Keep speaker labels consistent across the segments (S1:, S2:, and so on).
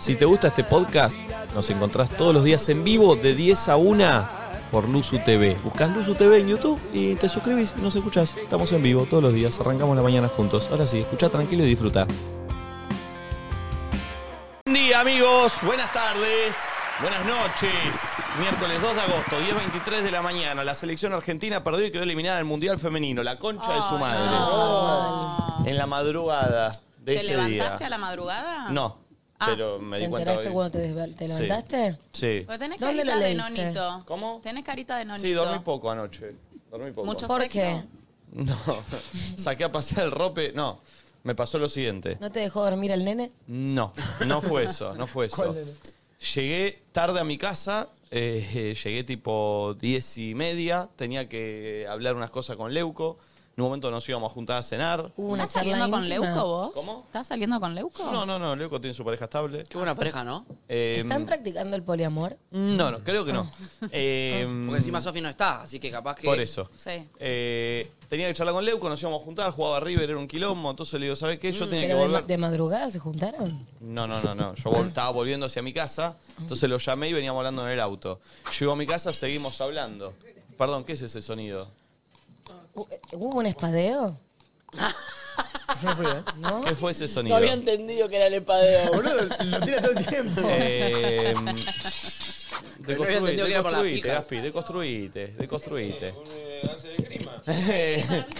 S1: Si te gusta este podcast, nos encontrás todos los días en vivo de 10 a 1 por Luzu TV. Buscás Luzu TV en YouTube y te suscribís y nos escuchás. Estamos en vivo todos los días, arrancamos la mañana juntos. Ahora sí, escucha tranquilo y disfruta. Buen día amigos, buenas tardes, buenas noches. Miércoles 2 de agosto, 10.23 de la mañana. La selección argentina perdió y quedó eliminada del Mundial Femenino. La concha de su madre. En la madrugada de
S2: ¿Te
S1: este
S2: levantaste
S1: día.
S2: a la Ah. madrugada?
S1: No, pero me
S3: ¿Te
S1: di cuenta
S3: enteraste
S1: hoy.
S3: cuando te, desvel- te
S1: Sí.
S3: levantaste?
S1: Sí.
S2: Porque tenés
S3: ¿Dónde
S2: carita
S3: lo
S2: de
S3: leíste?
S2: nonito.
S1: ¿Cómo?
S2: Tenés carita de nonito.
S1: Sí, dormí poco anoche. Dormí poco.
S2: Mucho
S3: ¿Por
S2: sexo.
S3: qué?
S1: No, saqué a pasear el rope. No, me pasó lo siguiente.
S3: ¿No te dejó dormir el nene?
S1: No, no fue eso, no fue eso. Llegué tarde a mi casa, eh, eh, llegué tipo diez y media, tenía que hablar unas cosas con Leuco. En un momento nos íbamos a juntar a cenar.
S3: Hubo una
S2: ¿Estás saliendo
S3: charla
S2: con
S3: íntima.
S2: Leuco vos?
S1: ¿Cómo?
S2: ¿Estás saliendo con Leuco?
S1: No, no, no, Leuco tiene su pareja estable.
S4: Qué buena pareja, ¿no?
S1: Eh,
S3: ¿Están practicando el poliamor?
S1: mm, no, no, creo que no. Eh,
S4: Porque encima Sofi no está, así que capaz que.
S1: Por eso.
S2: Sí.
S1: Eh, tenía que charlar con Leuco, nos íbamos a juntar, jugaba a River, era un quilombo, entonces le digo, ¿sabes qué? Yo tenía que
S3: Mm, ¿Pero de, ma-
S1: volver.
S3: de madrugada se juntaron?
S1: No, no, no, no. Yo vol- estaba volviendo hacia mi casa, entonces lo llamé y veníamos hablando en el auto. Llegó a mi casa, seguimos hablando. Perdón, ¿qué es ese sonido?
S3: ¿Hu- eh, ¿Hubo un espadeo?
S1: ¿eh?
S3: ¿No?
S1: ¿Qué fue ese sonido?
S4: entendido que era el espadeo,
S5: Boludo, lo tira todo el tiempo.
S1: Eh,
S4: Pero no
S1: deconstruí-
S4: había entendido que era por las
S1: Deconstruite,
S4: pijas.
S1: Gaspi, deconstruite, deconstruite.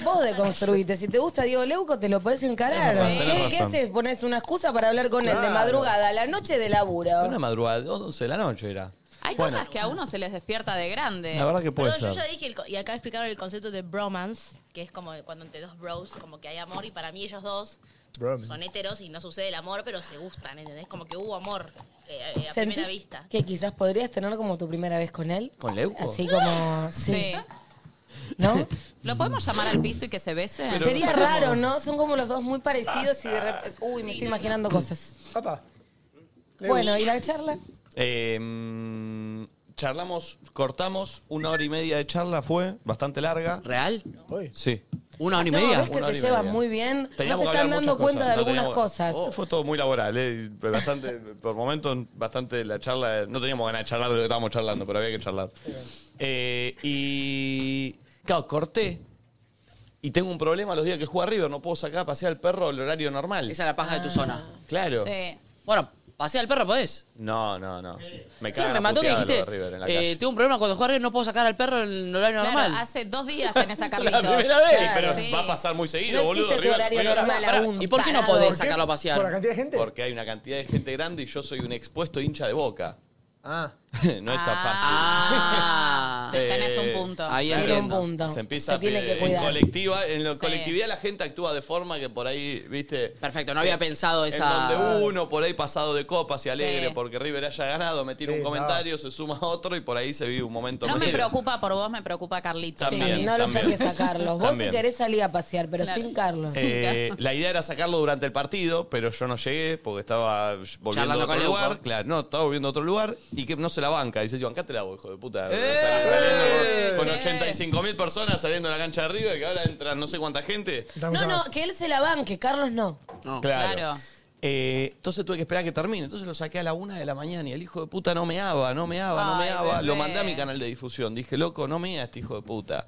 S3: Vos deconstruiste. Si te gusta Diego Leuco, te lo podés encarar.
S1: Tenés razón,
S3: ¿Qué,
S1: tenés
S3: qué
S1: razón.
S3: haces? Pones una excusa para hablar con él de madrugada, a la noche de laburo.
S1: Una madrugada, 11 de la noche era.
S2: Hay
S1: Bueno,
S2: cosas que a uno se les despierta de grande.
S1: La verdad que puede
S6: Perdón, yo ya
S1: ser.
S6: dije, el co- y acá explicaron el concepto de bromance, que es como cuando entre dos bros, como que hay amor, y para mí ellos dos son heteros y no sucede el amor, pero se gustan, ¿entendés? Como que hubo amor eh, eh, a
S3: Sentí
S6: primera vista.
S3: que quizás podrías tener como tu primera vez con él.
S1: ¿Con Leuco?
S3: Así como, sí.
S2: Sí.
S3: ¿No?
S2: ¿Lo podemos llamar al piso y que se bese?
S3: Sería raro, ¿no? Son como los dos muy parecidos y de
S1: Ah,
S3: repente... Uy, me estoy imaginando cosas.
S5: Papá.
S3: Bueno, ¿y la charla?
S1: Eh, charlamos, cortamos, una hora y media de charla fue, bastante larga.
S4: ¿Real?
S1: Sí.
S4: ¿Una hora y
S3: No,
S4: media?
S3: ves que
S1: Una hora
S3: se
S1: y
S3: llevan
S1: media.
S3: muy bien.
S1: Teníamos
S3: no
S1: que
S3: se
S1: hablar
S3: están dando
S1: muchas
S3: cuenta
S1: cosas,
S3: de
S1: no
S3: algunas
S1: teníamos-
S3: cosas.
S1: Oh, fue todo muy laboral, eh, bastante, por momentos, bastante la charla. No teníamos ganas de charlar de lo que estábamos charlando, pero había que charlar. Eh, y. Claro, corté. Y tengo un problema los días que juega River, no puedo sacar a pasear al perro al horario normal.
S4: Esa es la paja
S3: Ah.
S4: de tu zona.
S1: Claro.
S2: Sí.
S4: Bueno, pasea al perro, podés.
S1: No, no, no. Me
S4: Sí,
S1: cagan
S4: me
S1: a
S4: mató que
S1: puteadas los
S4: dijiste.
S1: de River en la
S4: eh,
S1: calle.
S4: tengo un problema cuando juega River, no puedo sacar al perro en horario
S2: Claro,
S4: normal.
S2: hace dos días tenés a Carlitos.
S1: La primera vez,
S3: claro,
S1: pero
S2: sí.
S1: va a pasar muy seguido,
S3: No
S1: boludo.
S3: existe tu
S1: River-
S3: horario
S1: River-
S3: normal
S4: Pará,
S3: aún.
S4: ¿Y por qué no
S3: tarado.
S4: podés sacarlo a pasear?
S5: ¿Por la cantidad de gente?
S1: Porque hay una cantidad de gente grande y yo soy un expuesto hincha de boca.
S5: Ah.
S1: no es tan fácil.
S4: Ah,
S2: Te tenés
S1: Eh,
S2: un punto.
S4: ahí
S3: Tiene un
S4: entiendo.
S3: punto.
S1: Se empieza
S3: tiene
S1: eh,
S3: que
S1: en
S3: cuidar.
S1: colectiva, en la
S2: Sí.
S1: colectividad la gente actúa de forma que por ahí, viste,
S4: Perfecto, no había pensado
S1: en
S4: esa.
S1: donde uno por ahí pasado de copas y alegre
S2: Sí.
S1: porque River haya ganado, me tira un
S5: Sí,
S1: comentario, se suma otro y por ahí se vive un momento.
S2: No me
S1: mejor.
S2: preocupa por vos, me preocupa Carlitos.
S3: Sí,
S1: También,
S3: no lo
S1: también.
S3: saques a Carlos. Vos
S1: También.
S3: si querés salir a pasear, pero
S2: Claro.
S3: sin Carlos.
S1: Eh, la idea era sacarlo durante el partido, pero yo no llegué porque estaba volviendo a
S4: Charlando
S1: otro
S4: con Leuco.
S1: lugar. Claro, no, estaba volviendo a otro lugar y que no se la banca. Dice, bancate la voz, hijo de puta.
S2: ¡Eh!
S1: Saliendo con,
S2: Che.
S1: 85 mil personas saliendo a la cancha de River, que ahora entran no sé cuánta gente.
S3: No, no, que él se la banque, Carlos no.
S4: No.
S1: Claro.
S2: Claro.
S1: Eh, entonces tuve que esperar a que termine. Entonces lo saqué a la una de la mañana y el hijo de puta no meaba, no meaba, no
S2: Ay,
S1: meaba.
S2: bebé.
S1: Lo mandé a mi canal de difusión. Dije, loco, no mea este hijo de puta.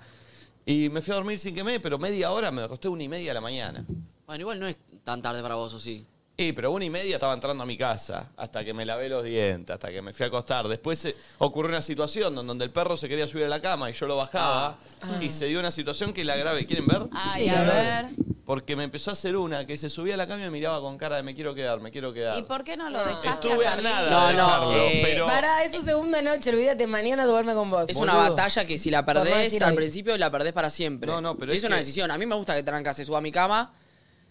S1: Y me fui a dormir sin que me, pero media hora me acosté una y media de la mañana.
S4: Bueno, igual no es tan tarde para vos, ¿o sí?
S1: Y, pero una y media estaba entrando a mi casa, hasta que me lavé los dientes, hasta que me fui a acostar. Después eh, ocurrió una situación en donde el perro se quería subir a la cama y yo lo bajaba.
S4: Ah.
S1: Y se dio una situación que la grave. ¿Quieren ver?
S2: Ay,
S3: Sí,
S2: a
S3: a
S2: ver.
S1: Porque me empezó a hacer una que se subía a la cama y me miraba con cara de me quiero quedar, me quiero quedar.
S2: ¿Y por qué no lo dejaste
S1: Estuve a
S2: Carlitos?
S1: nada
S4: No,
S1: de
S4: no,
S1: dejarlo,
S4: eh,
S1: pero
S3: Para, es su segunda noche, olvídate, mañana duerme con vos.
S4: Es
S3: Boludo.
S4: una batalla que si la
S3: Por no
S4: perdés
S3: decir
S4: al
S3: hoy.
S4: principio, la perdés para siempre.
S1: No, no, pero
S4: Y
S1: es
S4: es una
S1: que-
S4: decisión. A mí me gusta que Tranca se suba a mi cama.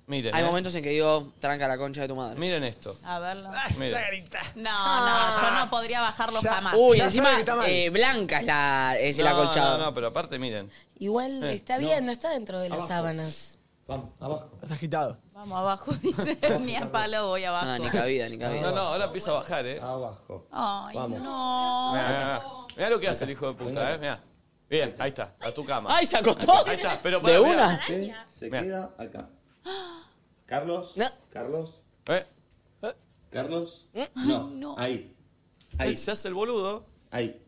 S1: miren,
S4: Hay
S1: eh,
S4: momentos en que digo, Tranca la concha de tu madre.
S1: miren esto.
S2: A verlo.
S1: Miren.
S2: No, no, yo no podría bajarlo
S5: Ya.
S2: jamás.
S4: Uy,
S5: Ya
S4: encima
S5: sabe que está mal.
S4: eh, blanca es, la, es el
S1: No,
S4: acolchado.
S1: no, no, pero aparte miren.
S3: Igual
S4: Eh,
S3: está bien, no está dentro de las sábanas.
S5: Está agitado.
S2: Vamos abajo, dice. Ni a palo voy abajo.
S4: Ah, ni cabida, ni cabida.
S1: No, no, ahora empieza a bajar, eh.
S2: Ay, no.
S1: Mirá, mirá, mirá. Mirá lo que hace el hijo de puta, eh. Mirá. Bien, ahí está, a tu cama.
S4: ¡Ay, se acostó!
S1: Ahí está, pero
S4: ¿De
S1: pará, mirá.
S4: una?
S7: Se
S1: Mirá.
S7: queda acá. Carlos.
S3: No.
S7: Carlos.
S1: ¿Eh?
S7: Carlos.
S2: No.
S7: Ahí. Ahí.
S1: Se hace el boludo.
S7: Ahí.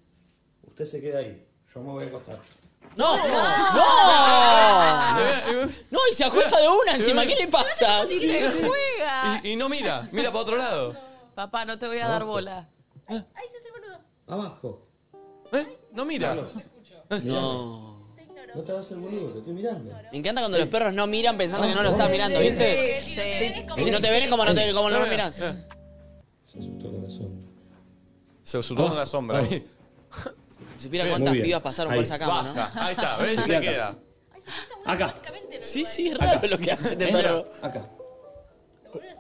S7: Usted se queda ahí. Yo me voy a acostar.
S4: ¡No! Ah. ¡No! No, y se acuesta de una encima. ¿Qué le pasa?
S2: Y te juega.
S1: Y, y no mira, mira para otro lado.
S2: Papá, no te voy a dar bola.
S1: Ah,
S8: Ahí se hace el boludo.
S7: Abajo.
S1: ¿Eh? No mira. Eh.
S4: No.
S7: No te hagas el boludo, te estoy mirando.
S4: Me encanta cuando los perros no miran pensando que no lo estás mirando, ¿viste? Si no te ven, como no, te, como no lo miras.
S1: Se asustó con la sombra. Ahí.
S4: Supiera
S1: Bien.
S4: cuántas
S1: Muy bien.
S4: pibas pasaron
S1: Ahí.
S4: por esa cama,
S1: Baja. Ahí está, ¿ves? Se
S7: Acá.
S1: queda.
S7: Acá.
S4: ¿no? Sí, sí, es raro lo que hace este perro.
S7: Acá.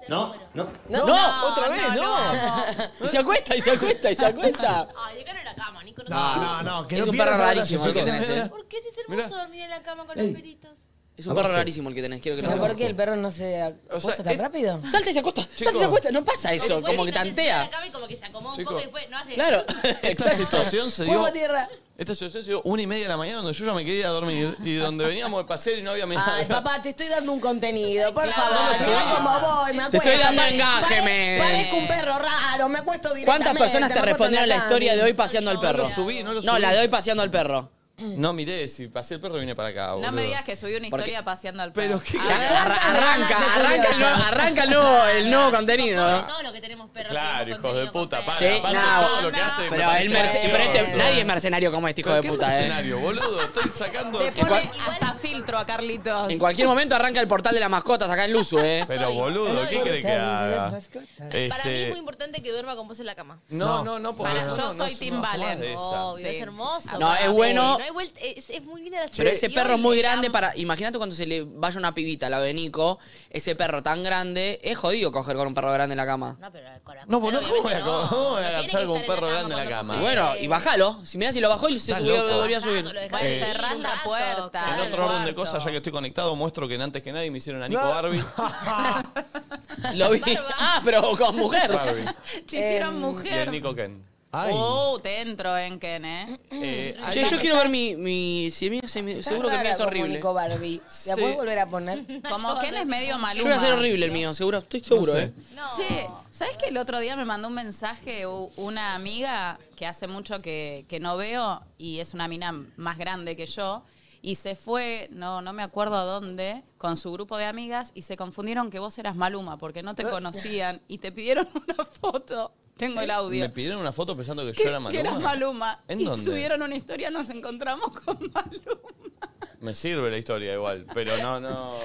S7: No, no.
S4: ¡No! ¡Otra vez, no! Y se acuesta, y se acuesta, y se acuesta.
S6: Ay, acá no era cama, Nico.
S4: No,
S6: te-
S4: no, no, que Es no un pierdas perro ahora, rarísimo el que chicos. tenés, ¿eh?
S6: ¿Por qué si es
S3: Mirá.
S6: hermoso dormir en la cama con
S4: Ey.
S6: los peritos?
S4: Es un perro rarísimo el que tenés, quiero que lo
S3: Pero ¿por
S4: sepas.
S3: qué el perro no se acuesta tan rápido?
S4: eh, Salta y se acuesta, salta y se acuesta. No pasa eso, como que tantea.
S6: Acá y como que se acomoda un
S1: Chico.
S6: poco y después no hace.
S4: Claro,
S1: Esta situación se dio.
S3: tierra.
S1: Esta situación se dio una y media de la mañana donde yo ya me quería ir a dormir y donde veníamos de paseo y no había mirado.
S3: Ay, papá, te estoy dando un contenido, por favor.
S1: no,
S3: mirá
S1: no.
S3: cómo voy, me
S4: Te estoy
S3: acuesto.
S4: dando
S3: Pare-
S4: engaje,
S3: pare-
S4: men.
S3: Parezco un perro raro, me acuesto directamente.
S4: ¿Cuántas personas te
S3: me acuesto en
S4: respondieron la
S3: cama?
S4: historia de hoy paseando al perro?
S1: No lo subí, no lo
S4: No,
S1: subí.
S4: la de hoy paseando al perro.
S1: No miré, si pasé el perro vine para acá.
S2: No
S1: boludo.
S2: me digas que subí una
S1: Porque-
S2: historia paseando al perro. Ah,
S1: ¿qué-
S4: Arra- arranca, arranca el nuevo, arranca el nuevo, el nuevo contenido. ¿eh?
S1: Claro, hijos de puta, para,
S4: Sí,
S1: para
S4: no.
S1: todo lo que hace. me
S4: Pero,
S1: parece
S4: el merce- pero este-
S1: gracioso.
S4: nadie es mercenario como este hijo de
S1: ¿Qué
S4: puta, eh.
S1: mercenario, boludo? Estoy sacando.
S2: Te pone hasta filtro a Carlitos.
S4: En cualquier momento arranca el portal de las mascotas acá en Luzu, eh.
S1: Pero boludo, ¿qué crees que haga?
S6: Para mí es muy
S1: Este.
S6: importante que duerma con vos en la cama.
S1: No, no, no, porque.
S2: Para,
S1: no,
S2: yo
S1: no,
S2: soy
S1: no,
S2: Tim
S1: no jodas
S2: Valen.
S1: de esas.
S6: Obvio, es hermoso.
S4: No,
S6: papi.
S4: es bueno.
S6: No hay vuelta, es, es muy linda la
S4: Pero ese
S6: expresión
S4: perro es muy
S6: y
S4: grande
S6: la-
S4: para. Imagínate cuando se le vaya una pibita, la de Nico. Ese perro tan grande. Es jodido coger con un perro grande en la cama.
S6: No, pero con la
S1: No, boludo, ¿cómo voy a, cómo voy a
S6: tiene
S1: agachar
S6: que
S1: con un
S6: estar en
S1: perro
S6: la
S1: grande en la cama?
S4: Bueno, y bajalo. Si mirá, si lo bajó y se
S1: Estás
S4: subió,
S1: loco.
S4: volvió a
S6: Lo
S4: subir.
S6: dejás
S1: Eh,
S6: salir
S2: cerrás
S6: un
S2: la
S6: rato,
S2: puerta.
S1: En
S6: claro.
S2: Al
S1: otro orden de
S2: cuarto.
S1: cosas, ya que estoy conectado, muestro que antes que nadie me hicieron a Nico
S5: No.
S1: Barbie.
S4: Lo vi. Ah, pero con mujer.
S1: Barbie.
S2: Te
S6: Em,
S2: hicieron
S1: Y el
S2: mujer.
S1: Nico Ken.
S5: Ay.
S2: Oh, te entro en Ken, ¿eh?
S1: Eh, ahí-
S4: Che, yo quiero ver mi. mi si mi- si mi-
S3: Estás
S4: seguro que el mío
S3: rara
S4: es
S3: como
S4: horrible.
S3: Nico Barbie. ¿La
S1: Sí.
S3: puedes volver a poner?
S2: Como Ken es medio
S4: Yo
S2: maluma.
S4: voy a ser horrible el mío, seguro. Estoy seguro,
S1: No sé.
S4: eh.
S6: No.
S2: Che, ¿sabes que el otro día me mandó un mensaje u- una amiga que hace mucho que, que no veo y es una mina más grande que yo? Y se fue, no, no me acuerdo a dónde, con su grupo de amigas y se confundieron que vos eras Maluma porque
S4: Eh.
S2: no te conocían y te pidieron una foto. Tengo
S4: Eh.
S2: el
S1: Me
S2: audio.
S1: pidieron una foto pensando que yo
S2: Que,
S1: era
S2: que eras
S1: Maluma.
S2: Maluma.
S1: ¿En
S2: y
S1: dónde?
S2: subieron una historia, nos encontramos con Maluma.
S1: Me sirve la historia igual, pero no, no.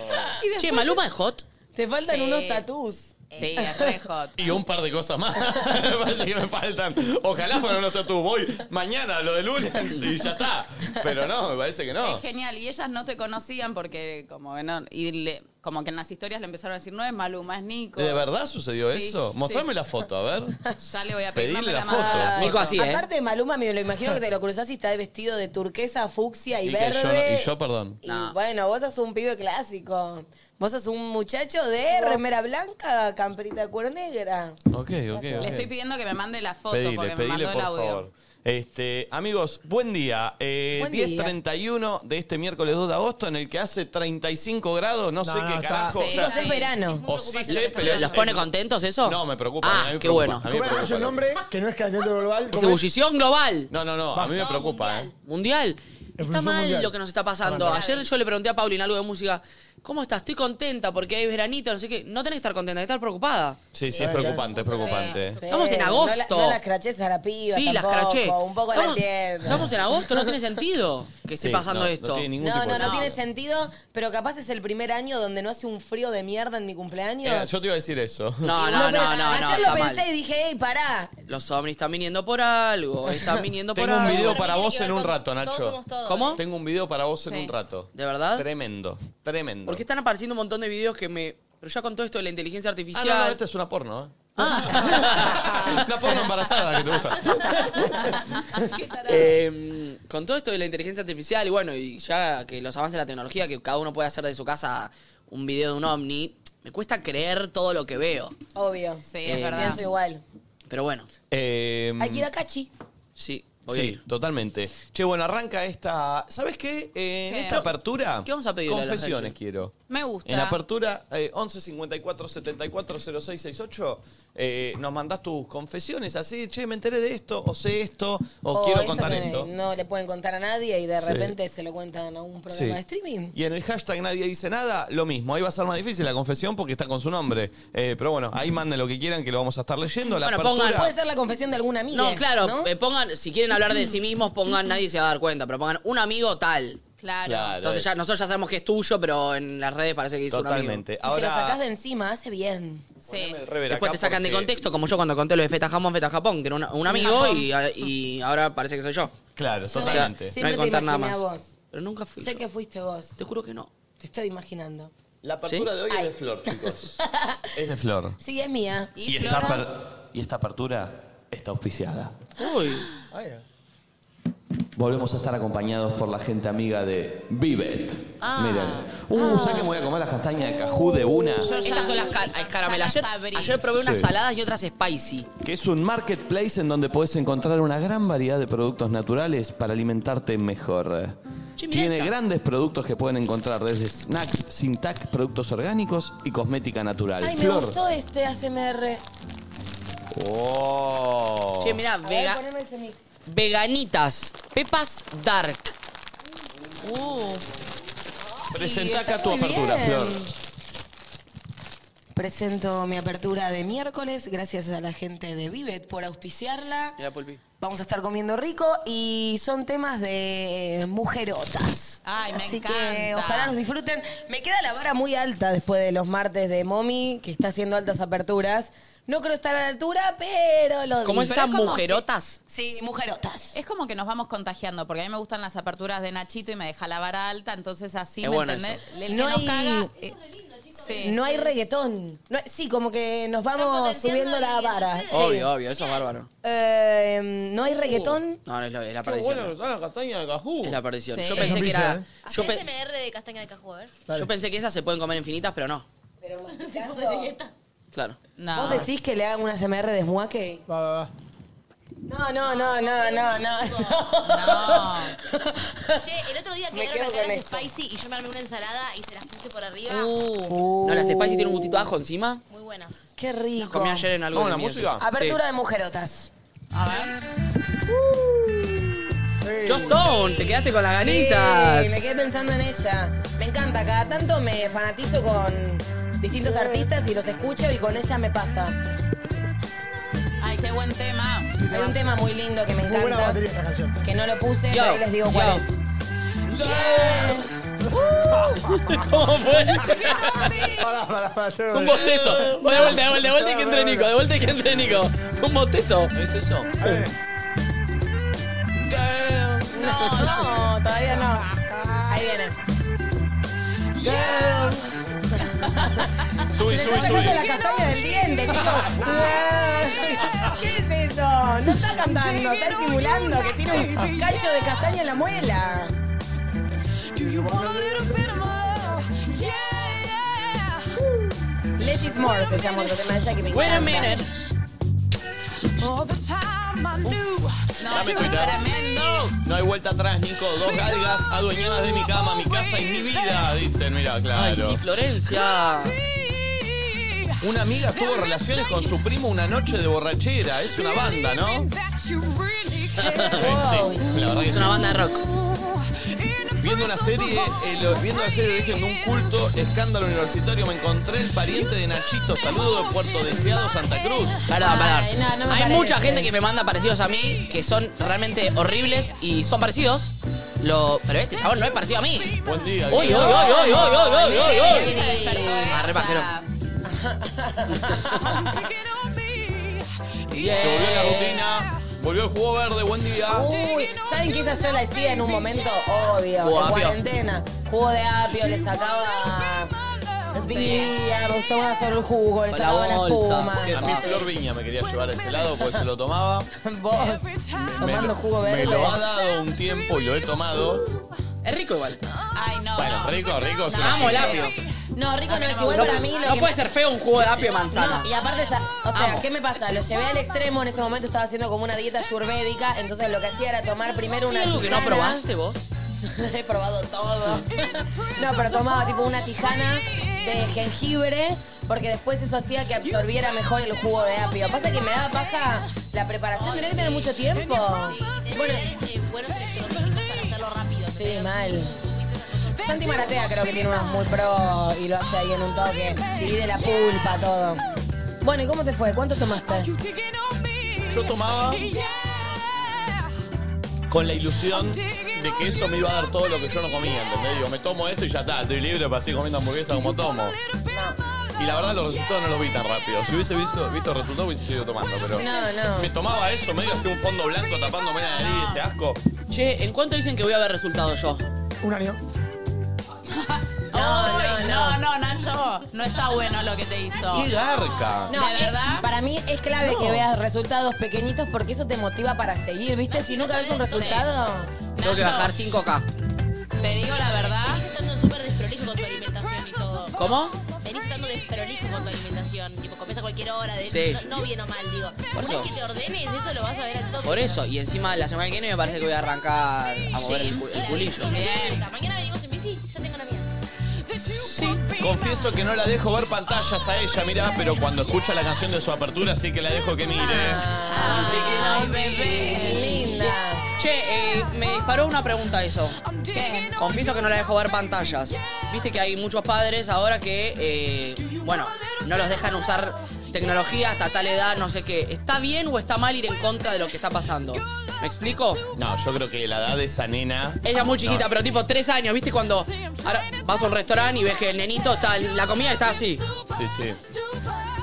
S2: Y después-
S4: Che, Maluma es hot.
S3: Te faltan
S2: Sí.
S3: unos tatús.
S2: Sí, es re hot.
S1: Y un par de cosas más. Parece que me faltan. Ojalá fuera nuestro tú. Voy mañana a lo de lunes y ya está. Pero no, me parece que no.
S2: Es genial. Y ellas no te conocían porque, como que no- y le- como que en las historias le empezaron a decir, no es Maluma, es Nico.
S1: ¿De verdad sucedió
S2: Sí,
S1: eso?
S2: sí.
S1: Mostrame la foto, a ver.
S2: Ya le voy a pedir.
S1: Pedile
S2: mamá,
S1: la
S2: me manda
S1: foto.
S4: Nico así, eh.
S3: Aparte de Maluma, me lo imagino que te lo cruzás y está vestido de turquesa, fucsia y,
S1: Y que
S3: verde.
S1: yo no- y yo, perdón.
S3: Y
S4: No.
S3: bueno, vos sos un pibe clásico. Vos sos un muchacho de remera blanca, camperita de cuero negra.
S1: Ok, ok, ok.
S2: Le estoy pidiendo que me mande la foto
S1: Pedile,
S2: porque me
S1: pedile,
S2: mandó
S1: por
S2: el audio.
S1: favor. Este, amigos, buen día. Eh,
S3: Buen
S1: 10.31 de este miércoles 2 de agosto, en el que hace 35 grados, no,
S5: No,
S1: sé
S5: no,
S1: qué
S5: está-
S1: carajo.
S2: Sí.
S1: o sea,
S3: Chicos, es verano.
S1: o sí sé, pero.
S4: ¿Los pone contentos eso?
S1: No, me preocupa.
S4: Ah,
S1: a mí me
S4: qué
S1: preocupa,
S4: bueno.
S1: a mí me
S5: ¿Cómo era
S1: preocupa.
S5: su nombre? Que no es calentamiento global.
S4: Es
S5: ¿cómo
S4: ebullición global.
S1: No, no, no, a mí me
S6: No,
S1: preocupa, ¿eh?
S6: mundial.
S4: Mundial. Está
S5: Evolución
S4: mal
S5: mundial.
S4: lo que nos está pasando. Ayer yo le pregunté a Paulina algo de música. ¿Cómo estás? Estoy contenta porque hay veranito, no sé qué. No tenés que estar contenta, tenés que estar preocupada.
S1: eh. Sí, sí, es preocupante, es preocupante.
S4: Estamos en
S3: Pero
S4: agosto.
S3: No, la- no las craches a la piba.
S4: sí, las
S3: tampoco,
S4: craché.
S3: Un poco la
S4: estamos,
S3: entiendo.
S4: estamos en agosto, no tiene sentido que esté
S1: Sí,
S4: pasando
S1: no,
S4: esto.
S1: No tiene ningún
S3: No,
S1: tipo
S3: no,
S1: de
S3: no tiene
S1: sentido.
S3: sentido, pero capaz es el primer año donde no hace un frío de mierda en mi cumpleaños.
S1: Era- Eh, Yo te iba a decir eso.
S4: No, no, no, no, no,
S3: Ayer lo
S4: está
S3: pensé
S4: mal.
S3: y dije, hey, pará.
S4: Los ovnis están viniendo por algo, están viniendo por
S1: Tengo un
S4: algo.
S1: video
S6: Pero
S1: para
S6: tiene
S1: vos
S6: que ver
S1: en un
S6: con
S1: rato, Nacho.
S6: Todos somos todos.
S4: ¿Cómo?
S1: Tengo un video para vos en
S2: Sí.
S1: un rato.
S4: ¿De verdad?
S1: Tremendo, tremendo.
S4: Porque están apareciendo un montón de videos que me... Pero ya con todo esto de la inteligencia
S1: Ah,
S4: artificial...
S1: no, no, esta es una porno, ¿eh?
S4: Ah.
S1: una porno embarazada que te gusta.
S4: Eh, con todo esto de la inteligencia artificial y bueno, y ya que los avances de la tecnología, que cada uno puede hacer de su casa un video de un ovni, me cuesta creer todo lo que veo.
S3: Obvio.
S2: Sí, es
S4: Eh,
S2: verdad.
S3: Pienso igual.
S4: Pero bueno,
S1: Eh,
S3: Hay que ir a Cachi.
S4: sí. Voy a
S1: sí,
S4: ir.
S1: totalmente. Che, bueno, arranca esta. ¿Sabes qué? Eh, en
S2: ¿Qué?
S1: esta apertura.
S4: ¿Qué vamos a pedirle a la
S1: Confesiones
S4: gente?
S1: quiero.
S2: Me gusta.
S1: En apertura, eh, 11 54 74 06 68, eh, nos mandás tus confesiones así, che, me enteré de esto, o sé esto, o quiero
S3: Oh, eso
S1: contar
S3: que
S1: esto.
S3: No le pueden contar a nadie y de
S1: Sí.
S3: repente se lo cuentan a un programa
S1: Sí.
S3: de streaming.
S1: Y en el hashtag nadie dice nada, lo mismo. Ahí va a ser más difícil la confesión porque está con su nombre. Eh, pero bueno, ahí manden lo que quieran que lo vamos a estar leyendo. La
S4: Bueno,
S1: apertura.
S4: pongan-
S3: Puede ser la confesión de alguna amiga.
S4: No, claro,
S3: ¿no?
S4: eh, pongan, si quieren hablar de sí mismos, pongan, nadie se va a dar cuenta, pero pongan un amigo tal.
S2: Claro.
S1: Claro.
S4: Entonces
S1: es.
S4: ya, nosotros ya sabemos que es tuyo, pero en las redes parece que hizo un amigo.
S1: Totalmente.
S3: Y Te lo sacás
S1: Ahora.
S3: de encima, hace bien.
S2: Sí.
S1: el rever
S4: Después
S1: acá
S4: te sacan de
S1: porque-
S4: contexto, como yo cuando conté lo de Feta Jamón, Feta Japón, que era una- un amigo y, y ahora parece que soy yo.
S1: Claro,
S4: O sea,
S1: totalmente.
S3: Sí.
S4: no
S3: Siempre
S4: hay
S3: te
S4: que contar nada
S3: imaginé
S4: más.
S3: a vos.
S4: Pero nunca fui
S3: Sé
S4: yo.
S3: que fuiste vos.
S4: Te juro que no.
S3: Te estoy imaginando.
S1: La apertura
S4: ¿Sí?
S1: de hoy es de Flor, chicos. es de Flor.
S3: Sí, es mía.
S2: ¿Y,
S1: esta,
S2: Flora?
S1: aper- y esta apertura está eh. auspiciada.
S4: Uy.
S1: Volvemos a estar acompañados por la gente amiga de Vivet.
S4: Ah.
S1: Miren. Uh, ¿sabes que me voy a comer la castaña de cajú de una?
S4: Estas son las car- ay, caramelas.
S2: Ya las
S4: Ayer,
S2: abrí.
S4: ayer probé unas
S1: Sí.
S4: saladas y otras spicy.
S1: Que es un marketplace en donde puedes encontrar una gran variedad de productos naturales para alimentarte mejor.
S4: Che, mirá
S1: Tiene
S4: esta.
S1: grandes productos que pueden encontrar desde snacks sin tac, productos orgánicos y cosmética natural.
S3: Ay, me
S1: Flor.
S3: gustó este ASMR.
S1: Oh.
S4: Che, mirá,
S3: A
S4: vega-
S3: ver, poneme ese mic.
S4: veganitas, pepas dark.
S2: Uh,
S1: Presentá
S3: Sí,
S1: acá
S3: está
S1: tu
S3: muy
S1: apertura,
S3: bien.
S1: Flor.
S3: Presento mi apertura de miércoles, gracias a la gente de Vivet por auspiciarla.
S4: Mirá, Pulpi.
S3: Vamos a estar comiendo rico y son temas de eh, mujerotas.
S2: Ay, me
S3: Así que
S2: encanta.
S3: ojalá los disfruten. Me queda la vara muy alta después de los martes de Momi, que está haciendo altas aperturas. No creo estar a la altura, pero lo
S4: Como
S3: digo.
S4: estas
S2: es como que-
S4: mujerotas.
S3: Sí, mujerotas.
S2: es como que nos vamos contagiando, porque a mí me gustan las aperturas de Nachito y me deja la vara alta, entonces así,
S4: Es
S2: ¿me
S4: bueno
S2: entendés?
S4: eso.
S2: El que
S3: No
S2: nos
S3: hay-
S2: caga... eh, sí.
S3: No hay reggaetón. No hay- sí, como que nos vamos subiendo la vara. sí.
S4: Obvio, obvio, eso es bárbaro.
S3: Eh, no hay reggaetón.
S4: No, no es, lo- es la perdición.
S1: la castaña de cajú.
S4: Es la perdición.
S2: Sí.
S4: Yo pensé que era.
S3: ¿eh?
S6: Hacé
S4: Yo, pe-
S6: SMR de castaña de cajú, a ver.
S4: yo pensé que esas se pueden comer infinitas, pero no.
S3: Pero
S4: Claro.
S2: Uh, No.
S3: ¿Vos decís que le hagan una CMR de smuaque?
S5: Va, va, va.
S3: No, no, no, no, no, no.
S2: No.
S6: Che, el otro día
S3: Me
S6: quedaron
S3: quedo
S6: las
S3: con
S6: ganas de
S3: esto.
S6: spicy y yo me armé una ensalada y se las puse por arriba.
S4: Uh,
S3: Uh.
S4: No, las spicy tienen un gustito de ajo encima.
S6: Muy buenas.
S3: Qué
S4: Las
S3: rico.
S4: comí ayer en algo.
S1: ¿Vamos a
S4: de
S1: la
S4: mío,
S1: música?
S4: sí.
S3: Apertura de mujerotas.
S4: Sí. Just Stone, te quedaste con las ganitas.
S3: Sí, me quedé pensando en ella. Me encanta, cada tanto me fanatizo con distintos artistas y los escucho y con ella me pasa.
S2: Ay, qué buen tema.
S3: Hay un tema muy lindo que me
S5: Muy buena
S3: encanta,
S5: batería esta canción.
S3: que no lo puse,
S4: Yo,
S3: pero ahí les digo cuál
S4: yo.
S3: es.
S4: ¿Cómo fue?
S5: Pará, pará, pará. tengo
S4: Fue un
S5: que-
S4: bostezo. Fue de vuelta, de vuelta, de vuelta y que entre Nico. De vuelta y que entre Nico. Fue un bostezo.
S1: ¿No es eso?
S5: A ver,
S3: No, no, todavía no. Ahí viene.
S1: Subí,
S3: Se
S1: subí,
S3: está
S1: subí.
S3: sacando la castaña del diente, chicos. ¿Qué es eso? No está cantando, está simulando que tiene un cacho de castaña en la muela. Less is more se llama otro tema de ella que me
S4: Wait
S3: encanta.
S4: a minute.
S1: Dame Twitter. No hay vuelta atrás, Nico. Dos galgas adueñadas de mi cama, mi casa y mi vida, dicen. Mira,
S4: Ay,
S1: claro.
S4: sí, Florencia.
S1: Una amiga tuvo relaciones con su primo una noche de borrachera. Es una banda, ¿no? Sí, la verdad que
S4: Es
S1: sí.
S4: una banda de rock.
S1: Viendo una serie, eh, lo- viendo la serie de origen de un culto, escándalo universitario, me encontré el pariente de Nachito. Saludo de Puerto Deseado, Santa Cruz.
S4: Pará, pará.
S3: Ay, no, no me
S4: Hay
S3: parece.
S4: mucha gente que me manda parecidos a mí que son realmente horribles y son parecidos. Lo, pero este chabón no es parecido a mí. Uy,
S1: Buen día.
S4: uy, uy, uy, uy, uy, uy, uy, uy. Arre,
S1: Ah,
S2: Arre
S4: pajero.
S1: Se volvió la rutina. Volvió el jugo verde, buen día.
S3: Uy, ¿saben qué esa yo la hacía en un momento? Obvio,
S4: Jugo de
S3: en
S4: apio.
S3: cuarentena. Jugo de apio, le sacaba... Día, me tomaba solo el jugo, le
S4: Con la
S3: sacaba la,
S4: bolsa,
S3: espuma.
S4: qué
S1: A mí Flor Viña me quería llevar a ese lado porque se lo tomaba.
S3: Vos, tomando jugo
S1: Me
S3: verde.
S1: lo ha dado un tiempo y lo he tomado.
S4: Es rico igual.
S2: Ay, no,
S1: Bueno,
S2: no.
S1: rico, rico. es
S2: No,
S1: una-
S4: Amo el apio.
S3: No, rico no es igual para mí. Lo
S4: No
S3: que
S4: puede
S3: más-
S4: ser feo un jugo de apio y manzana.
S3: No, y aparte, esa- o sea,
S4: Amo.
S3: ¿qué me pasa? Lo llevé al extremo, en ese momento estaba haciendo como una dieta ayurvédica, entonces lo que hacía era tomar primero una
S4: ¿Hay algo que no
S3: tijana.
S4: probaste vos?
S3: He probado todo. No, pero tomaba tipo una tijana de jengibre, porque después eso hacía que absorbiera mejor el jugo de apio. Pasa que me da paja la preparación, tenés que tener mucho tiempo. Bueno,
S6: buenos electroquímicos para hacerlo rápido.
S3: sí, mal. Santi Maratea creo que tiene unos muy pro y lo hace ahí en un toque. Divide la pulpa, todo. Bueno, ¿y cómo te fue? ¿Cuánto tomaste?
S1: Yo tomaba con la ilusión de que eso me iba a dar todo lo que yo no comía, ¿entendés? Digo, me tomo esto y ya está, estoy libre para seguir comiendo hamburguesa como tomo. Y la verdad los resultados no los vi tan rápido. Si hubiese visto, visto resultados hubiese seguido tomando, pero...
S3: No, no.
S1: Me tomaba eso, medio así un fondo blanco tapándome la nariz, ese asco.
S4: Che, ¿en cuánto dicen que voy a ver resultado yo?
S5: Un año.
S2: No, no, no, Nacho. No está bueno lo que te hizo.
S1: ¡Qué garca!
S3: No,
S2: ¿De
S3: es-
S2: verdad?
S3: para mí es clave que veas resultados pequeñitos porque eso te motiva para seguir, ¿viste? Si nunca ves un resultado.
S4: Tengo que
S2: Nacho.
S4: bajar 5K.
S2: Te digo la verdad.
S6: Venís estando súper desprolijo con tu alimentación y todo.
S4: ¿Cómo?
S6: Venís estando desprolijo con tu alimentación. Tipo, comés a cualquier hora. De,
S4: Sí.
S6: no, no bien o mal, digo.
S4: Por
S6: Una
S4: eso.
S6: vez que te ordenes, eso lo vas a ver al toque.
S4: Por eso. Y encima la semana que viene me parece que voy a arrancar a mover el, cu- el culillo.
S6: Bien. Mañana venimos en bici, ya tengo la mía.
S1: Confieso que no la dejo ver pantallas a ella, mirá, pero cuando escucha la canción de su apertura sí que la dejo que mire.
S4: Ah.
S2: Ay, bebé.
S3: Qué linda.
S4: Che, eh, me disparó una pregunta eso.
S2: ¿Qué?
S4: Confieso que no la dejo ver pantallas. Viste que hay muchos padres ahora que, eh, bueno, no los dejan usar tecnología hasta tal edad, no sé qué. ¿Está bien o está mal ir en contra de lo que está pasando? ¿Me explico?
S1: No, yo creo que la edad de esa nena...
S4: Ella es muy chiquita,
S1: No.
S4: pero tipo tres años, ¿viste? Cuando ahora vas a un restaurante y ves que el nenito está, la comida está así.
S1: Sí, sí.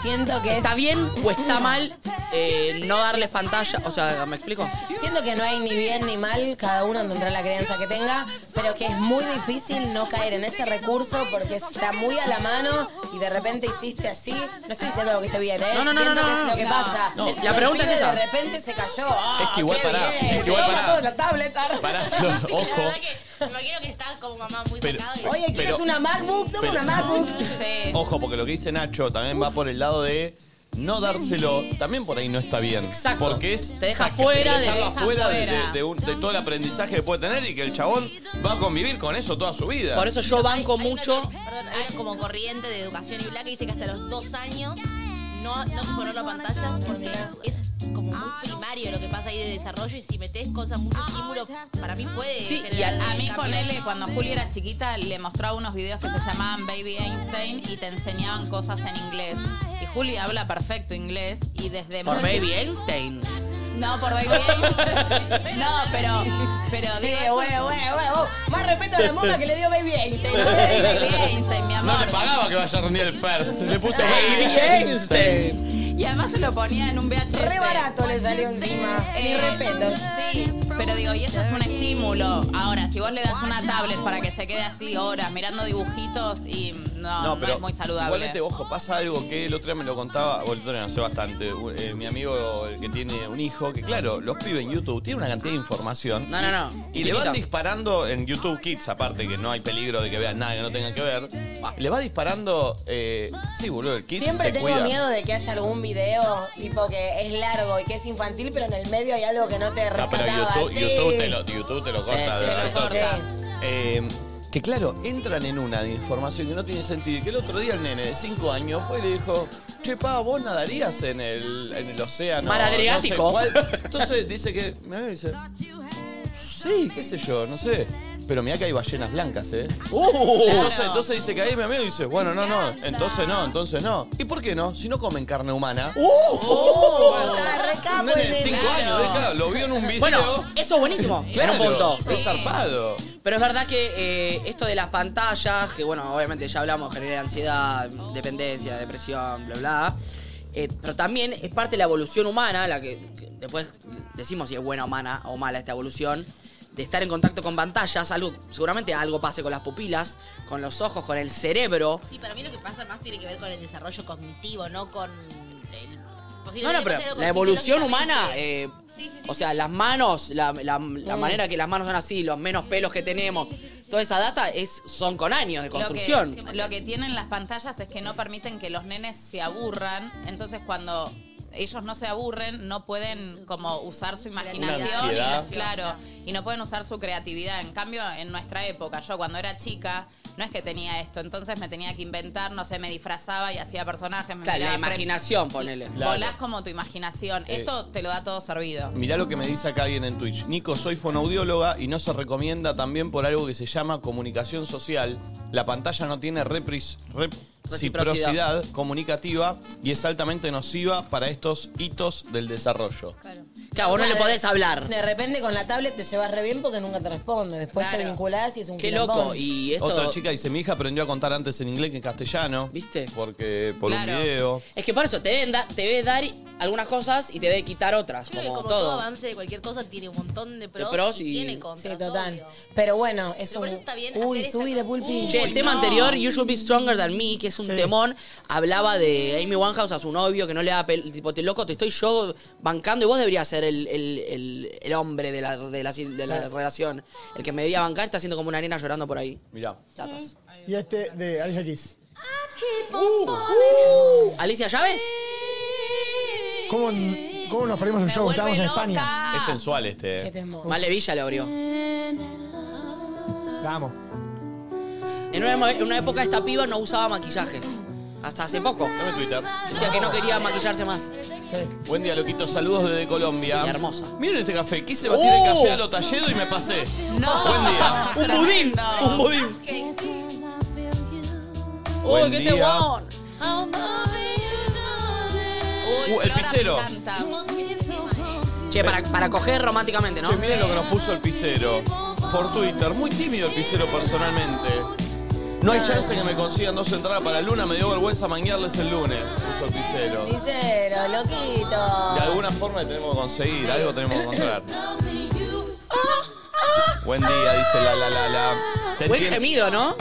S3: Siento que es-
S4: ¿Está bien o está mal eh, no darles pantalla? O sea, ¿me explico?
S3: Siento que no hay ni bien ni mal, cada uno tendrá la crianza que tenga, pero que es muy difícil no caer en ese recurso porque está muy a la mano y de repente hiciste así. No estoy diciendo lo que esté bien, ¿eh?
S4: No, no, no,
S3: Siento
S4: no,
S3: que
S4: no,
S3: es lo que
S4: no.
S3: pasa.
S4: No,
S3: Es-
S4: la
S3: el
S4: pregunta es
S3: pibe
S4: esa.
S3: De repente se cayó. Ah,
S1: Es que igual
S3: qué
S1: pará,
S3: bien.
S1: es que igual
S3: Toma
S1: pará.
S3: todas las tablets, ah.
S1: Pará,
S6: La
S1: ojo.
S6: verdad que me imagino que está como mamá muy
S1: Pero-
S6: sacado. y-
S3: Oye, ¿quieres
S1: Pero-
S3: una MacBook? Toma una MacBook.
S2: Sí.
S1: Ojo, porque lo que dice Nacho también va por el lado de no dárselo. También por ahí no está bien.
S4: Exacto.
S1: Porque es.
S4: Te deja
S1: saca-
S4: fuera
S1: te
S4: de-
S1: dejarlo
S2: deja
S1: afuera de,
S2: fuera.
S1: de- de un- de todo el aprendizaje que puede tener y que el chabón va a convivir con eso toda su vida.
S4: Por eso yo banco mucho.
S6: Hay una, perdón, hay una como corriente de educación y bla que dice que hasta los dos años no, no exponerlo a pantallas porque es como muy primario lo que pasa ahí de desarrollo y si metes cosas, mucho estímulo, para mí puede.
S4: Sí,
S6: generar
S4: y al-
S6: un
S2: A mí
S6: cambio.
S2: ponele, cuando Juli era chiquita, le mostraba unos videos que se llamaban Baby Einstein y te enseñaban cosas en inglés. Y Juli habla perfecto inglés y desde
S4: Por
S2: muy
S4: Baby
S2: chiquita-
S4: Einstein.
S2: No, por Baby Einstein. no, pero, pero
S3: Sí,
S2: digo, es
S3: güey,
S2: un-
S3: güey, güey, vos. Más respeto a la mona que le dio Baby Einstein.
S2: Baby Einstein, mi
S1: No te
S2: amor.
S1: pagaba que vaya a rendir el first. Le puse
S4: Baby
S1: baby.
S4: Einstein.
S2: Y además se lo ponía en un VHS.
S3: Re barato le salió encima. Ni
S2: Eh,
S3: respeto.
S2: Sí, pero digo, y eso es un estímulo. Ahora, si vos le das una tablet para que se quede así horas mirando dibujitos y no, no, es muy saludable.
S1: Igualmente, ojo, pasa algo que el otro día me lo contaba, o el otro día no sé bastante, u- eh, mi amigo el que tiene un hijo, que claro, los pibes en YouTube tienen una cantidad de información.
S4: No, no, no.
S1: Y le van
S4: Chiquito.
S1: disparando en YouTube Kids, aparte que no hay peligro de que vean nada que no tengan que ver. Le va disparando. eh, sí, boludo, el Kids
S3: Siempre
S1: te
S3: tengo
S1: cuida.
S3: miedo de que haya algún video tipo que es largo y que es infantil, pero en el medio hay algo que no te
S1: No,
S3: rescataba.
S1: pero YouTube,
S3: Sí.
S1: YouTube te lo, YouTube te lo corta.
S4: sí,
S1: de
S4: sí,
S1: verdad.
S3: sí. corta.
S1: Eh, que claro, entran en una de información que no tiene sentido. Y que el otro día el nene de 5 años fue y le dijo, che, pa, vos nadarías en el, en el océano.
S4: Mar
S1: no sé
S4: Adriático".
S1: cuál". Entonces dice que, me ve y dice, sí, qué sé yo, no sé. Pero mirá que hay ballenas blancas, ¿eh?
S4: Uh.
S1: Entonces, entonces dice que ahí mi amigo y dice, bueno, no, no, entonces no, entonces no. ¿Y por qué no? Si no comen carne humana.
S4: Uh.
S3: Está re capo
S1: Un nene
S3: el
S1: de
S3: nene.
S1: 5 años, ¿eh? Claro, lo vio en un video.
S4: Bueno, eso es buenísimo.
S1: claro,
S4: Gran punto.
S1: es zarpado.
S4: Pero es verdad que eh, esto de las pantallas, que bueno, obviamente ya hablamos, genera ansiedad, dependencia, depresión, bla, bla. eh, pero también es parte de la evolución humana, la que, que después decimos si es buena o mala, o mala esta evolución, de estar en contacto con pantallas, algo, seguramente algo pase con las pupilas, con los ojos, con el cerebro.
S6: Sí, para mí lo que pasa más tiene que ver con el desarrollo cognitivo, no con el...
S4: No, no,
S6: posiblemente
S4: pero
S6: pase algo
S4: la evolución
S6: fisiológicamente.
S4: humana, eh,
S6: Sí, Mm. sí, sí,
S4: o
S6: sí.
S4: sea, las manos, la, la- la manera que las manos son así, los menos pelos que tenemos, toda esa data es, son con años de
S2: Lo que-
S4: construcción.
S2: Lo que, tienen las pantallas es que no permiten que los nenes se aburran. Entonces, cuando ellos no se aburren, no pueden como usar su imaginación. y
S1: ansiedad.
S2: no- claro, y no pueden usar su creatividad. En cambio, en nuestra época, yo cuando era chica, no es que tenía esto. Entonces me tenía que inventar, no sé, me disfrazaba y hacía personajes. Me
S4: Claro, la
S2: miraba frente-
S4: imaginación, ponele.
S1: Claro.
S2: Volás como tu imaginación.
S1: Eh.
S2: Esto te lo da todo servido.
S1: Mirá lo que me dice acá alguien en Twitch. Nico, soy fonoaudióloga y no se recomienda también por algo que se llama comunicación social. La pantalla no tiene repris- rep-
S4: Reciprocidad.
S1: reciprocidad comunicativa y es altamente nociva para estos hitos del desarrollo.
S4: Claro, vos no le
S3: Claro.
S4: podés hablar.
S3: De repente con la tablet te llevas re bien porque nunca te responde. Después te
S2: Claro.
S3: vinculás y es un
S4: Qué
S3: quilombón.
S4: loco. Y esto.
S1: Otra chica dice, mi hija aprendió a contar antes en inglés que en castellano.
S4: ¿Viste?
S1: Porque por
S2: Claro.
S1: un video.
S4: Es que por eso te deben da- te debe dar algunas cosas y te debe quitar otras,
S6: Creo
S4: como,
S6: que como todo.
S4: todo.
S6: avance de cualquier cosa tiene un montón de pros,
S4: pros
S6: y,
S4: y-
S6: tiene contras.
S3: Sí, total.
S6: obvio.
S3: Pero bueno, es
S6: Pero
S3: un...
S6: por eso está bien
S3: Uy,
S6: hacer
S3: subí
S6: esta-
S3: de pulpi.
S4: Che, el tema anterior, You Should Be Stronger Than Me, que es un temón, hablaba de Amy Winehouse a su novio que no le da pel- tipo, te loco, te estoy yo bancando y vos deberías ser el, el- el- el hombre de la, de la- de la relación. El que me debería bancar está haciendo como una nena llorando por ahí.
S1: Mirá.
S4: Chatas.
S5: Y este de Alicia Keys. Uh,
S4: Uh. ¿Alicia Llaves?
S5: ¿Cómo, ¿Cómo nos perdimos el
S2: Me
S5: show? Estábamos
S2: vuelve
S5: en España.
S2: loca.
S1: Es sensual este.
S3: Qué
S1: eh.
S3: temor.
S4: Vale Villa le abrió.
S5: La amo.
S4: En una, emo- en una época esta piba no usaba maquillaje. Hasta hace poco.
S1: Dame Twitter.
S4: Decía que no quería maquillarse más.
S1: Buen día, loquitos. Saludos desde Colombia.
S4: Y hermosa.
S1: Miren este café. Quise batir el
S4: ¡Oh!
S1: café a lo talledo y me pasé.
S2: No.
S1: Buen día.
S4: Un budín,
S2: Tremendo.
S4: un budín.
S1: Buen
S4: Uy, qué
S1: día.
S4: temón.
S2: Uy,
S1: Uh, el
S2: Flora, me
S1: pisero.
S2: encanta. eh.
S4: Che, para, para coger románticamente, ¿no?
S1: Che, miren lo que nos puso el pisero. Por Twitter. Muy tímido el pisero personalmente. No hay chance que me consigan dos entradas para Luna. Me dio vergüenza manguearles el lunes. Puso el pisero.
S3: Dice lo
S1: De
S3: loquito.
S1: alguna forma le tenemos que conseguir. Algo tenemos que encontrar.
S4: Ah,
S1: Buen día, dice la la la la. Te
S4: Buen
S1: entiendo.
S4: gemido, ¿no?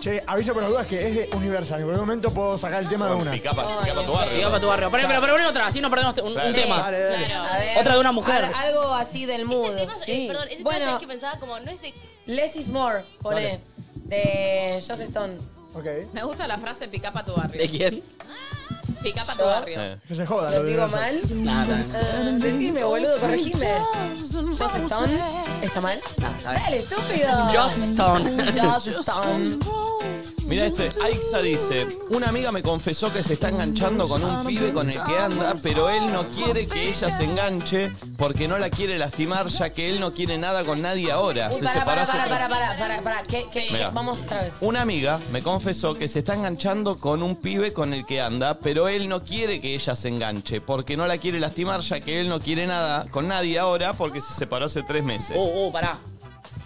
S5: Che, aviso por las dudas que es de Universal. En cualquier momento puedo sacar el tema de una.
S1: Pica pa- pica pa tu barrio.
S4: Digo para tu barrio. Poné- pero, pero poné otra, así no perdemos te- un, un
S1: Claro.
S4: tema.
S5: Dale, dale.
S3: A ver,
S4: Otra de una mujer.
S3: al- algo así del mood.
S6: Este tema,
S3: Sí.
S6: eh, perdón, ese tema
S3: bueno,
S6: es que pensaba como no es de...
S3: Less is More, pone.
S5: Dale.
S3: De Joss Stone.
S5: Ok.
S2: Me gusta la frase pica pa' tu barrio.
S4: ¿De quién?
S2: Pica pa' tu
S3: ¿Yo?
S2: barrio.
S1: Eh.
S5: Que se joda.
S3: ¿Lo
S5: de
S3: digo
S5: Universal.
S3: mal?
S4: Nada.
S3: Eh, Decime, boludo, corregime. Joss Stone. ¿Está mal?
S4: está bien.
S3: Dale, estúpido.
S4: Joss Stone.
S3: Joss Stone.
S1: Mira este, Aixa dice, una amiga me confesó que se está enganchando con un pibe con el que anda, pero él no quiere que ella se enganche porque no la quiere lastimar, ya que él no quiere nada con nadie ahora.
S3: Uy,
S1: Se
S3: para, para,
S1: separó hace
S3: para,
S1: tres-
S3: para, para, para, para. ¿Qué, qué-
S1: Mirá.
S3: Vamos otra vez.
S1: Una amiga me confesó que se está enganchando con un pibe con el que anda, pero él no quiere que ella se enganche porque no la quiere lastimar, ya que él no quiere nada con nadie ahora porque se separó hace tres meses.
S3: Oh,
S4: Uh, uh, pará.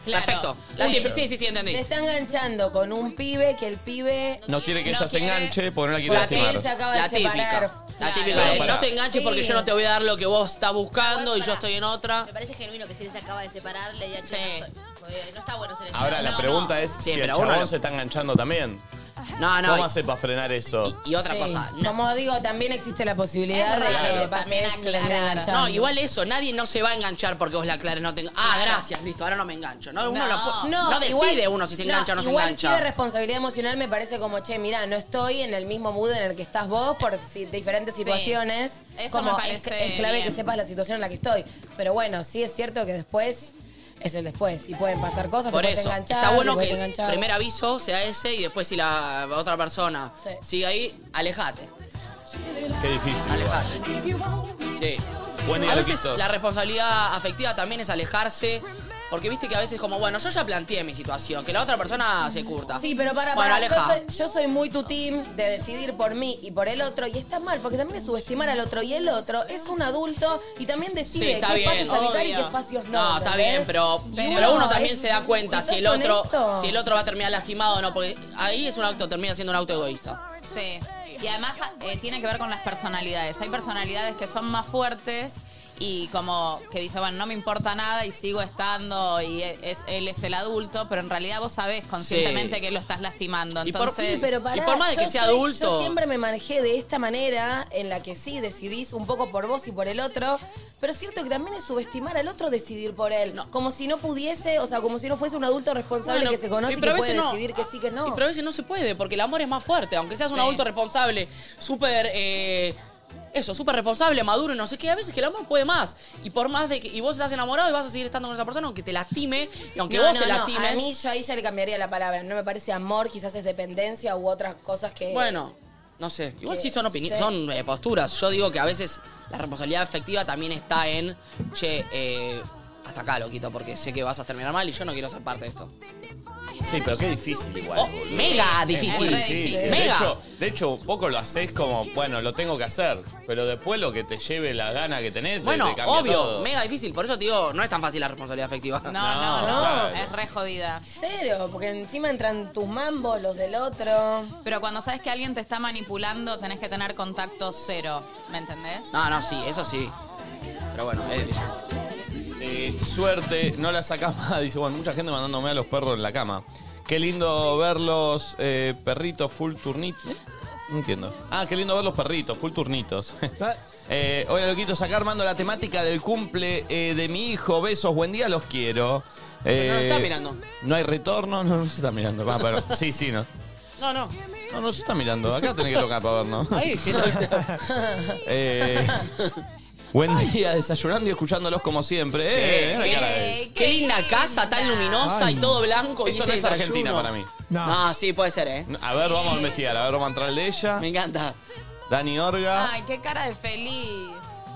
S2: Claro.
S4: Perfecto. La tip- sí, sí, sí, entendí.
S3: Se está enganchando con un pibe que el pibe.
S1: No quiere que
S2: No
S1: ella se
S2: quiere-
S1: enganche porque no la quiere
S3: Porque él se
S1: lastimar.
S3: acaba
S4: La
S3: de
S4: típica.
S3: separar.
S4: La
S2: Claro.
S4: típica.
S1: Pero
S4: de,
S1: pará.
S4: No te enganches porque
S3: Sí.
S4: yo no te voy a dar lo que vos estás buscando y yo estoy en otra.
S6: Me parece genuino que si él se acaba de separar, le diga
S2: Sí.
S6: que no, estoy- porque no está bueno ser el
S1: Ahora la
S2: No,
S1: pregunta
S2: no.
S1: es si el
S4: pero uno
S1: chabón
S4: no-
S1: se está enganchando también.
S4: No, no.
S1: ¿Cómo hace para frenar eso?
S4: Y, y otra
S3: Sí.
S4: cosa. No,
S3: Como digo, también existe la posibilidad
S2: Es
S3: de
S2: raro,
S3: que pase
S2: también
S3: eso y se le
S2: aclarar.
S3: engancha.
S4: No, igual eso. Nadie no se va a enganchar porque vos la aclares. No te- ah, gracias, listo. Ahora no me engancho. No, uno no, pu- no decide
S3: igual-
S4: uno si se engancha o no, se
S3: igual
S4: engancha.
S3: sí de responsabilidad emocional me parece como, che, mirá, no estoy en el mismo mood en el que estás vos por si- diferentes situaciones.
S2: Eso
S3: como
S2: me parece
S3: es, es clave
S2: bien.
S3: que sepas la situación en la que estoy. Pero bueno, sí es cierto que después es el después. Y pueden pasar cosas,
S4: Por
S3: te puedes
S4: eso,
S3: enganchar,
S4: está
S3: te
S4: bueno
S3: puedes
S4: que el
S3: enganchar.
S4: primer aviso sea ese y después si la otra persona
S3: Sí.
S4: sigue ahí, alejate,
S1: Qué difícil.
S4: alejate. Sí.
S1: Buen día,
S4: A veces
S1: loquitos.
S4: la responsabilidad afectiva también es alejarse, porque viste que a veces como, bueno, yo ya planteé mi situación, que la otra persona se curta.
S3: Sí, pero para,
S4: Bueno,
S3: para, yo
S4: aleja.
S3: soy, yo soy muy tu team de decidir por mí y por el otro, y está mal, porque también es subestimar al otro, y el otro es un adulto y también
S4: Sí,
S3: decide
S4: está
S3: qué
S4: bien,
S3: espacios habitar y
S2: obvio.
S3: qué espacios no.
S4: No, está
S3: ¿entendés?
S4: bien, pero,
S3: Y
S4: pero uno, también
S3: es-
S4: se da cuenta si, el
S3: sos
S4: otro
S3: honesto.
S4: si el otro va a terminar lastimado o no, porque ahí es un auto, termina siendo un auto egoísta.
S2: Sí. Y además eh, tiene que ver con las personalidades. Hay personalidades que son más fuertes y como que dice, bueno, no me importa nada y sigo estando y e, es, él es el adulto, pero en realidad vos sabés conscientemente
S4: Sí.
S2: que lo estás lastimando.
S4: Y por-
S2: Entonces,
S4: Sí,
S3: Pero pará,
S4: Y por más de
S3: yo
S4: que sea
S3: soy-
S4: adulto.
S3: Yo siempre me manejé de esta manera en la que sí decidís un poco por vos y por el otro. Pero es cierto que también es subestimar al otro decidir por él. Como si no pudiese, o sea, como si no fuese un adulto responsable
S4: Bueno,
S3: que se conoce
S4: y
S3: y
S4: pero
S3: que
S4: a veces
S3: puede
S4: no.
S3: decidir que sí, que no.
S4: Y pero a veces no se puede, porque el amor es más fuerte. Aunque seas un
S2: Sí.
S4: adulto responsable, súper. eh, eso, súper responsable, maduro y no sé qué. A veces que el amor puede más. Y por más de que. Y vos estás enamorado y vas a seguir estando con esa persona, aunque te lastime. Y aunque
S3: No,
S4: vos
S3: no,
S4: te
S3: no,
S4: lastimes.
S3: A mí yo ahí ya le cambiaría la palabra. No me parece amor, quizás es dependencia u otras cosas que.
S2: Eh,
S4: Bueno, no sé. Igual
S3: que-
S4: sí son opiniones,
S3: sí.
S4: son eh, posturas. Yo digo que a veces la responsabilidad afectiva también está en, che, eh, hasta acá, loquito, porque sé que vas a terminar mal y yo no quiero ser parte de esto.
S1: Sí, pero qué difícil igual.
S4: Oh,
S1: boludo.
S4: mega
S1: Es
S4: difícil.
S1: muy difícil. De
S4: Mega.
S1: hecho, de hecho, un poco lo haces como, bueno, lo tengo que hacer, pero después lo que te lleve la gana que tenés, te-
S4: Bueno,
S1: te cambia
S4: obvio,
S1: todo.
S4: mega difícil. Por eso te digo, no es tan fácil la responsabilidad afectiva.
S2: no, no,
S1: No,
S2: no,
S1: claro.
S2: es re jodida.
S3: Cero, porque encima entran tus mambos, los del otro.
S2: Pero cuando sabes que alguien te está manipulando, tenés que tener contacto cero, ¿me entendés?
S4: No, no, sí, eso sí. Pero bueno, es difícil.
S1: Eh, suerte, no la sacás más. Dice, bueno, mucha gente mandándome a los perros en la cama. Qué lindo verlos eh, perritos full turnitos. No entiendo. Ah, qué lindo ver los perritos, full turnitos. Eh, hola, loquitos, acá armando la temática del cumple eh, de mi hijo. Besos, buen día, los quiero. Eh,
S4: Pero no nos está mirando.
S1: No hay retorno, no nos está mirando. Va, pero, sí, sí, no.
S4: No, no.
S1: No nos está mirando. Acá tenés que tocar para ver, ¿no?
S4: Ahí, que no-
S1: Eh, buen día, desayunando y escuchándolos como siempre. Eh, eh, cara de-
S2: Ey,
S4: Qué linda casa, tan luminosa y todo blanco. y
S1: Esto
S4: ese
S1: no es
S4: desayuno.
S1: Argentina para mí.
S5: No.
S4: No, sí, puede ser, ¿eh?
S1: A ver, vamos a investigar. A ver, vamos a entrar el de ella.
S4: Me encanta.
S1: Dani Orga.
S2: Ay, qué cara de feliz.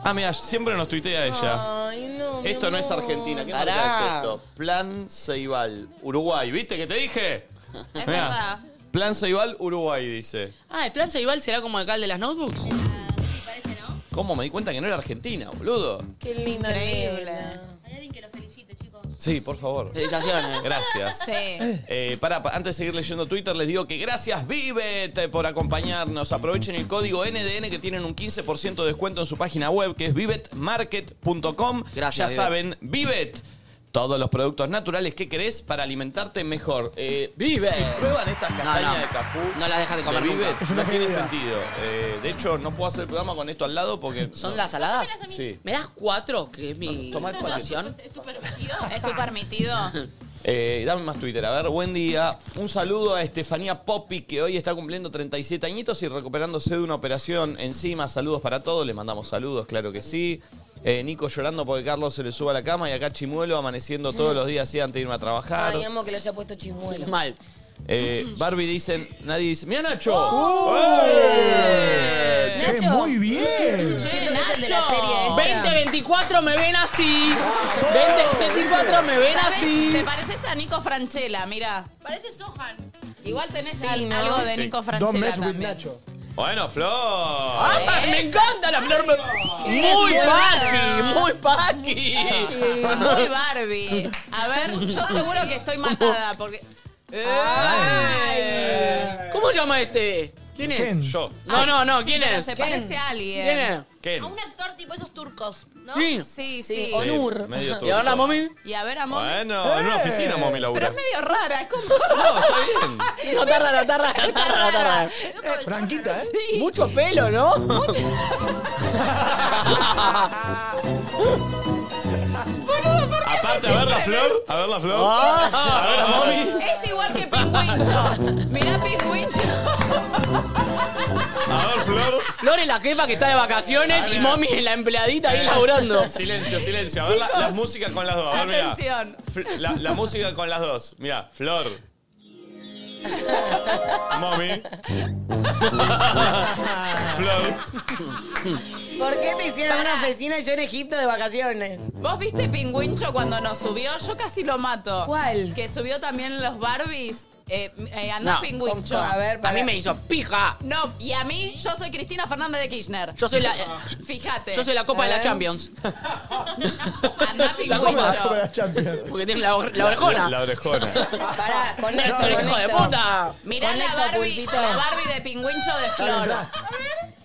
S1: Ah, mira, siempre nos tuitea ella.
S3: Ay, no. Ah, mi
S1: Esto no es
S3: amor.
S1: Argentina. ¿Qué
S4: Pará.
S1: marca es esto? Plan Ceibal, Uruguay. ¿Viste que te dije?
S2: Es
S1: Mirá.
S2: verdad.
S1: Plan Ceibal, Uruguay, dice.
S4: Ah, ¿el plan Ceibal será como alcalde de las notebooks?
S6: Ah, sí, parece, ¿no?
S1: ¿Cómo me di cuenta que no era Argentina, boludo?
S3: Qué lindo.
S2: Increíble.
S3: nena.
S6: Hay alguien que lo felicite, chicos.
S1: Sí, por favor.
S4: Felicitaciones.
S1: Gracias.
S2: Sí.
S1: Eh, para, pa- antes de seguir leyendo Twitter, les digo que gracias Vivet por acompañarnos. Aprovechen el código NDN que tienen un 15% de descuento en su página web, que es vivetmarket.com.
S4: Gracias,
S1: Ya
S4: Vivet.
S1: saben, Vivet. Todos los productos naturales que querés para alimentarte mejor. Eh,
S4: Vivet.
S1: Si prueban estas
S4: No,
S1: castañas
S4: no.
S1: de cajú.
S4: No las dejas de comer nunca.
S1: Vivet,
S5: Es
S1: no
S5: una
S1: tiene
S5: genialidad.
S1: sentido. Eh, de hecho, no puedo hacer el programa con esto al lado porque.
S4: ¿Son
S1: no.
S4: las saladas?
S1: Sí.
S4: ¿Me das cuatro, que es mi
S1: Tomá el
S4: colación?
S6: ¿Es tu permitido?
S2: ¿Es tu permitido?
S1: Eh, dame más Twitter. A ver, buen día. Un saludo a Estefanía Poppy, que hoy está cumpliendo 37 añitos y recuperándose de una operación encima. Saludos para todos. Les mandamos saludos, claro que sí. Eh, Nico llorando porque Carlos se le suba a la cama y acá Chimuelo amaneciendo todos los días así antes de irme a trabajar.
S3: Ay, amo que lo haya puesto chimuelo.
S4: Mal.
S1: Eh, Barbie dicen, nadie dice, ¡Mira Nacho! ¡Eh!
S5: Che,
S3: Nacho.
S5: muy bien.
S3: Creo que es el de la serie esta.
S4: 2024 me ven así. 2024 este me ven
S2: ¿Sabes?
S4: así.
S2: Te pareces a Nico Franchella, mira.
S6: Parece Sohan.
S2: Igual tenés
S3: Sí,
S2: al-
S3: ¿no?
S2: algo de
S1: Sí.
S2: Nico
S5: Don't
S2: Franchella
S5: mess with
S2: también.
S5: Nacho.
S1: Bueno, Flor.
S4: ¡Apa! Ah, ¡Me encanta la flor! ¡Muy paqui! ¡Muy paqui!
S2: Muy Barbie. A ver, yo seguro que estoy matada porque. Ay.
S4: ¿Cómo se llama este? ¿Quién
S5: Ken.
S4: es?
S1: Yo.
S4: No, no, no. ¿Quién
S2: Pero
S4: es?
S2: se
S4: ¿Quién
S2: parece a alguien.
S4: es?
S1: Ken.
S6: A un actor tipo esos turcos, ¿no?
S4: Sí.
S2: Sí,
S3: Sí,
S2: sí.
S3: o no.
S1: Onur.
S3: Onur.
S4: ¿Y ahora, mami?
S2: Y a ver, amor.
S1: Bueno, en una oficina, mami,
S2: Pero
S1: labura.
S2: es medio rara, ¿cómo?
S1: No, está bien.
S4: No, está rara, está rara, está rara, está rara.
S5: Franquita, ¿eh?
S4: Mucho pelo, ¿no?
S1: Aparte, a ver la flor, a ver la flor.
S4: Ah.
S1: A ver a mami,
S2: Es igual que Pingüincho. Mirá este Pingüincho.
S1: a ver flor.
S4: Flor es la jefa que está de vacaciones y Mommy es la empleadita ahí laburando.
S1: Silencio, silencio. A ver la, la música con las dos. A ver, mirá.
S2: Atención.
S1: Fl- La, la música con las dos. Mira, flor. Mami. Flor.
S3: ¿Por qué me hicieron una oficina yo en Egipto de vacaciones?
S2: ¿Vos viste Pingüincho cuando nos subió? Yo casi lo mato.
S3: ¿Cuál?
S2: Que subió también los Barbies. Eh, eh, andá
S4: No.
S2: Pingüincho.
S3: A ver,
S4: A
S3: para.
S4: mí me hizo pija.
S2: No, y a mí, yo soy Cristina Fernández de Kirchner.
S4: Yo soy la, eh,
S2: Fíjate.
S4: yo soy la copa de la
S3: ver.
S4: Champions.
S2: Andá
S4: La copa.
S5: Como
S2: Pingüincho.
S5: la Champions.
S4: Porque tiene la, or- la orejona.
S1: La orejona.
S2: Ah,
S3: Pará, con esto,
S4: Néstor,
S3: con
S4: hijo de
S3: esto.
S4: puta.
S2: Mirá la
S3: Conecta,
S2: Barbie,
S3: pulpito.
S2: la Barbie de Pingüincho de Flor.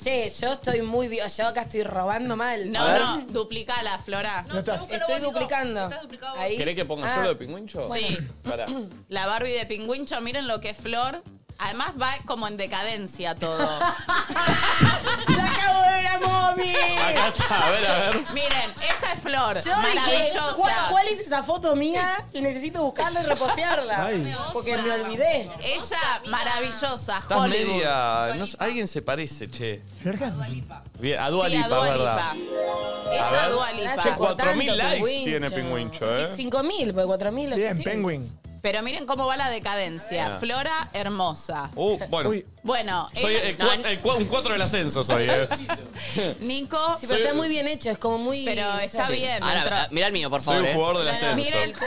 S3: Che, yo estoy muy Dios, yo acá estoy robando mal.
S2: No, no, duplicala, Flora.
S5: No estás.
S3: Estoy duplicando. Ahí.
S1: ¿Querés que ponga
S3: Ah.
S1: yo lo de pingüincho?
S2: Sí.
S1: Pará.
S2: La Barbie de pingüincho, miren lo que es Flor. Además va como en decadencia todo.
S3: ¡La acabo de ver a mommy!
S1: Acá está, a ver, a ver.
S2: Miren, esta es
S3: Yo
S2: Flor.
S3: dije,
S2: maravillosa.
S3: ¿cuál, cuál es esa foto mía? Y necesito buscarla y repostearla.
S5: Ay.
S3: Porque me olvidé.
S2: Ella, maravillosa,
S1: Estás
S2: Hollywood.
S1: media. no sé, alguien se parece, che. Bien, a Dua
S2: Sí, a
S1: Lipa,
S2: Dua
S1: ¿verdad?
S2: Lipa. Ella,
S1: ver.
S2: Dua
S1: Che,
S2: Lipa.
S3: Gracias.
S1: 4000
S3: Tanto
S1: likes
S3: pingüincho.
S1: tiene pingüincho, ¿eh?
S3: 5.000, porque 4.000.
S5: Bien, Penguin.
S2: Pero miren cómo va la decadencia.
S1: Ah.
S2: Flora, hermosa.
S1: Uh, bueno.
S5: Uy.
S2: Bueno,
S1: Soy
S2: ella-
S1: el
S2: Eh, no,
S1: cua- el cua- un 4 del ascenso, soy, ¿eh?
S2: Nico,
S3: Sí, pero está muy bien hecho, es como muy...
S2: pero está bien. entró-
S4: Ahora, mira el mío, por
S1: Soy
S4: favor.
S1: un
S4: eh.
S1: jugador del
S2: Miren,
S1: ascenso.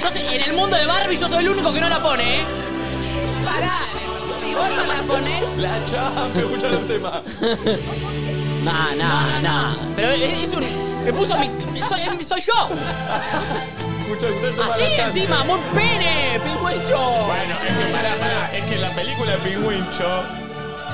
S4: Yo soy- en el mundo de Barbie yo soy el único que no la pone, ¿eh?
S2: pará. Si vos no la ponés,
S1: La champ, escuchan el tema.
S4: Nah, nah, nah. Pero es, es un. Me puso mi. Soy, soy yo.
S1: Escuchan el tema.
S4: Así
S1: de la Champ.
S4: encima, muy pene, pingüecho.
S1: Bueno, es que pará, pará. Es que en la película de Pingüincho,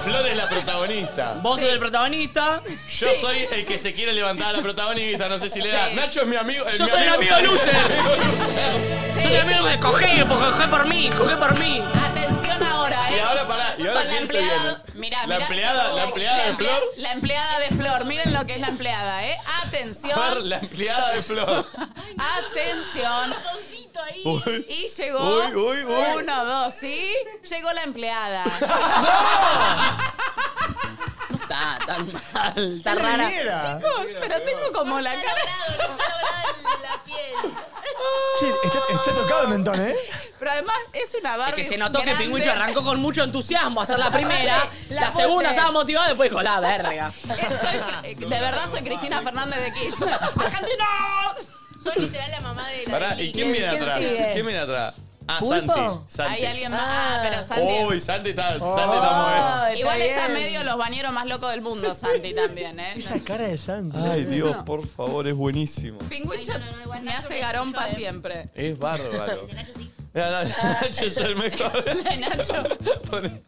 S1: Flor es la protagonista.
S4: Vos sos el protagonista.
S1: Yo soy el que se quiere levantar a la protagonista, no sé si le da. Nacho es mi amigo. es
S4: Yo
S1: mi
S4: soy el amigo de Lucer.
S1: amigo Lucer.
S4: Yo soy el amigo de coger, porque coger por mí, coger por mí.
S2: atención ahora, ¿eh?
S1: Y ahora pará, ¿y ahora
S2: Con la
S1: quién se
S2: empleada-
S1: viene?
S2: Mirá,
S1: ¿La
S2: mirá-
S1: empleada- la empleada de
S2: emplea-
S1: Flor?
S2: La empleada de Flor, miren lo que es la empleada, ¿eh?
S1: Flor,
S2: Atención,
S1: la empleada de Flor.
S2: atención.
S6: ahí.
S1: Uy.
S2: Y llegó.
S1: Uy, uy, uy.
S2: Uno, dos, ¿sí? Llegó la empleada.
S4: Está tan mal, está
S5: ¿Qué
S4: rara.
S5: viniera?
S2: Pero tengo como la
S6: Está
S2: cara.
S6: logrado, está logrado la piel.
S5: Che, está, está tocado el mentón, ¿eh?
S2: Pero además es una
S4: Es
S2: Barbie.
S4: que se notó que
S2: grande.
S4: Pingüincho arrancó con mucho entusiasmo a hacer la primera.
S3: La
S4: La,
S3: puse.
S4: segunda estaba motivada, después dijo, la verga.
S2: Eh, soy- eh, de verdad soy Cristina Fernández de Kirchner. ¡Argentinos!
S6: Soy literal la mamá de la.
S1: Pará, ¿y quién viene
S3: ¿Quién
S1: atrás?
S3: sigue?
S1: ¿Quién viene atrás? Ah,
S3: ¿Pulpo?
S1: Santi. Santi.
S2: Hay alguien más. Ah, pero Santi.
S1: Uy, Santi está, Santi está moviendo.
S2: Igual está
S3: bien.
S2: medio los bañeros más locos del mundo, Santi, también, ¿eh?
S5: Esa cara de santo.
S1: Ay, Dios, por favor, es buenísimo.
S2: Pingüincho
S6: Ay, no, no, no, igual
S2: me
S6: Nacho
S2: hace
S6: me
S2: garón
S6: escuchó,
S2: para
S6: eh.
S2: siempre.
S1: Es bárbaro. Ah,
S6: De Nacho sí.
S1: No, no, Nacho es el mejor.
S2: De Nacho.
S1: Pone-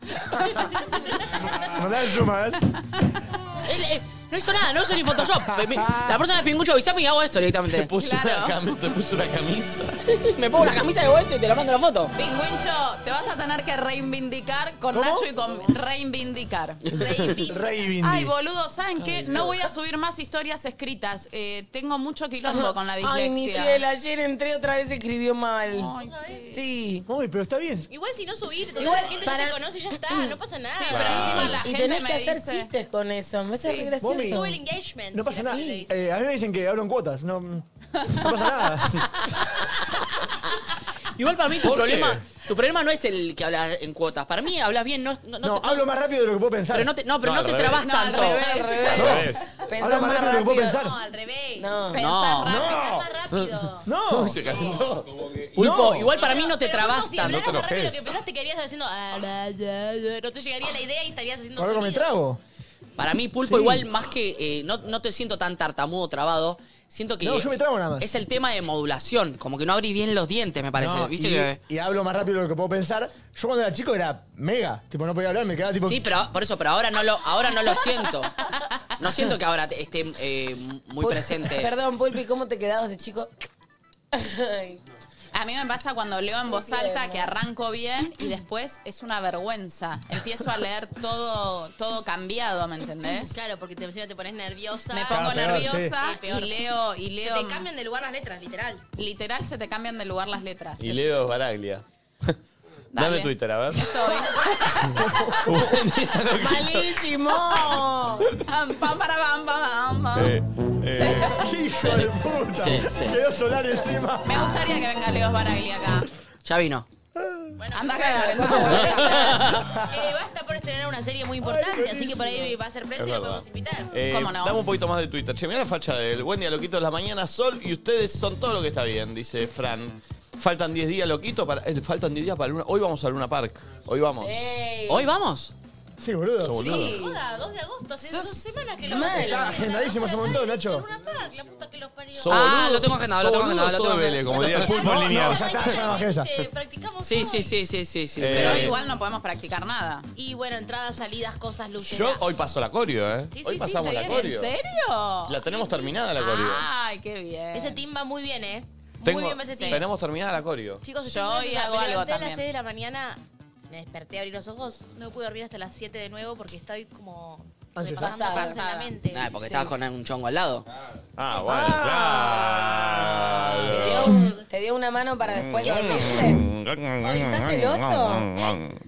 S5: No da el zoom, a ver.
S4: Él, eh, no hizo nada, no hizo ni Photoshop. Mi- La próxima vez Pingüincho avisame y hago esto
S1: Te
S4: directamente.
S1: puso,
S2: Claro.
S1: una, cami- te puso una camisa.
S4: Me pongo la camisa y hago esto y te la mando la foto.
S2: Pingüincho, te vas a tener que reivindicar con Nacho y con reivindicar.
S5: Rey Bindi.
S2: Ay, boludo, ¿saben qué? No voy a subir más historias escritas. Eh, tengo mucho quilombo con la dislexia.
S3: Ay, mi cielo, ayer entré otra vez escribió mal.
S2: Ay, sí.
S3: Sí.
S5: Uy, pero está bien.
S6: Igual si no subir, total,
S3: Igual
S6: la gente
S3: para-
S6: ya te conoce y ya está, no pasa nada.
S2: Sí, pero encima la
S3: Y
S2: gente
S3: tenés
S2: me
S3: que hacer
S2: dice...
S3: chistes con eso. Me parece
S2: Sí.
S3: re gracioso.
S5: Mami.
S6: Sube el engagement.
S5: No pasa
S6: si
S5: nada.
S6: así le dice.
S5: Eh, a mí me dicen que abro en cuotas. No, no pasa nada.
S4: Igual para mí tu
S1: ¿Por qué?
S4: problema, tu problema no es el que habla en cuotas. Para mí hablas bien, no, no, no
S5: No,
S4: te-
S5: hablo más rápido de lo que puedo pensar.
S4: pero no te, no, pero
S1: No, al
S4: no, te
S1: revés.
S4: trabas
S2: No, al
S4: tanto.
S2: revés, al revés.
S1: Al revés.
S3: Pensás
S5: Hablo más
S3: más
S5: rápido de lo que puedo
S3: rápido.
S5: pensar.
S6: No, al revés.
S3: No.
S2: Pensar
S4: No.
S2: rápido.
S6: Hablar más rápido.
S5: No.
S1: Uy, se calentó.
S4: Pulpo,
S5: No.
S4: igual para mí no te
S6: Pero,
S4: trabas
S6: Pulpo, si
S4: tanto.
S6: hablaras
S1: No te
S6: más rápido
S1: enojes.
S6: que pensaste que harías haciendo. ah, la, ya, ya, No te llegaría la idea y estarías haciendo.
S5: Ahora con mi
S6: sonidos.
S5: trago.
S4: Para mí, Pulpo,
S5: Sí.
S4: igual más que. eh, no, no te siento tan tartamudo trabado. Siento que.
S5: No, yo me trabo nada más.
S4: Es el tema de modulación. Como que no abrí bien los dientes, me parece.
S5: No,
S4: ¿Viste
S5: y,
S4: que.?
S5: y hablo más rápido de lo que puedo pensar. Yo cuando era chico era mega. Tipo, no podía hablar, me quedaba tipo.
S4: Sí, pero por eso, pero ahora no lo, ahora no lo siento. No siento que ahora te- esté eh, muy
S3: Pul-
S4: presente.
S3: Perdón, Pulpi, ¿cómo te quedabas de chico? Ay.
S2: A mí me pasa cuando leo en voz alta
S3: Bien.
S2: que arranco bien y después es una vergüenza. Empiezo a leer todo, todo cambiado, ¿me entendés?
S6: Claro, porque te, encima te pones nerviosa.
S2: Me pongo
S5: Claro, peor,
S2: nerviosa
S6: sí. Peor.
S2: y leo, y
S6: Se
S2: leo.
S6: te cambian de lugar las letras, literal.
S2: Literal se te cambian de lugar las letras.
S1: Y
S2: Es-
S1: Leo Baraglia.
S2: Dale.
S1: Dame Twitter, a ver.
S2: Estoy.
S3: ¡Malísimo!
S2: Pam, pam, para, pam, pam, pam, pam.
S1: Eh, eh,
S5: ¡Hijo de puta!
S4: Sí, sí.
S5: Quedó solar encima.
S2: Me gustaría que venga Leo Baraglia acá.
S4: Ya vino.
S6: Bueno,
S2: Anda a
S6: pero-
S2: cagar,
S6: Eh, va a estar por estrenar una serie muy importante, así que por ahí va a ser prensa
S1: es
S6: y lo
S1: verdad.
S6: podemos invitar.
S1: Eh,
S2: ¿Cómo no?
S1: Dame un poquito más de Twitter. Che, mirá la facha del buen día, loquito de la mañana, sol, y ustedes son todo lo que está bien, dice Fran. Faltan 10 días, loquito, para, eh, faltan 10 días para Luna. Hoy vamos a Luna Park. Hoy vamos.
S4: ¿Hoy vamos?
S5: Sí, boludo.
S1: Sos boludo.
S6: Sí, joda, 2 de agosto, hace dos semanas que lo
S3: mal.
S6: hago.
S5: Está agendadísimo hace un montón, Nacho.
S6: Una par, la puta que los parió.
S1: Sos
S4: Ah,
S1: boludo,
S4: lo tengo agendado,
S1: sos
S4: lo tengo
S1: boludo, sos
S4: agendado, lo tengo
S1: Bebele,
S4: agendado.
S1: como diría el pulpo en linear.
S5: ya está, ya bajé esa.
S6: Este, practicamos
S4: Sí,
S6: todo.
S4: sí, sí, sí, sí, sí.
S1: Eh,
S2: Pero igual no podemos practicar nada.
S6: Y bueno, entradas, salidas, cosas, luces.
S1: Yo
S6: ya.
S1: hoy paso la coreo, ¿eh?
S6: Sí, sí,
S1: hoy
S6: sí,
S1: pasamos
S6: está
S1: la
S6: bien.
S1: coreo.
S2: ¿En serio?
S1: La tenemos terminada la coreo.
S2: Ay, qué bien.
S6: Ese team va muy bien, ¿eh?
S1: Tengo-
S6: Ah, muy bien va ese team.
S1: tenemos terminada la coreo.
S6: Chicos,
S2: Yo
S6: estoy muy
S2: hoy
S6: ansiosa.
S2: hago
S6: Me
S2: algo
S6: levanté a las
S2: también.
S6: 6 de la mañana, me desperté, abrí los ojos, no pude dormir hasta las 7 de nuevo porque estoy como
S3: Ansiosa.
S6: repasando
S3: Pasada.
S6: cosas en la mente.
S4: Nah, Ah, porque estabas con un chongo al lado.
S1: Ah, bueno,
S3: Te
S1: claro.
S3: dio un- Te dio una mano para después
S4: Mm.
S3: dormirse. ¿Estás
S6: eh,
S3: celoso?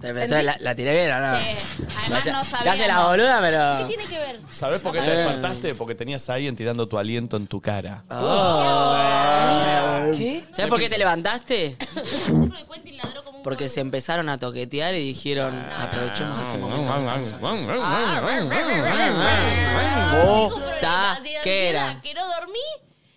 S4: Pero entonces la, la tiré bien, ¿o ¿no?
S2: Sí.
S4: No,
S2: Además
S4: se-
S2: no
S4: Se hace la
S2: sabíamos.
S4: boluda,
S6: ¿Qué
S4: pero.
S6: tiene que ver?
S1: ¿Sabés por qué te despertaste? Porque tenías a alguien tirando tu aliento en tu cara.
S4: Ah,
S3: ¿Qué?
S4: ¿Sabes por Oh, qué te
S6: Yo
S4: levantaste?
S6: creo que Quentin ladró como un
S4: Porque se
S6: perro.
S4: empezaron a toquetear y dijeron, aprovechemos este momento.
S6: Problema de ansiedad,
S4: Botaquera.
S6: Que no dormí.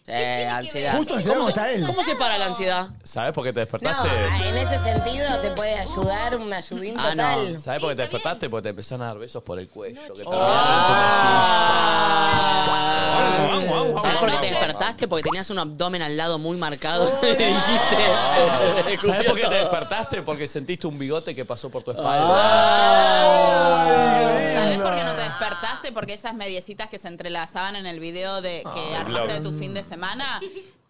S4: Eh, ansiedad.
S5: Justo ansiedad
S4: ¿Cómo
S5: como
S4: se,
S5: está él.
S4: ¿Cómo se para la ansiedad?
S1: ¿Sabés por qué te
S3: No,
S1: despertaste?
S3: en ese sentido te puede ayudar un ayudín
S4: Ah, no.
S3: total.
S1: ¿Sabés por qué te despertaste? Porque te empezaron a dar besos por el cuello. que te
S4: Ah. ¿Sabes por qué te despertaste? Porque tenías un abdomen al lado muy marcado. Y dijiste.
S1: ¿Sabés por qué te despertaste? Porque sentiste un bigote que pasó por tu
S4: Ah.
S1: espalda.
S2: ¿Sabés por qué no te despertaste? Porque esas mediecitas que se entrelazaban en el video de que armaste de
S1: blog.
S2: tu fin de semana,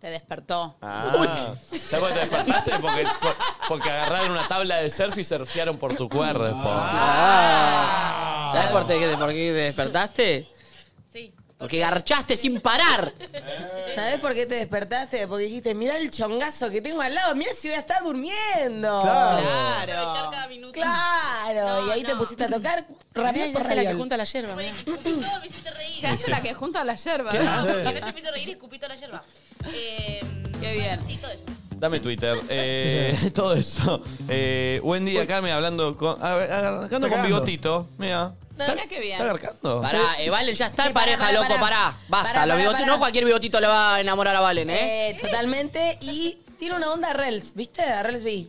S2: te despertó.
S1: Ah, ¿Sabés por qué te despertaste? Porque, por- porque agarraron una tabla de surf y surfearon por tu cuerpo.
S2: Ah.
S4: ¿Sabes por, te- por qué te despertaste?
S6: Sí.
S4: Porque garchaste sin parar.
S3: ¿Sabés por qué te despertaste? Porque dijiste, mirá el chongazo que tengo al lado, mirá si voy a estar durmiendo.
S6: Aprovechar
S2: Claro.
S6: cada minuto.
S3: Claro,
S6: No,
S3: y ahí te
S6: no.
S3: pusiste a tocar
S4: Mirá,
S3: rápido
S4: ya
S3: por
S4: sé la que
S3: radial.
S4: junta la yerba.
S6: Como
S4: mirá.
S6: dije, escupito, me hiciste reír.
S2: Se hace la que junta la yerba.
S6: Nacho me hizo reír y escupito la yerba. Eh,
S2: Qué bien.
S6: Sí, todo eso.
S1: Dame Twitter. Eh, todo eso. Eh, buen día, Carmen, hablando con. a ver, Agarcando con
S5: cagando.
S1: bigotito. Mira.
S2: Mira qué bien.
S1: ¿Está agarcando?
S4: Pará, eh, Valen ya está
S3: Sí,
S4: en pareja,
S3: pará, pará,
S4: loco,
S3: pará.
S4: pará. Basta,
S3: Pará,
S4: los
S3: pará,
S4: bigotitos,
S3: pará.
S4: no cualquier bigotito le va a enamorar a Valen, ¿eh?
S3: Eh, totalmente. Y tiene una onda Rels, ¿viste? A Rels B. Es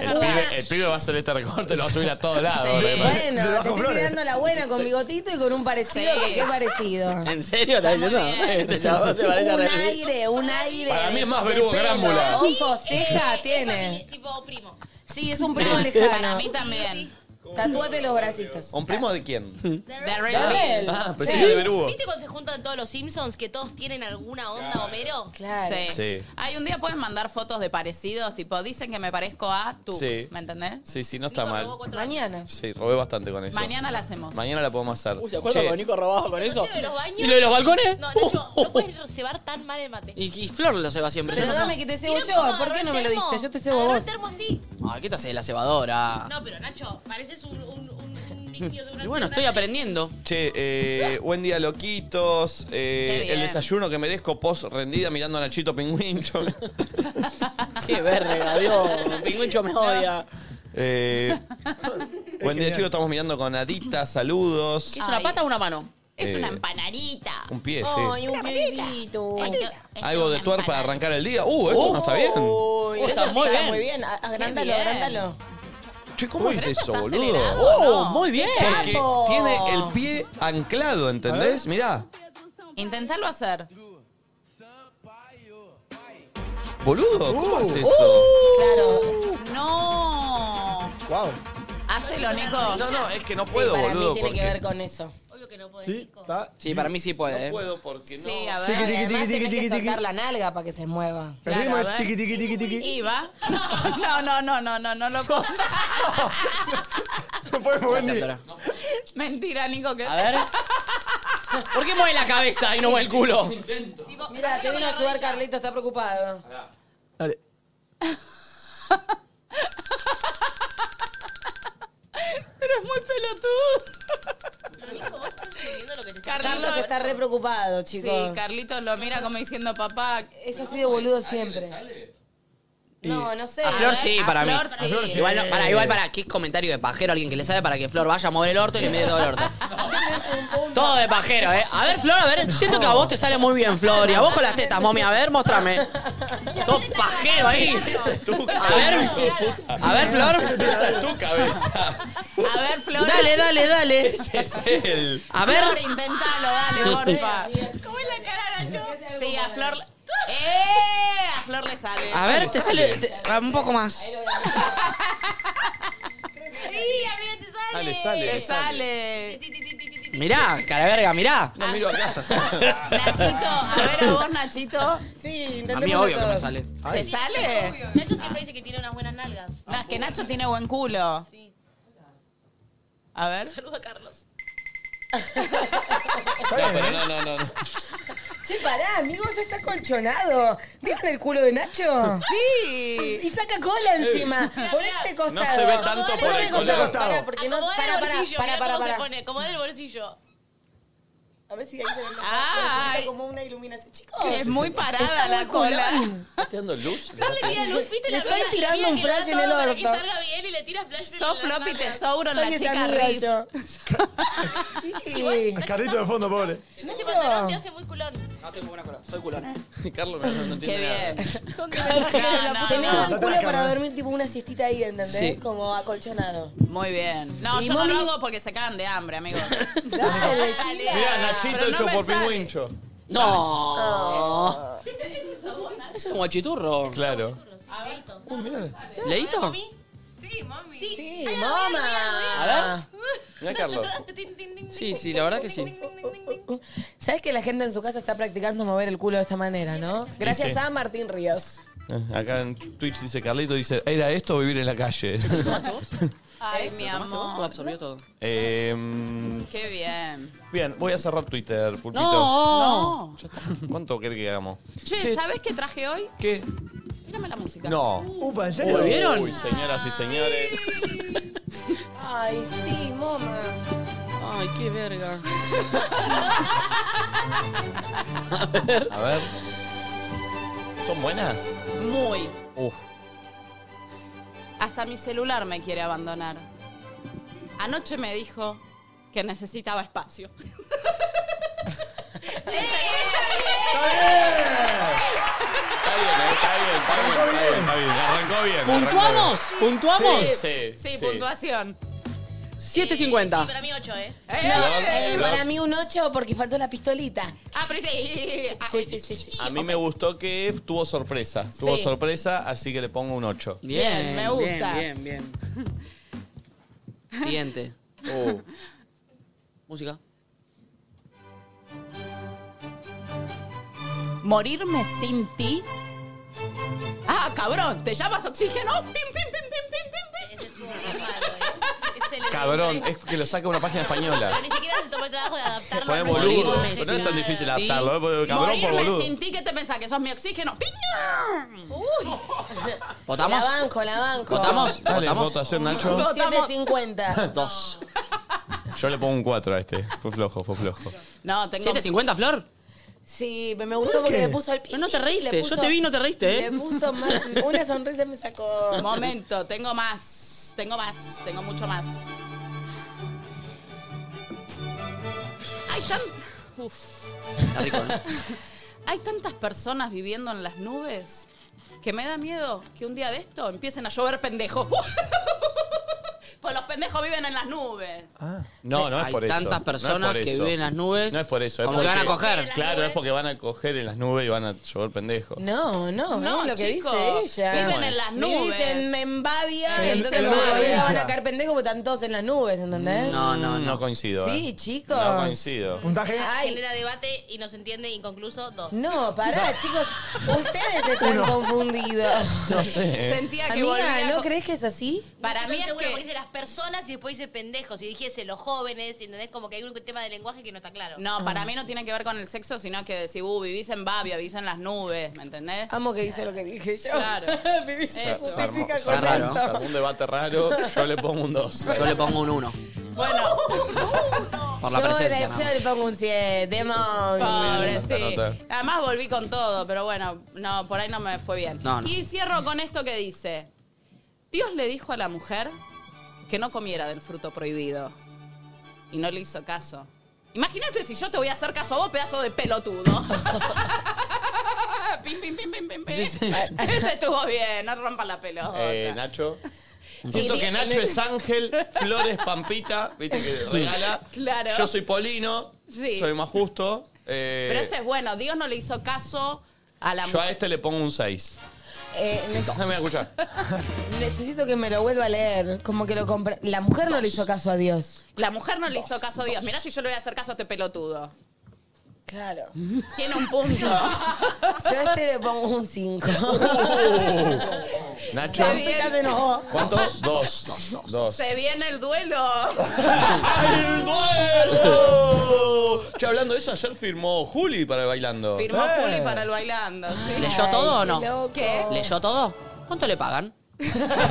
S1: El
S3: verdad.
S1: pibe, el pibe va a hacer este recorte, lo va a subir a todos lados.
S5: de
S1: me parece.
S3: Bueno,
S5: Bajo
S3: te estoy
S5: Flores.
S3: tirando la buena con bigotito y con un parecido.
S2: Sí.
S3: que ¿Qué parecido?
S4: ¿En serio? ¿Estás diciendo? Este chabón se parece a
S3: un
S4: Remy.
S3: aire, un aire.
S1: Para mí es más
S3: de
S1: Berugo
S3: pelo,
S1: Grámbula.
S3: Ojos, cejas,
S6: Es
S3: tiene.
S6: tipo primo.
S3: Sí, es un primo
S2: Para
S3: lejano.
S2: mí también.
S3: Tatúate los bracitos.
S1: ¿Un primo de quién?
S2: De
S3: Rels.
S1: Ah,
S3: Sí.
S1: pensé que de Berugo.
S6: ¿Viste cuando se juntan todos los Simpsons que todos tienen alguna onda Homero?
S3: Claro.
S2: Sí.
S1: Sí.
S2: Ay, un día pueden mandar fotos de parecidos, tipo, dicen que me parezco a tú.
S1: Sí.
S2: ¿Me entendés?
S1: Sí, sí, no está
S6: Nico
S1: mal.
S6: robó cuatro
S3: Mañana.
S1: Sí, robé bastante con eso.
S2: Mañana la hacemos.
S1: Mañana la podemos hacer.
S4: Uy, ¿se acuerdan
S1: Che,
S4: cuando Nico robaba con
S6: años.
S4: eso?
S6: ¿No sé de los baños?
S4: ¿Y lo de los balcones?
S6: No, Nacho,
S4: Uh,
S6: no puedes cebar tan mal el mate.
S4: y, y Flor lo ceba siempre.
S3: Pero
S4: yo no
S3: dame
S4: sé.
S3: que te cebo
S6: ¿Vieron
S3: yo.
S6: cómo
S3: ¿Por
S6: agarró
S3: qué
S6: el
S3: no me lo
S6: termo?
S3: diste? Yo te cebo
S6: Agarró
S3: vos.
S6: el termo así.
S4: Ay, Ah, ¿qué te hace la
S1: Ah.
S4: cebadora?
S6: No, pero Nacho, pareces un, un, un, un niño de una
S4: Y bueno, estoy
S6: una-
S4: aprendiendo.
S1: Che, eh, buen día, loquitos. Eh,
S2: Qué bien.
S1: el desayuno que merezco post rendida mirando a Nachito Pingüín. Yo-
S4: Qué verga, Dios. Pingüincho me odia.
S1: Eh, buen día, chicos. Estamos mirando con Adita. Saludos.
S4: ¿Qué es una
S2: Ay.
S4: pata o una mano?
S2: Es una
S1: Eh.
S2: empanadita.
S1: Un pie, sí.
S3: Ay, un piedito.
S2: Esto- esto
S1: Algo
S2: es
S1: de tuer
S2: una
S1: para
S2: empanadita.
S1: arrancar el día. Uh, esto no está bien.
S6: Oh.
S3: Uy,
S4: Está
S3: eso sí
S4: muy
S3: está
S4: bien.
S3: muy bien. Ah, A- Agrándalo,
S2: bien.
S3: agrándalo.
S1: Che, ¿cómo es eso,
S2: está
S1: boludo?
S2: acelerado.
S4: Oh,
S2: no.
S4: muy bien.
S1: Porque
S3: Capo.
S1: tiene el pie anclado, ¿entendés? Mirá.
S2: Intentalo hacer.
S1: Boludo,
S2: Uh.
S1: ¿cómo es eso?
S3: Claro.
S2: No.
S5: Wow.
S2: Hacelo, Nico.
S1: No, no, es que no
S3: Sí,
S1: puedo,
S3: para
S1: boludo.
S3: mí tiene que
S1: porque-
S3: ver con eso.
S6: Obvio que no podés,
S5: Sí,
S6: Nico.
S5: está.
S4: Sí, para mí sí puede.
S1: No
S4: ¿eh?
S1: puedo porque no.
S2: Sí,
S3: Y
S2: a ver.
S5: tiqui, tiqui,
S3: además tenés
S5: tiqui,
S3: que
S5: tiqui, tiqui.
S3: soltar la nalga para que se mueva.
S5: El
S2: Claro,
S5: ritmo
S2: a
S5: es
S2: ver.
S5: tiqui, tiqui, tiqui, tiqui.
S2: Y va. No, no, no, no, no, no lo conto.
S5: No podemos
S4: Gracias,
S5: venir.
S4: Flora.
S2: Mentira, Nico, que.
S4: A ver. ¿Por qué mueve la cabeza y no mueve el culo?
S3: Mira, te vino a ayudar Carlito, está preocupado.
S5: Dale.
S2: Pero es muy pelotudo.
S3: Carlos está re preocupado,
S2: Sí,
S3: chicos.
S2: Carlitos lo mira como diciendo, papá.
S3: es así de boludo siempre. No, no sé.
S4: A Flor
S2: ver,
S4: sí,
S2: a
S4: para mí.
S2: Flor sí. A Flor sí.
S4: Igual, no, para, igual para, ¿qué comentario de pajero alguien que le sabe para que Flor vaya a mover el orto y le mire todo el orto? Todo de pajero, ¿eh? A ver, Flor, a ver. Siento que a vos te sale muy bien, Flor. Y a vos con las tetas, mami. A ver, muéstrame. Todo pajero ahí. A ver, a ver, Flor.
S1: Esa es tu cabeza.
S2: A ver, Flor.
S4: Dale, dale, dale.
S1: Ese es él.
S4: A ver.
S2: Flor, intentalo, dale, porfa.
S6: ¿Cómo es la cara, Nacho?
S2: Sí, a Flor. ¡Eh! A Flor le sale.
S4: A ver, te sale te- un poco más.
S6: Sí, amiga, te sale.
S1: Dale, sale.
S2: Le sale.
S4: Mirá, cara verga, mirá.
S1: No, miro acá.
S2: Nachito, a ver a vos, Nachito.
S3: Sí,
S4: A
S3: intentemos
S4: mí obvio que
S3: todos.
S4: me sale.
S2: ¿Te sale?
S6: Nacho siempre dice que tiene unas buenas nalgas.
S2: No, es que Nacho tiene buen culo.
S6: Sí.
S2: A ver.
S6: Saluda a Carlos.
S2: ¿eh?
S1: No,
S3: ¿eh?
S1: pero no, no, no. no.
S3: Che, pará, amigos, está colchonado. ¿Viste el culo de Nacho?
S2: Sí.
S3: Y saca cola encima. Por este costado.
S1: No se ve tanto por
S3: Por
S1: el
S3: este
S1: color.
S3: costado. Pará, porque no.
S6: Acomodar
S3: Pará,
S6: el
S3: pará,
S6: bolsillo.
S3: pará,
S6: mirá
S3: pará,
S6: cómo se
S3: pará.
S6: pone. Acomodar el bolsillo.
S3: A ver si ahí se ve mejor.
S2: Ay.
S3: Pero se ve como una iluminación. Chicos,
S2: Es muy parada
S3: Está
S2: la
S3: muy culón.
S2: cola.
S1: ¿Estás tirando luz?
S6: No le tira luz, viste
S3: Le
S6: la
S3: estoy
S6: amiga-
S3: tirando
S6: amiga
S3: un
S6: que lo da
S3: flash en el
S6: todo Para que
S3: orto.
S6: salga bien y le tira flash en
S2: Sos
S6: las
S2: Floppy
S6: nalgas.
S2: Tesouron,
S3: soy
S2: la
S3: esa
S2: chica
S3: amiga
S2: Riff.
S3: yo. Y-
S5: Carrito de fondo, pobre.
S6: No se pantalón te hace muy culón.
S4: No tengo buena cola, soy culón.
S1: Carlos no, no entiende
S2: Qué
S1: nada.
S2: bien.
S3: Tenés
S2: No,
S3: buen
S2: no,
S5: no.
S3: culo
S5: Atrás,
S3: para
S5: cámara.
S3: dormir tipo una siestita ahí, ¿entendés?
S4: Sí.
S3: Como acolchonado.
S2: no. Muy bien. No,
S3: Y
S2: yo no
S3: mami-
S2: lo hago porque se cagan de hambre, amigos.
S3: Dale, Gila.
S1: Mirá,
S2: Pero
S1: Nachito
S2: no
S1: hecho
S2: me
S1: por
S2: sale.
S1: pingüincho.
S4: No. Ese es un guachiturro.
S1: Claro.
S6: Leito.
S4: ¿Leíto?
S6: ¿Mami? Sí,
S3: Uh, Sí,
S6: Ay,
S3: mamá.
S4: A ver.
S1: Mirá, Carlos.
S6: Tin, tin, tin,
S4: Sí, sí, la verdad que sí.
S3: Sabes que la gente en su casa está practicando mover el culo de esta manera, ¿no? Gracias
S1: sí.
S3: a Martín Ríos.
S1: Ah, Acá en Twitch dice Carlito, dice, ¿era esto o vivir en la calle?
S2: Ay, mi
S4: ¿Cómo
S2: amor.
S4: absorbió todo?
S1: Em,
S2: Qué bien.
S1: bien, voy a cerrar Twitter, Pulpito.
S4: No.
S2: No.
S1: ¿Cuánto querés que hagamos?
S2: Che, ¿sabes qué traje hoy?
S1: ¿Qué?
S2: Mírame la música.
S1: No.
S5: Upa, ¿en serio?
S4: ¿Volvieron?
S1: Uy, señoras y señores.
S3: Ay, sí, mamá.
S4: Ay, qué verga.
S1: A ver. ¿Son buenas? Oh.
S2: Muy.
S4: Uh.
S1: Uf.
S2: Hasta mi celular me quiere abandonar. Anoche me dijo que necesitaba espacio.
S5: ¡Está bien!
S1: Está bien, eh, está bien,
S5: Arrancó
S1: está bien, está bien,
S5: bien.
S1: está bien. Arrancó bien. arrancó
S4: ¿Puntuamos? ¿Puntuamos?
S1: bien. Sí,
S2: Sí, puntuación.
S6: Sí,
S4: 7.50.
S6: para mí 8, ¿eh?
S3: Eh,
S1: Perdón.
S3: para mí un 8 porque faltó la pistolita.
S2: Ah, pero sí. Ah,
S3: Sí, sí, sí. sí.
S1: A mí me gustó que tuvo sorpresa. Tuvo
S2: Sí.
S1: sorpresa, así que le pongo un 8.
S2: Bien, me gusta.
S4: Bien, bien, bien. Siguiente.
S1: Uh.
S4: Música.
S2: Morirme sin ti. Ah, cabrón, ¿te llamas oxígeno? Pim, pim, pim, pim, pim, pim, pim.
S6: Ese estuvo muy raro, ¿eh? Ese le-
S1: Cabrón, es que lo saca una página
S6: Pero
S1: española.
S6: ni siquiera se tomó el trabajo de adaptarlo.
S1: Poné
S6: al
S1: boludo.
S6: lenguaje.
S1: Pero no es tan difícil adaptarlo, ¿eh? Porque cabrón por
S2: Morirme
S1: boludo.
S2: sin ti, ¿qué te pensás? ¿Que sos mi oxígeno? ¡Piña!
S3: La
S4: ¿Votamos?
S3: banco, la banco.
S4: ¿Votamos?
S1: Dale,
S4: ¿Votamos?
S1: votación, Nacho.
S3: 750.
S4: Dos.
S1: Yo le pongo un 4 a este. Fue flojo, fue flojo.
S2: No, tengo.
S4: ¿7.50, Flor?
S3: Sí, me gustó porque le puso al
S4: Pero no te reíste, yo te vi y no te reíste, ¿eh?
S3: Le puso más, una sonrisa me sacó.
S2: Momento, tengo más. Tengo más, tengo mucho más. Hay tan. Uf.
S4: Está rico, ¿eh?
S2: Hay tantas personas viviendo en las nubes que me da miedo que un día de esto empiecen a llover pendejos. pues los pendejos viven en las nubes.
S1: No, no es
S4: Hay
S1: por eso.
S4: tantas
S1: No es
S4: personas
S1: por
S4: que
S1: eso.
S4: viven en las nubes.
S1: No es por eso. es
S4: Como que
S1: porque-
S4: van a coger.
S1: Claro, es porque van a coger en las nubes y van a llover pendejo.
S3: No, no,
S2: No,
S3: no, lo que
S2: chicos,
S3: dice ella.
S2: viven en las
S3: Me
S2: nubes.
S3: dicen en Babia,
S5: En-
S3: entonces
S5: en
S3: como que
S5: Babia.
S3: van a caer pendejos porque están todos en las nubes, ¿entendés?
S4: No, no,
S1: No
S4: no.
S1: coincido.
S3: Sí,
S1: eh.
S3: chicos.
S1: No coincido.
S5: ¿Puntaje?
S3: Ay,
S6: Genera debate y nos entiende inconcluso dos.
S3: no, pará, chicos, ustedes están confundidos.
S1: No sé. eh.
S2: Sentía que volvía
S3: Amiga, ¿no
S2: co-
S3: crees que es así?
S2: Para
S6: Estoy
S2: mí es
S6: segura porque
S2: que.
S6: dice las personas y después dice pendejos y dijese los jóvenes, ¿entendés? Como que hay un tema de lenguaje que no está claro. Ah.
S2: No,
S3: Ah.
S2: para mí no tiene que ver con el sexo, sino que decir, uh, vivís en Babia, vivís en las nubes, ¿me entendés?
S3: Amo que dice lo que dije yo.
S2: Claro.
S1: Se-
S3: Me
S1: se armó-
S3: justifica
S1: se
S3: con
S1: armó-
S4: raro.
S1: se
S3: eso.
S1: armó un debate raro, yo le pongo un 2.
S4: Yo le pongo un 1.
S2: Bueno,
S4: Por la
S3: yo
S4: presencia.
S3: le-
S4: nada
S3: yo
S4: más.
S3: le pongo un 7, demon.
S2: pobre,
S1: Nota, nota.
S2: sí. Además volví con todo, pero bueno, no, por ahí no me fue bien.
S4: No, no.
S2: Y cierro con esto que dice: Dios le dijo a la mujer que no comiera del fruto prohibido. Y no le hizo caso. Imagínate si yo te voy a hacer caso a vos, pedazo de pelotudo.
S6: Ah,
S2: pim, pim, pim, pim, pim, pim. Ese estuvo bien, no rompa la pelota.
S1: Eh, Nacho. Siento que Nacho es Ángel, Flores Pampita, viste que regala.
S2: Claro.
S1: Yo soy Polino,
S2: Sí.
S1: soy más justo. eh,
S2: Pero este es bueno, Dios no le hizo caso a la
S1: yo a
S2: mujer.
S1: este le pongo un 6.
S3: Eh, nece-
S1: No me voy a escuchar.
S3: necesito que me lo vuelva a leer. Como que lo compré. La mujer no le hizo caso a Dios.
S2: La mujer no le hizo caso a Dios. Mirá si yo le voy a hacer caso a este pelotudo.
S3: Claro.
S2: Tiene un punto.
S3: Yo a este le pongo un 5.
S1: Oh. Nacho,
S2: Se viene-
S1: ¿cuánto? Dos. Dos.
S2: Se viene el duelo.
S1: ¡El duelo! Che, hablando de eso, ayer firmó Juli para el bailando.
S2: Firmó Juli para el bailando. ¿sí?
S4: ¿Leyó todo o no?
S2: ¿Qué?
S4: ¿Leyó todo? ¿Cuánto le pagan?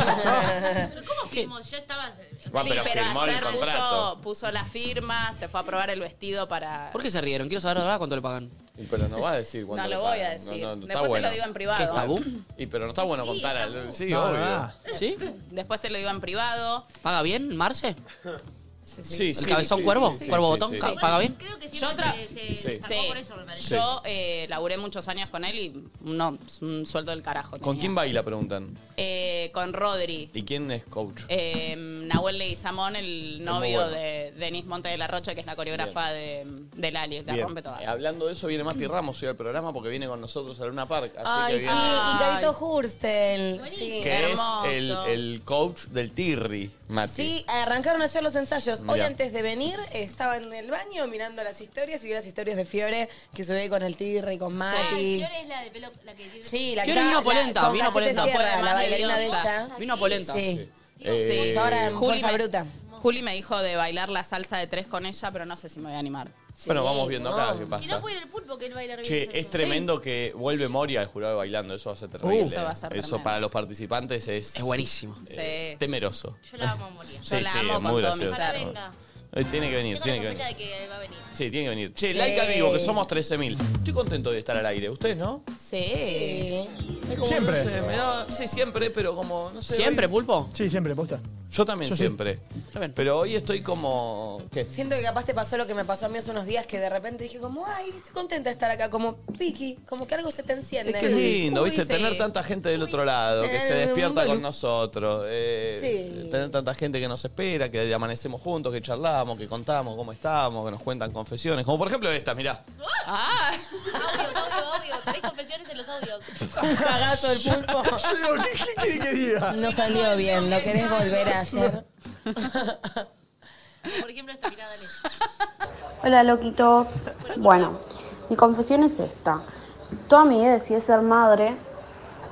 S6: Pero ¿cómo fuimos? Ya estabas...
S1: Bueno,
S2: sí, pero
S1: firmó el
S2: ayer
S1: contrato.
S2: puso, puso la firma, se fue a probar el vestido para.
S4: ¿Por qué se rieron? Quiero saber ahora cuánto le pagan.
S1: Y Pero no vas a decir cuánto
S2: No
S1: le
S2: lo voy a
S1: pagan.
S2: decir.
S1: No, no, no, está
S2: Después
S1: bueno.
S2: te lo digo en privado.
S4: ¿Qué es tabú?
S1: Y pero no está bueno
S6: Sí,
S1: contar.
S6: está
S1: al-
S6: bueno.
S1: Sí,
S5: No,
S1: obvio.
S5: nada.
S4: ¿Sí?
S2: Después te lo digo en privado.
S4: ¿Paga bien, Marce?
S1: Sí,
S4: ¿El cabezón cuervo? ¿Cuervo botón?
S1: sí.
S4: ¿Paga bien?
S6: Creo que
S2: Yo
S6: siempre
S2: otra-
S6: se, se
S1: Sí.
S6: zarpó
S2: Sí.
S6: por eso, me parece.
S2: Yo eh, laburé muchos años con él y no, es un sueldo del carajo.
S1: ¿Con
S2: tenía.
S1: quién baila? Preguntan.
S2: Eh, con Rodri.
S1: ¿Y quién es coach?
S2: Eh, Nahuel Leguizamón, el novio
S1: bueno.
S2: de Denise Monte de la Rocha, que es la coreógrafa de, de Lali, la
S1: Bien.
S2: rompe
S1: Eh,
S2: toda.
S1: Hablando de eso, viene Mati Ramos hoy al programa porque viene con nosotros a Luna Park. Así
S3: Ay,
S1: que
S3: sí.
S1: viene.
S3: Y Carito Hurstel. Sí.
S6: Buenísimo.
S1: Que es
S2: hermoso.
S1: el, el coach del Tirri, Mati.
S3: Sí, arrancaron a hacer los ensayos. Hoy
S1: Mirá.
S3: antes de venir estaba en el baño mirando las historias y vi las historias de Fiore que subí con el Tigre y con
S6: Ah,
S3: Mati.
S6: Fiore es la de pelo... La que tiene-
S3: Sí, la
S4: Fiore vino
S3: la-
S4: polenta,
S3: con
S4: vino
S3: Cachete
S4: polenta,
S3: Sierra,
S2: puede
S3: la
S2: más
S3: bailarina de
S2: nerviosa.
S3: ella.
S4: Vino a polenta.
S3: Sí.
S1: Eh,
S3: Sí, ahora en
S2: Juli
S3: Fuerza
S2: me-
S3: Bruta.
S2: Juli me dijo de bailar la salsa de tres con ella, pero no sé si me voy a animar.
S1: Bueno,
S3: Sí,
S1: vamos viendo acá qué
S6: Si
S1: pasa.
S6: no puede ir el pulpo, que él baila bien.
S1: Che,
S6: eso.
S1: es tremendo que vuelve Moria al jurado bailando. Eso va a ser terrible.
S2: Eso va a ser
S1: Eso
S2: tremendo.
S1: para los participantes es,
S4: Es buenísimo.
S1: eh,
S2: Sí.
S1: temeroso.
S6: Yo la amo a morir.
S2: Yo la amo
S1: es
S2: con
S1: muy
S2: todo mi
S1: gracioso.
S6: ser. Ojalá
S1: Eh, Tiene que venir,
S6: Tengo
S1: tiene
S6: la
S1: que venir.
S6: sospecha de que él va a venir.
S1: Sí, tiene que venir. Che,
S3: Sí.
S1: like al vivo, que somos 13.000. Estoy contento de estar al aire. ¿Ustedes no?
S2: Sí.
S3: Sí.
S5: Siempre.
S1: No sé, me da- sí, siempre, pero como, no sé.
S4: ¿Siempre,
S1: hoy-
S4: pulpo?
S5: Sí, siempre, posta.
S1: Yo también
S5: Yo sí.
S1: siempre.
S4: Está bien.
S1: Pero hoy estoy como... ¿Qué?
S3: Siento que capaz te pasó lo que me pasó a mí hace unos días que de repente dije como, ay, estoy contenta de estar acá, como Vicky, como que algo se te enciende.
S1: Es que es lindo,
S2: Uy,
S1: ¿viste?
S2: sí.
S1: Tener tanta gente del otro lado, que
S3: Eh,
S1: se despierta
S3: un
S1: con
S3: bolu-
S1: nosotros. eh,
S3: Sí.
S1: Tener tanta gente que nos espera, que amanecemos juntos, que charlamos, que contamos cómo estamos, que nos cuentan confesiones. Como por ejemplo esta, mirá.
S2: Ah,
S6: Audios, audio, audio. Tres confesiones en los audios.
S3: Cagazo el pulpo.
S5: ¿Qué quería?
S3: No salió bien, lo querés volver a hacer.
S6: Por ejemplo, esta mirada dale.
S8: Hola loquitos. Bueno, mi confesión es esta. Toda mi vida decidí ser madre.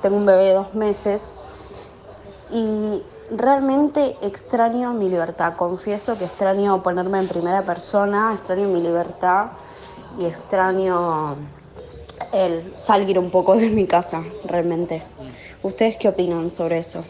S8: Tengo un bebé de dos meses. Y realmente extraño mi libertad. Confieso que extraño ponerme en primera persona, extraño mi libertad y extraño el salir un poco de mi casa, realmente. ¿Ustedes qué opinan sobre eso?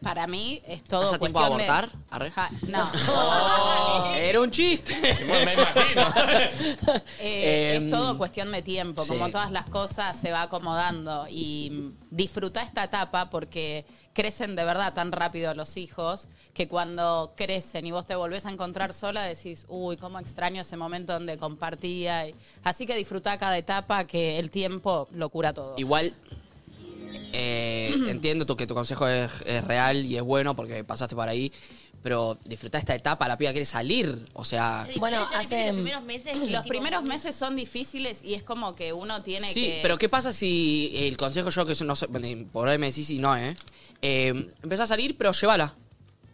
S2: para mí es todo
S4: ¿Pasa
S2: cuestión
S4: tiempo a abortar?
S2: de-
S4: Arre. Oh,
S2: Ja, no.
S4: Era un chiste.
S1: Bueno, me imagino.
S2: Eh,
S4: Em,
S2: es todo cuestión de tiempo,
S4: sí.
S2: como todas las cosas se va acomodando y disfruta esta etapa porque crecen de verdad tan rápido los hijos que cuando crecen y vos te volvés a encontrar sola decís, uy, cómo extraño ese momento donde compartía. y- Así que disfruta cada etapa que el tiempo lo cura todo.
S4: Igual, eh, entiendo tu- que tu consejo es, es real y es bueno porque pasaste por ahí, pero disfrutá esta etapa, la piba quiere salir. O sea,
S3: Bueno,
S6: Debe ser difícil
S3: hace-
S6: Los primeros meses.
S2: em, Los
S6: tipo,
S2: primeros meses son difíciles y es como que uno tiene
S4: sí,
S2: que...
S4: pero ¿qué pasa si el consejo yo que eso no sé, bueno, por ahí me decís y no, eh? eh empezás a salir, pero llévala.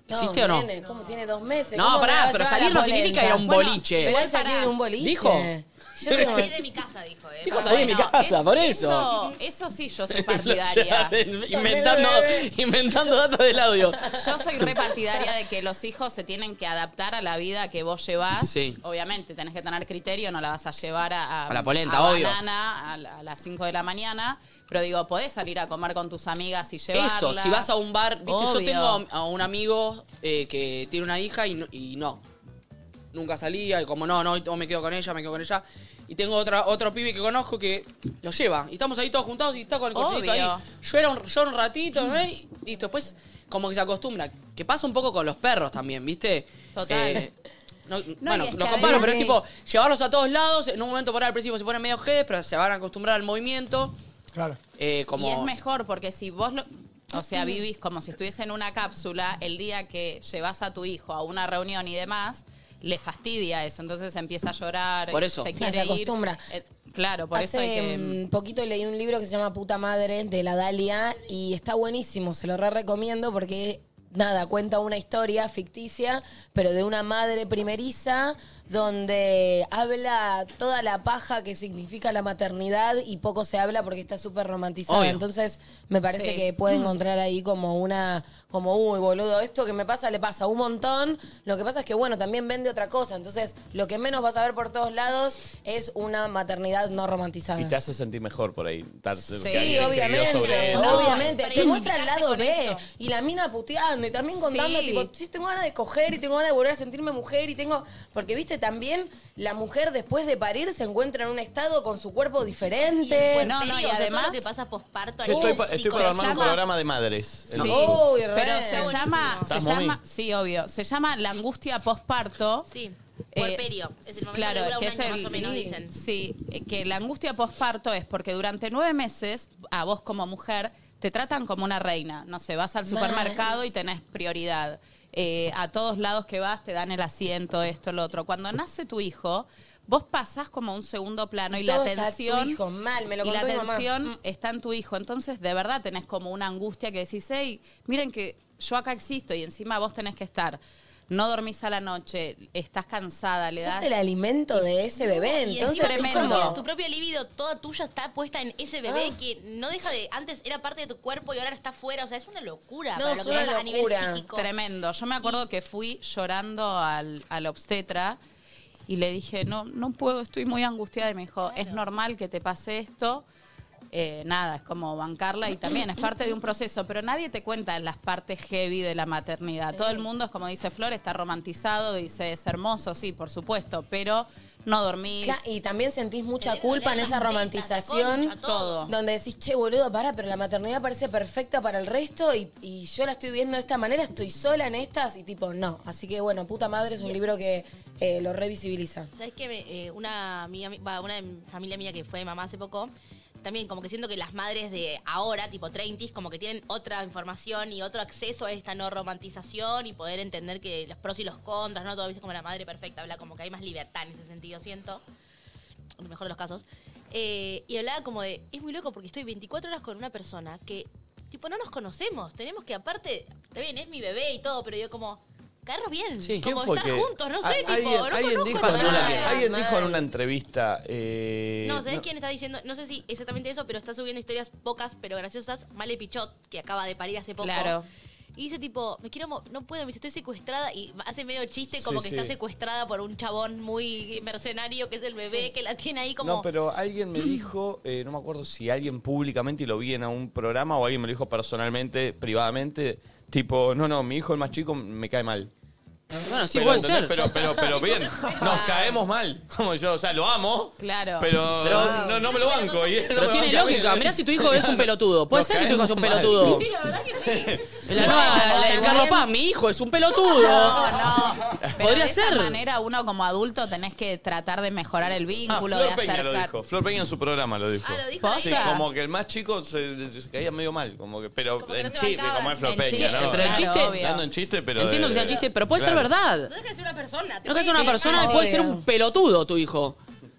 S4: ¿Existe o no?
S3: nene, ¿Cómo tiene dos meses?
S4: No,
S3: ¿Cómo
S4: pará,
S3: la va a
S4: pero
S3: llevar a
S4: salir
S3: la
S4: no significa ir a un
S3: polenta?
S4: boliche.
S3: Pero
S2: Igual
S3: ella quiere
S2: pará.
S3: ir a un boliche.
S4: ¿Dijo?
S3: Yo tengo...
S6: Salí de mi casa, dijo. Eh.
S4: Dijo,
S6: Pero
S4: salí de mi
S6: bueno,
S4: casa, por eso.
S2: eso, eso sí yo soy partidaria.
S4: inventando, inventando datos del audio.
S2: Yo soy repartidaria de que los hijos se tienen que adaptar a la vida que vos llevás.
S4: Sí.
S2: Obviamente, tenés que tener criterio, no la vas a llevar a,
S4: A la polenta, obvio.
S2: banana, a, la- a las 5 de la mañana. Pero digo, podés salir a comer con tus amigas y llevarla.
S4: Eso, si vas a un bar, viste, yo
S2: Obvio.
S4: tengo a, a un amigo eh, que tiene una hija y no, y no. Nunca salía, y como no, no, hoy to- me quedo con ella, me quedo con ella. Y tengo otra, otro pibe que conozco que lo lleva. Y estamos ahí todos juntados y está con el cochecito ahí.
S2: Obvio.
S4: Yo era un, yo era un ratito, ¿no? Y listo, después como que se acostumbra. Que pasa un poco con los perros también, ¿viste?
S2: Total.
S4: Eh, No, bueno,
S6: y es
S4: los
S6: que
S4: comparo,
S6: además-
S4: pero es
S6: Sí.
S4: tipo, llevarlos a todos lados, en un momento por ahí al principio se ponen medio jedes, pero se van a acostumbrar al movimiento.
S5: Claro.
S4: eh, como...
S2: Y es mejor porque si vos lo. O sea, vivís como si estuviese en una cápsula el día que llevas a tu hijo a una reunión y demás, le fastidia eso. Entonces empieza a llorar.
S4: Por eso.
S2: Se quiere
S4: Claro,
S3: se
S2: ir.
S3: acostumbra.
S2: Eh, claro, por eso
S3: Hace
S2: hay que.
S3: mm, poquito leí un libro que se llama Puta Madre de la Dalia y está buenísimo, se lo re recomiendo porque nada, cuenta una historia ficticia, pero de una madre primeriza donde habla toda la paja que significa la maternidad y poco se habla porque está súper romantizada.
S4: Obvio.
S3: Entonces, me parece
S2: Sí.
S3: que puede encontrar ahí como una como uy, boludo, esto que me pasa le pasa un montón. Lo que pasa es que bueno, también vende otra cosa, entonces lo que menos vas a ver por todos lados es una maternidad no romantizada.
S6: Ah.
S1: Y te hace sentir mejor por ahí. Estar- que
S3: Sí,
S1: alguien escribió sobre
S3: obviamente,
S1: eso.
S6: No,
S3: obviamente.
S6: para
S3: Te muestra el lado B
S6: identificarse con eso.
S3: y la mina puteando y también contando,
S2: Sí.
S3: tipo, sí, tengo ganas de coger y tengo ganas de volver a sentirme mujer y tengo... Porque, viste, también la mujer después de parir se encuentra en un estado con su cuerpo diferente.
S2: No, no, y
S6: o sea, todo
S2: además-
S6: lo que pasa posparto
S1: Yo estoy,
S6: ahí,
S1: pa- estoy por
S6: se
S1: armar un
S6: llama- Oh,
S1: programa de madres.
S2: Sí.
S3: Uy, re.
S2: pero
S3: Está
S2: se
S3: buenísimo.
S2: llama, se
S1: ¿Estás, mami?
S2: llama, sí, obvio, se llama la angustia postparto.
S6: Sí,
S2: Eh,
S6: puerperio. es el momento
S2: claro,
S6: que dura
S2: que
S6: un
S2: es
S6: año
S2: el-
S6: más o menos,
S2: sí,
S6: dicen.
S2: Sí, eh, que la angustia postparto es porque durante nueve meses, a vos como mujer, te tratan como una reina. No sé, vas al supermercado y tenés prioridad. Eh, a todos lados que vas te dan el asiento, esto, lo otro. Cuando nace tu hijo, vos pasás como a un segundo plano y la
S3: Todos a tu
S2: atención.
S3: hijo, mal, me lo
S2: y la
S3: contó mi mamá. Mm.
S2: atención está en tu hijo. Entonces, de verdad, tenés como una angustia que decís, hey, miren que yo acá existo y encima vos tenés que estar. No dormís a la noche, estás cansada, le das...
S3: Sos el alimento de ese bebé,
S6: Y
S3: entonces
S6: encima
S3: es
S6: tu
S2: tremendo.
S3: como-
S6: propio- Tu propio libido, toda tuya, está puesta en ese bebé
S3: Ah.
S6: que no deja de. Antes era parte de tu cuerpo y ahora está fuera. O sea, es una locura.
S3: No,
S6: para
S3: es
S6: lo que
S3: una
S6: pasa a nivel
S3: locura.
S6: psíquico.
S2: Tremendo. Yo me acuerdo que fui llorando al, al obstetra y le dije, no, no puedo, estoy muy angustiada. Y me dijo, es normal que te pase esto. Eh, nada, es como bancarla y también es parte de un proceso, pero nadie te cuenta las partes heavy de la maternidad. Todo el mundo es como dice Flor, está romantizado, dice es hermoso, sí, por supuesto, pero no dormís.
S3: Cla- Y también sentís mucha
S6: debe
S3: culpa en
S6: doler
S3: esa
S6: las tetas,
S3: romantización.
S6: la concha, todo.
S3: Donde decís, che, boludo, para, pero la maternidad parece perfecta para el resto y, y yo la estoy viendo de esta manera, estoy sola en estas y tipo, no. Así que bueno, puta madre es un libro que eh, lo revisibiliza.
S6: ¿Sabes qué? Me- eh, una amiga, mi- va, una de mi familia mía que fue mamá hace poco, también como que siento que las madres de ahora, tipo 30, como que tienen otra información y otro acceso a esta no romantización y poder entender que los pros y los contras, ¿no? Todo viste como la madre perfecta, habla como que hay más libertad en ese sentido, siento. En el mejor de los casos. Eh, y hablaba como de, es muy loco porque estoy 24 horas con una persona que, tipo, no nos conocemos. Tenemos que, aparte, está bien, es mi bebé y todo, pero yo como, caernos bien.
S4: Sí.
S1: ¿Quién
S6: Como
S1: fue
S6: estar
S1: que-
S6: juntos, no sé,
S1: Al-
S6: tipo,
S1: alguien,
S6: no
S1: alguien
S6: conozco
S1: dijo,
S6: a
S1: en una,
S6: nadie.
S1: alguien dijo en una entrevista. eh,
S6: No, ¿sabés quién está diciendo? No sé si exactamente eso, pero está subiendo historias pocas, pero graciosas. Male Pichot, que acaba de parir hace poco.
S2: Claro.
S6: Y dice tipo, me quiero, mo- no puedo, me dice, estoy secuestrada. Y hace medio chiste como
S1: Sí,
S6: que está
S1: sí.
S6: secuestrada por un chabón muy mercenario que es el bebé que la tiene ahí como...
S1: No, pero alguien me dijo, eh, no me acuerdo si alguien públicamente y lo vi en un programa o alguien me lo dijo personalmente, privadamente, tipo, no, no, mi hijo el más chico me cae mal.
S4: Bueno, sí,
S1: pero,
S4: puede
S1: ¿entendés?
S4: ser.
S1: Pero, pero, pero bien, nos caemos mal. Como yo, o sea, lo amo.
S2: Claro.
S1: Pero,
S4: Pero-
S1: no, no me lo banco. Y él no me
S4: Pero tiene
S1: banca a mí.
S4: lógica. Mirá si tu hijo es un pelotudo. Puede
S1: Nos
S4: ser que tu hijo es un
S1: caemos mal.
S4: pelotudo.
S6: Sí, la verdad que sí.
S4: La nueva, la de Carlos Paz, mi hijo es un pelotudo.
S2: No, no. Pero
S4: Podría
S2: de
S4: ser.
S2: esa manera uno como adulto tenés que tratar de mejorar el
S1: Ah,
S2: vínculo, de
S1: Flor Peña
S2: acercar.
S1: lo dijo. Flor Peña en su programa lo dijo.
S6: Ah, lo dijo
S1: Sí,
S2: ella.
S1: como que el más chico se, se caía medio mal. Como que, pero
S6: Como que no
S1: en
S6: se
S1: chiste,
S6: bancaban.
S1: como es Flor
S2: En
S1: Peña,
S2: chiste,
S1: ¿no?
S4: Pero el
S2: Claro,
S4: chiste.
S2: obvio.
S1: Dando en chiste, pero.
S4: Entiendo
S1: de-
S4: que sea chiste, pero puede
S1: Claro.
S4: ser verdad.
S6: No deja de ser una persona. te
S4: No que
S6: puede
S4: ser una
S6: decir,
S4: persona,
S6: "Ah,
S4: puede ser
S3: Obvio.
S4: un pelotudo tu hijo.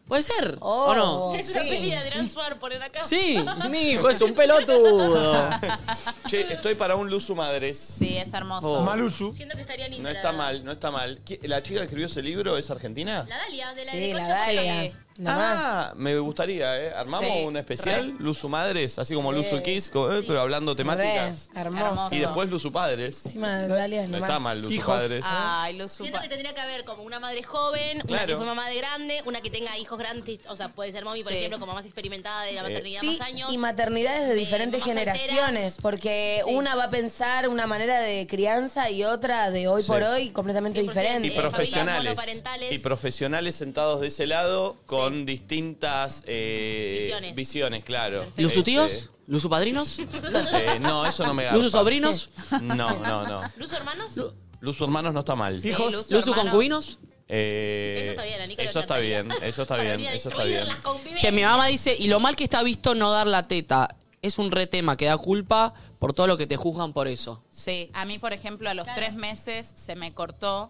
S4: Puede ser. ¿O
S2: Oh.
S4: no?
S6: Es una
S3: Sí.
S6: peli de Adrián Suar, poner acá.
S4: Sí, mi hijo es un pelotudo.
S1: Che, estoy para un Luzu Madres.
S2: Sí, es
S4: Oh.
S2: hermoso.
S5: Malusu.
S6: Siento que estaría linda.
S1: No
S6: la
S1: está
S6: verdad.
S1: mal, no está mal. ¿Qui- ¿La chica que escribió ese libro es argentina?
S6: La Dalia, de la
S3: Sí,
S6: de
S3: la
S6: Concha Suelo.
S3: Dalia. La más.
S1: Ah, me gustaría, ¿eh? Armamos
S2: Sí,
S1: un especial, Luzu Madres, así como Luzu Kiss, co- eh, pero hablando temáticas.
S3: Re, hermoso.
S1: Y después Luzu Padres.
S3: Encima, Dalia es
S1: No
S3: lo
S1: está
S3: más.
S1: mal, Luzu
S5: Hijos.
S1: Padres.
S6: Ah,
S2: Ay, lo supo.
S6: Siento que tendría que haber como una madre joven, una que
S1: Claro.
S6: fue mamá de grande, una que tenga hijos grandes, o sea, puede ser mommy, por
S2: Sí.
S6: ejemplo, como más experimentada
S1: Eh,
S6: de la maternidad
S3: Sí,
S6: más años.
S3: y maternidades de diferentes
S6: mamás solteras.
S3: generaciones, porque una va a pensar una manera de crianza y otra de hoy
S1: Sí.
S3: por hoy completamente
S6: 100%.
S3: diferente.
S1: Y
S6: familias
S1: profesionales.
S6: Ah, monoparentales.
S1: Y profesionales sentados de ese lado con distintas eh,
S6: Visiones.
S1: claro.
S4: ¿Los
S1: Este,
S4: tíos? ¿Los padrinos?
S1: eh, no, eso no me garpa.
S4: ¿Los sobrinos?
S1: No, no, no.
S6: ¿Luz hermanos?
S1: Luzu Hermanos no está mal.
S2: Sí,
S5: hijos.
S2: Luzu,
S4: ¿Los
S2: hermano.
S4: concubinos?
S1: Eh,
S6: Eso está bien, a Nico le
S1: Eso está
S6: encantaría.
S1: bien, eso está
S6: Para
S1: bien,
S6: venir a
S1: eso está
S6: destruir
S1: bien.
S6: las convivencias.
S4: Che, mi mamá dice, y lo mal que está visto no dar la teta. Es un retema que da culpa por todo lo que te juzgan por eso.
S2: Sí, a mí, por ejemplo, a los tres meses se me cortó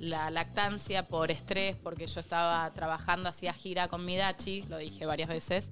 S2: la lactancia por estrés, porque yo estaba trabajando, hacía gira con Midachi, lo dije varias veces.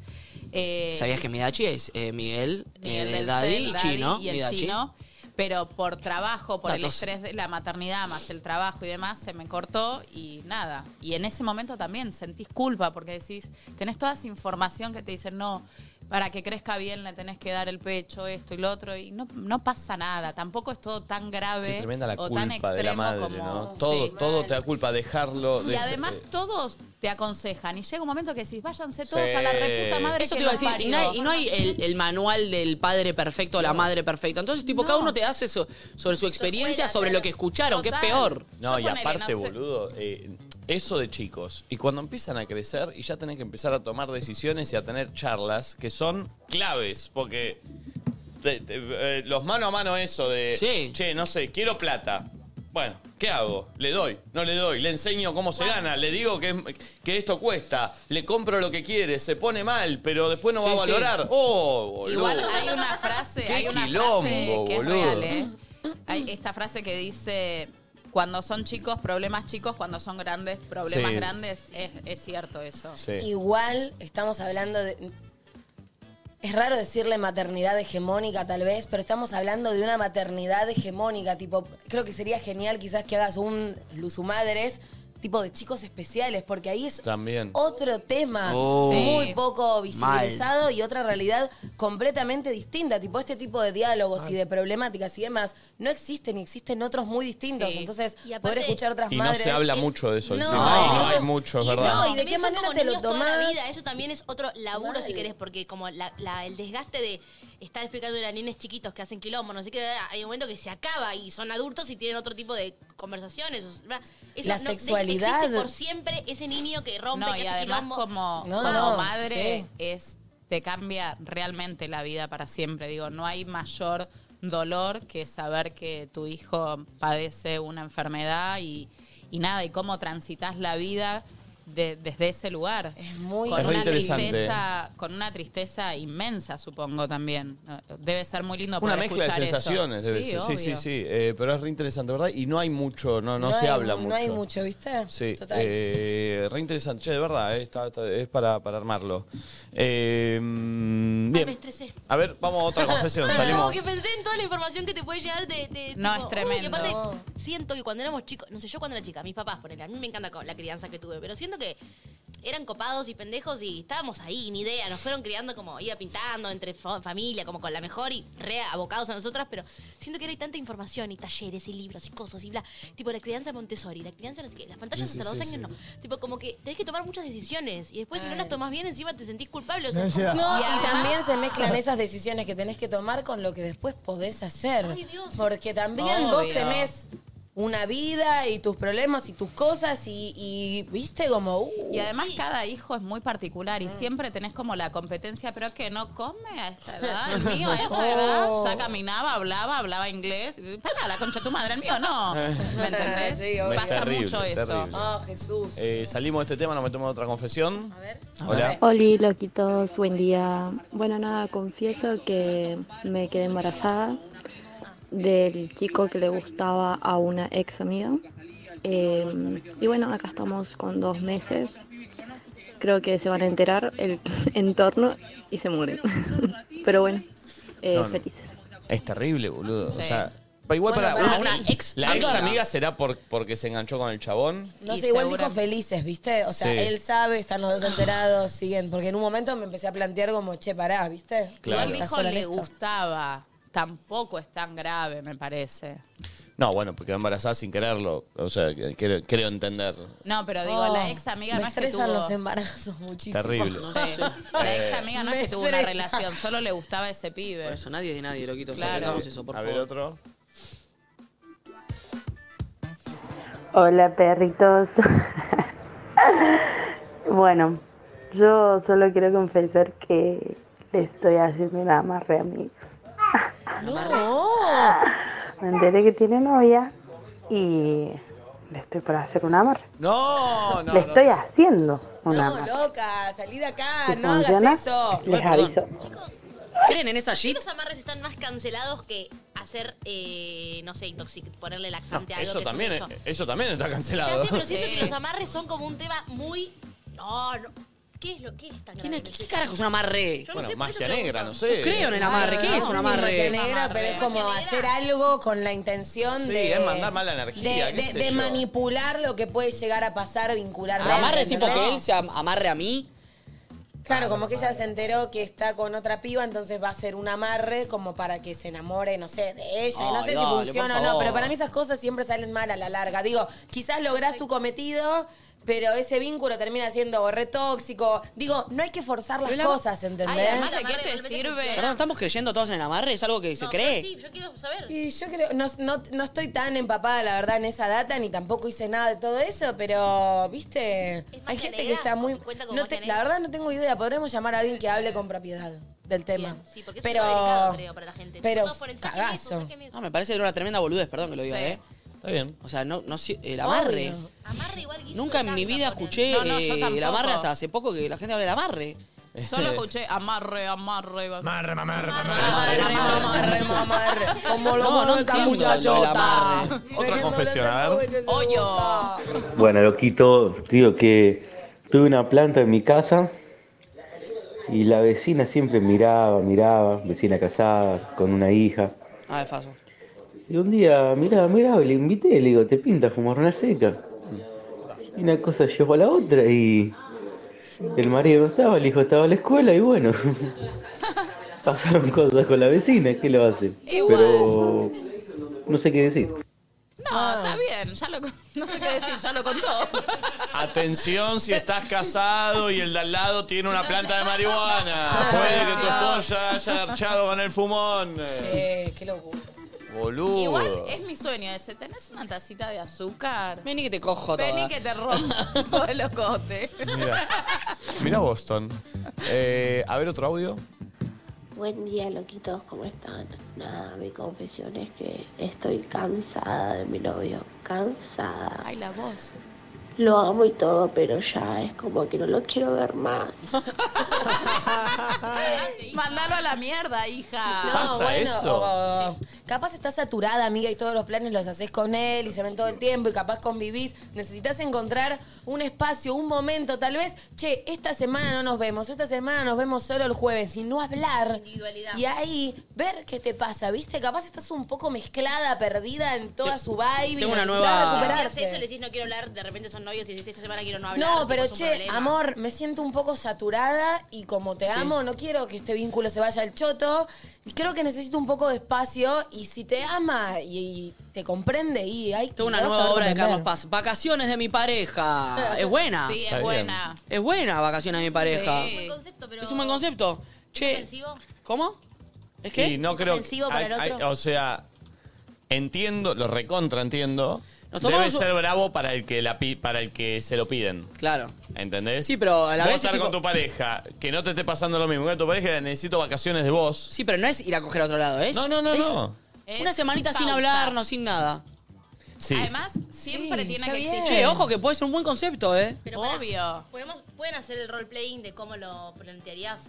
S2: Eh,
S4: ¿Sabías que Midachi es eh, Miguel,
S2: Miguel
S4: eh,
S2: del
S4: Daddy
S2: Cel,
S4: y
S2: Daddy
S4: Chino?
S2: y el
S4: Midachi.
S2: chino, pero por trabajo, por el
S4: Datos.
S2: estrés de la maternidad, más el trabajo y demás, se me cortó y nada. Y en ese momento también sentís culpa porque decís, tenés toda esa información que te dicen, no, para que crezca bien le tenés que dar el pecho, esto y lo otro, y no, no pasa nada, tampoco es todo tan grave
S1: Qué tremenda la
S2: o tan
S1: culpa
S2: extremo
S1: de la madre,
S2: como...
S1: ¿no? Todo,
S2: Sí.
S1: todo te da culpa, dejarlo.
S2: Y
S1: de- este
S2: además todos te aconsejan y llega un momento que decís, váyanse todos
S1: Sí.
S2: a la reputa madre
S4: Eso
S2: que
S4: te iba a
S2: los
S4: decir, y no
S2: parió".
S4: hay, y no hay el, el manual del padre perfecto o la madre perfecta. Entonces, tipo, cada uno te hace eso, sobre su experiencia,
S6: escuela,
S4: sobre
S6: claro.
S4: lo que escucharon, que es
S2: Total.
S4: peor.
S1: No,
S2: Yo
S1: y
S2: ponele,
S1: aparte,
S2: no sé.
S1: boludo, eh, eso de chicos. Y cuando empiezan a crecer y ya tenés que empezar a tomar decisiones y a tener charlas que son claves, porque te- te- eh, los mano a mano eso de,
S4: Sí.
S1: che, no sé, quiero plata. Bueno, ¿qué hago? ¿Le doy? ¿No le doy? ¿Le enseño cómo se gana? ¿Le digo que, es- que esto cuesta? ¿Le compro lo que quiere? ¿Se pone mal? Pero después no va a
S4: Sí, sí.
S1: valorar. ¡Oh, boludo!
S2: Igual hay una frase,
S1: Qué
S2: hay una
S1: quilombo,
S2: frase que
S1: boludo.
S2: es real, ¿eh? Hay esta frase que dice, cuando son chicos, problemas chicos, cuando son grandes, problemas
S1: Sí.
S2: grandes. Es, es cierto eso.
S1: Sí.
S3: Igual estamos hablando de. Es raro decirle maternidad hegemónica, tal vez, pero estamos hablando de una maternidad hegemónica. Tipo, creo que sería genial quizás que hagas un Luzumadres, tipo de chicos especiales, porque ahí es
S1: También.
S3: otro tema
S4: Oh.
S2: Sí.
S3: muy poco visibilizado y otra realidad completamente distinta. Tipo, este tipo de diálogos y de problemáticas y demás no existen y existen otros muy distintos.
S2: Sí.
S3: Entonces,
S6: Y aparte-
S3: poder escuchar otras
S1: Y no
S3: madres.
S1: se habla mucho de eso.
S3: No,
S1: encima.
S4: no,
S1: no,
S3: eso
S1: hay
S3: es-
S1: mucho, es
S3: y eso-
S1: verdad.
S3: y de
S6: También
S3: qué
S6: son
S3: manera
S6: como
S3: te lo
S6: niños toda la
S3: tomás.
S6: vida. Eso también es otro laburo, si
S3: Mal.
S6: querés, porque como la- la- el desgaste de estar explicando a nenes chiquitos que hacen quilombo, no sé qué, hay un momento que se acaba y son adultos y tienen otro tipo de conversaciones. o sea, ¿verdad? Eso
S3: La
S6: no- de-
S3: sexualidad.
S6: existe por siempre ese niño que rompe,
S2: No,
S6: que
S2: y
S6: hace
S2: además
S6: quilombo.
S2: como,
S3: No,
S2: como
S3: no,
S2: madre
S3: sí.
S2: es te cambia realmente la vida para siempre. Digo, no hay mayor dolor que saber que tu hijo padece una enfermedad y, y nada, y cómo transitas la vida de- desde ese lugar.
S3: Es muy
S2: con
S1: Es re
S2: una
S1: interesante.
S2: tristeza, con una tristeza inmensa, supongo también. Debe ser muy lindo
S1: Una
S2: poder
S1: mezcla de
S2: escuchar eso.
S1: sensaciones, debe ser. Sí, sí,
S2: obvio.
S1: sí. Eh, pero es re interesante, ¿verdad? Y no hay mucho, no, no,
S3: No
S1: se
S3: hay-
S1: habla mucho.
S3: No hay mucho, ¿viste?
S1: Sí,
S3: Total.
S1: eh, re interesante. Che, de verdad, eh, está- está- es para, para armarlo. Eh, mm,
S6: Ay, me
S1: bien.
S6: estresé.
S1: A ver, vamos a otra confesión.
S6: Como
S1: Salimos.
S6: que pensé en toda la información que te puede llegar de. de
S2: No, es
S6: uy,
S2: tremendo.
S6: y aparte, siento que cuando éramos chicos, no sé, yo cuando era chica, mis papás, ponele, a mí me encanta con la crianza que tuve, pero siento que eran copados y pendejos y estábamos ahí, ni idea. Nos fueron criando como iba pintando entre fa- familia, como con la mejor y re abocados a nosotras, pero siento que ahora hay tanta información y talleres y libros y cosas y bla. Tipo la crianza Montessori, la crianza no sé qué, las pantallas
S1: Sí,
S6: hasta
S1: sí,
S6: los
S1: sí,
S6: años no. Tipo como que tenés que tomar muchas decisiones y después si no las tomas bien encima te sentís culpable. O sea,
S5: No,
S6: es como-
S5: ansiedad.
S1: ah.
S3: No,
S2: Y
S3: y,
S2: además-
S3: también se mezclan esas decisiones que tenés que tomar con lo que después podés hacer.
S6: Ay, Dios.
S3: Porque también
S2: Obvio.
S3: vos tenés una vida y tus problemas y tus cosas y, y, viste como... uh,
S2: Y además cada hijo es muy particular y
S3: Mm.
S2: siempre tenés como la competencia, pero que no come a esta edad. El mío a
S3: Oh.
S2: esa edad ya caminaba, hablaba, hablaba inglés. Para la concha de tu madre, el mío no. ¿Me entendés?
S3: Sí,
S1: obvio. Es
S2: Pasa
S1: terrible,
S2: mucho
S1: es
S2: eso.
S1: terrible.
S3: Oh, Jesús.
S1: Eh, salimos de este tema, nos metemos en otra confesión. A ver. Hola.
S8: Oli, loquitos, buen día. Bueno, nada, confieso que me quedé embarazada del chico que le gustaba a una ex amiga. Eh, y bueno, acá estamos con dos meses. Creo que se van a enterar el entorno y se mueren. Pero bueno, eh,
S1: No, no.
S8: felices.
S1: Es terrible, boludo. O
S2: Sí.
S1: sea, pero igual
S3: Bueno,
S1: para
S3: para
S1: una,
S4: una ex
S1: la ex
S4: amiga.
S1: amiga será por, porque se enganchó con el chabón.
S3: No
S2: Y
S3: sé, igual
S2: segura-
S3: dijo felices, ¿viste? O sea,
S1: Sí.
S3: él sabe, están los dos enterados, siguen. Porque en un momento me empecé a plantear como, che, pará, ¿viste?
S1: Claro.
S2: Igual
S3: Estás
S2: dijo
S3: sola en
S2: le
S3: esto.
S2: gustaba. Tampoco es tan grave, me parece.
S1: No, bueno, porque quedó embarazada sin quererlo. O sea, que- creo, creo entender.
S2: No, pero digo,
S3: Oh,
S2: la ex amiga
S3: me
S2: no es que
S3: estresan
S2: tuvo...
S3: los embarazos muchísimo.
S1: Terrible.
S2: Sí. La ex amiga no es
S3: Me
S2: que tuvo una
S3: estresa.
S2: relación, solo le gustaba ese pibe.
S4: Por eso, nadie es de nadie, loquito.
S2: Claro.
S4: Claro. eso, por
S1: a ver
S4: favor.
S1: otro.
S8: Hola perritos. bueno, yo solo quiero confesar que le estoy haciendo una amarre a mi ex.
S3: No.
S8: Me enteré que tiene novia y
S9: le estoy para hacer un amarre.
S1: No,
S9: le estoy haciendo un
S3: No,
S9: amarre.
S3: loca, salí de acá,
S9: Si
S3: no
S9: funciona,
S3: hagas eso.
S9: les aviso.
S4: ¿Creen en esa shit?
S6: Los amarres están más cancelados que hacer, eh, no sé, intoxic, ponerle laxante a algo.
S1: Eso
S6: que es un
S1: también,
S6: hecho.
S1: es- eso también está
S6: Ya
S1: cancelado.
S6: sé, pero siento que los amarres son como un tema muy. No, no. ¿Qué es lo que es tan
S4: ¿Quién es-
S6: grave?
S4: ¿Qué carajo es un amarre?
S6: Yo no
S1: bueno,
S6: sé, por eso
S1: magia
S6: pregunto.
S1: negra, no sé.
S4: No creo en el amarre. ¿Qué es un amarre?
S3: negra, pero es como hacer algo con la intención
S1: Sí,
S3: de.
S1: es mandar mala energía,
S3: De,
S1: qué
S3: de-
S1: sé
S3: de
S1: yo.
S3: manipular lo que puede llegar a pasar vincularmente.
S4: ¿Un amarre es tipo que él
S3: ¿entendés?
S4: se am- amarre a mí?
S3: Claro, como que ella se enteró que está con otra piba, entonces va a ser un amarre como para que se enamore, no sé, de ella. no
S4: Ay,
S3: sé
S4: dale,
S3: si funciona o
S4: por
S3: no,
S4: favor.
S3: pero para mí esas cosas siempre salen mal a la larga. Digo, quizás lográs tu cometido, pero ese vínculo termina siendo re tóxico. Digo, no hay que forzar las
S2: Pero la-
S3: cosas,
S2: Ay,
S3: ¿entendés?
S2: además, ¿de qué te sirve?
S4: Perdón, ¿estamos creyendo todos en el amarre? ¿Es algo que se
S6: No,
S4: cree?
S6: pero Sí, yo quiero saber.
S3: Y yo creo, no, no, no estoy tan empapada, la verdad, en esa data, ni tampoco hice nada de todo eso, pero, viste,
S6: magia
S3: hay gente que
S6: negra,
S3: está muy...
S6: cuenta con
S3: no
S6: magia
S3: te-
S6: negra.
S3: la verdad no tengo idea, podremos llamar a alguien que hable con propiedad del tema.
S6: Bien, sí, porque es un
S3: pero,
S6: tema delicado, creo, para la gente.
S3: Pero,
S6: Todos ponen, "Sáquenme eso,
S3: cagazo.
S6: sáquenme eso".
S4: No, me parece que era una tremenda boludez, perdón que lo diga,
S2: Sí.
S4: ¿eh?
S1: Está bien.
S4: O sea, no, no, si- el amarre.
S3: Obvio.
S6: Amarre igual guiso
S4: Nunca
S6: de
S4: en mi
S6: carne
S4: vida
S6: ponen.
S4: escuché
S2: No, no, yo
S4: eh, el
S2: tampoco.
S4: amarre hasta hace poco que la gente habla del amarre.
S1: Este,
S2: Solo escuché amarre, amarre.
S5: Marra, mamarra,
S3: Mamarre, mamarre, mamarre, como lo
S4: No,
S3: mueve
S4: no
S3: esa
S4: entiendo lo del
S3: muchachota.
S4: amarre.
S1: Otra confesión, a ver.
S2: Hoyo.
S10: Bueno, loquito, digo que tuve una planta en mi casa y la vecina siempre miraba, miraba, vecina casada, con una hija.
S4: Ah, es falso.
S10: Y un día miraba, miraba, y le invité, le digo, ¿te pinta fumar una seca? Y una cosa llevó a la otra y el marido no estaba, el hijo estaba en la escuela y bueno, pasaron cosas con la vecina, ¿qué lo hace? Pero no sé qué decir.
S2: No,
S3: Ah.
S2: está bien, ya lo con- no sé qué decir, ya lo contó.
S1: Atención si estás casado y el de al lado tiene una planta de marihuana. Puede que tu esposa haya archado con el fumón.
S3: Eh, qué locura.
S1: Boludo.
S2: Igual es mi sueño ese, tenés una tacita de azúcar.
S4: Vení que te cojo todo.
S2: Vení que te rompo el locote.
S1: Mira. Mira Boston. Eh, a ver otro audio.
S8: Buen día, loquitos, ¿cómo están? Nada, mi confesión es que estoy cansada de mi novio, cansada.
S2: Ay, la voz.
S8: Lo amo y todo, pero ya es como que no lo quiero ver más.
S2: Mandalo a la mierda, hija.
S3: No,
S1: ¿Pasa
S3: bueno,
S1: eso?
S3: o- capaz estás saturada, amiga, y todos los planes los haces con él y se ven todo el tiempo y capaz convivís. Necesitas encontrar un espacio, un momento, tal vez, che, esta semana no nos vemos, esta semana nos vemos solo el jueves, y no hablar.
S6: Individualidad.
S3: Y ahí ver qué te pasa, ¿viste? Capaz estás un poco mezclada, perdida en toda su vibe. y
S4: tengo una
S3: necesitas
S4: nueva-
S6: Si
S3: recuperarte.
S6: haces eso, le decís no quiero hablar, de repente son novios y decís esta semana quiero no hablar.
S3: No,
S6: tipo,
S3: pero
S6: es un
S3: che,
S6: problema.
S3: amor, me siento un poco saturada y como te amo, no quiero que este vínculo se vaya al choto. Y creo que necesito un poco de espacio y si te ama y, y te comprende y hay
S4: Tengo una
S3: lo vas a
S4: nueva
S3: saber
S4: obra de Carlos
S3: comprender.
S4: Paz. Vacaciones de mi pareja. Es buena.
S2: Sí,
S1: Está bien.
S2: es buena.
S4: Es buena vacaciones de mi pareja.
S6: Es un buen
S2: Sí.
S6: concepto, pero.
S4: Es un buen concepto.
S6: ¿Es
S4: Che,
S6: ofensivo?
S4: ¿cómo? ¿Es que?
S1: Y no
S6: ¿Es
S1: creo
S6: ofensivo para el otro?
S1: o sea, entiendo, lo recontra entiendo.
S4: Nos
S1: Debe
S4: tomamos un-
S1: ser bravo para el que la pi- para el que se lo piden.
S4: Claro.
S1: ¿Entendés?
S4: Sí, pero a la
S1: Vos
S4: vez es
S1: estar con
S4: tipo-
S1: tu pareja, que no te esté pasando lo mismo que tu pareja, necesito vacaciones de vos.
S4: Sí, pero no es ir a coger a otro lado, ¿es?
S1: No, no, no,
S4: es
S1: no.
S4: Una
S2: Es
S4: semanita sin
S2: pausa.
S4: hablarnos, sin nada.
S1: Sí.
S2: Además, siempre tiene que
S3: bien.
S2: existir.
S4: Che, ojo que puede ser un buen concepto, ¿eh?
S6: Pero pará,
S2: Obvio.
S6: ¿podemos, ¿Pueden hacer el roleplaying de cómo lo plantearías?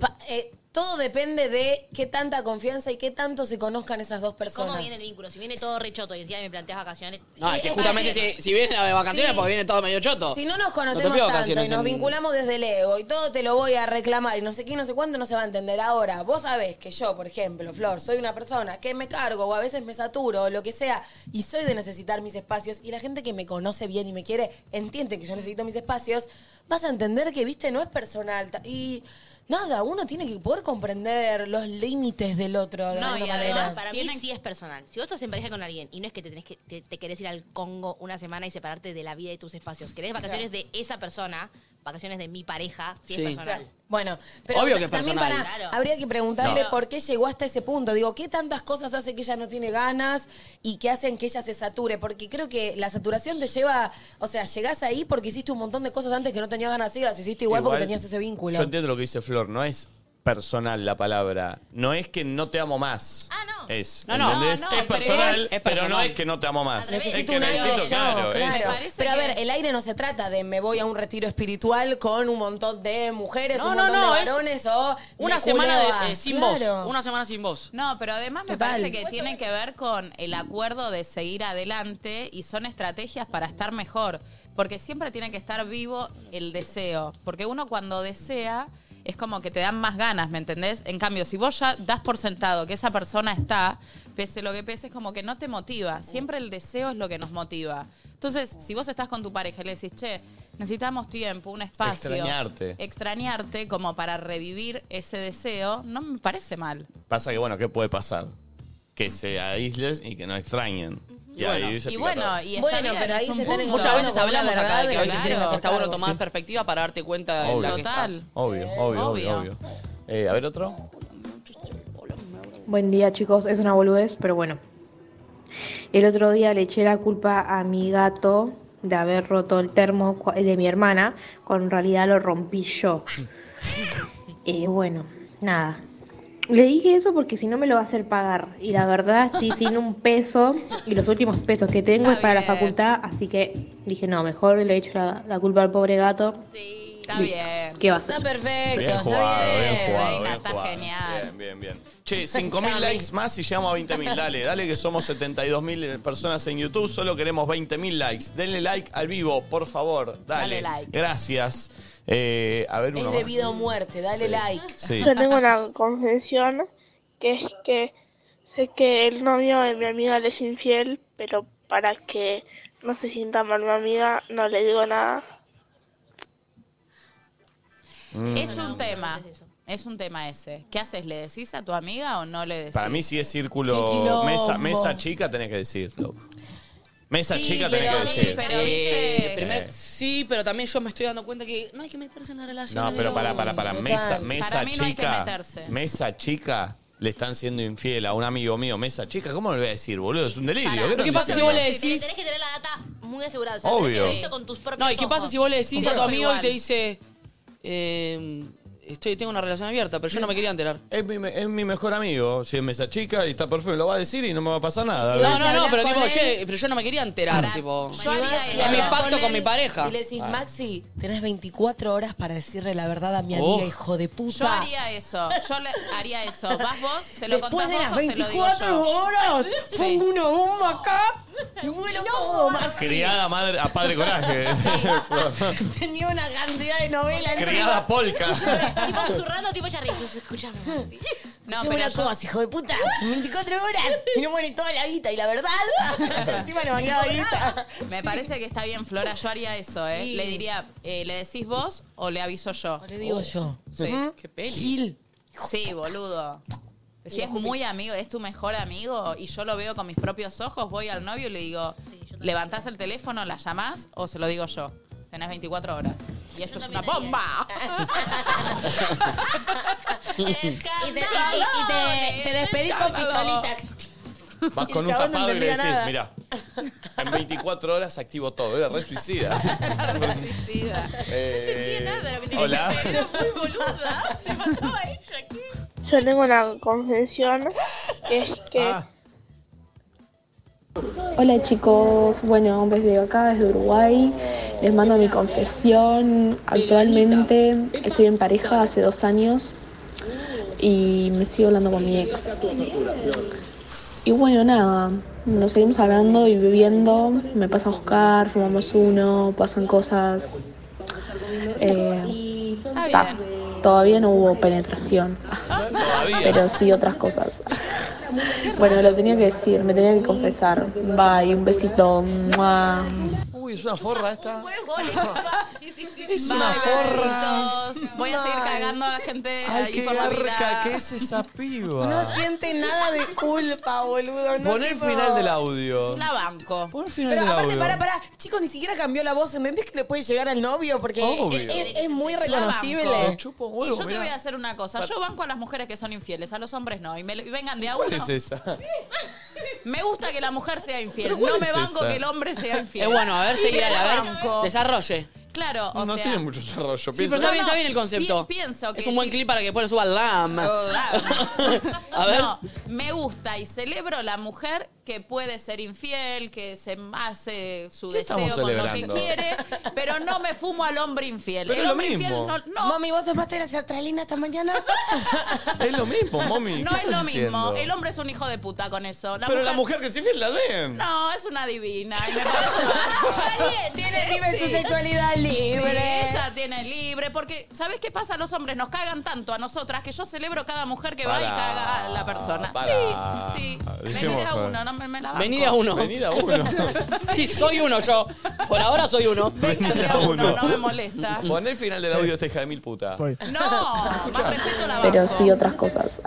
S3: Pa- eh, todo depende de qué tanta confianza y qué tanto se conozcan esas dos personas.
S6: ¿Cómo viene el vínculo? Si viene todo rechoto y decía me planteas vacaciones.
S4: No, es que
S3: Es
S4: justamente
S6: eh,
S3: fácil.
S4: si, si viene la de vacaciones,
S3: Sí.
S4: porque viene todo medio choto.
S3: Si no nos
S4: te
S3: conocemos
S4: pido
S3: tanto y
S4: vacaciones
S3: nos
S4: en-
S3: vinculamos desde el ego y todo te lo voy a reclamar y no sé qué, no sé cuánto, no se va a entender. Ahora, vos sabés que yo, por ejemplo, Flor, soy una persona que me cargo o a veces me saturo o lo que sea y soy de necesitar mis espacios y la gente que me conoce bien y me quiere entiende que yo necesito mis espacios, vas a entender que, viste, no es personal. ta- Y nada, uno tiene que poder comprender los límites del otro de
S2: No,
S3: alguna
S2: y
S6: Perdón,
S3: manera.
S2: además-
S6: para
S2: Tienen-
S6: mí sí es personal. Si vos estás en pareja con alguien y no es que te tenés que te, te querés ir al Congo una semana y separarte de la vida y tus espacios, querés vacaciones de esa persona, vacaciones de mi pareja, si
S4: Sí.
S6: es personal.
S3: Bueno, pero
S4: Obvio que es
S3: también
S4: personal.
S3: para-
S6: Claro.
S3: habría que preguntarle
S6: No.
S3: por qué llegó hasta ese punto. Digo, ¿qué tantas cosas hace que ella no tiene ganas y que hacen que ella se sature? Porque creo que la saturación te lleva, o sea, llegás ahí porque hiciste un montón de cosas antes que no tenías ganas de hacer, y las hiciste igual, porque tenías ese vínculo.
S1: Yo entiendo lo que dice Flor, no es personal la palabra. No es que no te amo más.
S6: Ah, no.
S1: Es,
S2: No, no,
S1: ¿entendés?
S2: no,
S1: es
S2: pero
S1: personal,
S2: es- es
S1: pero no
S2: personal.
S1: es que no te amo más. es
S3: Necesito
S1: que
S3: un aire
S1: necesito,
S3: yo,
S1: claro.
S3: claro.
S1: es-
S3: Pero a ver, el aire no se trata de me voy a un retiro espiritual con un montón de mujeres,
S4: No,
S3: un
S4: no,
S3: montón
S4: no,
S3: de
S4: es
S3: varones o
S4: Una
S3: me
S4: semana
S3: culeo a-
S4: de- eh, sin
S3: Claro.
S4: vos. Una semana sin vos.
S2: No, pero además me
S4: Total.
S2: parece que tiene que ver con el acuerdo de seguir adelante y son estrategias para estar mejor. Porque siempre tiene que estar vivo el deseo. Porque uno cuando desea es como que te dan más ganas, ¿me entendés? En cambio, si vos ya das por sentado que esa persona está, pese lo que pese, es como que no te motiva. Siempre el deseo es lo que nos motiva. Entonces, si vos estás con tu pareja y le decís, che, necesitamos tiempo, un espacio.
S1: Extrañarte.
S2: Extrañarte como para revivir ese deseo, no me parece mal.
S1: Pasa que, bueno, ¿qué puede pasar? Que se aísles y que no extrañen. Y,
S2: bueno,
S1: ahí se
S2: y
S1: pica
S2: bueno,
S1: todo.
S2: y está
S3: Bueno,
S2: bien,
S3: pero ahí
S2: es un
S3: se están
S2: punto.
S4: Muchas veces
S3: con una
S4: hablamos acá de que a
S3: verdadera,
S4: veces es-
S3: claro.
S4: está bueno
S3: Claro,
S4: tomar
S3: sí.
S4: perspectiva para darte cuenta de
S1: Obvio.
S4: la que
S2: Total.
S4: estás.
S1: Obvio, obvio, obvio, obvio. Eh, a ver otro.
S9: Buen día, chicos. Es una boludez, pero bueno. El otro día le eché la culpa a mi gato de haber roto el termo cu- el de mi hermana, cuando en realidad lo rompí yo. Eh, bueno, nada. Le dije eso porque si no me lo va a hacer pagar. Y la verdad, estoy sin un peso y los últimos pesos que tengo es para la facultad, así que dije, no, mejor le echo la, la culpa al pobre gato.
S2: Está bien.
S9: ¿Qué va a hacer?
S3: Está perfecto.
S1: Bien jugado, bien jugado,
S2: Reina,
S1: bien
S2: está
S1: jugado.
S2: genial.
S1: Bien, bien, bien. Che, 5.000 likes más y llegamos a 20.000. Dale, dale que somos 72.000 personas en YouTube. Solo queremos 20.000 likes. Denle like al vivo, por favor. Dale.
S3: Dale like.
S1: Gracias. Eh, a ver uno
S3: Es de
S1: más.
S3: vida o muerte, dale like.
S1: Sí.
S11: Yo tengo una confesión que es que sé que el novio de mi amiga le es infiel, pero para que no se sienta mal mi amiga no le digo nada.
S3: Mm.
S2: Es un tema. Es un tema ese. ¿Qué haces? ¿Le decís a tu amiga o no le decís?
S1: Para mí si es
S2: Qué
S1: círculo
S2: quilombo.
S1: mesa, mesa chica tenés que decir. loco. Mesa
S2: Sí,
S1: chica tenés que decir. Eh.
S2: pero- sí, pero viste-
S4: Primer- sí, pero también yo me estoy dando cuenta que no hay que meterse en la relación.
S1: No, pero para, para, para, mesa, mesa
S2: Para mí no hay que
S1: chica.
S2: meterse.
S1: Mesa chica le están siendo infiel a un amigo mío. Mesa chica, ¿cómo le voy a decir, boludo? Es un delirio.
S4: Pero
S1: no
S4: ¿qué
S1: sé
S4: pasa
S1: si
S4: si vos
S1: no?
S4: le
S6: Pero
S4: decís?
S6: tenés que tener la data muy asegurada. O sea,
S1: Obvio.
S6: tenés que haber visto con tus propios
S4: No, ¿y qué pasa
S6: ojos.
S4: si vos le decís
S2: Yo
S4: a tu
S2: soy
S4: amigo y
S2: igual.
S4: te dice, eh, estoy, tengo una relación abierta, pero yo no me quería enterar?
S1: Es mi, me- es mi mejor amigo. Si es mesa chica y está perfecto, lo va a decir y no me va a pasar nada.
S3: si
S1: ¿ves?
S4: No, no, no,
S3: hablas
S4: pero
S3: con
S4: tipo,
S3: él-
S4: "Che, pero yo no me quería enterar, tipo.
S2: Yo haría
S3: Y
S2: eso.
S4: Es mi
S3: hablas
S4: pacto con
S3: él
S4: mi pareja.
S3: Y le
S1: Ah.
S3: decís, Maxi, tenés 24 horas para decirle la verdad a mi
S4: Oh.
S3: amiga, hijo de puta.
S2: Yo haría eso. Yo le haría eso. Vas vos, se lo
S3: Después
S2: contás
S3: de
S2: vos
S3: las
S2: o se lo digo
S3: 24
S2: yo.
S3: horas, pongo una bomba acá y vuelo todo, Maxi.
S1: Criada a madre, a padre coraje.
S3: Tenía una cantidad de novelas.
S1: Criada polca.
S6: Tipo susurrando, tipo charri. Escuchame. así.
S2: No, pero yo-
S3: hijo de puta. 24 horas. Y no muere toda la guita. Y la verdad, encima no me queda guita.
S2: me parece que está bien, Flora. Yo haría eso, ¿eh?
S3: Sí.
S2: Le diría, eh, ¿le decís vos o le aviso yo?
S3: Le digo yo.
S2: Sí.
S4: Qué peli.
S3: Gil.
S2: Sí, boludo. Si es muy amigo, es tu mejor amigo y yo lo veo con mis propios ojos, voy al novio y le digo, ¿levantás el teléfono, la llamás o se lo digo yo? Tenés 24 horas. Y esto es una bomba.
S3: Y te, y- y- y te- te despedís con pistolitas.
S1: Vas con un
S3: chabón no
S1: tapado y le
S3: entendía
S1: decís,
S3: nada.
S1: mirá, en 24 horas activo todo. Era re suicida. Eh,
S6: Nada de lo que te
S1: Hola.
S6: dije, Era muy boluda. Se eh. mataba ella. ¿qué?
S11: Yo tengo una confesión que es que
S1: Ah.
S9: Hola chicos, bueno, desde acá, desde Uruguay, les mando mi confesión. Actualmente estoy en pareja hace dos años y me sigo hablando con mi ex. Y bueno, nada, nos seguimos hablando y viviendo, me pasa a buscar, fumamos uno, pasan cosas. Eh, ta, todavía no hubo penetración,
S1: Todavía.
S9: pero sí otras cosas. Bueno, lo tenía que decir, me tenía que confesar. Bye, un besito. Mua.
S1: Uy, es una forra esta.
S6: Fue gol. Sí, sí, sí.
S1: Es una forra.
S2: Besitos. Voy a seguir cagando a la gente.
S1: Ay,
S2: ahí
S1: qué
S2: por la vida.
S1: garca, ¿qué es esa piba?
S3: No siente nada de culpa, boludo. No,
S1: Pon el
S3: tipo-
S1: final del audio.
S2: La banco.
S1: Pon el final
S3: Pero
S1: del
S3: aparte,
S1: audio.
S3: pará, pará. Chicos, ni siquiera cambió la voz. ¿Entendés que le puede llegar al novio? Porque
S1: Obvio.
S3: es, es- es muy
S2: La
S1: Me
S3: reconocible.
S1: chupo un
S2: Y
S1: huevo,
S2: yo te
S1: mirá.
S2: voy a hacer una cosa. Yo banco a las mujeres que son infieles, a los hombres no. Y, me- y vengan de a
S1: ¿Cuál
S2: uno.
S1: es esa?
S2: Me gusta que la mujer sea infiel.
S1: ¿Pero cuál
S2: No me
S1: es
S2: banco
S1: esa?
S2: que el hombre sea infiel.
S4: Es bueno, a ver, seguí, dale, a
S2: Banco.
S4: ver. Desarrolle.
S2: Claro, o
S1: no
S2: sea.
S1: tiene mucho desarrollo.
S4: Sí, pero está bien, está bien el concepto.
S2: pi- pienso que
S4: es un buen
S2: sí. Oh,
S4: clip para que después lo suba al LAM. A ver.
S2: No, me gusta y celebro la mujer que puede ser infiel, que se hace su
S1: ¿Qué
S2: deseo
S1: estamos
S2: con lo que
S1: celebrando?
S2: quiere, pero no me fumo al hombre infiel.
S1: Pero
S2: El
S1: es lo
S2: hombre infiel
S1: mismo.
S2: no, no. Mami,
S3: ¿vos tomaste la sertralina esta mañana?
S1: Es lo mismo, mami.
S2: No
S1: ¿qué
S2: es
S1: estás
S2: lo mismo.
S1: diciendo?
S2: El hombre es un hijo de puta con eso.
S1: Pero la mujer que se infiltra bien.
S2: No, es una divina. y me parece-
S3: Tiene- vive su
S2: Sí.
S3: sexualidad libre.
S2: Sí, ella tiene libre. Porque, ¿sabes qué pasa? Los hombres nos cagan tanto a nosotras que yo celebro cada mujer que va y
S1: Pará,
S2: caga a la persona.
S1: pará.
S2: Sí, sí.
S1: Dejemos,
S2: Venid a
S1: Fer.
S2: uno, no me, me la banco.
S4: Venid a uno.
S1: Venid a uno.
S4: sí, soy uno yo. Por ahora soy uno.
S1: Venid a uno.
S2: No me molesta.
S1: Pon el final del audio esta hija de mil puta.
S2: No, más respeto la
S12: Pero sí otras cosas.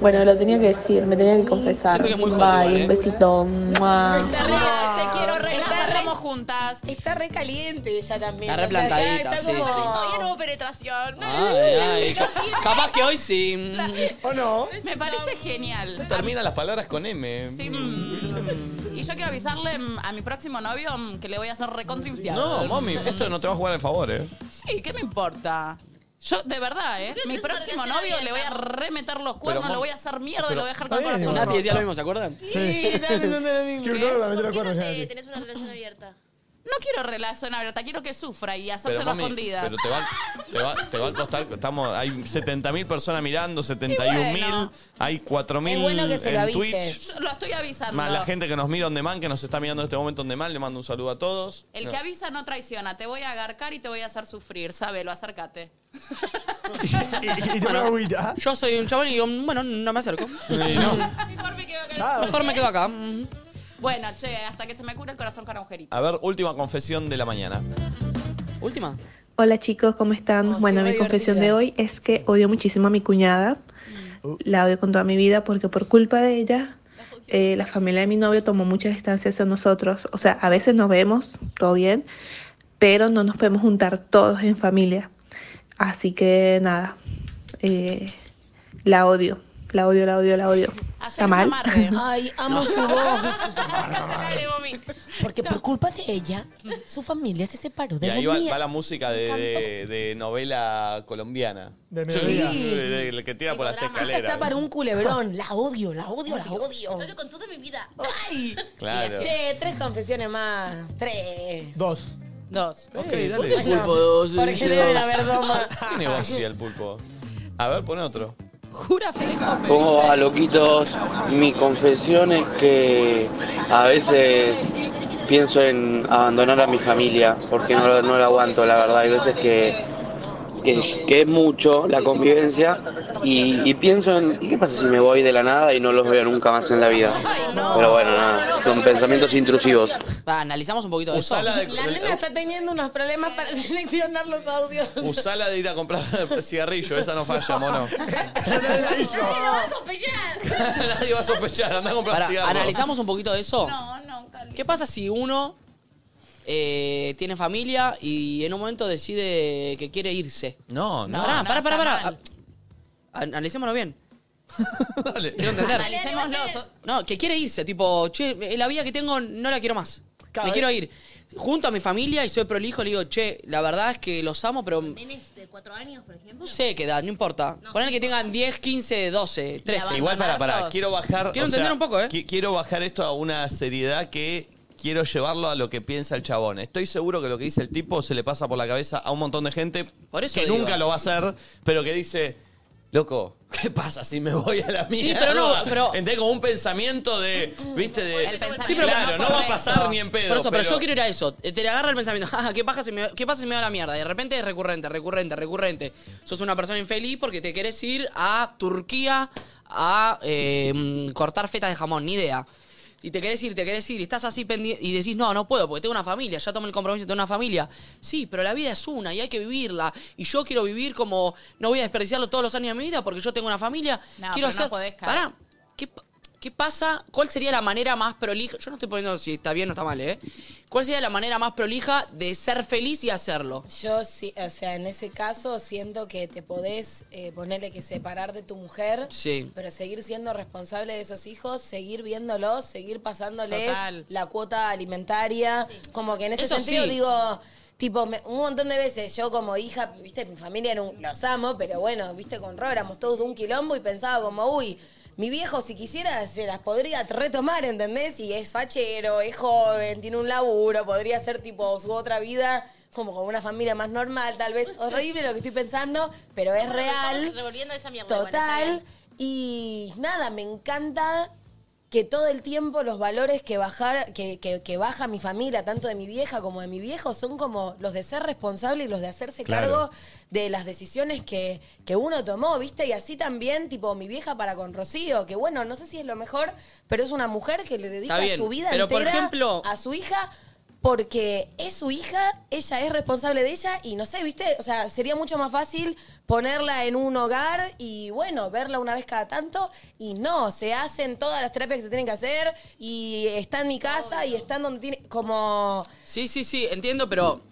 S12: Bueno, lo tenía que decir, me tenía que confesar.
S2: Siento que es muy hot igual,
S12: Bye,
S2: ¿eh?
S12: un besito. Mua.
S2: te quiero regalar, estamos juntas.
S3: Está re caliente ella también.
S4: Está re
S3: O sea,
S4: plantadita, sí, sí.
S6: Todavía no hubo penetración.
S4: Ay, ay, ca- capaz que hoy sí.
S1: ¿O no?
S2: Me parece genial.
S1: Termina las palabras con M.
S2: Sí, mm. Y yo quiero avisarle mm, a mi próximo novio mm, que le voy a hacer recontra infiel.
S1: No, mami, esto no te va a jugar en favor, eh.
S2: Sí, ¿qué me importa? Yo, de verdad, ¿eh? Mi próximo novio le voy a remeter los cuernos,
S4: Pero,
S2: le voy a hacer mierda y
S4: pero-
S2: lo voy a dejar con el corazón.
S4: Nati
S2: roto.
S4: decía lo mismo, ¿se acuerdan?
S5: Sí, dale, dale lo mismo. Quiero que no la metiera cuernos, ya,
S6: Que
S5: Nati.
S6: tenés una relación abierta.
S2: No quiero relación abierta, quiero que sufra y hacérselo a escondidas.
S1: pero te va, te, va, te va a costar. Estamos, hay 70.000 personas mirando, 71.000.
S2: bueno.
S1: Hay 4.000 en Twitch.
S2: Yo lo estoy avisando.
S1: Más la gente que nos mira on demand, que nos está mirando en este momento on demand, le mando un saludo a todos.
S2: El
S1: No.
S2: que avisa no traiciona, te voy a agarcar y te voy a hacer sufrir, sábelo, acércate.
S4: Bueno, yo soy un chabón y digo, "Mm, bueno, no me acerco.
S1: Ah,
S4: Mejor me quedo acá. Mm.
S2: Bueno, che, hasta que se me cure el corazón con agujerito.
S1: A ver, última confesión de la mañana.
S4: ¿Última?
S9: Hola chicos, ¿cómo están? bueno,
S4: re
S9: mi confesión de
S4: divertida.
S9: hoy es que odio muchísimo a mi cuñada. La odio con toda mi vida porque por culpa de ella, eh, la familia de mi novio tomó mucha distancia hacia nosotros. O sea, a veces nos vemos, todo bien, pero no nos podemos juntar todos en familia. Así que nada, eh, la odio, la odio, la odio, la odio. ¿Está mal?
S3: Ay, amo su voz. Porque por culpa de ella, su familia se separó
S1: Y
S3: de
S1: ahí
S3: la
S1: va,
S3: mía.
S1: va la música de, de- de novela colombiana.
S5: De
S3: mediodía.
S1: Sí, de- de- que tira por las
S3: Ella está
S1: escaleras.
S3: para un culebrón. La odio, la odio, la odio.
S6: Lo con toda mi vida.
S3: Ay.
S1: Claro.
S3: Che, tres confesiones más. Tres.
S5: Dos.
S2: Dos.
S1: Ok,
S3: ¿Por
S1: dale.
S3: qué Pulpo, no? dos, Porque dice deben dos. haber dos más.
S1: ¿Qué negocia el pulpo? A ver, pone otro.
S2: Jura, Fede Hoppe.
S10: ¿Cómo va, loquitos? Mi confesión es que a veces pienso en abandonar a mi familia porque no, lo- no lo aguanto, la verdad. Hay veces que, que, es- que es mucho la convivencia y, y pienso en ¿y qué pasa si me voy de la nada y no los veo nunca más en la vida? Pero bueno, nada, son pensamientos intrusivos.
S4: Va, analizamos un poquito de eso.
S1: Usala de-
S3: La nena está teniendo unos problemas para seleccionar los audios.
S1: Usala de ir a comprar cigarrillo, esa no falla, mono.
S6: ¡Ay, no vas a sospechar!
S1: Nadie va a sospechar, anda a comprar
S4: Pará,
S1: cigarro.
S4: ¿analizamos un poquito de eso?
S6: No, nunca.
S4: ¿Qué pasa si uno eh, tiene familia y en un momento decide que quiere irse?
S1: No,
S2: no.
S4: Pará,
S2: No,
S4: pará,
S2: no,
S4: pará,
S2: está
S4: pará. Ah, Analicémoslo bien. Quiero entender.
S2: Analicémoslo.
S4: No, que quiere irse, tipo, che, eh, la vida que tengo no la quiero más.
S2: Claro,
S4: Me
S2: eh.
S4: quiero ir. Junto a mi familia y soy prolijo, le digo, che, la verdad es que los amo, pero no
S6: Nenes de cuatro años, por ejemplo.
S4: sé qué edad, no importa. Ponen que tengan 10, 15, 12, 13.
S1: Igual para, para, quiero bajar.
S4: Quiero
S1: o
S4: entender
S1: sea,
S4: un poco, ¿eh?
S1: qui- Quiero bajar esto a una seriedad que quiero llevarlo a lo que piensa el chabón. Estoy seguro que lo que dice el tipo se le pasa por la cabeza a un montón de gente
S4: Por eso
S1: que
S4: digo.
S1: nunca lo va a hacer, pero que dice, loco, ¿qué pasa si me voy a la
S4: Sí,
S1: mía?
S4: pero no, pero- Mm,
S1: Entendé como un pensamiento de, viste, de...
S2: El pensamiento
S1: Sí, pero
S2: no
S1: claro, no va a
S2: correcto.
S1: pasar ni en pedo.
S4: Por eso, pero, yo quiero ir a eso. Eh, Te agarra el pensamiento, "Ah, ¿qué, pasa si me, ¿qué pasa si me da la mierda? Y de repente es recurrente, recurrente, recurrente. Sos una persona infeliz porque te querés ir a Turquía a eh, mm, cortar fetas de jamón, ni idea. Y te querés ir, te querés ir, y estás así pendiente, y decís, no, no puedo, porque tengo una familia, ya tomé el compromiso, tengo una familia. Sí, pero la vida es una y hay que vivirla. Y yo quiero vivir como, no voy a desperdiciarlo todos los años de mi vida porque yo tengo una familia.
S2: No, pero
S4: quiero
S2: no
S4: hacer...
S2: podés, Kat.
S4: Pará, ¿Qué, pa- qué pasa? ¿Cuál sería la manera más prolija? Yo no estoy poniendo si está bien o está mal, ¿eh? ¿Cuál sería la manera más prolija de ser feliz y hacerlo?
S3: Yo sí, o sea, en ese caso siento que te podés eh, ponerle que separar de tu mujer,
S4: Sí.
S3: pero seguir siendo responsable de esos hijos, seguir viéndolos, seguir pasándoles
S2: Total.
S3: la cuota alimentaria, como que en ese
S4: Eso
S3: sentido
S4: sí.
S3: digo, Tipo, me- un montón de veces yo como hija, viste, mi familia era un- los amo, pero bueno, viste, con Ro éramos todos un quilombo y pensaba como, uy, mi viejo si quisiera se las podría retomar, ¿entendés? Y es fachero, es joven, tiene un laburo, podría ser tipo su otra vida como con una familia más normal, tal vez horrible lo que estoy pensando, pero es
S6: Bueno,
S3: real.
S6: estamos Revolviendo esa mierda. igual, está bien.
S3: Total. Y nada, me encanta que todo el tiempo los valores que, bajar, que, que- que baja mi familia, tanto de mi vieja como de mi viejo, son como los de ser responsable y los de hacerse
S13: Claro.
S3: cargo de las decisiones que, que uno tomó, ¿viste? Y así también, tipo, mi vieja para con Rocío, que bueno, no sé si es lo mejor, pero es una mujer que le dedica
S4: Está bien,
S3: su vida
S4: pero por
S3: entera
S4: ejemplo-
S3: a su hija porque es su hija, ella es responsable de ella y no sé, ¿viste? O sea, sería mucho más fácil ponerla en un hogar y bueno, verla una vez cada tanto y no, se hacen todas las terapias que se tienen que hacer y está en mi casa y está en donde tiene como
S4: Sí, sí, sí, entiendo, pero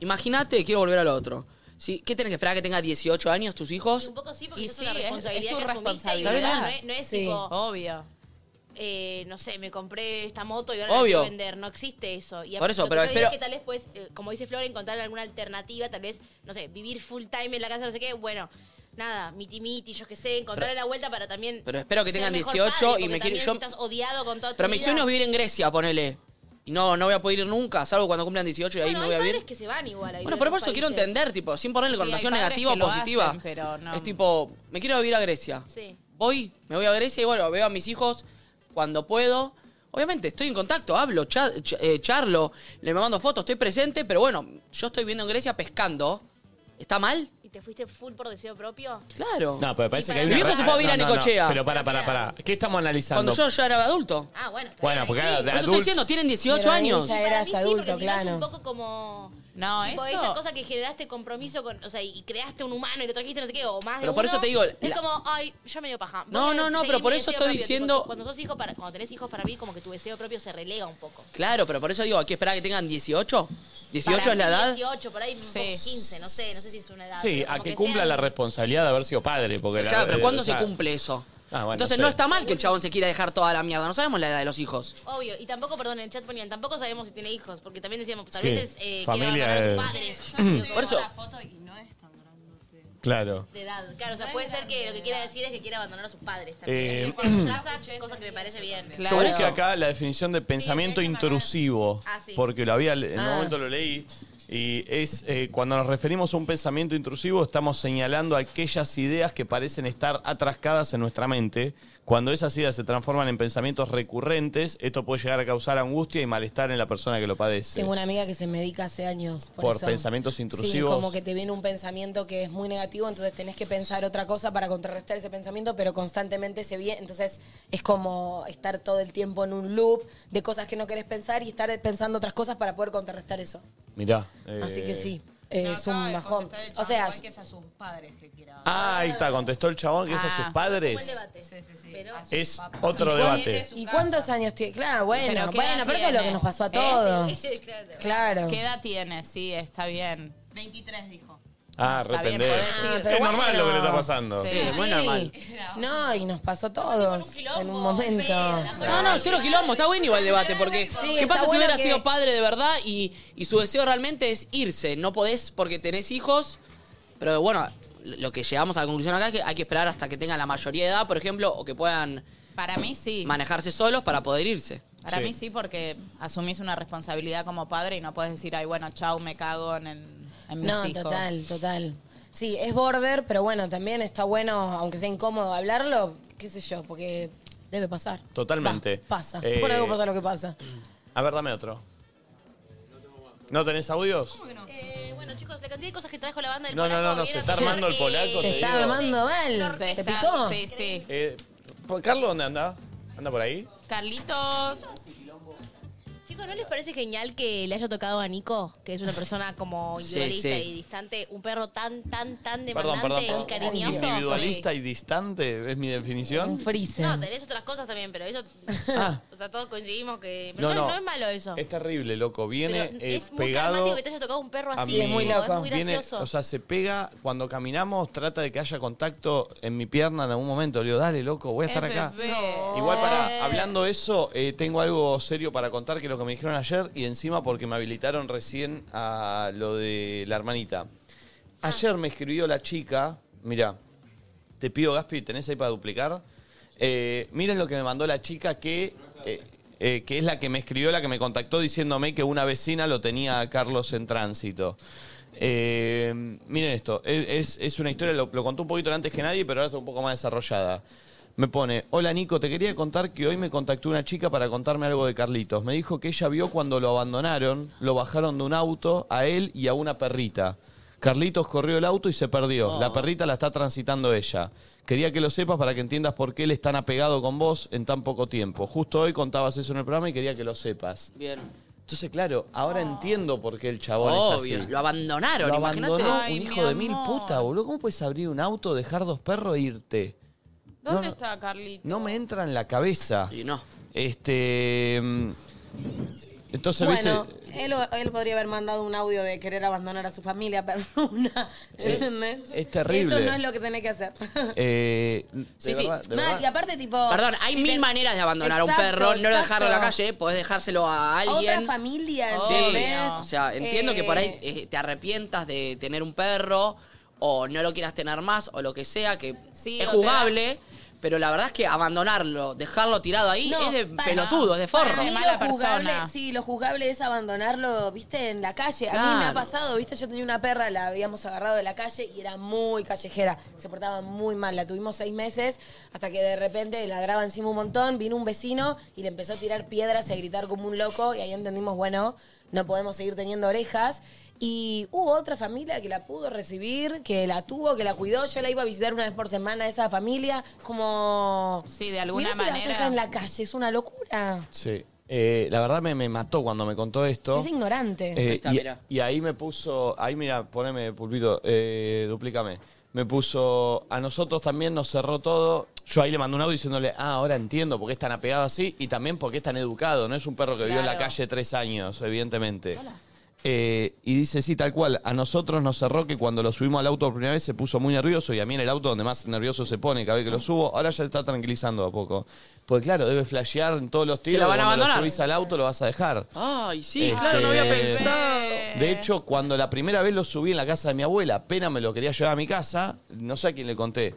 S4: imagínate, quiero volver al otro. Sí, ¿Qué tenés que esperar que tenga 18 años tus hijos?
S6: Un poco sí, porque
S2: Y
S6: eso es
S2: sí,
S6: una
S2: es-
S6: responsabilidad
S2: es tu
S6: que asumiste
S2: responsabilidad.
S6: y no, es- no es
S2: Sí.
S6: tipo,
S2: Obvio.
S6: eh, no sé, me compré esta moto y ahora la
S4: Obvio.
S6: quiero vender. No existe eso. Y
S4: Por eso,
S6: lo que
S4: pero
S6: yo digo es
S4: espero-
S6: que tal vez, pues, eh, como dice Flor, encontrar alguna alternativa, tal vez, no sé, vivir full time en la casa, no sé qué. Bueno, nada, miti miti, yo qué sé, encontrarle la vuelta para también.
S4: pero espero que
S6: ser
S4: tengan
S6: mejor
S4: 18
S6: padre,
S4: y
S6: porque
S4: me quieren-
S6: también
S4: yo-
S6: si estás odiado con todo
S4: Pero mi sueño es vivir en Grecia, ponele. Y no, no voy a poder ir nunca, salvo cuando cumplan 18 y ahí me voy a vivir.
S6: que se van igual a vivir
S4: Bueno,
S6: a
S4: pero por
S6: otros
S4: eso quiero
S6: países.
S4: entender, tipo, sin
S6: Sí,
S4: ponerle
S6: hay
S4: connotación
S6: padres
S4: negativa o
S6: que lo
S4: positiva.
S6: hacen, pero no.
S4: Es tipo, me quiero vivir a Grecia.
S6: Sí.
S4: Voy, me voy a Grecia y bueno, veo a mis hijos cuando puedo. Obviamente estoy en contacto, hablo, cha- ch- eh, charlo, le mando fotos, estoy presente, pero bueno, yo estoy viviendo en Grecia pescando. ¿Está mal?
S6: ¿Y te fuiste full por deseo propio?
S4: Claro.
S1: No, pero parece
S6: Y
S1: que
S6: para-
S1: hay
S6: Mi
S1: una-
S6: viejo se fue a vivir a
S1: No, no, no,
S4: Necochea.
S1: Pero para, para, para. ¿Qué estamos analizando?
S4: Cuando yo ya era adulto.
S6: Ah, bueno. está
S1: Bueno, porque
S4: Por
S1: de
S4: eso estoy
S1: adulto-
S4: diciendo, tienen 18
S3: Pero ahí
S4: años.
S3: ya
S6: Para mí
S3: eras
S6: sí,
S3: adulto,
S6: porque si no es
S3: claro.
S6: un poco como...
S2: No,
S6: tipo,
S2: eso-
S6: Esa cosa que generaste compromiso con... O sea, y creaste un humano y lo trajiste no sé qué, o más de
S4: Pero por eso
S6: uno,
S4: te digo,
S6: Es
S4: la-
S6: como, ay, yo me dio paja.
S4: No,
S6: Voy a
S4: no, no,
S6: seguir
S4: pero por
S6: mi deseo
S4: eso estoy
S6: propio. Tipo,
S4: diciendo-
S6: cuando sos hijo, para, cuando tenés hijos para mí, como que tu deseo propio se relega un poco.
S4: Claro, pero por eso digo, aquí espera que tengan 18. 18
S6: Para
S4: es la
S6: mí
S4: edad.
S6: 18, por ahí un poco 15, no sé, no sé si es una edad.
S1: Sí,
S6: pero
S1: a
S6: como
S1: que cumpla
S6: sean-
S1: la responsabilidad de haber sido padre. Porque la-
S4: Claro, pero
S1: eh,
S4: ¿cuándo
S1: o
S4: se
S1: sea-
S4: cumple eso?
S1: Ah, bueno,
S4: Entonces
S1: sé.
S4: no está mal que el chabón se quiera dejar toda la mierda. No sabemos la edad de los hijos.
S6: Obvio, y tampoco, perdón, en el chat ponían, tampoco sabemos si tiene hijos, porque también decíamos, tal
S4: Sí,
S6: vez es... Eh,
S1: familia
S6: quiero agarrar a sus
S1: es-
S6: padres.
S4: Por eso-
S1: Claro.
S6: de edad. Claro, o sea, puede ser que lo que quiera decir es que quiere abandonar a sus padres
S1: Eh,
S6: también. Por su casa, cosa que me parece bien.
S1: Yo busqué acá la definición de pensamiento intrusivo.
S6: Ah, sí.
S1: Porque lo había, en un
S6: Ah.
S1: momento lo leí. Y es eh, cuando nos referimos a un pensamiento intrusivo, estamos señalando aquellas ideas que parecen estar atrascadas en nuestra mente. Cuando esas ideas se transforman en pensamientos recurrentes, esto puede llegar a causar angustia y malestar en la persona que lo padece.
S3: Tengo una amiga que se medica hace años. Por,
S1: Por
S3: eso.
S1: pensamientos intrusivos.
S3: Sí, como que te viene un pensamiento que es muy negativo, entonces tenés que pensar otra cosa para contrarrestar ese pensamiento, pero constantemente se viene. Entonces es como estar todo el tiempo en un loop de cosas que no querés pensar y estar pensando otras cosas para poder contrarrestar eso.
S1: Mirá.
S3: Así
S1: eh,
S3: que sí, eh, es un bajón. O sea,
S1: Ah, ahí está, contestó el chabón que es a
S3: Ah.
S1: sus padres. Es otro debate.
S3: ¿Y cuántos años tiene? Claro, bueno,
S2: Pero ¿qué
S3: bueno,
S2: edad
S3: pero eso es lo que
S2: tiene?
S3: nos pasó a
S2: ¿Eh?
S3: todos.
S2: claro.
S3: Claro.
S2: ¿Qué edad tiene? Sí, está bien. 23 dijo.
S1: Ah,
S2: Está bien,
S1: repende.
S2: podés decir, pero
S1: Es normal
S2: bueno.
S1: lo que le está pasando.
S2: Sí, Sí, muy
S3: normal. No, y nos pasó a todos en un momento.
S4: No, no, cero quilombo. Está bueno igual el debate. Porque, ¿qué
S3: está
S4: pasa si
S3: bueno
S4: hubiera
S3: que-
S4: sido padre de verdad y, y su deseo realmente es irse? No podés porque tenés hijos. Pero bueno, lo que llegamos a la conclusión acá es que hay que esperar hasta que tengan la mayoría de edad, por ejemplo, o que puedan
S2: Para mí sí.
S4: manejarse solos para poder irse.
S2: Para mí sí, porque asumís una responsabilidad como padre y no puedes decir, ay, bueno, chau, me cago en, el- en mis
S3: No,
S2: hijos.
S3: total, total. Sí, es border, pero bueno, también está bueno, aunque sea incómodo hablarlo, qué sé yo, porque debe pasar.
S1: Totalmente.
S3: Pasa.
S1: Eh,
S3: Por algo pasa lo que pasa.
S1: A ver, dame otro. ¿No tenés audios?
S6: Eh, bueno, chicos, la cantidad de cosas que trajo la banda del
S1: No, no,
S6: polaco
S1: no, no,
S6: viene
S1: se está
S6: a tocar,
S1: armando el
S6: eh,
S1: polaco.
S3: Se
S1: te
S3: está
S1: digo.
S3: armando mal.
S2: Se
S3: ¿Te
S2: está-
S3: picó?
S2: Sí, sí.
S1: Eh, ¿Carlos dónde anda? ¿Anda por ahí?
S2: Carlitos.
S6: Chicos, ¿no les parece genial que le haya tocado a Nico, que es una persona como
S1: Sí,
S6: individualista
S1: sí.
S6: y distante, un perro tan, tan, tan
S1: Perdón,
S6: demandante
S1: perdón.
S6: y
S1: perdón.
S6: cariñoso?
S1: Individualista y distante, ¿es mi definición?
S3: freezer.
S6: No, tenés otras cosas también, pero eso. o sea, todos coincidimos que.
S1: Ah. No,
S6: Pero no,
S1: no.
S6: no es malo eso.
S1: Es terrible, loco. Viene
S6: Pero
S1: eh,
S6: es muy
S1: pegado.
S6: traumático que te haya tocado un perro
S1: a
S6: así.
S1: mi-
S6: es muy loco. Es muy
S1: Viene-
S6: gracioso.
S1: o sea, se pega. Cuando caminamos, trata de que haya contacto en mi pierna en algún momento. Le digo, dale, loco, voy a estar acá. Igual para, hablando de eso, eh, tengo algo serio para contar que es lo que me dijeron ayer y encima porque me habilitaron recién a lo de la hermanita. Ayer me escribió la chica, mira, te pido Gaspi, ¿tenés ahí para duplicar? Eh, miren lo que me mandó la chica que, eh, eh, que es la que me escribió, la que me contactó diciéndome que una vecina lo tenía a Carlos en tránsito. Eh, miren esto, es, es una historia, lo, lo conté un poquito antes que nadie, pero ahora está un poco más desarrollada. Me pone, hola Nico, te quería contar que hoy me contactó una chica para contarme algo de Carlitos. Me dijo que ella vio cuando lo abandonaron, lo bajaron de un auto a él y a una perrita. Carlitos corrió el auto y se perdió.
S4: Oh.
S1: La perrita la está transitando ella. Quería que lo sepas para que entiendas por qué él es tan apegado con vos en tan poco tiempo. Justo hoy contabas eso en el programa y quería que lo sepas.
S4: Bien.
S1: Entonces, claro, ahora entiendo por qué el chabón
S4: Oh. Obvio,
S1: es así.
S4: lo abandonaron,
S1: Lo
S4: imagínate.
S1: abandonó un hijo de mil puta, boludo. ¿Cómo puedes abrir un auto, dejar dos perros e irte?
S2: ¿Dónde
S1: no.
S2: está Carlito?
S1: No me entra en la cabeza.
S4: Y no.
S1: Este. mm, Entonces,
S3: Bueno,
S1: viste.
S3: él, él podría haber mandado un audio de querer abandonar a su familia, pero una. ¿entendés?
S1: es terrible.
S3: Eso no es lo que tenés que hacer.
S1: eh, de
S4: Sí, sí.
S1: verdad, de
S3: Mal,
S1: verdad.
S3: y aparte, tipo.
S4: Perdón, hay
S3: si
S4: mil
S3: te-
S4: maneras de abandonar
S3: Exacto,
S4: a un perro, no lo dejarlo en la
S3: exacto.
S4: calle, podés dejárselo a
S3: A
S4: alguien.
S3: Otra familia,
S4: Sí,
S3: ¿entendés?
S4: o sea, entiendo que por ahí
S3: Eh,
S4: eh, te arrepientas de tener un perro o no lo quieras tener más o lo que sea, que
S3: Sí,
S4: es
S3: o te da-
S4: jugable, pero la verdad es que abandonarlo, dejarlo tirado ahí
S3: No,
S4: es de
S3: para-
S4: pelotudo, es de
S3: para
S4: forro.
S3: mí lo juzgable- Sí, lo juzgable es abandonarlo, viste, en la calle. A mí me
S4: Claro.
S3: ha pasado, viste, yo tenía una perra, la habíamos agarrado de la calle y era muy callejera. Se portaba muy mal, la tuvimos seis meses hasta que de repente ladraba encima un montón, vino un vecino y le empezó a tirar piedras y a gritar como un loco y ahí entendimos, bueno, no podemos seguir teniendo orejas. Y hubo otra familia que la pudo recibir, que la tuvo, que la cuidó. Yo la iba a visitar una vez por semana a esa familia, como... Sí, de
S2: alguna manera.
S3: en la calle, es una locura.
S1: Sí. Eh, la verdad me, me mató cuando me contó esto.
S3: Es de ignorante.
S1: Eh, y, y ahí me puso, ahí mira, poneme pulpito, eh, duplícame. Me puso, a nosotros también nos cerró todo. Yo ahí le mandé un audio diciéndole, ah, ahora entiendo por qué están apegados así y también por qué están educados. No es un perro que vivió en la
S13: Claro.
S1: calle tres años, evidentemente. Eh, y dice, sí, tal cual, a nosotros nos cerró que cuando lo subimos al auto por primera vez se puso muy nervioso y a mí en el auto donde más nervioso se pone cada vez que lo subo, ahora ya se está tranquilizando de a poco. Porque claro, debe flashear en todos los tiros,
S4: lo van a
S1: cuando lo
S4: abandonar.
S1: subís al auto lo vas a dejar.
S4: Ay, sí,
S1: Este,
S4: claro, no había pensado.
S1: De hecho, cuando la primera vez lo subí en la casa de mi abuela, apenas me lo quería llevar a mi casa, no sé a quién le conté.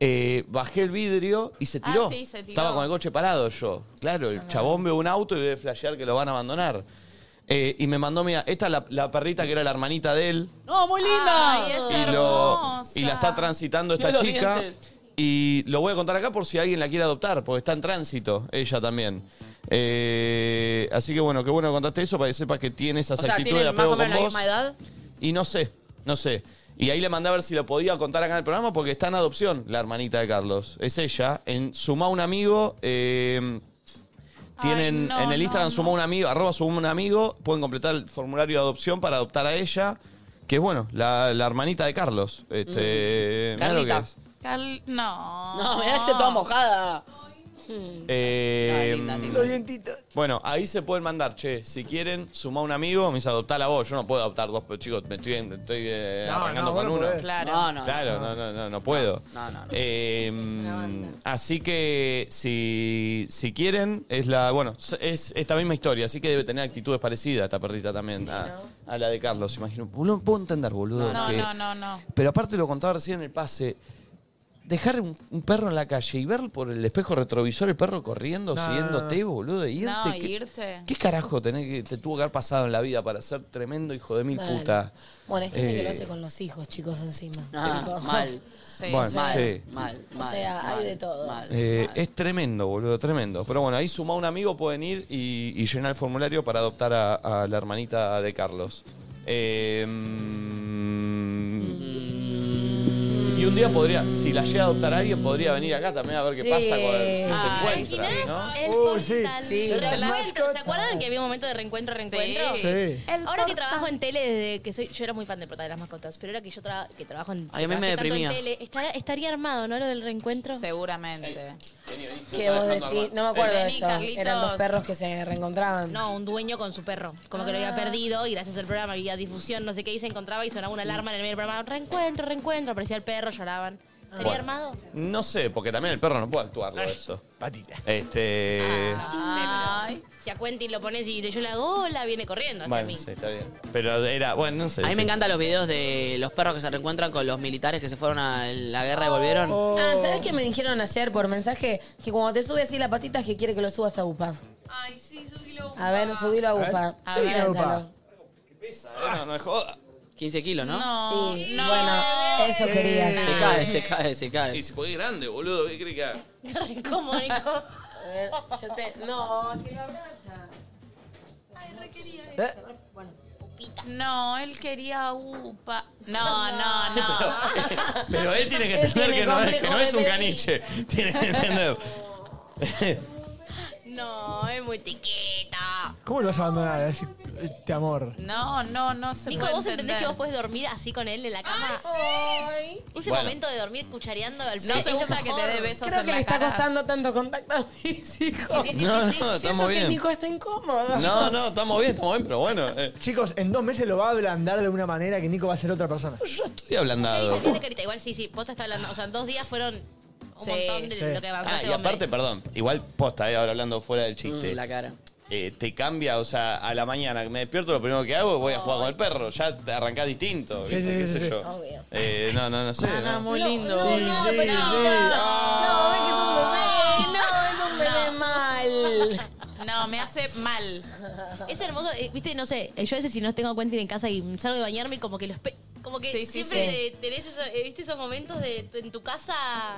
S1: eh, bajé el vidrio y se
S2: Ah,
S1: tiró.
S2: sí, se tiró.
S1: Estaba con el coche parado yo. Claro, el chabón ve un auto y debe flashear que lo van a abandonar. Eh, y me mandó, mira, esta es la, la perrita que era la hermanita de él.
S4: No, muy linda.
S2: Ay, es
S1: Y, lo, y la está transitando esta
S4: Mirá los
S1: chica.
S4: dientes.
S1: Y lo voy a contar acá por si alguien la quiere adoptar, porque está en tránsito ella también. Eh, así que bueno, qué bueno que contaste eso para que sepas que tiene esas
S4: O sea,
S1: actitudes de
S4: tienen más
S1: apego
S4: o menos la
S1: con vos.
S4: misma edad.
S1: Y no sé, no sé. Y ahí le mandé a ver si lo podía contar acá en el programa porque está en adopción la hermanita de Carlos. Es ella. En Sumá un amigo. eh, tienen
S13: no,
S1: en el
S13: no,
S1: Instagram Sumá un amigo, arroba Sumá un amigo. Pueden completar el formulario de adopción para adoptar a ella. Que es bueno, la, la hermanita de Carlos. Este, mirá lo que
S4: Carlita.
S1: es.
S2: Carl- no.
S4: No, me hace toda mojada.
S1: Eh,
S4: Los
S5: dientitos.
S1: Bueno, ahí se pueden mandar, che. Si quieren, sumá un amigo, me dice adoptar a vos. Yo no puedo adoptar dos, pero, chicos, me estoy, estoy eh,
S4: No,
S1: arrancando con
S4: no, vos no
S1: uno.
S4: podés. Claro. No, no,
S1: Claro, no, no, no, no puedo.
S4: No, no, no.
S1: Eh, así que si, si quieren, es la. Bueno, es esta misma historia, así que debe tener actitudes parecidas esta perrita también a, a la de Carlos, imagino. Boludo, puedo entender, boludo.
S2: No,
S1: que-
S2: no, no, no.
S1: Pero aparte lo contaba recién en el pase. Dejar un, un perro en la calle y ver por el espejo retrovisor el perro corriendo,
S2: No,
S1: siguiéndote,
S2: no, no.
S1: boludo, e irte.
S2: No,
S1: ¿qué,
S2: irte.
S1: qué carajo tenés que, te tuvo que haber pasado en la vida para ser tremendo hijo de mil
S3: Mal.
S1: puta?
S3: Bueno, hay gente que lo
S1: Eh,
S3: hace con los hijos, chicos, encima.
S4: Ah,
S3: Tipo,
S4: mal.
S3: Sí,
S1: Bueno,
S3: sí.
S1: sí.
S4: Mal,
S3: O sea, hay de todo.
S1: Eh, es tremendo, boludo, tremendo. Pero bueno, ahí suma un amigo, pueden ir y, y llenar el formulario para adoptar a, a la hermanita de Em, Carlos. Eh, mm, y un día podría, si la llega a adoptar alguien, podría venir acá también a ver qué
S6: Sí.
S1: pasa con si
S3: Ah,
S6: Ay,
S1: se encuentra,
S6: ¿imaginás?
S1: ¿no?
S6: El
S5: Uy,
S6: portal.
S5: sí. Sí.
S6: Reencuentro. ¿Se acuerdan que había un momento de reencuentro, reencuentro?
S5: Sí. Sí.
S6: Ahora que trabajo en tele desde que soy. Yo era muy fan del portal de las mascotas, pero ahora que yo tra- que trabajo en,
S4: Ay, a mí
S6: que trabajé
S4: me
S6: tanto
S4: deprimía.
S6: en tele, estará- estaría armado, ¿no? Lo del reencuentro.
S2: Seguramente.
S3: Que vos decís, no me acuerdo de eso. Eran dos perros que se reencontraban.
S6: No, un dueño con su perro. Como que lo había perdido y gracias al programa había difusión, no sé qué, y se encontraba y sonaba una
S4: Mm.
S6: alarma en el medio del programa. Reencuentro, reencuentro. Aparecía el perro, lloraban. ¿Estaría
S1: Bueno.
S6: armado?
S1: No sé, porque también el perro no puede actuarlo eso. Patita. Este.
S3: Ah.
S6: Ay. Si a Quentin lo pones y le yo le hago hola, viene corriendo hacia
S1: bueno,
S6: mí.
S1: sí, está bien. Pero era, bueno, no sé.
S4: A mí
S1: sí.
S4: me encantan los videos de los perros que se reencuentran con los militares que se fueron a la guerra y volvieron.
S3: Ah, ¿sabes qué me dijeron ayer por mensaje? Que cuando te sube así la patita es que quiere que lo subas a UPA.
S13: Ay, sí, subilo. a
S3: A ver, subilo a
S4: ver.
S3: UPA.
S4: Sí, a
S3: Inténtalo.
S4: UPA.
S1: No, no es joda.
S4: 15 kilos, ¿no?
S3: Sí, bueno, eso quería.
S4: Se cae, se cae, se cae.
S1: Y si podés grande, boludo, ¿qué crees que haga?
S6: ¿Cómo, Nico?
S3: A ver, yo te... No, que lo abraza. Ay, re quería
S2: eso.
S3: Bueno.
S2: No, él quería upa. No, no, no.
S1: Pero él tiene que
S2: Él
S1: entender
S2: tiene
S1: que, no es,
S2: complejo
S1: que no es un
S2: de
S1: caniche. Tiene que entender.
S6: No, es muy tiquita.
S5: ¿Cómo lo vas a abandonar? Es- Este amor.
S2: No, no, no se
S6: Nico,
S2: puede
S6: ¿vos entendés
S2: entender.
S6: que vos podés dormir así con él en la cama?
S2: Ay,
S6: sí. Ese
S1: Bueno.
S6: momento de dormir cuchareando al
S2: No te gusta que te dé besos
S3: Creo
S2: en
S3: que
S2: la
S3: le está
S2: cara.
S3: costando tanto contacto a mis hijos.
S1: sí, sí, No, sí. no, estamos
S3: Siento que
S1: bien.
S3: Nico está incómodo.
S1: No, no, estamos bien, estamos bien, pero bueno. eh,
S5: Chicos, en dos meses lo va a ablandar de una manera que Nico va a ser otra persona.
S1: estoy ablandado.
S6: Tiene carita, igual sí, sí, vos te estás hablando. O sea, en dos días fueron un montón de
S1: Sí.
S6: lo que
S1: Ah,
S6: avanzaste
S1: y
S6: vos, Mary.
S1: aparte, perdón, igual posta, eh, ahora hablando fuera del chiste.
S4: Mm, la cara.
S1: Eh, te cambia, o sea, a la mañana que me despierto, lo primero que hago es voy a jugar con el perro. Ya te arrancás distinto,
S5: Sí,
S1: ¿viste?
S5: sí,
S1: ¿Qué
S5: sí,
S1: sé
S5: sí.
S1: yo? Eh, no, no, no sé. ¿no?
S3: muy lindo. No, no,
S5: Sí,
S3: pero
S5: sí,
S3: no,
S5: sí.
S3: no, ven que es un bebé, no, es un bebé mal.
S2: No, me hace mal.
S6: Es hermoso, eh, viste, no sé, eh, yo a veces si no tengo Quentin en casa y salgo de bañarme y como que los como que
S2: Sí, sí,
S6: siempre
S2: sí.
S6: eh, tenés eso, eh, viste esos momentos de tu- en tu casa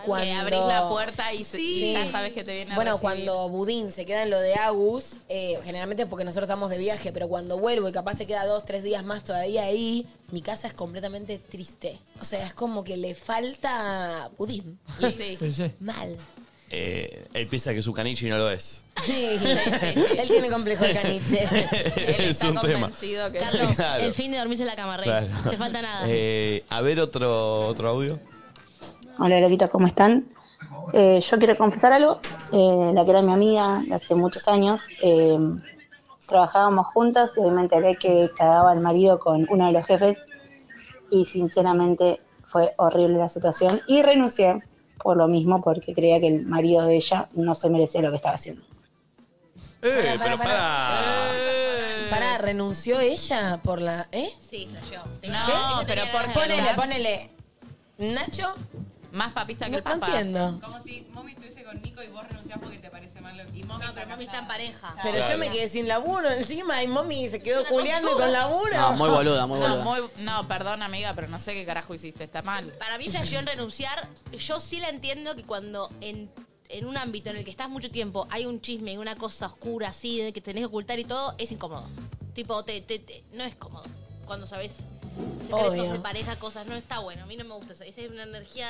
S2: Que abrís la puerta y, se- y
S3: Sí.
S2: ya sabes que te viene a
S3: Bueno,
S2: recibir.
S3: cuando Budín se queda en lo de Agus, eh, generalmente es porque nosotros estamos de viaje, pero cuando vuelvo y capaz se queda dos, tres días más todavía ahí, mi casa es completamente triste. O sea, es como que le falta Budín.
S2: Y sí.
S3: Mal.
S1: Eh, él piensa que es un caniche y no lo es.
S3: Sí, él tiene complejo de caniche.
S1: es un tema.
S6: Carlos,
S1: Claro.
S6: el fin de dormirse en la cama, rey.
S1: Claro.
S6: Te falta nada.
S1: Eh, a ver otro, otro audio.
S8: Hola, loquitos, ¿cómo están? Eh, yo quiero confesar algo. Eh, la que era mi amiga de hace muchos años, eh, trabajábamos juntas y hoy me enteré que cagaba al marido con uno de los jefes y sinceramente fue horrible la situación y renuncié por lo mismo porque creía que el marido de ella no se merecía lo que estaba haciendo.
S1: Eh, pero para.
S2: Eh.
S3: Pará, ¿renunció ella por la. ¿Eh?
S6: Sí, flasheó.
S2: No, pero por
S3: Ponele, ponele. Nacho.
S2: Más papista que
S3: No,
S2: el papá.
S3: no entiendo.
S13: Como si mommy estuviese con Nico y vos renunciás porque te parece malo. Y mommy
S6: No, pero mami está en pareja.
S3: Pero yo me quedé sin laburo encima y mami se quedó culeando
S6: conchuda.
S3: con laburo.
S4: No, muy boluda, muy
S2: No,
S4: boluda.
S2: muy- no, perdón, amiga, pero no sé qué carajo hiciste. Está mal.
S6: Para mí flasheó en renunciar. Yo sí la entiendo que cuando en, en un ámbito en el que estás mucho tiempo hay un chisme, una cosa oscura así, de que tenés que ocultar y todo, es incómodo. Tipo, te, te- te- no es cómodo. Cuando sabes secretos
S2: Obvio.
S6: de pareja, cosas, no está bueno. A mí no me gusta. esa- Esa es una energía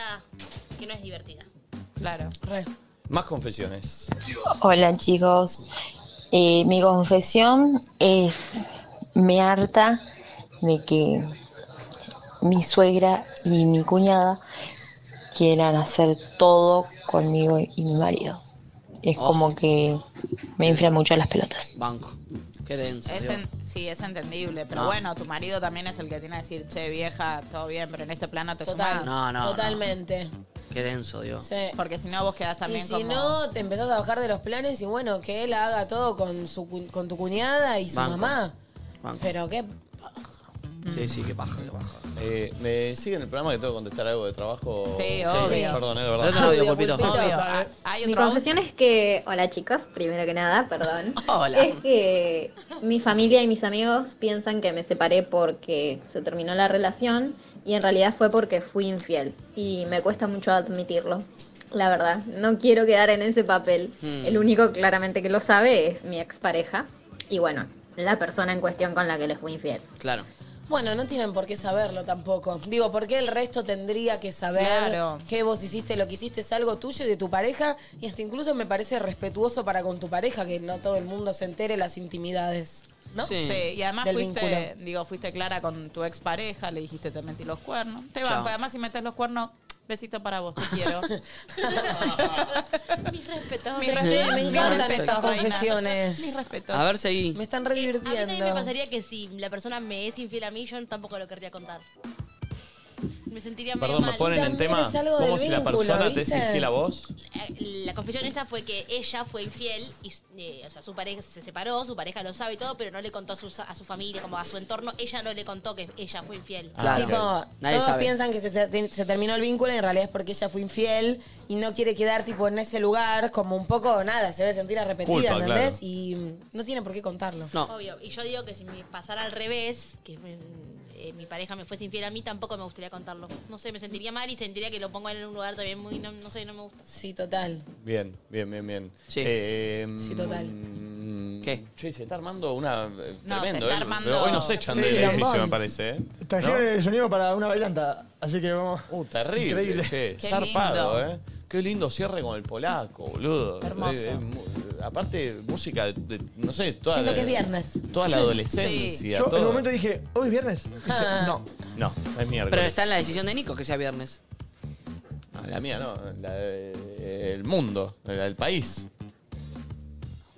S6: que no es divertida.
S2: Claro.
S1: Más confesiones.
S14: Hola chicos, Eh, mi confesión es, me harta de que mi suegra y mi cuñada quieran hacer todo conmigo y mi marido. Es
S4: Oh.
S14: como que me infla mucho las pelotas.
S4: Banco. Qué denso.
S2: Es
S4: Dios.
S2: en- sí, es entendible. Pero
S4: No.
S2: bueno, tu marido también es el que tiene que decir, che, vieja, todo bien, pero en este plano te
S3: Total.
S2: sumás.
S4: No, no, no.
S3: Totalmente.
S4: Qué denso, Dios.
S2: Porque si no, vos quedás también
S3: y si
S2: como...
S3: no, te empezás a bajar de los planes y bueno, que él haga todo con, su, cu- con tu cuñada y su
S1: Banco.
S3: mamá.
S1: Banco.
S3: Pero qué.
S4: Sí, sí, qué paja, qué paja.
S1: Eh, ¿Me siguen el programa que tengo que contestar algo de trabajo?
S2: Sí, obvio.
S1: Perdón, eh, de verdad.
S4: No te lo digo, Pulpito.
S2: Obvio.
S1: Ah,
S15: Mi confesión es que, hola chicos, primero que nada, perdón.
S4: Hola.
S15: Es que mi familia y mis amigos piensan que me separé porque se terminó la relación y en realidad fue porque fui infiel y me cuesta mucho admitirlo. La verdad, no quiero quedar en ese papel.
S16: Hmm.
S15: El único claramente que lo sabe es mi expareja y bueno, la persona en cuestión con la que les fui infiel.
S4: Claro.
S3: Bueno, no tienen por qué saberlo tampoco. Digo, ¿por qué el resto tendría que saber
S2: Claro.
S3: que vos hiciste lo que hiciste es algo tuyo y de tu pareja? Y hasta incluso me parece respetuoso para con tu pareja que no todo el mundo se entere las intimidades. ¿No?
S2: Sí. y además
S3: Del
S2: fuiste,
S3: vínculo.
S2: digo, fuiste clara con tu expareja, le dijiste te metí los cuernos. Te
S3: Chao.
S2: banco, además si metes los cuernos, besito para vos, te quiero.
S6: Mis respetos.
S3: Mi respeto, me encantan
S6: Mis
S3: estas
S6: respetos, reina.
S3: confesiones.
S6: Mis respetos.
S4: A ver, seguí.
S3: Me
S6: Eh,
S3: están
S6: A mí también me
S3: revirtiendo.
S6: pasaría que si la persona me es infiel a mí, yo tampoco lo querría contar. Me sentiría medio
S1: Perdón, ¿me
S6: mal.
S1: ponen en tema como si la persona te es infiel a vos?
S6: La confesión esa fue que ella fue infiel y eh, o sea, su pareja se separó, su pareja lo sabe y todo, pero no le contó a su, a su familia, como a su entorno, ella no le contó que ella fue infiel.
S1: Ah,
S3: tipo, todos piensan que se, se terminó el vínculo y en realidad es porque ella fue infiel y no quiere quedar tipo en ese lugar como un poco nada, se debe sentir arrepentida,
S4: Culpa,
S3: ¿entendés?
S4: claro.
S3: Y mm, no tiene por qué contarlo.
S4: No.
S6: Obvio. Y yo digo que si me pasara al revés, que me- eh, mi pareja me fuese infiel a mí, tampoco me gustaría contarlo. No sé, me sentiría mal y sentiría que lo pongo en un lugar también muy, no, no sé, no me gusta.
S3: Sí, total.
S1: Bien, bien, bien, bien. Sí,
S6: Sí, total.
S1: ¿Qué? Che, se está armando una. eh, tremendo,
S6: No, se está
S1: ¿eh?
S6: armando-
S1: Pero Hoy nos echan
S5: Sí,
S1: del
S5: lambón.
S1: edificio, me parece, ¿eh?
S5: Trajeron
S1: ¿No?
S5: el sonido para una bailanta, así que vamos.
S1: Uh, terrible.
S5: Increíble.
S1: che,
S5: Qué
S1: zarpado,
S5: lindo.
S1: ¿eh? Qué lindo cierre con el polaco, boludo.
S5: Hermoso.
S1: Eh, eh, mu- aparte, música de, de- no sé, toda
S3: Siento
S1: la,
S3: que es viernes.
S1: Toda la adolescencia.
S5: Yo en
S1: todo.
S5: un momento dije, ¿hoy es viernes?
S3: Ah.
S5: no.
S1: No, es miércoles.
S4: Pero está en la decisión de Nico que sea viernes.
S1: Ah, la mía no, la de- el mundo, la del país.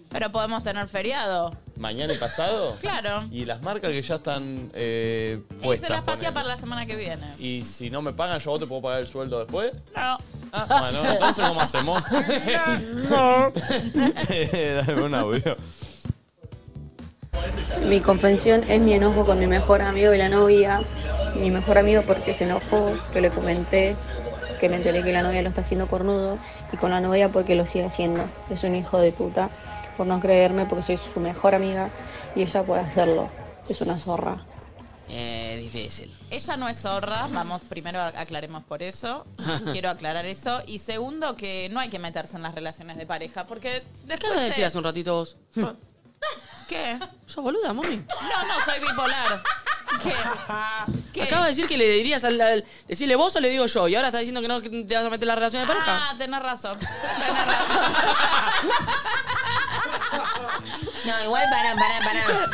S2: Pero podemos tener feriado.
S1: Mañana y pasado.
S2: Claro.
S1: Y las marcas que ya están eh,
S2: Y
S1: puestas.
S2: se las pastea
S1: ponele.
S2: para la semana que viene.
S1: Y si no me pagan, yo te puedo pagar el sueldo después.
S2: No.
S1: Ah, bueno, entonces ¿cómo hacemos?
S2: No.
S1: Dame un audio.
S16: Mi confesión es mi enojo con mi mejor amigo y la novia. Mi mejor amigo porque se enojó, que le comenté, que me enteré que la novia lo está haciendo cornudo y con la novia porque lo sigue haciendo. Es un hijo de puta por no creerme porque soy su mejor amiga y ella puede hacerlo. Es una zorra.
S4: Eh, difícil.
S2: Ella no es zorra, vamos, primero aclaremos por eso. Quiero aclarar eso. Y segundo, que no hay que meterse en las relaciones de pareja, porque
S4: ¿Qué
S2: después.
S4: vas a
S2: se-
S4: decir hace un ratito vos?
S2: ¿Qué?
S4: ¿Sos boluda, mami?
S2: No, no, soy bipolar. ¿Qué? ¿Qué?
S4: Acabas de decir que le dirías al, al- Decirle vos o le digo yo. Y ahora estás diciendo que no que te vas a meter en la relación de pareja.
S2: Ah, tenés razón.
S3: No, igual para, para, para.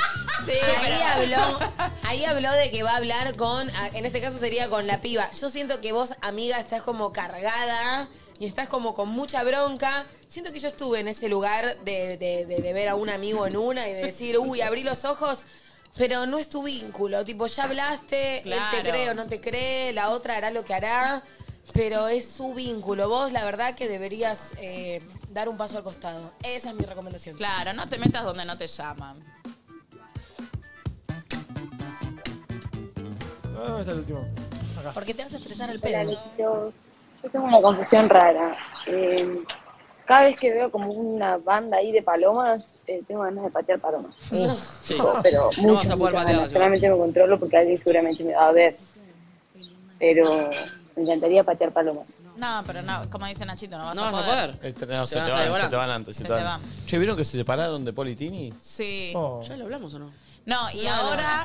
S2: Sí,
S3: ahí
S2: pero-
S3: habló, ahí habló de que va a hablar con, a- en este caso sería con la piba. Yo siento que vos, amiga, estás como cargada y estás como con mucha bronca. Siento que yo estuve en ese lugar de, de- de- de ver a un amigo en una y de decir, uy, abrí los ojos. Pero no es tu vínculo, tipo, ya hablaste, él te
S2: Claro.
S3: cree o no te cree, la otra hará lo que hará, pero es su vínculo. Vos, la verdad, que deberías eh, dar un paso al costado. Esa es mi recomendación.
S2: Claro, no te metas donde no te llaman.
S5: ¿Dónde está el último?
S3: ¿Por qué te vas a estresar al
S8: Hola,
S3: pedo?
S8: amiguitos. Yo tengo una confesión rara. Eh, cada vez que veo como una banda ahí de palomas, eh, tengo ganas de patear palomas.
S4: Sí.
S8: Pero
S4: no
S8: muchas,
S4: vas a
S8: muchas
S4: poder patear
S8: ganas. Solamente me controlo porque alguien seguramente me va a ver. Pero me encantaría patear palomas.
S2: No, pero no, como dice Nachito, no vas,
S4: No
S2: a,
S4: vas a
S2: poder.
S4: poder.
S1: Este, no,
S4: Se
S1: se,
S4: van,
S1: te
S4: se
S1: van,
S4: van.
S1: se te van antes. Se,
S2: Se
S1: te
S2: te
S1: van. Che, ¿vieron que se separaron de Politini?
S2: Sí.
S1: Oh.
S4: ¿Ya lo hablamos o no?
S2: No, y
S4: No, no.
S2: ahora.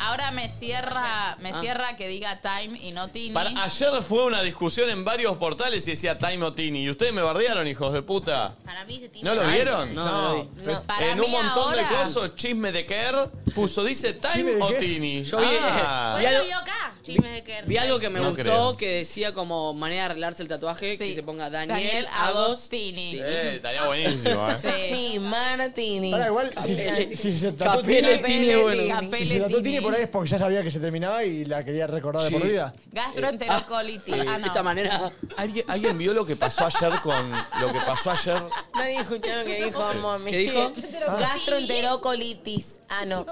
S2: Ahora me cierra, me
S1: Ah.
S2: cierra que diga Time y no Tini.
S1: Para- ayer fue una discusión en varios portales y decía Time o Tini. Y ustedes me bardearon, hijos de puta.
S6: Para mí se tiene
S1: ¿No lo
S6: Ay,
S1: vieron?
S4: no, no lo vi.
S2: No. Para
S1: en
S2: mí
S1: un montón de
S2: ahora-
S1: cosas, chisme de Kerr, puso, dice
S4: ¿Chisme
S1: Time
S4: de
S1: o
S4: Kerr?
S1: Tini.
S4: Yo vi-
S6: Por
S1: Ah.
S6: eso lo vio acá, chisme de que.
S4: Vi algo que me
S1: No
S4: gustó
S1: creo.
S4: que decía como manera de arreglarse el tatuaje que se ponga Daniel,
S2: Daniel
S4: Agostini.
S1: Eh, estaría buenísimo, ¿eh?
S3: Sí, Manatini.
S5: Ahora igual, si, si- si se trató
S4: Capelletini, bueno.
S5: Si se trató Tini
S4: Capelletini.
S5: por ahí es porque ya sabía que se terminaba y la quería recordar de por vida.
S2: Gastroenterocolitis.
S1: Eh,
S2: Ah, no.
S1: esa
S4: manera.
S1: ¿Alguien, alguien vio lo que pasó ayer con. Lo que pasó ayer.
S3: Nadie escuchó lo que dijo,
S1: Sí.
S3: mami.
S1: ¿Qué dijo?
S3: Gastroenterocolitis. Ah, no.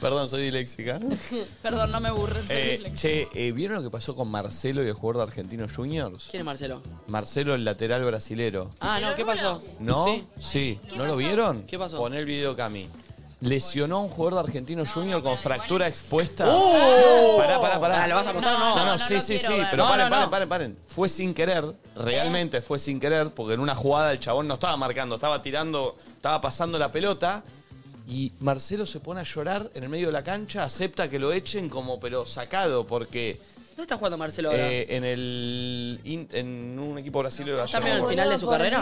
S1: Perdón, soy disléxica.
S2: Perdón, no me burren.
S1: Eh, che, eh, ¿vieron lo que pasó con Marcelo y el jugador de Argentinos Juniors?
S4: ¿Quién es Marcelo?
S1: Marcelo, el lateral brasilero.
S4: Ah, no, ¿qué pasó?
S1: ¿No? Sí. ¿No lo vieron?
S4: ¿Qué pasó?
S1: Pon el video, Cami. Lesionó a un jugador de Argentino Junior con fractura expuesta.
S4: ¡Oh!
S1: Pará, pará, pará.
S4: Ah, ¿lo vas a mostrar o no?
S1: No,
S4: No,
S1: no,
S4: no
S1: sí,
S4: lo
S1: sí, sí.
S4: quiero ver.
S1: Pero
S4: No,
S1: paren,
S4: no, ¿Eh? no.
S1: paren, paren, paren. Fue sin querer, realmente fue sin querer, porque en una jugada el chabón no estaba marcando, estaba tirando, estaba pasando la pelota Y Marcelo se pone a llorar en el medio de la cancha, acepta que lo echen como pero sacado, porque
S4: ¿Dónde está jugando Marcelo ahora?
S1: eh, en el in- en un equipo brasileño de
S4: ¿Está
S1: ayer.
S4: medio al final de su carrera?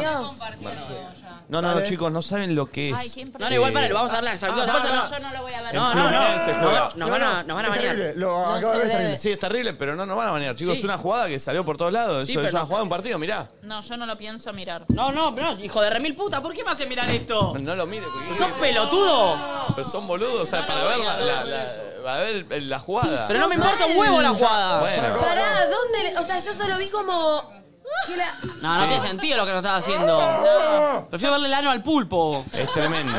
S1: No, no, no,
S4: Dale.
S1: chicos, no saben lo que es.
S4: Ay, ¿quién perdió? No, no, igual, pará, lo vamos a dar la- saludos,
S1: no,
S4: vamos a-
S1: no,
S4: no, yo no lo voy a ver.
S1: En
S4: No, no, no.
S1: Fluminense juega.
S4: No, no, nos van a- nos van a
S1: Es
S4: banear.
S1: terrible, lo
S4: No
S1: acabo de
S4: se
S1: ver, es
S4: debe.
S1: terrible. Sí, es terrible, pero no nos van a banear, chicos.
S4: Sí.
S1: Es una jugada que salió por todos lados.
S4: Sí,
S1: Eso es
S4: pero-
S1: una jugada de un partido, mirá.
S2: No, yo no lo pienso mirar.
S4: No, no, no, hijo de remil puta, ¿por qué me hace mirar esto?
S1: No lo mire, porque-
S4: ¡Sos pelotudo!
S1: Pero son boludos, o sea, para ver la, la- la- para ver el- la jugada.
S4: Pero no me importa un huevo la jugada.
S1: Bueno.
S3: Pará, ¿dónde? le- O sea, yo solo vi como. que la-
S4: No, no
S1: Sí.
S4: tiene sentido lo que nos estaba haciendo. Prefiero verle el ano al pulpo.
S1: Es tremendo.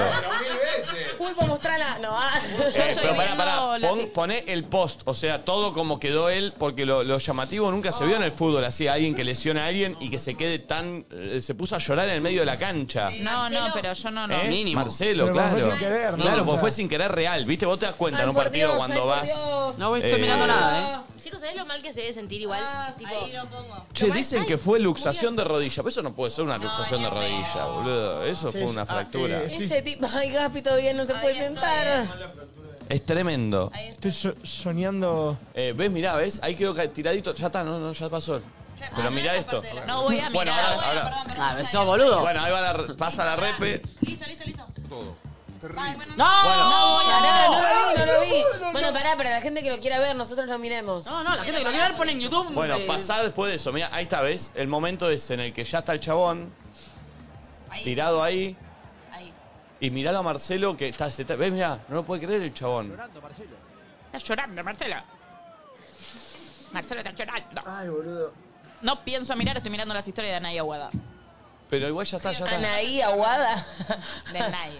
S3: Pulpo, mostrala. No, ah.
S1: Eh, pero pará, pará. Pon- poné el post, o sea, todo como quedó él, porque lo, lo llamativo nunca se vio en el fútbol, así alguien que lesiona a alguien y que se quede tan. eh, se puso a llorar en el medio de la cancha.
S2: No, no, pero yo no lo
S1: ¿Eh?
S2: mínimo.
S1: Marcelo,
S5: Pero
S1: claro.
S5: fue sin querer, ¿no?
S1: Claro,
S5: O
S1: porque
S5: sea.
S1: fue sin querer real. ¿Viste? Vos te das cuenta en un partido cuando vas. Eh,
S4: No estoy mirando nada, ¿eh?
S3: Ah, eh.
S6: Chicos, ¿sabés lo mal que se debe sentir igual? tipo, Ah, ahí lo pongo.
S1: Che, dicen que fue luxación de rodilla. Pero eso no puede ser una luxación de rodilla, boludo. Eso
S3: Sí,
S1: fue una
S3: ah,
S1: fractura.
S3: Ese tipo, ay, Gaspi, todavía no se puede sentar.
S1: Es tremendo.
S5: Estoy so- soñando.
S1: Eh, ¿Ves? Mirá, ¿ves? Ahí quedó ca- tiradito. Ya está, no, no, ya pasó. Pero mirá esto.
S2: No voy a mirar.
S1: Bueno, ahora. ahora-
S4: Ah, sos boludo.
S1: Bueno, ahí va la, re- pasa la repe.
S6: Listo, listo, listo.
S3: No,
S1: Bueno. no,
S3: no, pará, no, lo vi, no lo
S4: no,
S3: vi. bueno, pará, para la gente que lo quiera ver, nosotros lo miremos. No,
S4: no, la gente que lo quiera ver pone en YouTube. eh,
S1: Bueno, pasá después de eso. Mirá, ahí está, ¿ves? El momento es en el que ya está el chabón. Tirado ahí.
S2: Ahí.
S1: Y mirá a Marcelo que está, se está- ¿Ves? Mirá, no lo puede creer el chabón.
S2: Está llorando, Marcelo. Marcelo está llorando. Ay, boludo. No pienso mirar, estoy mirando las historias de Anaya Aguada.
S1: Pero igual ya está, ya está.
S3: Anaí, Aguada.
S2: De Anaya.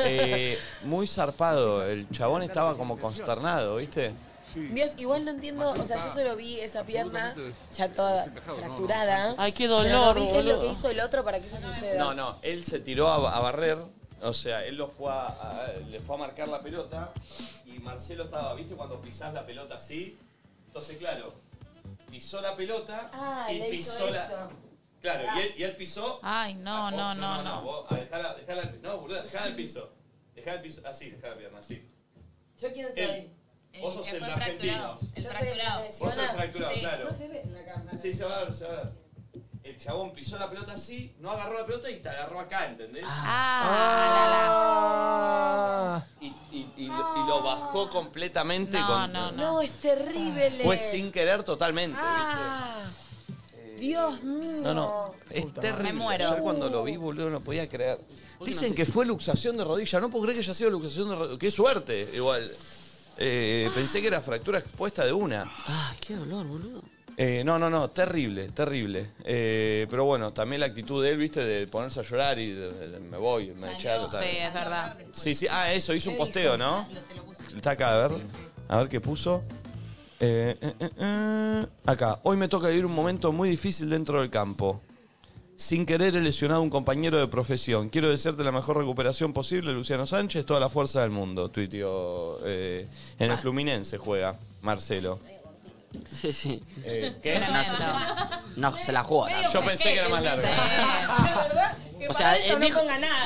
S1: Eh, muy zarpado. El chabón estaba como consternado, ¿viste?
S3: Dios, igual no entiendo, o sea, yo solo vi esa pierna ya toda fracturada.
S4: Ay, qué
S3: Pero no
S4: dolor,
S3: viste lo
S4: boludo.
S3: que hizo el otro para que eso suceda.
S1: No, no, él se tiró a, a barrer, o sea, él lo fue a, a- le fue a marcar la pelota y Marcelo estaba, ¿viste cuando pisás la pelota así? Entonces, claro, pisó la pelota
S2: Ah,
S1: y
S2: le hizo
S1: pisó la...
S2: esto. Ah.
S1: Claro, y él, y él pisó...
S2: Ay, no,
S1: Vos-
S2: no, no,
S1: no.
S2: no.
S1: vos, ah, dejala- dejala al pi- no, boludo, dejala el piso. Dejala el piso, así, dejala la pierna, así.
S3: ¿Yo quién
S1: soy? eh, Vos
S4: Eh,
S1: sos el de argentino.
S3: El fracturado.
S1: Vos sos el fracturado,
S3: Sí.
S1: claro.
S3: No se ve en la cámara.
S1: Sí, se va a ver, se va a ver. El chabón pisó la pelota así, no agarró la pelota y te agarró acá, ¿entendés? Y, y- y lo- y lo bajó completamente. con,
S3: Ah. No, es terrible.
S1: Fue sin querer totalmente.
S3: Ah, Dios mío.
S1: No, no. Es terrible.
S3: Me muero.
S1: Ayer cuando lo vi, boludo, no podía creer. Dicen que fue luxación de rodilla. No puedo creer que haya sido luxación de rodilla. Qué suerte, igual. Eh, pensé que era fractura expuesta de una.
S4: Ay, qué dolor, boludo.
S1: Eh, no, no, no, terrible, terrible. Eh, pero bueno, también la actitud de él, viste, de ponerse a llorar y de- de- de- me voy, me echaron. tal.
S2: Sí, es verdad.
S1: Sí, sí, ah, eso, hizo un posteo, ¿no? Está acá, a ver. A ver qué puso. Eh, eh, eh, eh. Acá, hoy me toca vivir un momento muy difícil dentro del campo. Sin querer he lesionado a un compañero de profesión. Quiero desearte la mejor recuperación posible, Luciano Sánchez, toda la fuerza del mundo, tuiteó. eh, en el Fluminense juega, Marcelo.
S4: Sí, sí.
S1: Eh, ¿Qué?
S4: No, se- no, se la jugó.
S1: Yo pensé que era más largo.
S4: O sea, eh, dijo,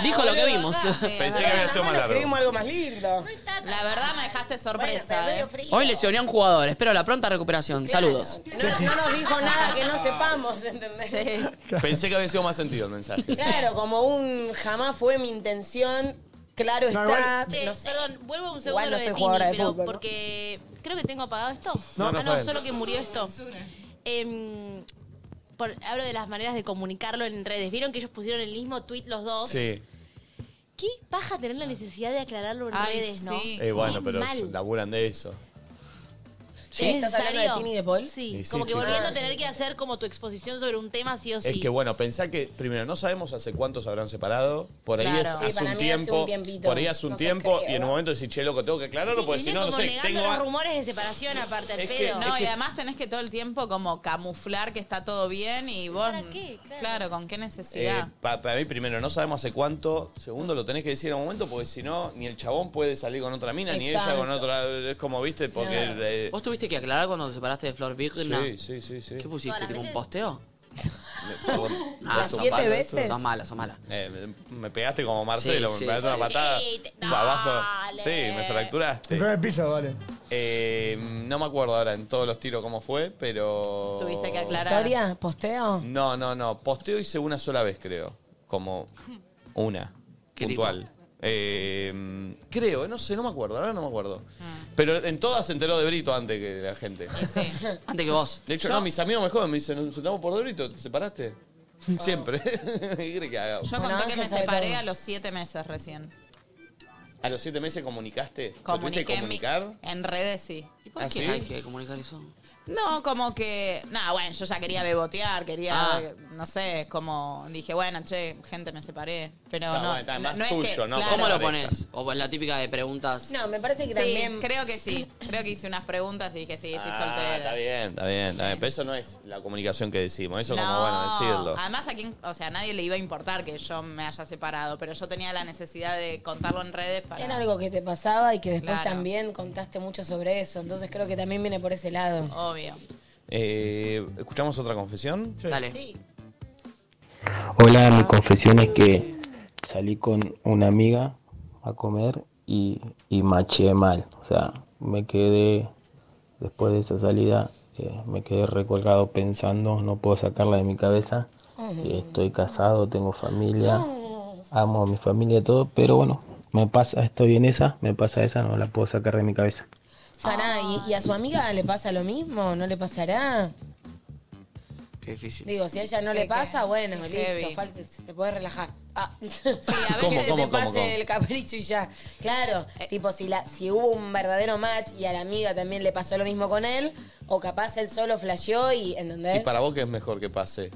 S4: dijo lo que vimos.
S1: Pensé que había sido más largo.
S3: algo más lindo.
S2: La verdad me dejaste sorpresa. eh.
S4: Hoy lesioné a un jugador. Espero la pronta recuperación. Saludos.
S3: No, no nos dijo nada que no sepamos, ¿entendés?
S1: Pensé que había sido más sentido el mensaje.
S3: Claro, como un jamás fue mi intención, claro
S1: No,
S3: está.
S1: igual-
S6: Che,
S3: no sé.
S6: perdón, vuelvo un segundo
S3: Igual
S6: a
S3: no
S6: lo de
S3: soy
S6: Tini,
S3: jugadora de
S6: pero
S3: fútbol, ¿no?
S6: porque creo que tengo apagado esto.
S3: No,
S6: ah,
S3: no,
S6: no,
S3: Fael.
S6: solo que murió esto. Em, por- hablo de las maneras de comunicarlo en redes. ¿Vieron que ellos pusieron el mismo tweet los dos?
S1: Sí.
S6: ¿Qué paja tener la necesidad de aclararlo en
S2: Ay,
S6: redes, no?
S2: sí.
S1: Eh, bueno,
S6: Qué
S1: pero
S6: mal.
S1: laburan de eso.
S3: Sí, ¿Estás hablando de
S6: serio?
S3: Tini de Paul?
S6: Sí,
S1: Y sí,
S6: como que
S1: chicos.
S6: volviendo a tener que hacer como tu exposición sobre un tema sí o sí.
S1: Es que bueno, pensá que primero no sabemos hace cuánto se habrán separado, por ahí
S6: Claro.
S1: es-
S6: Sí,
S1: hace
S6: para
S1: un
S6: mí hace un
S1: tiempo,
S6: tiempito.
S1: por ahí hace un
S6: No se
S1: tiempo
S6: cree,
S1: y en un
S6: ¿verdad?
S1: momento decís, che, loco, tengo que aclararlo porque si
S6: Viene
S1: no, no
S6: como
S1: sé,
S6: negando
S1: tengo...
S6: los
S1: a-
S6: rumores de separación aparte al
S1: Es que-
S6: pedo.
S1: es
S2: No, y
S1: que-
S2: además tenés que todo el tiempo como camuflar que está todo bien y vos. ¿Para qué? Claro, ¿con qué
S1: Eh,
S2: necesidad?
S1: pa- para mí primero no sabemos hace cuánto, segundo lo tenés que decir en un momento porque si no, ni el chabón puede salir con otra mina, ni ella
S4: Exacto.
S1: con otra... Es como, viste, porque... eh,
S4: ¿Vos tuviste que aclarar cuando te separaste de Flor Vigna?
S1: Sí, sí, sí, sí.
S4: ¿Qué pusiste? ¿Tipo un posteo?
S1: Perdón.
S4: Ah,
S1: Las
S4: sos
S1: siete
S4: mala,
S1: veces.
S4: Sos mala, sos mala.
S1: Eh, me- me pegaste como Marcelo,
S4: Sí, sí,
S1: me pegaste
S4: sí.
S1: una patada.
S4: Sí, te-
S1: fue abajo. Sí, me fracturaste.
S5: El primer piso, vale.
S1: Eh, no me acuerdo ahora en todos los tiros cómo fue, pero.
S2: Tuviste que aclarar.
S3: ¿Historia? ¿Posteo?
S1: No, no, no. Posteo hice una sola vez, creo. Como una. puntual. Eh, creo, no sé, no me acuerdo, ahora no me acuerdo. Pero en todas se enteró de Brito antes que la gente.
S4: Antes que vos.
S1: De hecho,
S4: Yo-
S1: no, mis amigos me joden, me dicen, nos juntamos por de Brito, ¿te separaste?
S3: Oh.
S1: Siempre. ¿Qué crees que haga?
S2: Yo conté que me separé a los siete meses recién.
S1: ¿A los siete meses comunicaste? ¿Lo tuviste que
S2: Comuniqué en, mi-
S1: comunicar?
S2: en redes, sí. ¿Y
S1: por ¿Ah, qué sí? hay
S4: que comunicar eso?
S2: No, como que. Nada, bueno, yo ya quería bebotear, quería.
S4: Ah.
S2: eh, No sé, como. Dije, bueno, che, gente, me separé. Pero
S4: No,
S2: no.
S4: bueno, está,
S2: no-
S4: más
S2: no es que- claro.
S4: ¿Cómo lo pones? O pues la típica de preguntas.
S3: No, me parece que
S2: Sí,
S3: también.
S2: Creo que sí. Creo que hice unas preguntas y dije, sí, estoy
S1: Ah,
S2: soltera.
S1: está bien, está bien, está bien. Pero eso no es la comunicación que decimos, eso como,
S2: No,
S1: bueno, decirlo.
S4: Ah.
S2: Además, a quién, o sea, a nadie le iba a importar que yo me haya separado, pero yo tenía la necesidad de contarlo en redes para.
S3: Era algo que te pasaba y que después
S2: Claro.
S3: también contaste mucho sobre eso. Entonces creo que también viene por ese lado.
S2: Obvio.
S1: Eh, ¿Escuchamos otra confesión?
S4: Dale.
S10: Hola, mi confesión es que salí con una amiga a comer y, y maché mal. O sea, me quedé, después de esa salida, eh, me quedé recolgado pensando, no puedo sacarla de mi cabeza. Eh, Estoy casado, tengo familia, amo a mi familia y todo, pero bueno, me pasa, estoy en esa, me pasa esa, no la puedo sacar de mi cabeza.
S3: Pará, ¿y, y a su amiga le pasa lo mismo? ¿No le pasará?
S4: Qué difícil.
S3: Digo, si a ella no
S2: Sé
S3: le
S2: que
S3: pasa, bueno,
S2: es
S3: listo,
S2: heavy.
S3: fal- te podés relajar. Ah. Sí, a
S1: ¿Cómo,
S3: veces
S1: cómo,
S3: se te pase
S1: cómo, cómo?
S3: el capricho y ya. Claro, tipo, si, la, si hubo un verdadero match y a la amiga también le pasó lo mismo con él, o capaz él solo flasheó y,
S1: ¿Y
S3: ¿entendés?
S1: para vos qué es mejor que pase?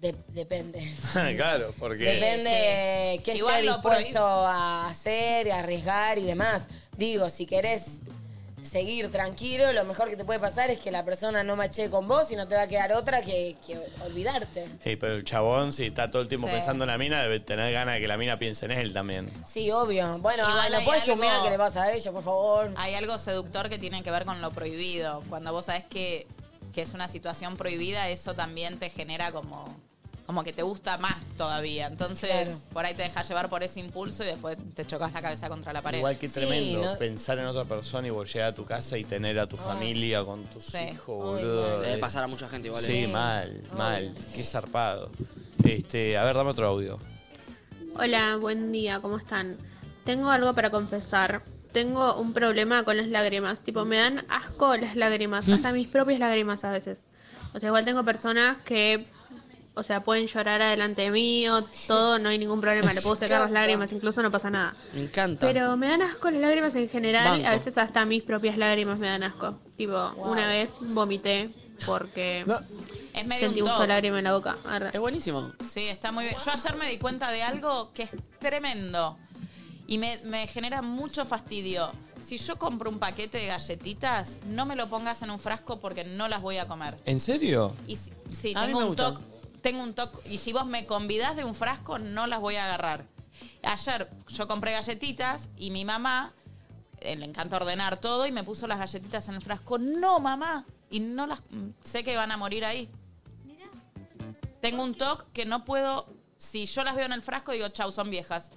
S3: De- depende.
S1: claro, porque...
S3: Depende qué
S2: Igual
S3: esté
S2: lo
S3: dispuesto a hacer, a arriesgar y demás. Digo, si querés seguir tranquilo, lo mejor que te puede pasar es que la persona no mache con vos y no te va a quedar otra que, que olvidarte.
S1: Sí, pero el chabón, si está todo el tiempo
S3: Sí.
S1: pensando en la mina, debe tener ganas de que la mina piense en él también.
S3: Sí, obvio. Bueno,
S2: Igual
S3: ah, no
S2: hay
S3: puedes
S2: algo-
S3: chumear que le pasa a ella, por favor.
S2: Hay algo seductor que tiene que ver con lo prohibido. Cuando vos sabés que, que es una situación prohibida, eso también te genera como, como que te gusta más todavía. Entonces,
S3: Claro.
S2: por ahí te dejas llevar por ese impulso y después te chocas la cabeza contra la pared.
S1: Igual que tremendo
S2: no-
S1: pensar en otra persona y volver a tu casa y tener a tu familia con tus
S2: Sí.
S1: hijos, boludo.
S4: Debe pasar a mucha gente igual,
S1: Sí,
S4: eh.
S1: mal, mal. Qué zarpado. Este, a ver, dame otro audio.
S9: Hola, buen día, ¿cómo están? Tengo algo para confesar. Tengo un problema con las lágrimas. Tipo, me dan asco las lágrimas, hasta mis propias lágrimas a veces. O sea, igual tengo personas que, o sea, pueden llorar adelante mío, todo, no hay ningún problema. Le puedo sacar las lágrimas, incluso no pasa nada.
S4: Me encanta.
S9: Pero me dan asco las lágrimas en general,
S4: Banco.
S9: a veces hasta mis propias lágrimas me dan asco. Tipo, una vez vomité porque
S2: Es medio
S9: sentí
S2: un
S9: gusto
S2: toc.
S9: lágrima en la boca. Arre.
S4: Es buenísimo.
S2: Sí, está muy bien. Yo ayer me di cuenta de algo que es tremendo y me, me genera mucho fastidio. Si yo compro un paquete de galletitas, no me lo pongas en un frasco porque no las voy a comer.
S1: ¿En serio?
S2: Y si, sí,
S4: A mí
S2: tengo
S4: me
S2: un
S4: gustan.
S2: toc, tengo un toc. Y si vos me convidás de un frasco, no las voy a agarrar. Ayer yo compré galletitas y mi mamá eh, le encanta ordenar todo y me puso las galletitas en el frasco. No, mamá. Y no las mm, sé que van a morir ahí. Tengo un toc que no puedo. Si yo las veo en el frasco, digo, chau, son viejas.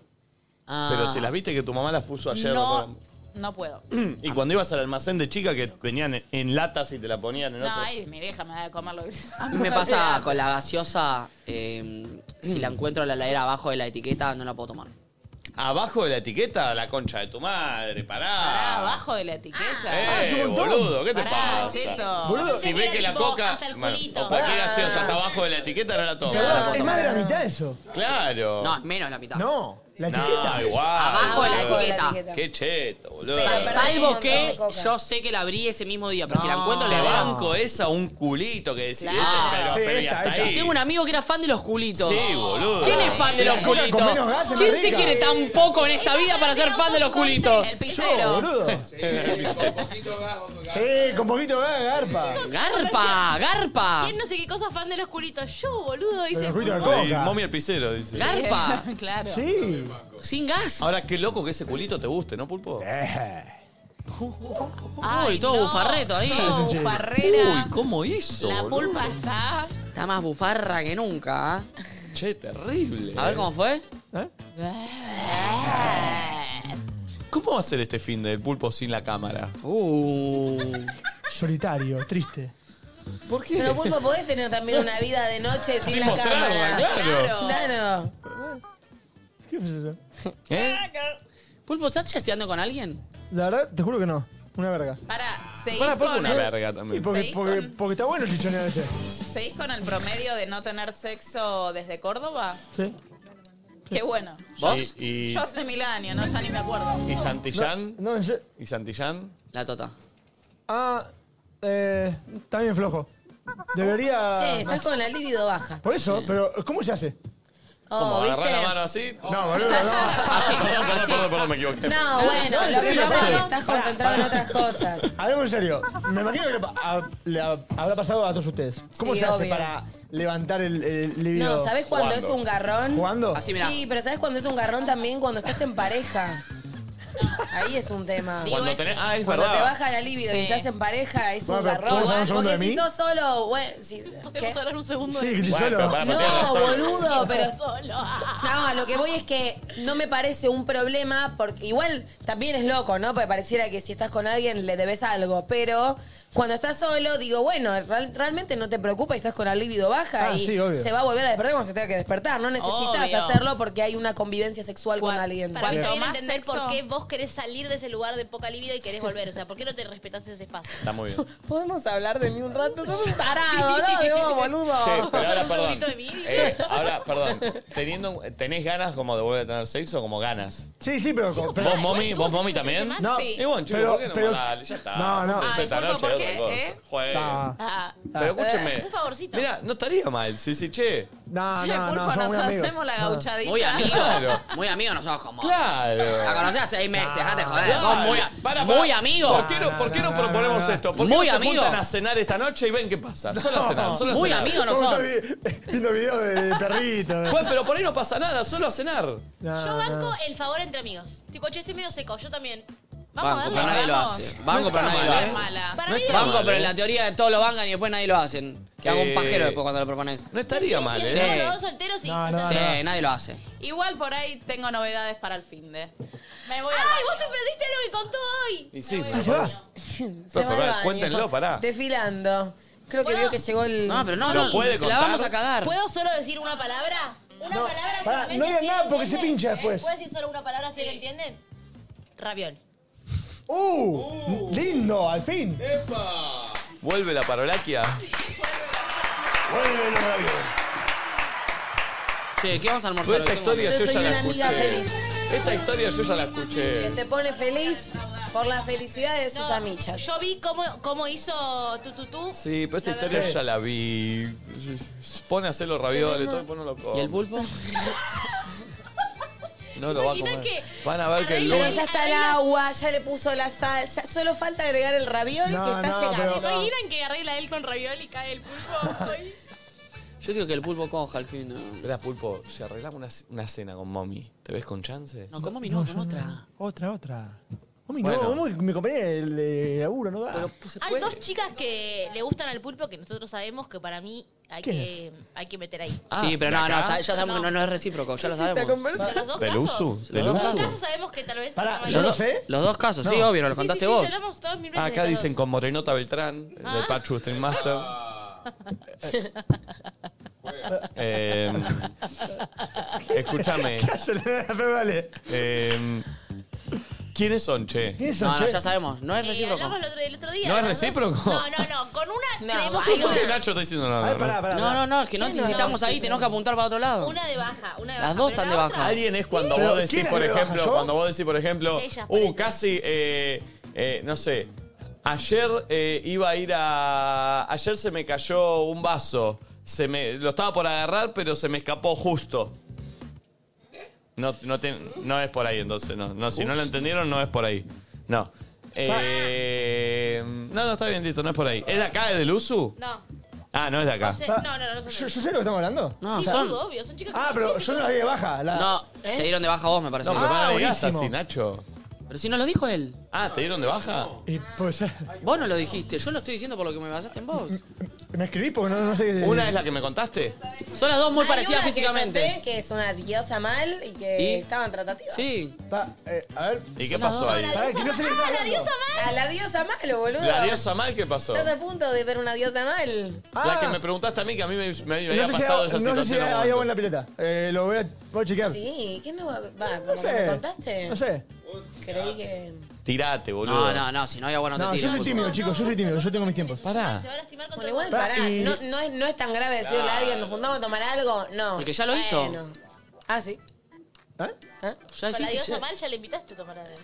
S1: Pero si las viste que tu mamá las puso ayer.
S2: No, no puedo.
S1: ¿verdad? Y cuando ibas al almacén de chica que venían en- en latas y te la ponían en
S2: No,
S1: otro.
S2: ay, mi vieja me da de comer lo que
S4: A mí me pasa con la gaseosa, eh, si
S5: Mm.
S4: la encuentro en la heladera abajo de la etiqueta, no la puedo tomar.
S1: Abajo de la etiqueta, la concha de tu madre, pará.
S2: abajo de la
S4: Ah,
S2: etiqueta.
S1: Eh, boludo, ¿qué te
S2: Pará,
S1: pasa?
S2: cheto.
S1: Boludo,
S2: Yo
S1: si
S2: pensé
S1: ve
S2: que
S1: que
S2: era
S1: la
S2: tipo
S1: coca.
S2: hasta el
S1: bueno,
S2: culito.
S1: o cualquier
S2: Pará.
S1: gaseosa está abajo de la etiqueta, no la toma.
S5: Pero
S1: No la
S5: es
S1: toma.
S5: más de la mitad eso.
S1: Claro.
S4: No, es menos la mitad.
S5: No, la
S1: No,
S5: etiqueta.
S1: igual.
S4: Abajo de la
S1: boludo.
S4: etiqueta.
S1: Qué cheto, boludo.
S2: Ah,
S4: Sal-
S3: un
S4: Eh, Salvo
S3: montón de
S4: que
S3: coca.
S4: yo sé que la abrí ese mismo día, pero si la encuentro en la
S1: Le
S4: heladera.
S1: banco esa un culito que decís,
S4: Claro.
S1: ese, pero,
S4: Sí,
S1: pero y
S4: esta,
S1: hasta
S4: esta.
S1: ahí.
S4: Tengo un amigo que era fan de los culitos.
S1: Sí, boludo.
S4: ¿Quién es fan de los
S1: La coca con
S4: culitos?
S1: menos gas es más
S4: ¿Quién se
S1: rica.
S4: quiere tan poco en esta vida para ser fan de los culitos?
S2: El pizzero.
S5: boludo. Sí, Eh, con poquito de garpa.
S4: Garpa, garpa.
S3: ah.
S6: ¿Quién no sé qué cosa fan de los culitos? Yo, boludo, hice.
S1: Y Mommy el pisero, dice.
S4: Garpa.
S2: claro.
S5: Sí.
S4: Sin gas.
S1: Ahora, qué loco que ese culito te guste, ¿no, Pulpo?
S4: Uy, todo bufarreto ahí.
S2: Todo bufarrera.
S1: Uy, ¿cómo hizo?
S2: La
S1: boludo?
S2: pulpa está.
S4: Está más bufarra que nunca, ¿ah?
S1: Che, terrible. ¿Eh?
S4: A ver cómo fue.
S1: ¿Cómo va a ser este fin del pulpo sin la cámara?
S5: Uh. Solitario, triste.
S1: ¿Por qué?
S3: Pero Pulpo, podés tener también una vida de noche sin,
S5: Sin
S3: la
S5: mostrarla,
S3: cámara.
S5: claro.
S3: Claro.
S5: ¿Qué fue eso?
S1: ¿Eh?
S4: Pulpo, ¿estás chateando con alguien?
S5: La verdad, te juro que no. Una verga.
S2: ¿Seguís,
S5: Para,
S2: con,
S5: Pulpo, una
S1: verga también.
S5: Y porque,
S2: ¿Seguís
S5: porque, porque está bueno el chichoneo ese.
S2: seguís con el promedio de no tener sexo desde Córdoba?
S5: Sí.
S2: Qué bueno.
S1: ¿Vos? Y,
S2: Yo hace mil años, ¿no? Ya ni me acuerdo.
S1: y Santillán.
S5: No, yo-
S1: ¿Y Santillán?
S4: La tota.
S5: Ah, eh, está bien flojo. Debería.
S3: Che, estás con la libido baja.
S5: Por eso, pero ¿cómo se hace?
S3: Oh, ¿viste?
S1: así?
S5: No, boludo, no.
S4: Ah,
S1: Así, perdón, perdón, perdón, perdón, me equivoqué.
S3: No, bueno,
S5: no,
S3: lo que
S5: sí,
S3: pasa
S5: no.
S3: es que estás concentrado en otras cosas.
S5: Hablemos en serio. Me imagino que le, pa- a- le ha- habrá pasado a todos ustedes. ¿Cómo
S3: Sí,
S5: se hace
S3: obvio.
S5: para levantar el, el libido?
S3: No, ¿sabes cuando es un garrón? Ah,
S5: ¿Jugando?
S3: Sí, pero ¿sabes cuando es un garrón también? Cuando estás en pareja. Ahí es un tema.
S1: Cuando tenés. Ah, es
S3: Cuando
S1: verdad.
S3: te baja la libido y estás en pareja, es
S1: Bueno,
S3: un
S1: pero
S3: garrón.
S1: ¿podemos hablar un segundo
S3: porque
S1: de
S3: si
S1: mí?
S3: sos solo, bueno, si, ¿qué?
S6: hablar un segundo
S5: Sí,
S6: de-
S5: que estoy
S1: Bueno,
S5: solo.
S1: pero para- para-
S3: No,
S1: solo.
S3: boludo, pero.
S6: Solo.
S3: No, lo que voy es que no me parece un problema, porque igual también es loco, ¿no? Porque pareciera que si estás con alguien le debes algo, pero cuando estás solo, digo, bueno, real- realmente no te preocupa y estás con la libido baja
S5: Ah,
S3: y
S5: sí, obvio.
S3: se va a volver a despertar cuando se tenga que despertar. No necesitas
S2: Obvio.
S3: hacerlo porque hay una convivencia sexual con alguien.
S6: Para mí
S3: Cuanto
S6: también
S3: más
S6: entender
S3: sexo-
S6: por qué vos querés salir de ese lugar de poca libido y querés volver. O sea, ¿por qué no te respetás ese espacio?
S1: Está muy bien.
S4: Oh,
S3: ¿Podemos hablar de mí un rato? Estás un tarado, ¿no? De vos, boludo.
S1: Che, pero ahora,
S6: ¿Pasamos un
S1: perdón.
S6: poquito de mí?
S1: Eh, ahora, perdón. Teniendo, ¿Tenés ganas como de volver a tener sexo? Como ganas.
S5: Sí, sí, pero. con- pero-
S1: ¿Vos, mommy? ¿Vos, mommy también?
S5: No,
S1: Y bueno, chicos,
S5: pero-
S1: ¿por qué no?
S5: pero-
S1: Dale, ya está.
S5: No, no.
S1: Esta
S5: Ay,
S1: noche
S5: Pulpo,
S1: es
S5: ¿por
S1: otra
S5: qué?
S1: cosa.
S5: ¿Eh?
S1: Jueguen.
S5: Ah.
S1: Pero escúcheme.
S6: Un favorcito.
S1: Mira, no estaría mal. Sí, sí, che.
S5: No,
S2: Che,
S5: no, no,
S2: Pulpo,
S5: somos muy
S2: nos
S5: amigos.
S2: hacemos la gauchadita.
S4: Muy amigo.
S1: Claro.
S4: Muy amigo no sos como. La
S1: Claro.
S4: conocés hace seis meses, dejate joder.
S1: Claro.
S4: Vos muy,
S1: Para, para.
S4: muy amigo.
S1: ¿Por qué no, por qué no proponemos esto? ¿Por qué
S4: Muy
S1: no se
S4: amigo.
S1: juntan a cenar esta noche y ven qué pasa? Solo a cenar, solo a
S4: Muy
S1: cenar.
S4: amigo no
S5: ¿Cómo
S4: son.
S5: estás vi- Viendo videos de perritos.
S1: Bueno, pero por ahí no pasa nada, solo a cenar.
S5: No,
S6: Yo banco
S5: no.
S6: el favor entre amigos. Tipo, che, estoy medio seco, yo también. Vamos
S4: Banco,
S6: a
S4: pero
S6: darle.
S4: nadie lo
S2: Vamos.
S4: hace. Banco, pero
S1: está
S4: nadie lo
S1: mal,
S4: hace.
S1: ¿eh?
S2: Mala.
S6: Para
S1: No
S6: mí,
S1: está
S4: Banco,
S1: mal,
S4: pero
S1: ¿eh?
S4: en la teoría de todos lo bancan y después nadie lo hacen. Que hago
S1: Eh,
S4: un pajero después cuando lo propones.
S1: No estaría mal,
S6: si
S1: ¿eh?
S6: somos los dos solteros y.
S5: No,
S6: o
S5: no,
S6: sea,
S4: Sí,
S5: no.
S4: nadie lo hace.
S2: Igual por ahí tengo novedades para el fin de. Me voy
S6: ¡Ay,
S2: a.
S6: vos te perdiste lo que contó hoy!
S1: Y sí,
S5: Ah, se va.
S3: Se va
S1: pero,
S3: al
S1: pará,
S3: baño.
S1: cuéntenlo, pará.
S3: Desfilando. Creo que
S6: ¿Puedo?
S3: vio que llegó el...
S4: No, pero no,
S1: ¿Lo
S4: no.
S1: puede
S4: se la
S1: contar?
S4: vamos a cagar.
S6: ¿Puedo solo decir una palabra? Una
S5: No,
S6: palabra
S5: pará,
S6: solamente.
S5: no digas
S6: si
S5: nada
S6: él
S5: porque se
S6: entiende. ¿eh?
S5: pincha después.
S6: ¿Puedo decir solo una palabra si él entiende? Raviol.
S5: ¡Uh! ¡Lindo! ¡Al fin!
S1: Vuelve la parolaquia.
S5: Vuelve los aviones.
S4: Che, ¿qué vamos
S1: Yo
S4: a almorzar?
S1: Pues esta
S4: hoy? ¿Qué vamos a
S1: historia yo
S4: hacer?
S3: Yo
S1: ya
S3: soy
S1: la
S3: una amiga
S1: escuché.
S3: feliz.
S1: Esta historia yo ya la
S3: Que
S1: escuché.
S3: se pone feliz por la felicidad de sus
S6: No,
S3: amigas.
S6: Yo vi cómo, cómo hizo tu tu tu.
S1: Sí, pero esta historia yo ya la vi. Pone a hacer los ravioles, todo y pues no lo
S4: ¿Y el
S1: come.
S4: pulpo?
S1: No lo va a
S6: Imagina
S1: comer.
S6: que-
S1: Van a ver que el
S3: Pero
S1: lunes.
S3: ya está el agua, ya le puso la sal, ya solo falta agregar el raviol
S5: No,
S3: que está
S5: no,
S3: llegando.
S5: pero-
S6: ¿Imaginan que arregla él con raviol y cae el pulpo? Ay.
S4: Yo creo que el pulpo coja al fin. ¿no?
S1: Verás, Pulpo, si arreglamos una, una cena con mommy, ¿te ves con chance?
S4: No, con Momi no, con otra.
S5: Otra, otra. Mami,
S1: Bueno.
S5: no, Mami, mi compañera el de laburo
S1: Ah.
S5: no da.
S4: pues,
S6: Hay dos chicas que le gustan al pulpo que nosotros sabemos que para mí hay,
S5: ¿Quién
S6: que, hay que meter ahí.
S4: Ah. sí, pero
S1: Ah, ¿de
S4: no, no,
S1: acá?
S4: sa- ya sabemos que no, no es recíproco, ya lo sabemos.
S6: O sea, los dos
S1: ¿Del
S6: casos.
S1: uso?
S6: Los
S1: ¿Del
S6: dos
S1: uso?
S6: casos sabemos que tal vez.
S5: Pará,
S6: no hay-
S5: yo no sé.
S4: Los dos casos, sí,
S5: No.
S4: obvio, lo
S6: Sí, sí,
S4: contaste
S6: sí,
S4: vos.
S6: hablamos todos mil veces
S1: Ah,
S6: de Ah.
S1: acá
S6: todos.
S1: dicen con Morenota Beltrán, el de Pachu Stream Master. Eh, escúchame.
S5: Se le da la fe, vale.
S1: eh, ¿Quiénes son, che?
S5: ¿Quién es
S4: No, no,
S5: che?
S4: ya sabemos, no es
S6: Eh,
S4: recíproco.
S6: hablamos el otro, el otro día.
S1: ¿No es
S6: las dos.
S1: recíproco?
S6: No, no, no. Con una
S3: No,
S6: creemos
S3: hay
S6: que
S1: ¿Por
S3: una-
S1: qué Nacho está diciendo
S5: A ver, pará,
S1: nada?
S5: pará.
S4: No, no, no, es que no
S3: ¿Quién
S4: te necesitamos ahí, tenemos que apuntar para otro lado.
S6: una de baja. Una de baja.
S4: Las dos
S6: pero
S4: están de
S6: la
S4: baja.
S1: Alguien es cuando
S5: ¿Sí?
S1: vos
S5: ¿Pero
S1: decís,
S5: quién es
S1: por
S5: de baja,
S1: ejemplo,
S5: yo?
S1: cuando vos decís, por ejemplo,
S6: Ellas,
S1: uh,
S6: parece.
S1: casi, eh, eh, no sé, ayer eh, iba a ir a, ayer se me cayó un vaso, se me, lo estaba por agarrar, pero se me escapó justo. No, no, te- no es por ahí entonces, no, no si no lo entendieron no es por ahí, no. Eh, no, no está bien listo, no es por ahí. ¿Es de acá, el del Usu?
S6: No.
S1: Ah, no es de acá.
S6: sé- No, no, no, no son
S5: ¿Yo,
S6: de
S5: yo sé lo que estamos hablando?
S4: No,
S6: Sí,
S4: son.
S6: boludo, obvio. Son chicas que
S5: Ah,
S6: son
S5: pero
S6: chicas. ¿Eh?
S5: yo no la vi de baja. La...
S4: No, te dieron de baja vos, me parece.
S1: No, pero
S5: Ah,
S1: para de gas
S5: buenísimo.
S1: así, Nacho.
S4: Pero si no lo dijo él.
S1: Ah, ¿te dieron de baja?
S5: Y, pues,
S4: Vos no lo dijiste, yo lo estoy diciendo por lo que me basaste en vos.
S5: ¿Me escribís? Porque no, no sé.
S1: Una es la que me contaste.
S4: Son las dos muy
S3: Hay
S4: parecidas
S3: una que yo
S4: físicamente.
S3: sé que es una diosa mal y que
S4: ¿Y?
S3: estaban tratativas.
S4: Sí.
S5: Eh,
S4: Ah,
S5: a ver.
S1: ¿Y qué pasó ahí?
S3: Pará, que no se le está hablando. A Ah, la diosa malo, boludo.
S1: ¿La diosa mal qué pasó?
S3: Estás a punto de ver una diosa mal.
S5: Ah.
S1: La que me preguntaste a mí, que a mí me, me- me había
S5: sé si
S1: pasado
S5: hay-
S1: esa
S5: no sé si
S1: situación.
S5: hay,
S1: en un
S5: hay agua en
S1: momento.
S5: la pileta. Eh, lo voy a, voy a chequear.
S3: Sí, ¿qué no va? va
S5: No
S3: como
S5: sé.
S3: que ¿Me contaste?
S5: No sé.
S3: Creí que.
S1: Tirate, boludo.
S4: No, no, no, si no hay agua no,
S5: No,
S4: te
S5: yo
S4: tiro.
S5: soy tímido, chicos, yo soy tímido, yo tengo mis tiempos.
S1: Pará.
S3: Bueno, igual,
S5: Pará,
S3: pará.
S5: y-
S3: No, no, es, no es tan grave decirle a alguien, nos juntamos a tomar algo. No.
S4: Porque ya lo hizo.
S3: Bueno. Ah, sí.
S5: ¿Eh?
S3: ¿Eh?
S4: Ya
S6: Con la
S4: hiciste,
S6: diosa
S4: ya.
S6: mal ya le invitaste a tomar algo.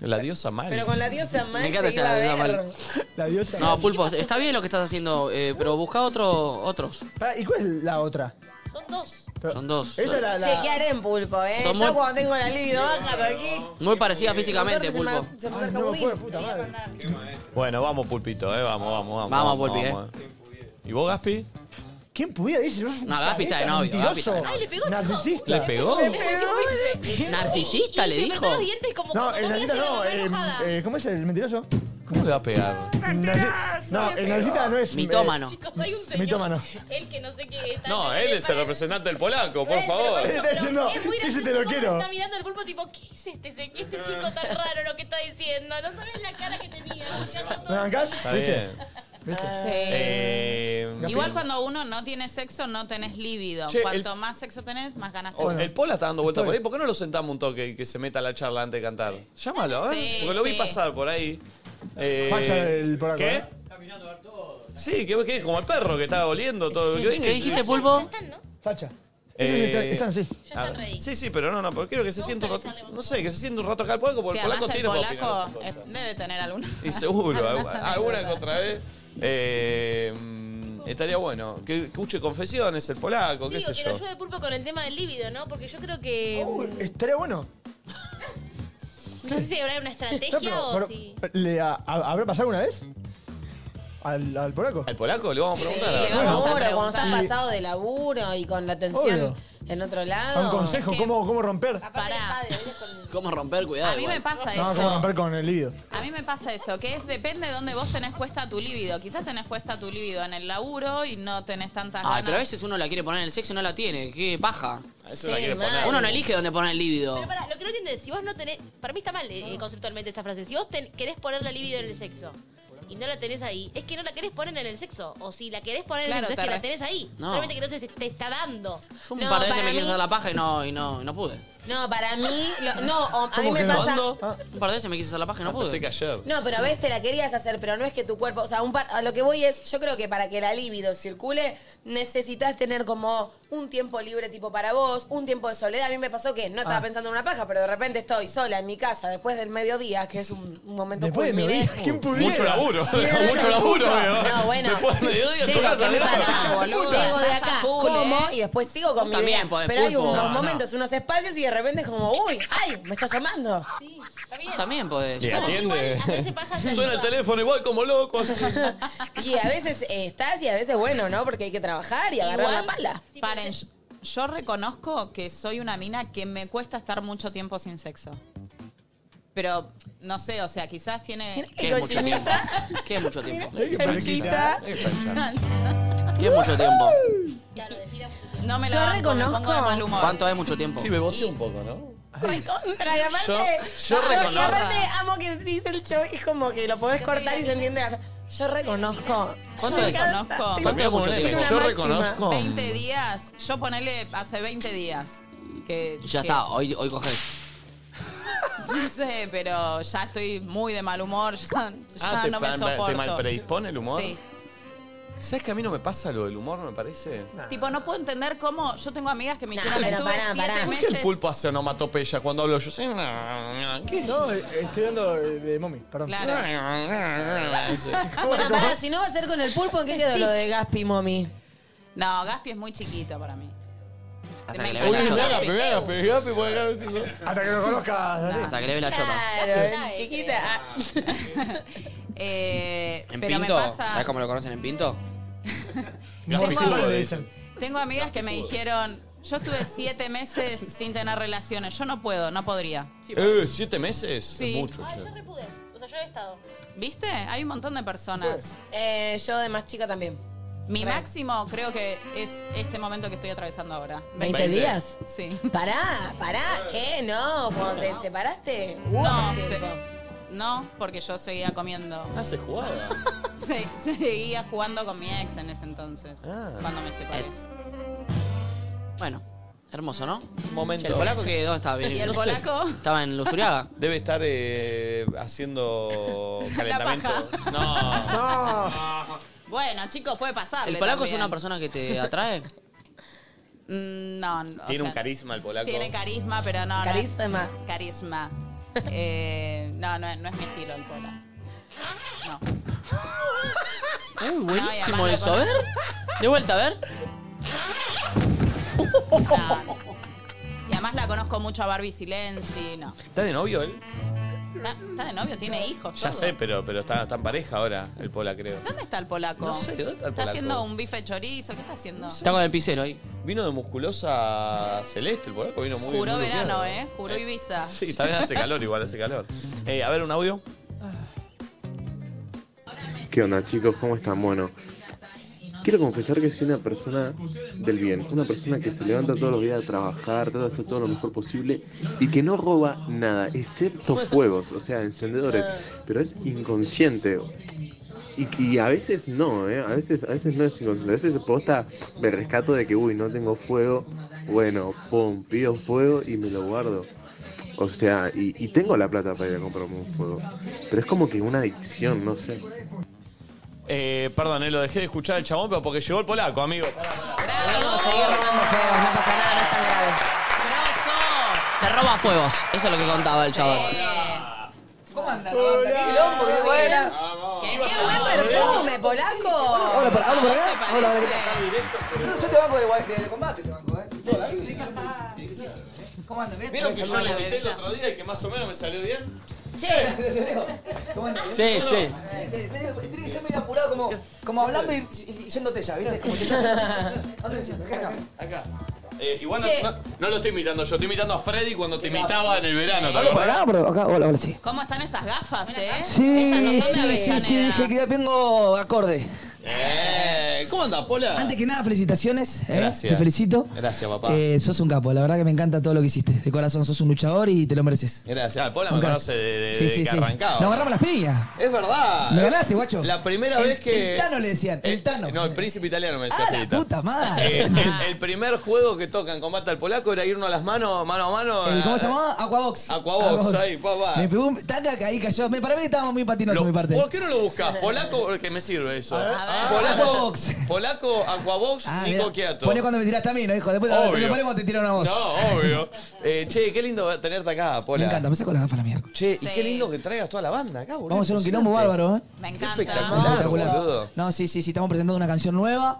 S1: La diosa mal.
S3: Pero con la diosa mal.
S4: Me encanta
S3: se
S4: esa
S3: iba a
S4: diosa
S3: ver.
S4: mal.
S5: La diosa.
S4: No, Pulpo, está bien lo que estás haciendo, eh, pero busca otro, otros.
S5: Pará, ¿Y cuál es la otra?
S6: Son dos.
S4: Son dos.
S5: Esa era la.
S3: Chequearen, pulpo, eh.
S4: Son
S3: Yo
S4: muy-
S3: cuando tengo la libido baja, ¿por aquí.
S4: Muy parecidas físicamente,
S3: Nosotros se me-
S4: Pulpo.
S3: Se me acerca budín.
S1: Bueno, vamos, Pulpito, eh. Vamos, vamos, vamos.
S4: Vamos, Pulpi,
S1: eh. ¿Y vos, Gaspi?
S5: ¿Quién pudiera decir?
S4: No, Gapi está de novio, Gapi está de novio.
S6: Ay, le pegó el
S5: Narcisista.
S1: ¿Le pegó?
S5: Le pegó.
S4: ¿Narcisista le
S6: Se
S4: dijo?
S6: apretó los dientes como
S5: No,
S6: cuando
S5: el
S6: comías
S5: narcisista
S6: en la
S5: no.
S6: papel
S5: eh,
S6: mojada.
S5: eh, ¿Cómo es el mentiroso?
S1: ¿Cómo le va a pegar?
S5: Narci- No, el narcisista no es.
S4: Mitómano.
S6: Chicos, hay un señor.
S5: Mitómano.
S6: Él que no sé qué está.
S1: No, él es el representante del polaco, por favor.
S5: Él está diciendo,
S6: es muy
S5: ese te lo
S6: gracioso cómo
S5: quiero.
S6: este Está mirando al pulpo tipo, ¿qué es este, se- este chico tan raro lo que está diciendo? No sabes la cara que tenía. Ya está
S5: ¿Me
S6: todo-
S5: bancás?
S1: Está
S5: ¿Viste?
S1: bien.
S5: ¿Viste?
S1: Eh,
S2: Igual cuando uno no tiene sexo, no tenés líbido.
S1: Che,
S2: Cuanto más sexo tenés, más ganas
S5: Oh,
S1: o-
S2: tenés.
S1: el Pola está dando vuelta por ahí. ¿Por qué no lo sentamos un toque y que se meta a la charla antes de cantar? Llámalo, a ver.
S2: Sí,
S1: Porque lo vi
S2: sí.
S1: pasar por ahí. Eh,
S5: Facha el polaco,
S1: ¿Qué?
S5: ¿eh?
S1: Sí, que, que como el perro que estaba oliendo todo.
S4: ¿Qué dijiste, Pulpo?
S5: Facha.
S1: Eh,
S5: Están- están así.
S1: A ver. Sí, sí, pero no, no, porque quiero que se sienta un rato. No sé, que se sienta un rato acá el polaco,
S2: Si
S1: porque el
S2: además
S1: polaco
S2: el
S1: tiene para opinar
S2: polaco
S1: estas cosas.
S2: eh, debe tener alguna.
S1: Y seguro,
S2: algunas
S1: alguna, alguna que
S2: anécdotas.
S1: otra vez. eh, mm, estaría bueno. Que escuche confesiones el polaco, qué
S6: Sí,
S1: sé
S6: o que lo
S1: yo.
S6: ayude pulpo con el tema del líbido, ¿no? Porque yo creo que.
S5: Estaría bueno.
S6: No sé si habrá una estrategia
S5: No,
S6: o
S5: pero-
S6: si.
S5: pero, ¿le ha- ha- ¿Habrá pasado alguna vez? ¿Al, al polaco?
S1: ¿Al polaco? Le vamos a preguntar.
S3: Sí,
S1: Bueno,
S3: seguro, cuando estás
S5: preguntar.
S3: pasado de laburo y con la atención
S5: Obvio.
S3: en otro
S5: A
S3: lado.
S5: un consejo, ¿cómo, cómo romper?
S2: Pará,
S4: ¿Cómo romper? Cuidado.
S2: a mí
S4: igual.
S2: me pasa
S5: No, cómo
S2: eso.
S5: romper con el líbido.
S2: A mí me pasa eso, que es depende de dónde vos tenés puesta tu libido. Quizás tenés puesta tu libido en el laburo y no tenés tantas
S4: Ay,
S2: ganas.
S4: pero a veces uno la quiere poner en el sexo y no la tiene. Qué paja.
S1: Eso la quiere poner.
S4: Uno no elige dónde poner el líbido.
S6: Pero pará, lo que no entiendo es si vos no tenés. Para mí está mal eh,
S5: Ah.
S6: conceptualmente esta frase. Si vos ten- querés poner la libido en el sexo y no la tenés ahí, es que no la querés poner en el sexo. O si la querés poner
S2: Claro,
S6: en el sexo,
S2: te
S6: es que la
S2: re-
S6: tenés ahí.
S4: No.
S6: Solamente que no se te, te está dando.
S4: Yo un
S3: No,
S4: par de veces
S3: para
S4: me quise
S3: mí-
S4: hacer la paja y no, y no, y no pude.
S3: No, para mí, lo- no, o- a mí
S5: ¿Cómo
S3: me
S5: que no?
S3: pasa.
S1: ¿Cuándo?
S4: Un par de veces me quise hacer la paja y no pude.
S1: Pensé que ayer.
S3: No, pero a veces te la querías hacer, pero no es que tu cuerpo. O sea, un par- a lo que voy es, yo creo que para que la libido circule, necesitas tener como un tiempo libre tipo para vos, un tiempo de soledad. A mí me pasó que no estaba
S5: Ah.
S3: pensando en una paja, pero de repente estoy sola en mi casa después del mediodía, que es un, un momento
S5: Después de
S3: culmine.
S5: mediodía, ¿quién pudiera?
S1: Mucho laburo.
S5: Mierda,
S1: Mucho laburo,
S5: puta.
S1: veo.
S3: No, bueno.
S1: Después de mediodía en tu
S3: Llego,
S1: casa,
S3: ¿qué me
S1: ¿no?
S3: pasa, boludo? Llego de acá,
S2: Estás a full,
S3: como
S2: ¿eh?
S3: y después sigo con
S4: Vos
S3: mi
S4: también
S3: idea.
S1: pues,
S4: podés,
S3: Pero hay
S4: pulpo.
S3: unos
S4: No, no.
S3: momentos, unos espacios y de repente es como, uy, ay, me está llamando.
S6: Está bien.
S4: También podés.
S1: Y Eh, atiende.
S6: Hacerse paja es
S1: Suena el
S6: ayuda.
S1: teléfono igual como loco.
S3: Y a veces eh, estás y a veces bueno, ¿no? Porque hay que trabajar y agarrar
S2: Igual,
S3: la pala.
S2: Paren, yo- yo reconozco que soy una mina que me cuesta estar mucho tiempo sin sexo. Pero, no sé, o sea, quizás tiene...
S4: Que es mucho tiempo. Que es mucho tiempo.
S5: Hay que practicar.
S4: Que es mucho tiempo.
S2: No me
S3: Yo
S2: la banco, me pongo de
S3: reconozco-
S2: mal humor.
S4: ¿Cuánto es mucho tiempo?
S1: Sí, me boté un poco, ¿no?
S3: Recontra, y aparte,
S1: Yo- yo
S3: amo- y
S1: reconozco-
S3: aparte amo que dice el show y es como que lo podés cortar y se entiende la... Yo reconozco.
S4: ¿Cuánto
S3: Me
S4: es?
S3: encanta.
S2: Reconozco.
S3: Tiene
S4: ¿Cuánto es
S3: una-
S4: mucho
S3: tiene
S4: tiempo?
S3: una
S1: Yo
S3: máxima.
S1: reconozco.
S2: 20 días, yo ponele hace 20 días. Que,
S4: Ya
S2: que-
S4: está, hoy, hoy coges.
S2: No sé, pero ya estoy muy de mal humor, ya, ya
S1: Ah, te,
S2: no me
S1: pa-
S2: soporto.
S1: ¿te mal predispone el humor?
S2: Sí.
S1: ¿Sabes que a mí no me pasa lo del humor, me parece?
S2: Tipo, no puedo entender cómo. Yo tengo amigas que me
S3: Nah,
S2: dijeron,
S3: pero
S2: estuve
S3: pará,
S2: siete
S3: pará.
S1: ¿Por qué el
S2: meses.
S1: pulpo hace onomatopeya cuando hablo yo? ¿Qué?
S5: No, eh, estoy dando eh, de mommy, perdón.
S2: Claro.
S3: Bueno, pará, si no va a ser con el pulpo, ¿en qué quedó lo de Gaspi, mommy?
S2: No, Gaspi es muy chiquito para mí.
S4: Hasta que le
S1: Uy,
S4: ve la chota.
S1: gapi, gapi, gapi, porque acá no sé si-
S5: Hasta que lo conozcas. Dani.
S4: Hasta que le ve la chota.
S3: Claro, chiquita.
S2: Eh,
S4: En
S2: pero
S4: Pinto,
S2: me pasa.
S4: ¿sabes cómo lo conocen en Pinto?
S1: Gapi
S5: Morfín,
S1: Judo,
S5: le
S1: le
S5: dicen.
S2: Tengo amigas que me dijeron, yo estuve siete meses sin tener relaciones. Yo no puedo, no podría.
S1: Eh, ¿siete meses?
S2: Sí.
S1: Es mucho,
S6: Ay, yo
S1: che.
S6: repude. O sea, yo he estado.
S2: ¿Viste? Hay un montón de personas.
S3: Eh, yo de más chica también.
S2: Mi máximo creo que es este momento que estoy atravesando ahora.
S3: ¿20 días?
S2: Sí.
S3: Pará, pará, ¿qué? No, cuando te separaste.
S2: No, se- no, porque yo seguía comiendo.
S3: Ah,
S1: Hace jugada.
S2: Se- seguía jugando con mi ex en ese entonces,
S3: Ah.
S2: cuando me separé.
S4: Bueno, hermoso, ¿no?
S1: Momento.
S4: Che, ¿El polaco que dónde estaba?
S2: ¿Y el
S4: No sé.
S2: polaco?
S4: Estaba en Lusuriaga.
S1: Debe estar eh, haciendo calentamiento. No.
S3: Ah.
S2: Bueno, chicos, puede pasar.
S4: ¿El polaco es una persona que te atrae?
S2: No, Mm, no. o
S1: Tiene un
S2: sea,
S1: carisma el polaco.
S2: Tiene carisma, pero no. no.
S3: Carisma.
S2: carisma. Eh, no, no, no es mi estilo el polaco.
S4: Eh,
S2: No, y además
S4: buenísimo
S2: lo
S4: eso, a ver. De vuelta, a ver.
S2: No. Y además la conozco mucho a Barbie Silenzi, no.
S1: ¿Está de novio él?
S2: Está, está de novio, tiene hijos.
S1: Ya
S2: todo.
S1: sé, pero, pero está, está en pareja ahora el pola, creo.
S2: ¿Dónde está el polaco?
S1: No sé, ¿dónde está el polaco?
S2: haciendo un bife chorizo, ¿qué está haciendo?
S4: Está con el pisero ahí.
S1: Vino de musculosa celeste el polaco, vino muy
S2: Juró
S1: muy
S2: verano,
S1: luqueado.
S2: ¿eh? Juró Ibiza.
S1: Sí, también hace calor, igual hace calor. Eh, a ver, un audio.
S17: ¿Qué onda chicos? ¿Cómo están? Bueno, quiero confesar que soy una persona del bien, una persona que se levanta todos los días a trabajar, trata de hacer todo lo mejor posible y que no roba nada, excepto fuegos, o sea, encendedores, pero es inconsciente. Y, y a veces no, ¿eh? a, veces, a veces no es inconsciente, a veces posta me rescato de que, uy, no tengo fuego, bueno, pum, pido fuego y me lo guardo. O sea, y, y tengo la plata para ir a comprarme un fuego. Pero es como que una adicción, no sé.
S1: Eh, perdón, eh, lo dejé de escuchar el chabón, pero porque llegó el polaco, amigo.
S3: seguir robando fuegos, no pasa nada, no es tan grave.
S4: Se roba fuegos. Eso es lo que contaba el chaval.
S3: Eh, ¿Cómo anda, Roberto? ¡Qué quilombo, qué buena! ¡Qué
S18: Ah,
S3: buen perfume, polaco!
S18: Hola, para- hola, para acá.
S3: ¿Qué te
S18: Hola,
S3: parece?
S18: No, yo te banco de, guay- de, de combate, te banco, ¿eh? ¿Cómo andas? ¿Bien?
S1: ¿Vieron que yo
S18: Hola,
S1: le invité el
S18: bebita.
S1: otro día y que más o menos me salió bien?
S18: ¿Cómo andas?
S1: Sí,
S18: ¿Bien?
S1: sí.
S18: Eh, eh, Tenés que ser medio apurado, como, como hablando y, y- y yéndote ya, ¿viste? Como te ¿Dónde decís? Acá.
S1: Acá. Eh, igual
S18: Che.
S1: no, no- no lo estoy imitando yo, estoy imitando a Freddy cuando te imitaba en el verano, ¿te
S18: Hola,
S1: acordás?
S18: para acá, bro. Acá, hola, hola, sí.
S2: ¿Cómo están esas gafas, eh?
S18: Sí,
S2: Esas no son de
S18: sí, sí,
S2: Avellaneda.
S18: sí, dije que ya tengo Oh, acorde.
S1: Eh, ¿Cómo anda, Pola?
S18: Antes que nada, felicitaciones. ¿eh?
S1: Gracias.
S18: Te felicito.
S1: Gracias, papá.
S18: Eh, sos un capo, la verdad que me encanta todo lo que hiciste. De corazón, sos un luchador y te lo mereces.
S1: Gracias. Ah, Pola me
S18: Nunca-
S1: conoce de, de-
S18: Sí,
S1: de
S18: sí,
S1: que
S18: sí.
S1: arrancaba.
S18: Nos agarramos las piñas.
S1: Es verdad.
S18: Me ganaste, guacho.
S1: La primera
S18: El-
S1: vez que.
S18: el Tano le decían, el Tano.
S1: Eh, No, el príncipe italiano me decía Felita.
S18: Puta madre.
S1: Eh, el, el primer juego que tocan con Mata al Polaco era irnos a las manos, mano a mano.
S18: El- ¿Cómo se
S1: a-
S18: llamaba? Aquabox.
S1: Aquabox, ahí, papá.
S18: Me pegó un tanga que ahí cayó. Me, para mí estábamos muy patinosos, mi parte.
S1: ¿Por qué no lo buscas? Polaco, porque me sirve eso.
S18: A ver.
S1: Ah,
S18: A ver.
S1: Polaco, Polaco, Aquabox,
S18: Ah,
S1: Nico
S18: mira,
S1: Quiato.
S18: Poné cuando me tiraste a mí, ¿no, hijo? Después te-
S1: Obvio.
S18: te lo ponemos cuando te tiraron a vos.
S1: No, obvio. Eh, che, qué lindo tenerte acá, Pola.
S18: Me encanta, me saco las gafas a la mierda.
S1: Che, y qué lindo que traigas toda la banda acá, boludo.
S18: Vamos a hacer un quilombo bárbaro, ¿eh?
S2: Me
S1: Espectacular, boludo. Uh.
S18: No, sí, sí, sí, estamos presentando una canción nueva.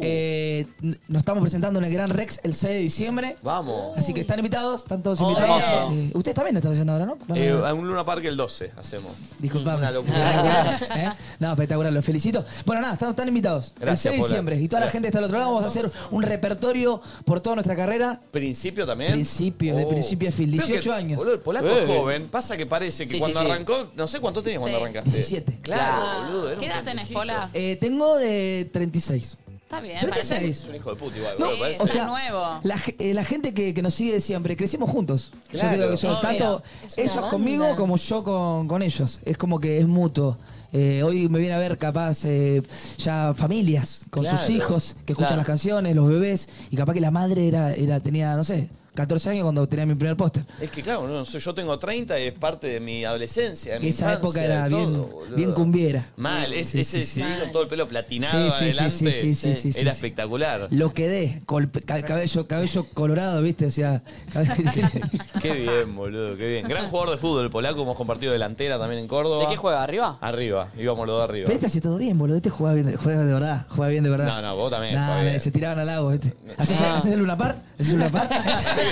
S18: Eh, n- nos estamos presentando en el Gran Rex el 6 de diciembre.
S1: Vamos.
S18: Así que están invitados, están todos
S1: Oh,
S18: invitados.
S1: hermoso.
S18: Eh, ustedes también están haciendo ahora, ¿no? Bueno,
S1: Eh, a un Luna Park el 12 hacemos.
S18: Disculpame.
S1: Una locura.
S18: ¿eh? No, espectacular, los felicito. Bueno, nada, están, están invitados. el
S1: Gracias,
S18: 6 de
S1: Pola.
S18: diciembre. Y toda la
S1: Gracias.
S18: gente está al otro lado. Vamos a hacer un repertorio por toda nuestra carrera.
S1: ¿Principio también? Oh.
S18: Principio, de principio a fin,
S1: Creo que,
S18: 18 años.
S1: Boludo, el polaco
S18: Eh.
S1: es joven. Pasa que parece que
S18: Sí, sí,
S1: cuando
S18: sí.
S1: arrancó, no sé cuánto tenías cuando
S18: Sí.
S1: arrancaste.
S18: 17.
S1: Claro,
S18: Claro.
S1: boludo. Era
S2: ¿Qué
S1: un
S2: edad tenés, Pola?
S18: Eh, tengo de 36.
S2: Está bien,
S18: 36.
S1: Es un hijo de puta igual,
S18: No,
S1: boludo, parece.
S18: o sea,
S2: nuevo.
S18: La, ge- eh, la gente que, que nos sigue de siempre, crecimos juntos.
S1: Claro.
S18: Yo creo que yo,
S1: Obvio.
S18: tanto
S1: Es una
S18: ellos
S1: banda.
S18: conmigo como yo con, con ellos. Es como que es mutuo. Eh, hoy me viene a ver capaz eh, ya familias con
S1: Claro.
S18: sus hijos que escuchan
S1: Claro.
S18: las canciones, los bebés, y capaz que la madre era, era tenía, no sé, 14 años cuando tenía mi primer póster.
S1: Es que claro, no sé, yo tengo 30 y es parte de mi adolescencia, de mi
S18: Esa
S1: infancia,
S18: época
S1: de
S18: era
S1: todo,
S18: bien,
S1: boludo.
S18: bien cumbiera.
S1: Mal, es-
S18: Sí,
S1: ese
S18: sí, sí.
S1: CD con todo el pelo platinado
S18: Sí, sí, sí,
S1: adelante
S18: sí, sí, sí, sí,
S1: era
S18: sí.
S1: espectacular.
S18: Lo quedé, col- ca- cabello, cabello colorado, ¿viste? O sea,
S1: Qué bien, boludo, qué bien. Gran jugador de fútbol, el polaco, hemos compartido delantera también en Córdoba.
S4: ¿De qué juega? ¿Arriba?
S1: Arriba, íbamos los dos arriba.
S18: Pero este hace todo bien, boludo. Este jugaba bien, juega de verdad. Juega bien de verdad.
S1: No, no, vos también,
S18: Nah,
S1: juega bien.
S18: se tiraban al agua, ¿viste? ¿Haces,
S1: Ah.
S18: haces el Luna Par? ¿Haces el Luna Par?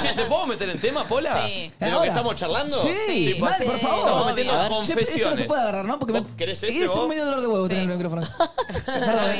S1: che, ¿te puedo meter en tema, Pola?
S18: Sí.
S1: ¿De lo
S18: Eh, Ahora.
S1: que estamos charlando?
S18: Sí,
S1: Tipo,
S18: dale, por favor.
S1: Estamos
S18: Obvio.
S1: metiendo
S18: A ver. Che,
S1: confesiones.
S18: eso no se puede agarrar, ¿no? Porque me-
S1: ¿Vos ¿Querés ese
S18: Es un
S1: vos?
S18: medio dolor de huevo tener el micrófono. Perdón,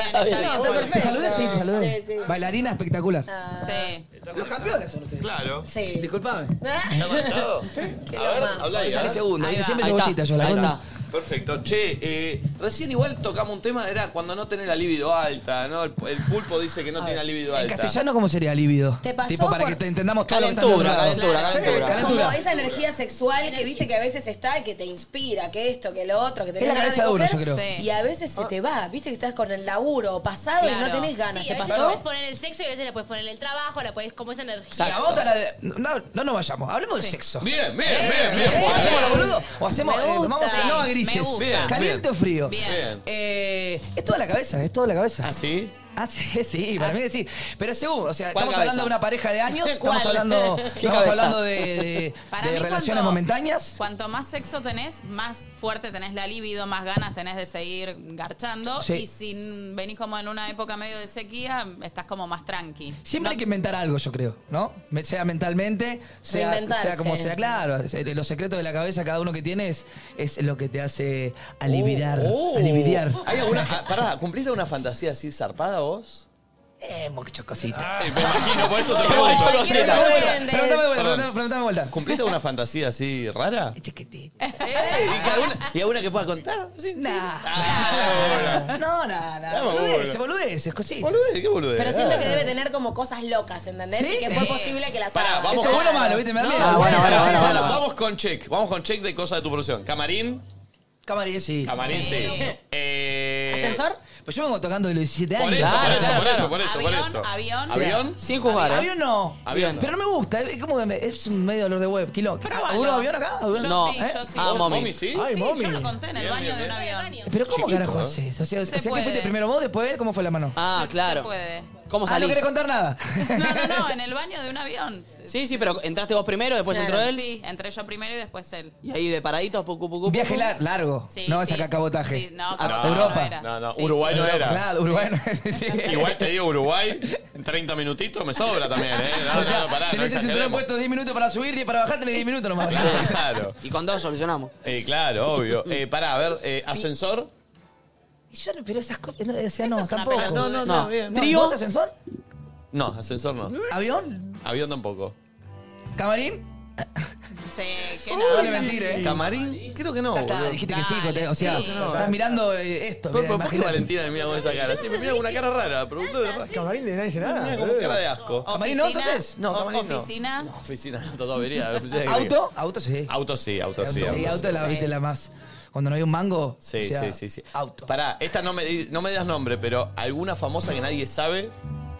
S1: está bien, está bien.
S18: Te saludé, sí, te saludé.
S3: Sí, sí.
S18: Bailarina espectacular.
S2: Sí.
S18: Los campeones son ustedes.
S1: Claro.
S18: Sí. Disculpame.
S1: ¿Está conectado? A ver, habla ahí.
S18: Yo salí
S1: ¿eh?
S18: segundo,
S1: Ahí
S18: ¿viste?
S1: va.
S18: Siempre
S1: Ahí
S18: llevo
S1: está.
S18: cita yo, la
S1: Ahí
S18: concha.
S1: está. Perfecto. Che, eh, recién igual tocamos un tema, era cuando no tenés la libido alta, ¿no? El, el pulpo dice que no tiene la libido
S18: En
S1: alta.
S18: castellano, ¿cómo sería lívido?
S3: ¿Te pasó
S18: Tipo, para
S3: por-
S18: que te entendamos todo lo que
S4: Calentura,
S18: estás nombrando.
S4: calentura,
S18: Sí,
S4: calentura.
S3: Como esa energía sexual que viste que a veces está, que te inspira, que esto, que lo otro, que te
S18: Es la
S3: ganas
S18: cabeza de uno,
S3: coger,
S18: yo creo. Ah.
S3: Y a veces se te va, viste que estás con el laburo o pasado y no tenés ganas.
S6: Sí,
S3: ¿Te
S6: a veces le
S3: pasó?
S6: puedes poner el sexo y a veces le puedes poner el trabajo, la puedes como esa energía.
S18: Mira, vamos a la de- No, no nos vayamos, hablemos de sexo.
S1: Bien, bien,
S18: bien, bien. ¿O hacemos lo boludo? ¿O hacemos
S3: Me
S18: eh,
S3: gusta.
S18: vamos a no a
S3: Sí, me
S18: grises?
S3: gusta. Bien,
S18: ¿Caliente
S1: bien.
S18: o frío?
S1: Bien.
S18: Eh, es toda la cabeza, es toda la cabeza. ¿Ah,
S1: sí?
S18: Ah, sí, sí, para mí que sí. Pero según, o sea,
S4: ¿Cuál
S18: Eh, estamos
S4: cabeza?
S18: hablando de una pareja de años, estamos
S4: ¿Cuál?
S18: hablando,
S4: ¿Qué
S18: estamos
S4: cabeza?
S18: hablando de, de-
S2: Para
S18: de
S2: mí
S18: relaciones
S2: cuanto-
S18: momentáneas.
S2: Cuanto más sexo tenés, más fuerte tenés la libido, más ganas tenés de seguir garchando.
S18: Sí.
S2: Y si venís como en una época medio de sequía, estás como más tranqui.
S18: Siempre hay que inventar algo, yo creo, ¿no? Me- Sea mentalmente, sea,
S2: Reinventarse.
S18: sea como sea, claro. se- Los secretos de la cabeza cada uno que tiene es, es lo que te hace aliviar.
S1: Oh.
S18: aliviar.
S1: ¿Hay alguna, ah, pará, ¿cumpliste una fantasía así zarpada vos?
S18: Hemos hecho cositas.
S1: me imagino, por eso te
S18: Hemos
S1: pregunto.
S18: hecho
S1: Perdón.
S18: cositas. Pregúntame de vuelta, pregúntame de vuelta,
S1: Perdón.
S18: pregúntame- pregúntame de vuelta. Eh,
S1: ¿Cumpliste una fantasía así rara?
S18: Chiquitita.
S1: ¿Y alguna, y alguna que pueda contar? Sí.
S18: Nah. No, nada, nada.
S1: Dame una.
S18: Boludeces, boludeces, cositas.
S1: Boludez, Ah, ¿qué boludez?
S3: Pero siento que debe tener como cosas locas, ¿entendés?
S18: Sí.
S3: Y que fue posible que las
S1: Pará,
S3: haga.
S1: vamos
S18: Eso es
S1: con-
S18: bueno o malo, ¿viste? Me da
S1: No,
S18: miedo.
S1: pará,
S18: Bueno,
S1: pará,
S18: bueno,
S1: pará,
S18: bueno.
S1: Vamos con check. Vamos con check de cosas de tu producción. Camarín.
S18: Camarín, sí.
S1: Camarín, sí. Eh,
S18: Pues yo vengo tocando de los 17
S1: Por
S18: años.
S1: eso, por eso, por eso, por eso, por eso.
S2: avión.
S1: Avión.
S18: Sin jugar.
S1: ¿eh?
S18: Avión no.
S1: Avión no.
S18: Pero no me gusta. Es como que me- es un medio dolor de web. Kilo.
S19: Ah,
S18: ¿Hubo avión acá? ¿Avión?
S4: Yo No. sí, yo
S18: ¿Eh?
S4: sí. Ah, mommy. Mommy,
S1: sí.
S18: Ay,
S2: Sí,
S18: mommy.
S2: yo lo conté en el
S4: Bien,
S2: baño
S4: bien,
S2: de un
S4: bien.
S2: avión.
S18: Pero ¿cómo
S4: Chiquito,
S18: carajo
S4: ¿eh?
S18: haces? O sea, o sea,
S2: Se
S18: ¿qué
S2: puede.
S18: fuiste primero vos, después él? ¿Cómo fue la mano?
S4: Ah, claro.
S2: puede.
S4: ¿Cómo
S18: Ah,
S4: salís?
S18: no querés contar nada.
S2: No, no, no, en el baño de un avión.
S4: Sí, sí, pero entraste vos primero, después entró él.
S2: Sí, entré yo primero y después él.
S4: Y ahí de paraditos, pucu, pucu,
S18: Viaje
S4: pucu.
S18: lar- largo.
S2: Sí,
S18: no es
S2: sí.
S18: acá
S2: Sí,
S18: cabotaje.
S2: no,
S18: A-
S1: Ah,
S2: cabotaje no
S18: Ah, Europa.
S2: era.
S1: No, no, Uruguay no era.
S18: Claro, Uruguay no
S1: Igual te digo Uruguay, 30 minutitos me sobra también, ¿eh? No,
S18: O sea,
S1: no, no, pará, no
S18: tenés el cinturón
S1: exageremos.
S18: puesto 10 minutos para subir, 10 para bajar, tenés 10 minutos nomás.
S1: Claro.
S4: Y con dos solucionamos.
S1: Eh, claro, obvio. Eh, pará, a ver, eh, ascensor.
S18: Y yo, no- pero esas cosas, no, o sea, no, tampoco.
S1: pelotudez. No, no, no, ¿Mm? bien, no.
S18: ¿Trío? ¿Vos ascensor?
S1: No, ascensor no.
S18: ¿Avión?
S1: Avión tampoco.
S18: ¿Camarín?
S2: Sí, que
S18: No
S2: no.
S18: le mentir, ¿eh?
S1: Camarín, creo que no.
S18: Ya está,
S1: boludo.
S18: dijiste que sí, o sea,
S1: sí.
S18: estás mirando eh, esto.
S1: ¿Por,
S18: mirá,
S1: por- por qué
S18: imagínate.
S1: Valentina me mira con esa cara? Sí, me mira con una cara rara, la productora de
S5: Camarín de nadie dice nada.
S1: Mira con cara Ah, de asco.
S18: ¿Camarín no, entonces?
S1: No,
S2: O-
S1: camarín no.
S2: Oficina.
S1: No, Oficina, no, todo vería. oficina de crimen.
S18: ¿Auto? Auto sí.
S1: Auto sí, auto sí.
S18: Sí,
S1: auto
S18: auto la viste la más. Cuando no hay un mango.
S1: Sí,
S18: o sea,
S1: sí, sí, sí. Auto. Pará, esta no me, di- no me das nombre, pero alguna famosa que nadie sabe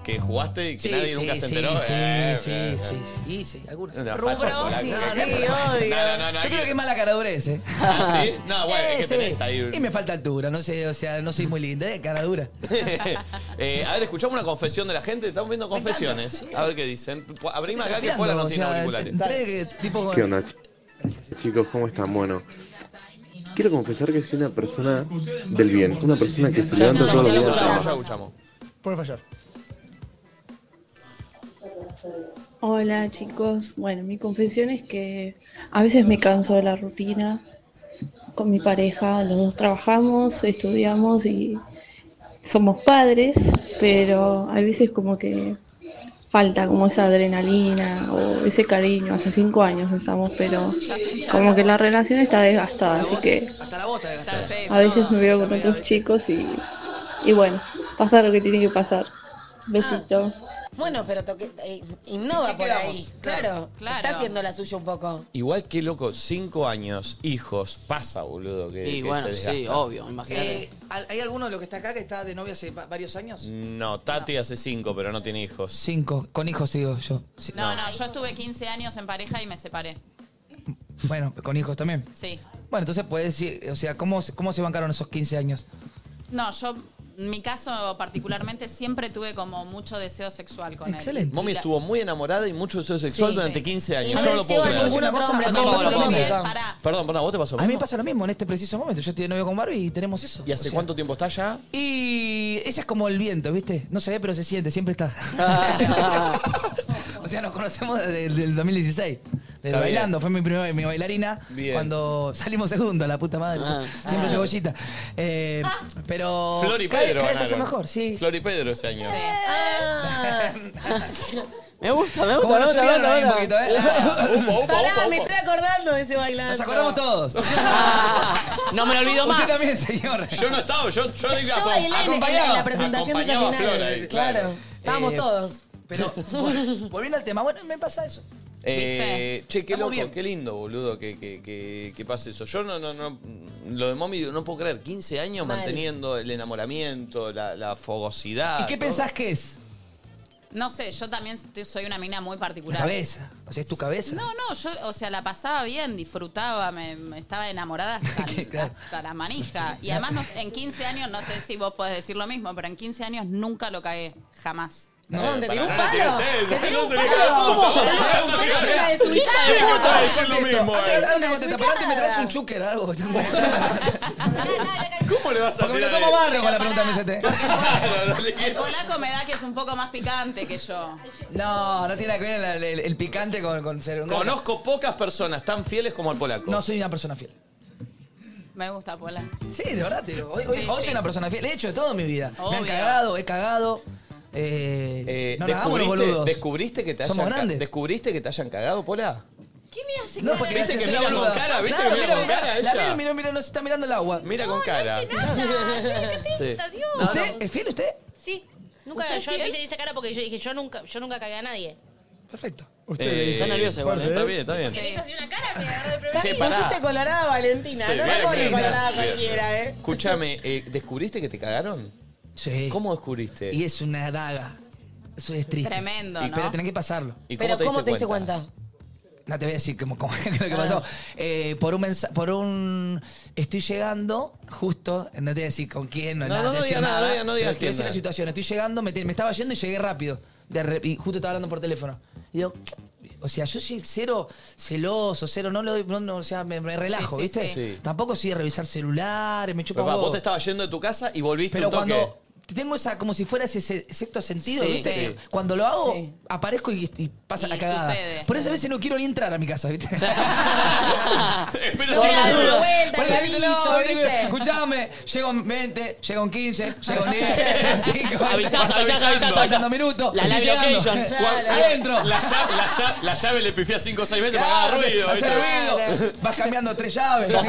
S1: que jugaste y que
S18: Sí,
S1: nadie
S18: sí,
S1: nunca se
S18: sí,
S1: enteró.
S18: sí,
S1: Eh,
S18: sí,
S1: eh,
S18: sí,
S1: eh.
S18: sí, sí, algunas.
S1: Una
S18: Rubro,
S1: facha
S18: sí,
S1: polaca.
S18: no, no,
S1: No, no, no, no,
S18: Yo creo que es mala caradurez, ¿eh?
S1: ¿Ah, sí? No, bueno, es que
S18: Eh,
S1: tenés
S18: sí.
S1: ahí un-
S18: Y me falta altura, no sé, o sea, no soy muy linda, eh, cara dura.
S1: Eh, a ver, escuchamos una confesión de la gente. Estamos viendo confesiones. A ver qué dicen. Pu- Abrime acá que Pola no tiene auriculares.
S18: tipo
S17: ¿Qué onda, chi- chicos? ¿Cómo están? Bueno, quiero confesar que soy una persona del bien, una persona que se levanta todos los días a trabajar.
S5: Puede fallar.
S12: Hola chicos, bueno, mi confesión es que a veces me canso de la rutina con mi pareja, los dos trabajamos, estudiamos y somos padres, pero a veces como que falta como esa adrenalina o ese cariño, hace cinco años estamos, pero como que la relación está desgastada, así que
S18: Hasta la bota de
S12: a veces me veo con otros chicos y, y bueno, pasa lo que tiene que pasar. Besito.
S3: Bueno, pero toque, eh, innova
S18: ¿Qué
S3: por
S18: quedamos?
S3: ahí. Claro,
S2: Claro.
S3: Está haciendo la suya un poco.
S1: Igual que loco, cinco años, hijos, pasa, boludo. Que,
S4: Y
S1: que
S4: bueno,
S1: se
S4: sí,
S1: desgasta.
S4: obvio, imagínate.
S18: Eh, ¿al- ¿Hay alguno de los que está acá que está de novia hace va- varios años?
S1: No, Tati hace cinco, pero no tiene hijos.
S18: Cinco, con hijos digo yo. Sí.
S2: No, no, yo estuve 15 años en pareja y me separé.
S18: Bueno, con hijos también.
S2: Sí.
S18: Bueno, entonces puedes decir, o sea, ¿cómo, se- ¿cómo se bancaron esos 15 años?
S2: No, yo, en mi caso particularmente, siempre tuve como mucho deseo sexual con él.
S18: Excelente.
S1: Mommy
S2: Y la-
S1: estuvo muy enamorada y mucho deseo sexual durante 15
S2: Y
S1: años.
S2: no
S1: Yo no
S2: le
S1: lo puedo
S2: llevo a
S1: creer.
S2: ningún otro hombre,
S18: No,
S2: no,
S18: no,
S2: no,
S18: no,
S2: bien,
S18: no.
S2: pará.
S1: Perdón, perdón, ¿vos te pasó
S18: A mí me
S1: mismo?
S18: pasa lo mismo en este preciso momento. Yo estoy de novio con Barbie y tenemos eso.
S1: ¿Y hace
S18: O sea,
S1: cuánto tiempo está ya?
S18: Y ella es como el viento, ¿viste? No se ve, pero se siente, siempre está. o sea, nos conocemos desde el del 2016. Desde
S1: Está bien.
S18: bailando, fue mi primera mi bailarina.
S1: Bien. Ah.
S18: Cuando salimos segundo, la puta madre. Siempre cebollita. Eh, pero.
S1: Flor y
S18: cada-
S1: Pedro.
S18: Cada vez hace
S1: ganaron.
S18: mejor, sí.
S1: Flor y Pedro ese año.
S3: Ah.
S4: Me gusta, me gusta, me
S18: Como nos
S4: gusta, me
S18: chulearon ahí un
S4: gusta, me
S18: poquito,
S4: gusta.
S18: ¿eh?
S1: Upa, upa,
S3: Pará,
S1: upa,
S3: me
S1: upa.
S3: estoy acordando de ese bailando. Ah.
S18: Nos acordamos todos.
S4: No me lo olvido más.
S18: Usted también, señor.
S1: Yo no estaba, yo, yo,
S3: Yo bailé en- en la- en la presentación de esa
S1: acompañaba a
S3: final,
S1: Flor ahí,
S3: claro. Estábamos
S18: Eh,
S3: todos.
S18: Pero, vol- volviendo al tema, bueno, me pasa eso.
S1: Eh, che, qué
S18: Estamos
S1: loco,
S18: bien.
S1: qué lindo, boludo, que, que, que, que pase eso. Yo no, no, no, lo de Mommy no puedo creer, 15 años
S2: Mal.
S1: manteniendo el enamoramiento, la, la fogosidad.
S18: ¿Y qué pensás que es?
S2: No sé, yo también estoy- soy una mina muy
S18: La
S2: particular.
S18: cabeza. O sea, es tu cabeza.
S2: No, no, yo, o sea, la pasaba bien, disfrutaba, me, me estaba enamorada hasta, hasta la manija. Y además, no- en 15 años, no sé si vos podés decir lo mismo, pero en 15 años nunca lo cagué, jamás.
S1: No, te
S3: tiró un
S1: palo.
S3: Te tiró un
S1: se
S3: palo.
S1: puta.
S3: ¿Cómo?
S1: No,
S3: Pero
S1: se
S3: es una
S1: deja de puta.
S3: desubicada.
S1: Hija de puta,
S3: Ah,
S1: decir lo mismo.
S18: Antes de
S1: eh.
S18: dar una boteta, pero antes me traes un chúquer o algo.
S1: ¿Cómo le vas a
S18: Porque me lo
S1: tirar ahí?
S18: tomo barrio con la pregunta que me hiciste.
S2: El polaco me da que es un poco más picante que yo.
S18: No, no tiene nada que ver el, el- el picante con, con ser un
S1: Conozco pocas personas tan fieles como el polaco.
S18: No soy una persona fiel.
S2: Me gusta Pola.
S18: Sí, de verdad, te digo. Hoy, hoy-
S2: Sí,
S18: hoy
S2: sí.
S18: soy una persona fiel. He hecho de todo en mi vida. Me han
S2: Obvio.
S18: cagado, he cagado. Eh,
S1: Eh,
S18: no nos hagamos los
S1: descubriste,
S18: boludos.
S1: descubriste que te
S18: Somos
S1: hayan ca-
S18: grandes.
S1: ¿Descubriste que te hayan cagado, Pola?
S6: ¿Qué me hace
S18: No, porque
S1: Viste
S18: me
S1: que
S18: hace
S1: mira
S18: la
S1: con
S18: boluda.
S1: cara, viste
S18: Claro,
S1: que mira
S18: mira,
S1: con cara
S18: La
S1: ella.
S18: mira, mira, mira, nos está mirando el agua.
S1: Mira con cara. Sí.
S18: ¿Usted es fiel usted?
S6: Sí. Nunca,
S18: ¿Usted
S6: yo
S18: fiel?
S6: me hice esa cara porque yo dije, yo nunca, yo nunca cagué a nadie.
S18: Perfecto.
S1: Eh,
S4: Está nerviosa igual, ¿eh?
S1: Está bien, está bien.
S6: Sí. Yo hice una cara, me agarró de
S1: Che,
S6: primera.
S1: pará.
S3: colorada, Valentina.
S1: Sí,
S3: no
S1: bien,
S3: me pone
S1: bien,
S3: colorada
S1: bien,
S3: cualquiera, ¿eh?
S1: Escúchame, eh, ¿descubriste que te cagaron?
S18: Sí.
S1: ¿Cómo descubriste?
S18: Y es una daga. Eso es triste.
S2: Tremendo,
S18: Y-
S2: ¿no?
S18: Pero tenés que pasarlo.
S1: ¿Y
S3: cuenta?
S18: No te voy a decir cómo, cómo- qué es lo que pasó. Eh, por un mensaje, por un. Estoy llegando, justo, no te voy a decir con quién, no,
S1: No,
S18: nada,
S1: no, no
S18: te voy a
S1: diga
S18: decir
S1: nada, no diga- no diga
S18: pero te voy a
S1: quién,
S18: decir la
S1: nada.
S18: situación. Estoy llegando, me, te- me estaba yendo y llegué rápido. De re- y justo estaba hablando por teléfono. Y digo, ¿qué? O sea, yo soy cero celoso, cero, no lo doy, no, no, o sea, me, me relajo,
S1: Sí, sí,
S18: ¿viste?
S1: sí. Sí.
S18: Tampoco sí revisar celulares, me
S1: Pero,
S18: chupa un
S1: pará,
S18: huevo.
S1: vos te estabas yendo de tu casa y volviste
S18: Pero
S1: un toque.
S18: cuando tengo esa, como si fuera ese se- sexto sentido,
S1: Sí,
S18: ¿viste?
S1: sí.
S18: Cuando lo hago, aparezco y, y pasa
S1: Y
S18: la cagada.
S1: sucede.
S18: Por eso a veces no quiero ni entrar a mi casa, ¿viste?
S1: Espero
S18: Por
S1: sin
S18: la
S1: duda.
S18: duda.
S1: Vuelta,
S18: Por
S1: le
S18: ahí,
S1: aviso,
S18: no,
S1: ¿viste?
S18: ¿viste? Escuchame, llego en 20, llego en 15, llego en 10, llego en 5.
S1: Avisás,
S18: Vas
S1: avisás,
S18: avisando,
S1: avisás,
S18: vas
S1: avisás.
S18: avisando minutos.
S1: La
S18: estoy
S1: live
S18: llegando.
S1: location. Cuando-
S18: Adentro.
S1: La llave, la, llave, la llave le pifié 5 o 6 veces
S18: Claro,
S1: para que haga ruido.
S18: hace
S1: ¿viste?
S18: ruido. Vas cambiando tres llaves.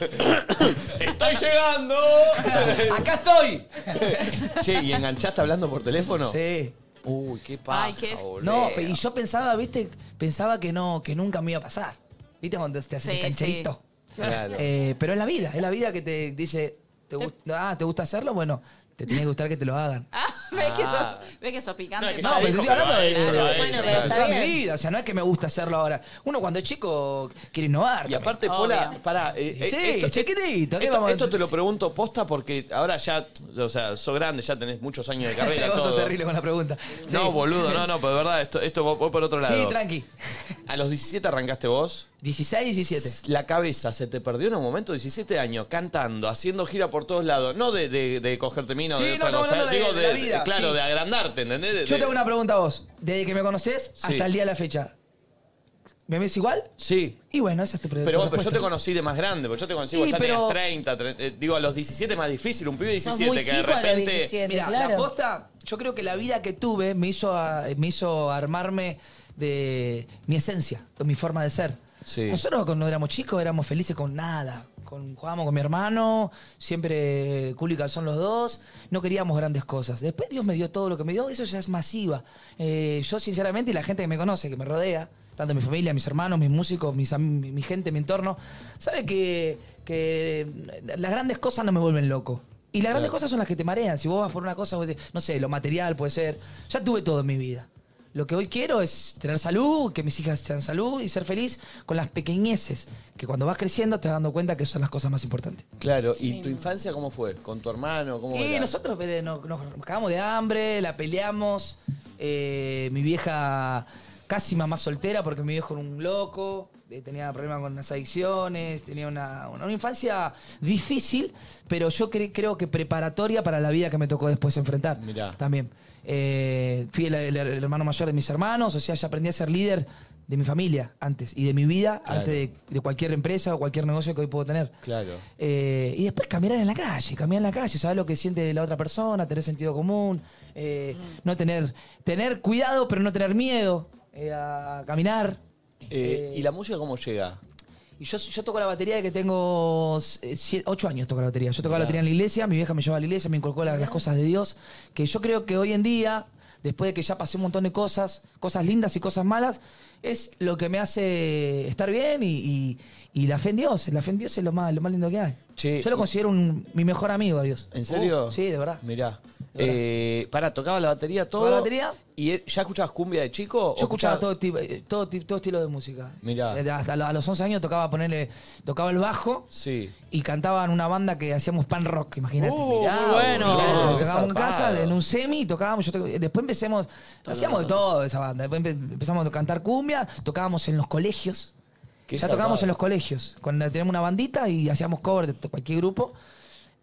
S1: ¡Estoy llegando!
S18: ¡Acá estoy!
S1: Che, ¿y enganchaste hablando por teléfono?
S18: Sí.
S1: Uy, qué paja,
S18: Ay, qué-
S1: boludo.
S18: No, pe- y yo pensaba, viste, pensaba que no, que nunca me iba a pasar. ¿Viste cuando te haces
S1: Sí,
S18: el cancherito?
S1: sí. Claro.
S18: Eh, pero es la vida, es la vida que te dice, te gust- ah, ¿te gusta hacerlo? Bueno, te tiene que gustar que te lo hagan.
S2: ¿Ves que, sos,
S18: Ah.
S2: ves que sos picante?
S18: No, pero estoy hablando de, de- de- de toda mi
S2: bien.
S18: vida, o sea, no es que me gusta hacerlo ahora. Uno cuando es chico quiere innovar.
S1: Y aparte, Pola, pará. eh, eh,
S18: Ah, Sí,
S1: esto-
S18: chiquitito, ¿qué
S1: esto,
S18: vamos a-
S1: esto te lo pregunto posta porque ahora ya, o sea, sos grande, ya tenés muchos años de carrera.
S18: Vos sos
S1: todo.
S18: terrible con la pregunta.
S1: No,
S18: Sí.
S1: boludo, no, no, pero de verdad, esto, esto voy voy por otro lado.
S18: Sí, tranqui.
S1: ¿A los 17 arrancaste vos?
S18: 16, 17.
S1: La cabeza se te perdió en un momento, 17 años, cantando, haciendo gira por todos lados. No de, de, de cogerte mina o
S18: Sí,
S1: de
S18: no,
S1: otra
S18: estamos
S1: cosa.
S18: hablando de-
S1: digo,
S18: de la vida,
S1: claro,
S18: sí.
S1: de agrandarte, ¿entendés? De-
S18: Yo
S1: de-
S18: tengo una pregunta a vos. Desde que me conoces
S1: Sí.
S18: hasta el día de la fecha, ¿me ves igual?
S1: Sí.
S18: Y bueno, esa es tu pregunta.
S1: Pero, bueno, pero yo te conocí de más grande, porque yo te conocí, vos
S18: Sí,
S1: ya
S18: pero-
S1: tenías 30, tre- eh, digo, a los 17 es más difícil, un pibe de
S18: Sos
S1: 17
S18: muy
S1: que de
S18: chico a los
S1: repente...
S18: 17, Mirá, la posta, yo creo que la vida que tuve me hizo, a- me hizo armarme de mi esencia, de mi forma de ser.
S1: Sí.
S18: Nosotros cuando éramos chicos éramos felices con nada. Con, jugábamos con mi hermano, siempre culo y calzón los dos, no queríamos grandes cosas. Después Dios me dio todo lo que me dio, eso ya es masiva. Eh, yo sinceramente y la gente que me conoce, que me rodea, tanto mi familia, mis hermanos, mis músicos, mis, am- mi gente, mi entorno, sabe que, que las grandes cosas no me vuelven loco. Y las grandes
S1: Claro.
S18: cosas son las que te marean. Si vos vas por una cosa, vos decís, no sé, lo material puede ser. Ya tuve todo en mi vida. Lo que hoy quiero es tener salud, que mis hijas tengan salud y ser feliz con las pequeñeces, que cuando vas creciendo te vas dando cuenta que son las cosas más importantes.
S1: Claro, ¿y tu infancia cómo fue? ¿Con tu hermano? ¿Cómo
S18: Y
S1: era?
S18: nosotros eh, nos, nos cagamos de hambre, la peleamos. eh, mi vieja casi mamá soltera porque mi viejo era un loco, eh, tenía problemas con las adicciones, tenía una, una, una infancia difícil, pero yo cre- creo que preparatoria para la vida que me tocó después enfrentar. También. Eh, fui el, el- el hermano mayor de mis hermanos, o sea, ya aprendí a ser líder de mi familia antes y de mi vida
S1: Claro.
S18: antes de, de cualquier empresa o cualquier negocio que hoy puedo tener.
S1: Claro.
S18: Eh, y después caminar en la calle, caminar en la calle, saber lo que siente la otra persona, tener sentido común, eh, no tener, tener cuidado pero no tener miedo eh, a caminar.
S1: Eh, ¿Y la música cómo llega?
S18: Y yo, yo toco la batería de que tengo 8 años toco la batería. Yo tocaba la batería en la iglesia, mi vieja me llevaba a la iglesia, me inculcó la- las cosas de Dios. Que yo creo que hoy en día, después de que ya pasé un montón de cosas, cosas lindas y cosas malas, es lo que me hace estar bien y, y- y la fe en Dios. La fe en Dios es lo más, lo más lindo que hay.
S1: Che,
S18: yo lo
S1: y-
S18: considero un- mi mejor amigo a Dios.
S1: Eh, ¿En serio?
S18: Uh, sí, de verdad.
S1: Mirá. Eh, pará, ¿tocaba la batería todo?
S18: ¿Tocaba la batería?
S1: ¿Y eh, ya escuchabas cumbia de chico? o
S18: Yo escuchaba
S1: escuchabas-
S18: todo, tipo- eh, todo, ti- todo estilo de música.
S1: Mirá.
S18: Eh, Hasta lo- a los 11 años tocaba ponerle, tocaba el bajo
S1: Sí.
S18: y cantaba en una banda que hacíamos pan rock, imagínate.
S1: Uh, Mirá, muy bueno.
S18: Claro,
S1: Qué
S18: Tocábamos en
S1: zarpado.
S18: casa, en un semi, tocábamos. yo toc- después empecemos, hacíamos de todo esa banda. Después empe- empezamos a cantar cumbia, tocábamos en los colegios.
S1: Qué
S18: ya tocábamos
S1: zarpado.
S18: en los colegios. Cuando teníamos una bandita y hacíamos cover de to- cualquier grupo.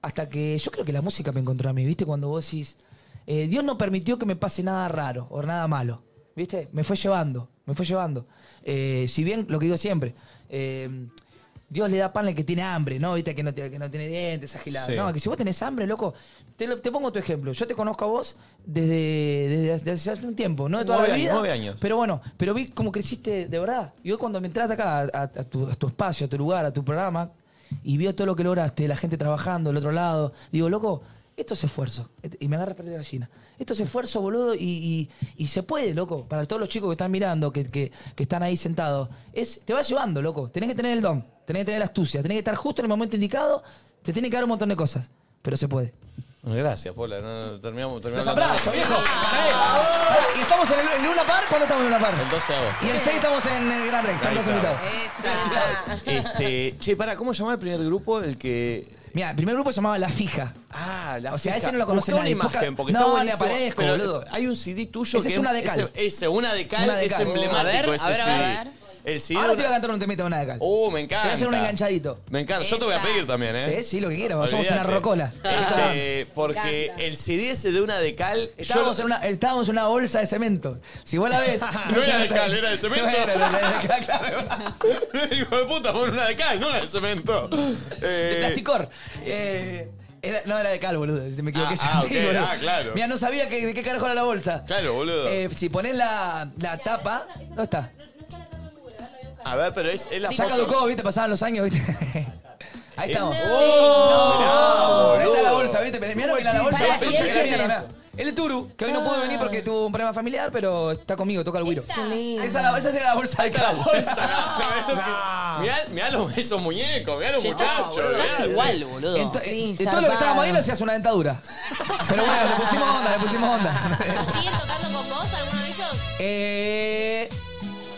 S18: Hasta que yo creo que la música me encontró a mí, ¿viste? Cuando vos decís, eh, Dios no permitió que me pase nada raro o nada malo, ¿viste? Me fue llevando, me fue llevando. Eh, si bien, lo que digo siempre, eh, Dios le da pan al que tiene hambre, ¿no? ¿Viste? Que no, te- que no tiene dientes, agilado.
S1: Sí.
S18: No, que si vos tenés hambre, loco, te, lo- te pongo tu ejemplo. Yo te conozco a vos desde, desde hace- desde hace un tiempo, ¿no? De toda
S1: Nueve
S18: la
S1: años,
S18: vida.
S1: nueve años.
S18: Pero bueno, pero vi cómo creciste de verdad. Y hoy cuando me entraste acá a, a- a tu, a tu espacio, a tu lugar, a tu programa, y vio todo lo que lograste, la gente trabajando del otro lado, digo, loco, esto es esfuerzo. Et- Y me agarra perder la gallina. Esto es esfuerzo, boludo, y, y- y se puede, loco. Para todos los chicos que están mirando, que, que- que están ahí sentados, es, te va llevando, loco. Tenés que tener el don, tenés que tener la astucia, tenés que estar justo en el momento indicado, te tiene que dar un montón de cosas. Pero se puede.
S1: Gracias, Pola. No, no, terminamos, terminamos.
S18: Los abrazos, viejo. Para él. Para- Y estamos en el, en Luna Par, ¿cuándo estamos en Luna Par?
S1: El 12 de agosto.
S18: Y el 6 estamos en el Gran Rex, están
S1: Ahí
S18: todos
S1: está.
S18: invitados.
S1: Este, che, pará, ¿cómo se llamaba el primer grupo? El que.
S18: Mira, el primer grupo se llamaba La Fija.
S1: Ah, la
S18: O sea,
S1: fija.
S18: ese no lo conoce
S1: Buscá
S18: nadie.
S1: una imagen,
S18: Busca-
S1: porque
S18: No,
S1: está
S18: le
S1: buenísimo.
S18: aparezco,
S1: Pero eh,
S18: boludo.
S1: Hay un CD tuyo
S18: Ese
S1: que
S18: es una de cal.
S1: Ese, ese, una de cal,
S18: Una de
S1: es
S18: cal.
S1: emblemático.
S18: A ver,
S1: ese
S18: a ver, a
S1: CD.
S18: ver, a ver.
S1: El CD.
S18: Ahora te voy a cantar un temita de una de cal.
S1: Uh, me encanta.
S18: Te voy a hacer un enganchadito.
S1: Me encanta. Yo te voy a pedir también, ¿eh?
S18: Sí, sí, lo que quieras. Somos una
S1: Olvídate.
S18: rocola.
S1: Este, porque el CD ese de una de cal. yo-
S18: Estábamos, en una, estábamos en una bolsa de cemento. Si vos la ves.
S1: No era de cal, era de cemento.
S18: No era, era de cal.
S1: Hijo de puta, pon una de cal, no una de cemento. Eh,
S18: De plasticor. Eh, era- no, era de cal, boludo. Me equivoqué.
S1: Ah, ah, ok, ah, claro.
S18: Mira, no sabía que- de qué carajo era la bolsa.
S1: Claro, boludo.
S18: Eh, si pones la, la tapa. ¿Dónde está?
S1: A ver, pero es, es la
S18: Ya
S1: foto.
S18: caducó, viste, pasaban los años, viste. Ahí estamos.
S1: No.
S18: ¡Oh!
S1: Mirá,
S18: Ahí está la
S1: boludo.
S18: bolsa, viste. Mirá, mirá la bolsa.
S1: Pará,
S18: viste,
S1: ¿y
S18: mirá,
S1: él
S18: mirá,
S1: quién
S18: mirá,
S1: es?
S18: mirá. El Turu, que hoy no pudo venir porque tuvo un problema familiar, pero está conmigo, toca el güiro. Esa, era la- esa era la bolsa de cada
S1: Mirá, mirá los, esos muñecos, mirá los
S18: Che, estás-
S1: muchachos.
S18: boludo, estás
S1: mirá.
S18: igual, boludo. Ento- De todo lo que estábamos ahí no hacías una dentadura. Pero bueno, le pusimos onda, le pusimos onda.
S6: ¿Siguen tocando con vos alguno de ellos?
S18: Eh,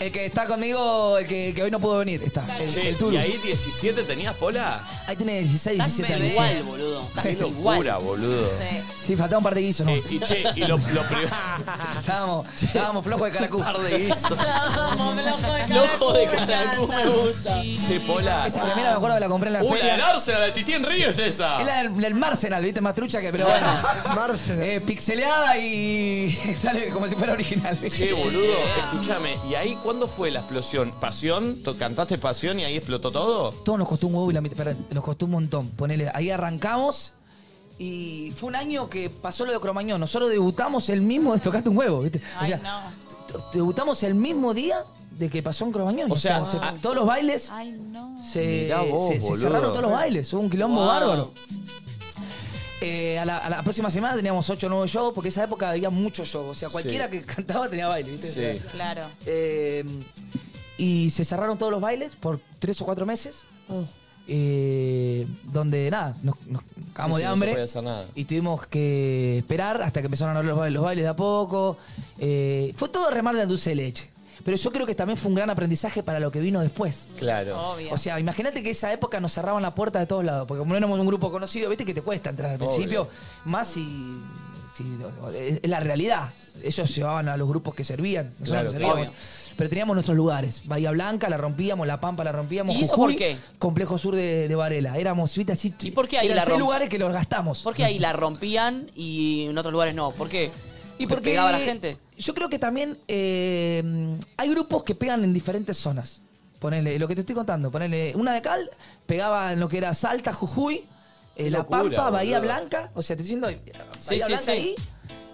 S18: el que está conmigo, el que, que hoy no pudo venir, está. El,
S1: Che,
S18: el Turu.
S1: ¿Y ahí 17 tenías, Pola?
S18: Ahí tiene 16, 17 años.
S1: igual,
S4: boludo.
S1: Qué locura, boludo.
S18: Sí, faltaba un par de guisos, ¿no?
S1: Y che, y lo, lo pri-
S18: estábamos, estábamos flojos de caracú. Un par
S1: de guisos.
S4: Loco de caracú me gusta.
S1: Che, Pola.
S18: Esa primera me acuerdo que la compré en la
S1: Uy,
S18: feria.
S1: la del Arsenal, la de Titín Río es esa.
S18: Es la del, del Marsenal, ¿viste? Más trucha que, pero bueno. Eh, pixeleada y sale como si fuera original.
S1: Che, boludo, escúchame. ¿Y ahí cuándo fue la explosión? ¿Pasión? ¿To- ¿Cantaste Pasión y ahí explotó todo?
S18: Todo nos costó un huevo y la mitad, perdón, nos costó un montón. Ponele, ahí arrancamos y fue un año que pasó lo de Cromañón. Nosotros debutamos el mismo de Tocaste un huevo, ¿viste? O sea, t- debutamos el mismo día de que pasó en Cromañón.
S1: O sea, ah,
S18: se-
S1: wow.
S18: todos los bailes
S20: Ay, no.
S18: se,
S1: Mirá vos,
S18: se- se
S1: boludo.
S18: cerraron todos los bailes. Hubo un quilombo
S1: Wow.
S18: bárbaro. Eh, a, la, a la próxima semana teníamos 8 o 9 shows, porque esa época había muchos shows. O sea, cualquiera
S1: Sí.
S18: que cantaba tenía baile, ¿viste? O sea,
S1: Sí.
S20: Claro.
S18: eh, y se cerraron todos los bailes por tres o cuatro meses. Eh,
S19: este,
S18: donde nada, nos, nos
S1: Sí, sí, no
S18: cagamos de
S1: se
S18: hambre.
S1: podía hacer nada.
S18: Y tuvimos que esperar hasta que empezaron a abrir los bailes, los bailes de a poco. Eh, fue todo remar de la dulce de leche. Pero yo creo que también fue un gran aprendizaje para lo que vino después.
S1: Claro.
S18: O sea, imagínate que esa época nos cerraban la puerta de todos lados, porque como no éramos un grupo conocido, viste que te cuesta entrar al
S1: Obvio.
S18: principio, más si, si- no, no, es es la realidad. Ellos llevaban a los grupos que servían, nosotros
S4: Claro,
S18: no servíamos.
S4: obvio.
S18: Pero teníamos nuestros lugares. Bahía Blanca la rompíamos, La Pampa la rompíamos.
S4: ¿Y eso
S18: Jujuy,
S4: por qué?
S18: Complejo Sur de, de Varela. Éramos, viste, así. ¿Y por
S4: qué ahí la romp-
S18: lugares que los gastamos.
S4: ¿Por qué ahí la rompían y en otros lugares no? ¿Por qué? ¿Y por
S18: Porque
S4: pegaba a la gente?
S18: Yo creo que también eh, hay grupos que pegan en diferentes zonas. Ponele, lo que te estoy contando, ponele, una de cal pegaba en lo que era Salta, Jujuy, eh,
S1: Qué
S18: La
S1: locura,
S18: Pampa, Bahía
S1: boludo.
S18: Blanca. O sea, te estoy diciendo, Bahía
S1: Sí, sí,
S18: Blanca
S1: sí.
S18: ahí,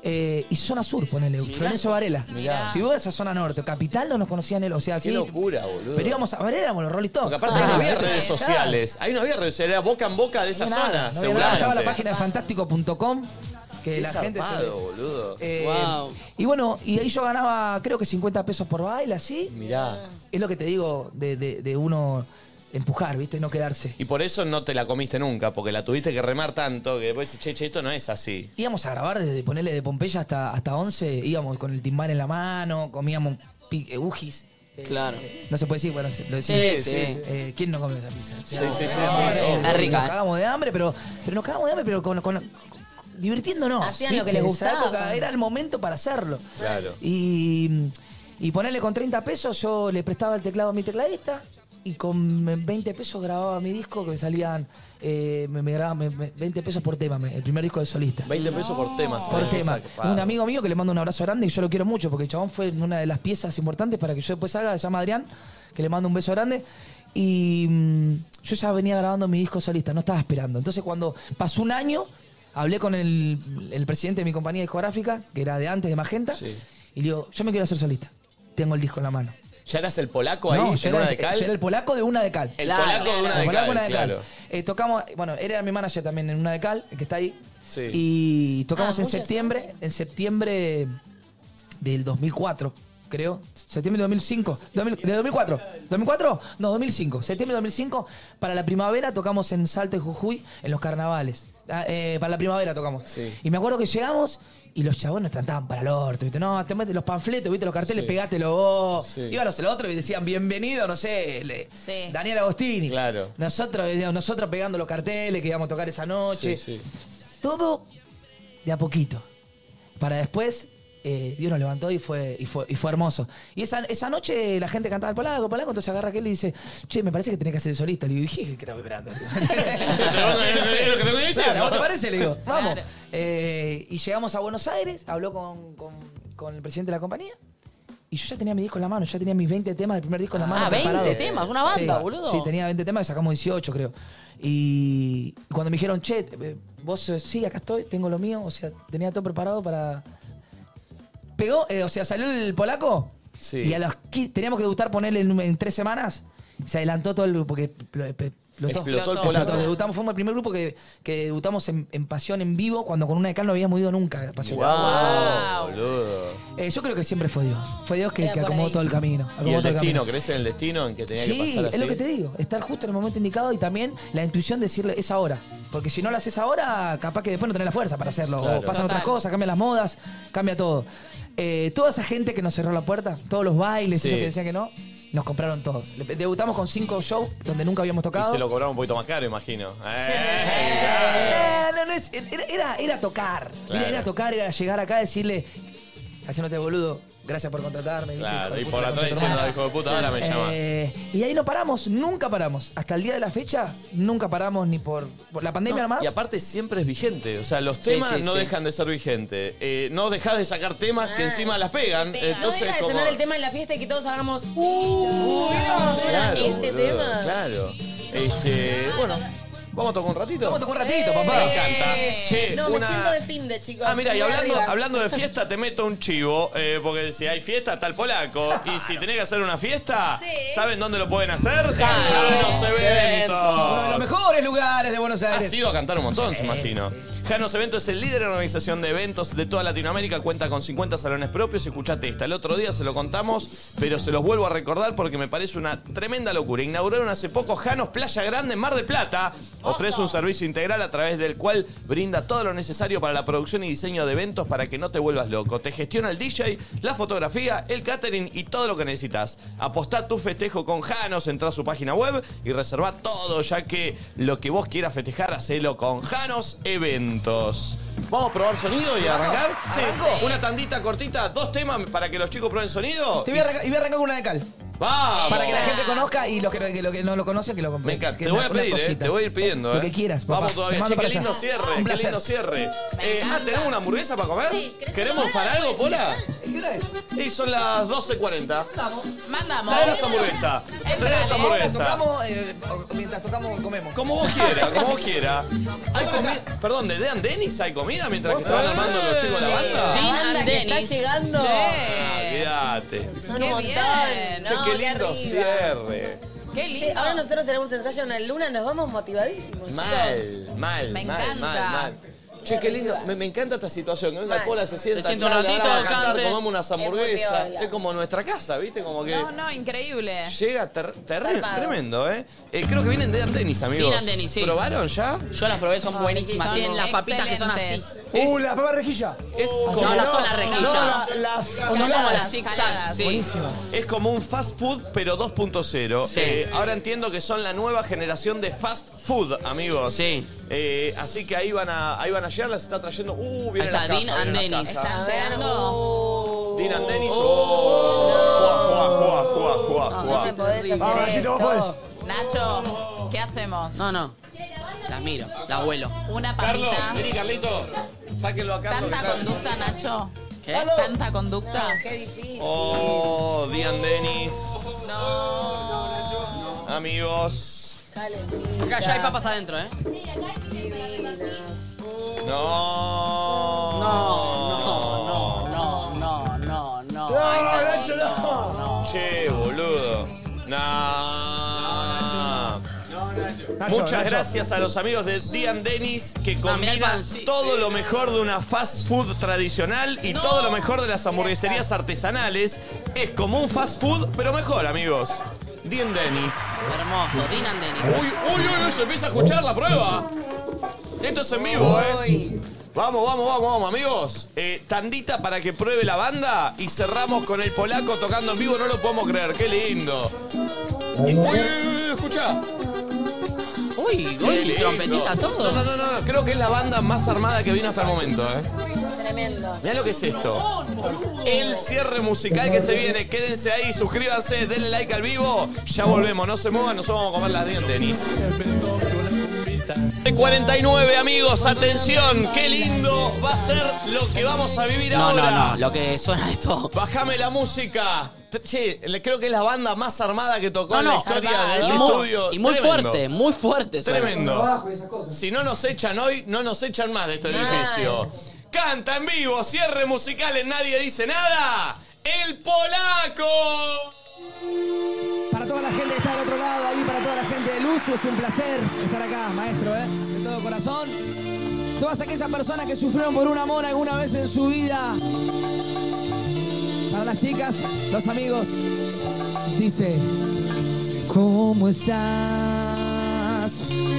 S18: eh, y zona sur, ponele. Florencio Varela.
S1: Mirá.
S18: Si vos ibas a zona norte o capital, no nos conocían él. O sea,
S1: Qué
S18: Ah, sí, Ah,
S1: locura, boludo.
S18: Pero íbamos a Varela, con los Rolling Stones.
S1: Porque aparte ahí no había redes sociales. Ahí no había redes sociales, era boca en boca de esa
S18: nada,
S1: zona,
S18: no había nada.
S1: seguramente.
S18: Estaba la página de fantástico.com que
S1: Qué
S18: la gente se-
S1: zarpado, boludo.
S18: Eh,
S1: wow.
S18: Y bueno, y ahí yo ganaba creo que 50 pesos por baile, así.
S1: Mirá.
S18: Es lo que te digo de, de- de uno empujar, ¿viste? No quedarse.
S1: Y por eso no te la comiste nunca, porque la tuviste que remar tanto que después dices, che, che, esto no es así.
S18: Íbamos a grabar desde ponerle de Pompeya hasta, hasta 11, íbamos con el timbal en la mano, comíamos pi- eh, ujis. Eh,
S4: Claro.
S18: No se puede decir, bueno, se- lo decimos.
S4: Sí, sí.
S18: Eh, ¿Quién no come esa pizza?
S4: Sí, sí, sí, sí.
S18: Es
S4: Es rica,
S18: Nos
S4: eh.
S18: cagamos de hambre, pero, pero nos cagamos de hambre, pero con, con- divirtiéndonos.
S3: Hacían lo
S18: ¿viste?
S3: que les
S18: En esa
S3: gustaba.
S18: época era el momento para hacerlo.
S1: Claro.
S18: Y, y ponerle con 30 pesos, yo le prestaba el teclado a mi tecladista y con 20 pesos grababa mi disco que me salían, eh, me, me grababan me- me- 20 pesos por tema, me- el primer disco de solista.
S1: 20 pesos por tema.
S18: Por
S1: ¿sabes?
S18: tema.
S1: Zarpado.
S18: Un amigo mío que le mando un abrazo grande y yo lo quiero mucho porque el chabón fue una de las piezas importantes para que yo después haga, se llama Adrián, que le mando un beso grande. Y mm, yo ya venía grabando mi disco solista, no estaba esperando. Entonces cuando pasó un año, hablé con el, el presidente de mi compañía discográfica, que era de antes, de Magenta, y le digo, yo me quiero hacer solista. Tengo el disco en la mano.
S1: ¿Ya eras el polaco ahí?
S18: No,
S1: en
S18: yo
S1: una
S18: era,
S1: de cal?
S18: yo era el polaco de una de cal.
S1: El Claro, polaco de una claro. de
S18: El polaco
S1: cal, claro.
S18: Eh, tocamos, bueno, era mi manager también en una de cal, el que está ahí.
S1: Sí.
S18: Y tocamos
S1: Ah,
S18: en
S1: muchas
S18: septiembre, en septiembre del 2004, creo. Septiembre de 2005. 2000 ¿De 2004? ¿2004? No, 2005. Septiembre de 2005. Para la primavera tocamos en Salta y Jujuy, en los carnavales. Ah, eh, para la primavera tocamos. Y me acuerdo que llegamos y los chabones nos trataban para el orto, ¿viste? No, te metes los panfletos, ¿viste? Los carteles,
S1: Sí.
S18: pegátelo vos.
S1: Sí.
S18: Iba a los el otro y decían, bienvenido, no sé, le- Daniel Agostini.
S1: Claro.
S18: Nosotros, eh, nosotros pegando los carteles que íbamos a tocar esa noche. Todo de a poquito. Para después, eh, Dios nos levantó y fue, y fue, y fue hermoso. Y esa, esa noche la gente cantaba el polaco, polaco, entonces agarra aquel y dice, che, me parece que tenés que hacer el solista. Le digo, dije, ¿qué estaba esperando?
S1: Es lo que te voy diciendo.
S18: Claro, ¿a vos te parece? Le digo, vamos. Eh, y llegamos a Buenos Aires, habló con, con- con el presidente de la compañía. Y yo ya tenía mi disco en la mano, ya tenía mis 20 temas del primer disco en la mano.
S4: Ah, 20
S18: preparado.
S4: temas, una banda,
S18: Sí,
S4: boludo.
S18: Sí, tenía 20 temas, sacamos 18, creo. Y cuando me dijeron, che, eh, vos eh, sí, acá estoy, tengo lo mío, o sea, tenía todo preparado para. Pegó, eh, o sea, salió el polaco.
S1: Sí.
S18: Y a los 15 teníamos que debutar ponerle en, en tres semanas. Se adelantó todo el. Porque pl- pl- explotó.
S1: Explotó el polaco.
S18: Debutamos, fuimos el primer grupo que, que debutamos en, en Pasión en vivo, cuando con una de cal no habíamos ido nunca. a Pasión.
S1: Wow, boludo.
S18: Eh, yo creo que siempre fue Dios. Fue Dios que,
S1: Era
S18: que
S1: por
S18: acomodó
S1: ahí.
S18: todo el camino.
S1: ¿Y
S18: acomodó
S1: el
S18: todo el camino.
S1: destino? ¿Crees en el destino en que tenía que
S18: Sí,
S1: pasar así?
S18: es lo que te digo. Estar justo en el momento indicado y también la intuición de decirle es ahora. Porque si no lo haces ahora, capaz que después no tenés la fuerza para hacerlo.
S1: Claro.
S18: O pasan
S1: Total.
S18: otras cosas, cambian las modas, cambia todo. Eh, toda esa gente que nos cerró la puerta, todos los bailes,
S1: Sí.
S18: eso que decían que no, nos compraron todos. Le- Debutamos con cinco shows donde nunca habíamos
S1: Y
S18: tocado.
S1: se lo cobraron un poquito más caro, imagino.
S18: Eh, no, no es- era, era- era tocar.
S1: Claro.
S18: Era, era tocar, era llegar acá y decirle, haciéndote boludo, gracias por contratarme. ¿viste?
S1: Claro,
S18: Hijo de
S1: y
S18: puta,
S1: por
S18: la
S1: atrás
S18: concha de tu
S1: diciendo,
S18: madre".
S1: hijo de puta, ahora me llama.
S18: Eh, y ahí no paramos, nunca paramos. Hasta el día de la fecha, nunca paramos ni por, por la pandemia
S1: No,
S18: nomás.
S1: y aparte siempre es vigente, o sea, los
S18: Sí,
S1: temas
S18: sí,
S1: no
S18: sí.
S1: dejan de ser vigentes. Eh, no dejas de sacar temas
S3: Ah,
S1: que encima las pegan.
S3: No
S1: Entonces,
S3: deja de
S1: como-
S3: sonar el tema en la fiesta y que todos hagamos. ¡Uh!
S1: Claro, boludo,
S3: ese tema.
S1: Claro. Este, bueno, vamos a tocar un ratito.
S18: Vamos a tocar un ratito, papá.
S1: Me encanta. Che,
S3: no,
S1: una-
S3: me siento de fin de chicos.
S1: Ah, mira, y
S3: Muy
S1: hablando,
S3: arriba.
S1: hablando de fiesta, te meto un chivo, eh, porque si hay fiesta, está el polaco. Y si tenés que hacer una fiesta, ¿saben dónde lo pueden hacer? En Janos
S18: Uno de los
S1: Eventos.
S18: mejores lugares de Buenos Aires.
S1: Has ido Ah, a cantar un montón, se imagino. Janos Eventos es el líder en organización de eventos de toda Latinoamérica, cuenta con 50 salones propios. Escuchate esta, el otro día se lo contamos, pero se los vuelvo a recordar porque me parece una tremenda locura. Inauguraron hace poco Janos Playa Grande en Mar del Plata. Ofrece un servicio integral a través del cual brinda todo lo necesario para la producción y diseño de eventos para que no te vuelvas loco. Te gestiona el DJ, la fotografía, el catering y todo lo que necesitas. Apostá tu festejo con Janos, entra a su página web y reserva todo, ya que lo que vos quieras festejar, hacelo con Janos Eventos. ¿Vamos a probar sonido y arrancar? Sí, una tandita cortita, dos temas para que los chicos prueben sonido.
S18: Te voy a arrancar, y voy a arrancar con una de cal.
S1: Ah, ¡Vamos!
S19: Para que la gente conozca y los que, que- los que no lo conocen, que lo compren.
S1: Me encanta.
S19: Que
S1: Te
S19: una-
S1: voy a
S19: una
S1: pedir, eh.
S19: cosita.
S1: Te voy a ir pidiendo, eh.
S19: Lo que quieras, papá.
S1: Vamos
S19: Te
S1: todavía.
S19: mando
S1: Che, qué
S19: para
S1: lindo
S19: allá.
S1: cierre.
S19: Un
S1: Qué
S19: placer.
S1: lindo cierre. Eh, ah, ¿tenemos una hamburguesa para comer?
S19: Sí, ¿querés
S1: ¿Queremos
S19: comer?
S1: para algo, Pola?
S19: ¿Qué hora es?
S1: Y son las 12.40.
S2: Mandamos.
S1: Trae las hamburguesas.
S19: Es
S1: Trae las
S19: dale,
S1: hamburguesas.
S19: Tocamos, eh, o- mientras tocamos, comemos.
S1: Como vos quieras, como vos quieras. Hay comida. Perdón, ¿de Dan Dennis hay comida mientras que se van armando los chicos de la banda?
S3: La banda que está
S2: Dennis.
S3: llegando.
S1: Ah, Mirate.
S3: Son un montón.
S1: Che, qué lindo cierre.
S3: Qué lindo. ahora nosotros tenemos ensayo en el luna, nos vamos motivadísimos, chicos.
S1: Mal, mal,
S3: Me
S1: mal,
S3: encanta.
S1: mal, mal. Che, qué lindo. Me, me encanta esta situación. Que venga
S3: Mal.
S1: Pola, se sienta,
S3: Se sienta un
S1: charla,
S3: ratito,
S1: ahora va a cantar,
S3: cante.
S1: comamos unas hamburguesas.
S2: Es
S1: Es,
S2: muy
S1: como nuestra casa, ¿viste? Como que
S2: No, no, increíble.
S1: llega ter- ter-
S2: Zarpado.
S1: tremendo, ¿eh? Eh, Creo que vienen de Dan Dennis, amigos.
S4: Vienen Dennis, sí.
S1: ¿Probaron ya?
S4: Yo las probé, son buenísimas. Tienen las papitas que son así.
S5: Uh, la papa rejilla.
S1: Es
S19: Ah,
S4: como- no son las rejillas.
S5: No, la- las
S4: Son como
S5: saladas.
S4: las zigzags, sí. Buenísimo.
S1: Es como un fast food, pero 2.0.
S4: Sí.
S1: Eh, ahora entiendo que son la nueva generación de fast food, amigos. Sí. así que ahí van a, ahí van a llegar, las está trayendo. Uh,
S4: Ahí
S1: viene
S4: está, Dean and Dennis. Ah. Oh,
S2: Están llegando.
S1: Dean and Dennis. Oh. Juá, juá, juá, juá, juá.
S2: Vamos, Nacho, ¿qué hacemos?
S4: No, no. Las miro, las vuelo.
S2: Una
S1: Carlos,
S2: papita.
S1: vení, Carlito. Sáquenlo a Carlos. que
S2: Tanta
S1: está-
S2: conducta, Nacho.
S1: ¿Qué?
S2: Tanta conducta.
S3: qué difícil.
S1: Oh, Dean Dennis. Amigos.
S4: Acá ya hay papas adentro, ¿eh?
S1: No.
S4: No, no, no, no, no, no. Ay,
S1: Nacho, Che, boludo. Nah.
S5: Nacho,
S1: Muchas
S5: Nacho.
S1: gracias a los amigos de Dian Dennis que
S4: mirá el
S1: combinan
S4: pan, sí.
S1: todo lo mejor de una fast food tradicional y todo lo mejor de las hamburgueserías artesanales. Es como un fast food, pero mejor, amigos. Dian Dennis.
S4: Hermoso, Dean and Dennis.
S1: Uy, uy, uy, uy, se empieza a escuchar la prueba. Esto es en vivo, ¿eh? Vamos, vamos, vamos, vamos, amigos. Eh, tandita para que pruebe la banda y cerramos con el polaco tocando en vivo, no lo podemos creer, qué lindo. Y- uy, uy, uy, escuchá.
S4: Uy, gol,
S1: Qué lindo.
S4: trompetita, todo.
S1: No, no, no, no, creo que es la banda más armada que vino hasta el momento, ¿eh?
S3: Tremendo.
S1: Mirá lo que es esto. El cierre musical que se viene, quédense ahí, suscríbanse, denle like al vivo. Ya volvemos, no se muevan, nos vamos a comer las dientes, Denis. 49 amigos, atención, qué lindo va a ser lo que vamos a vivir
S4: No,
S1: ahora.
S4: no, no, lo que suena esto.
S1: Bájame la música. T- Sí, le- creo que es la banda más armada que tocó
S4: No,
S1: en la
S4: no,
S1: historia
S4: armada,
S1: de este
S4: y muy-
S1: estudio.
S4: y muy
S1: Tremendo.
S4: fuerte, muy fuerte ¿eh? suena.
S1: Tremendo. Si no nos echan hoy, no nos echan más de este edificio. Canta en vivo, cierre musical en Nadie Dice Nada. ¡El Polaco!
S19: Para toda la gente que está del otro lado, ahí para toda la gente del uso, es un placer estar acá, maestro, ¿eh? De todo corazón. Todas aquellas personas que sufrieron por un amor alguna vez en su vida. Para las chicas, los amigos, dice, ¿cómo estás?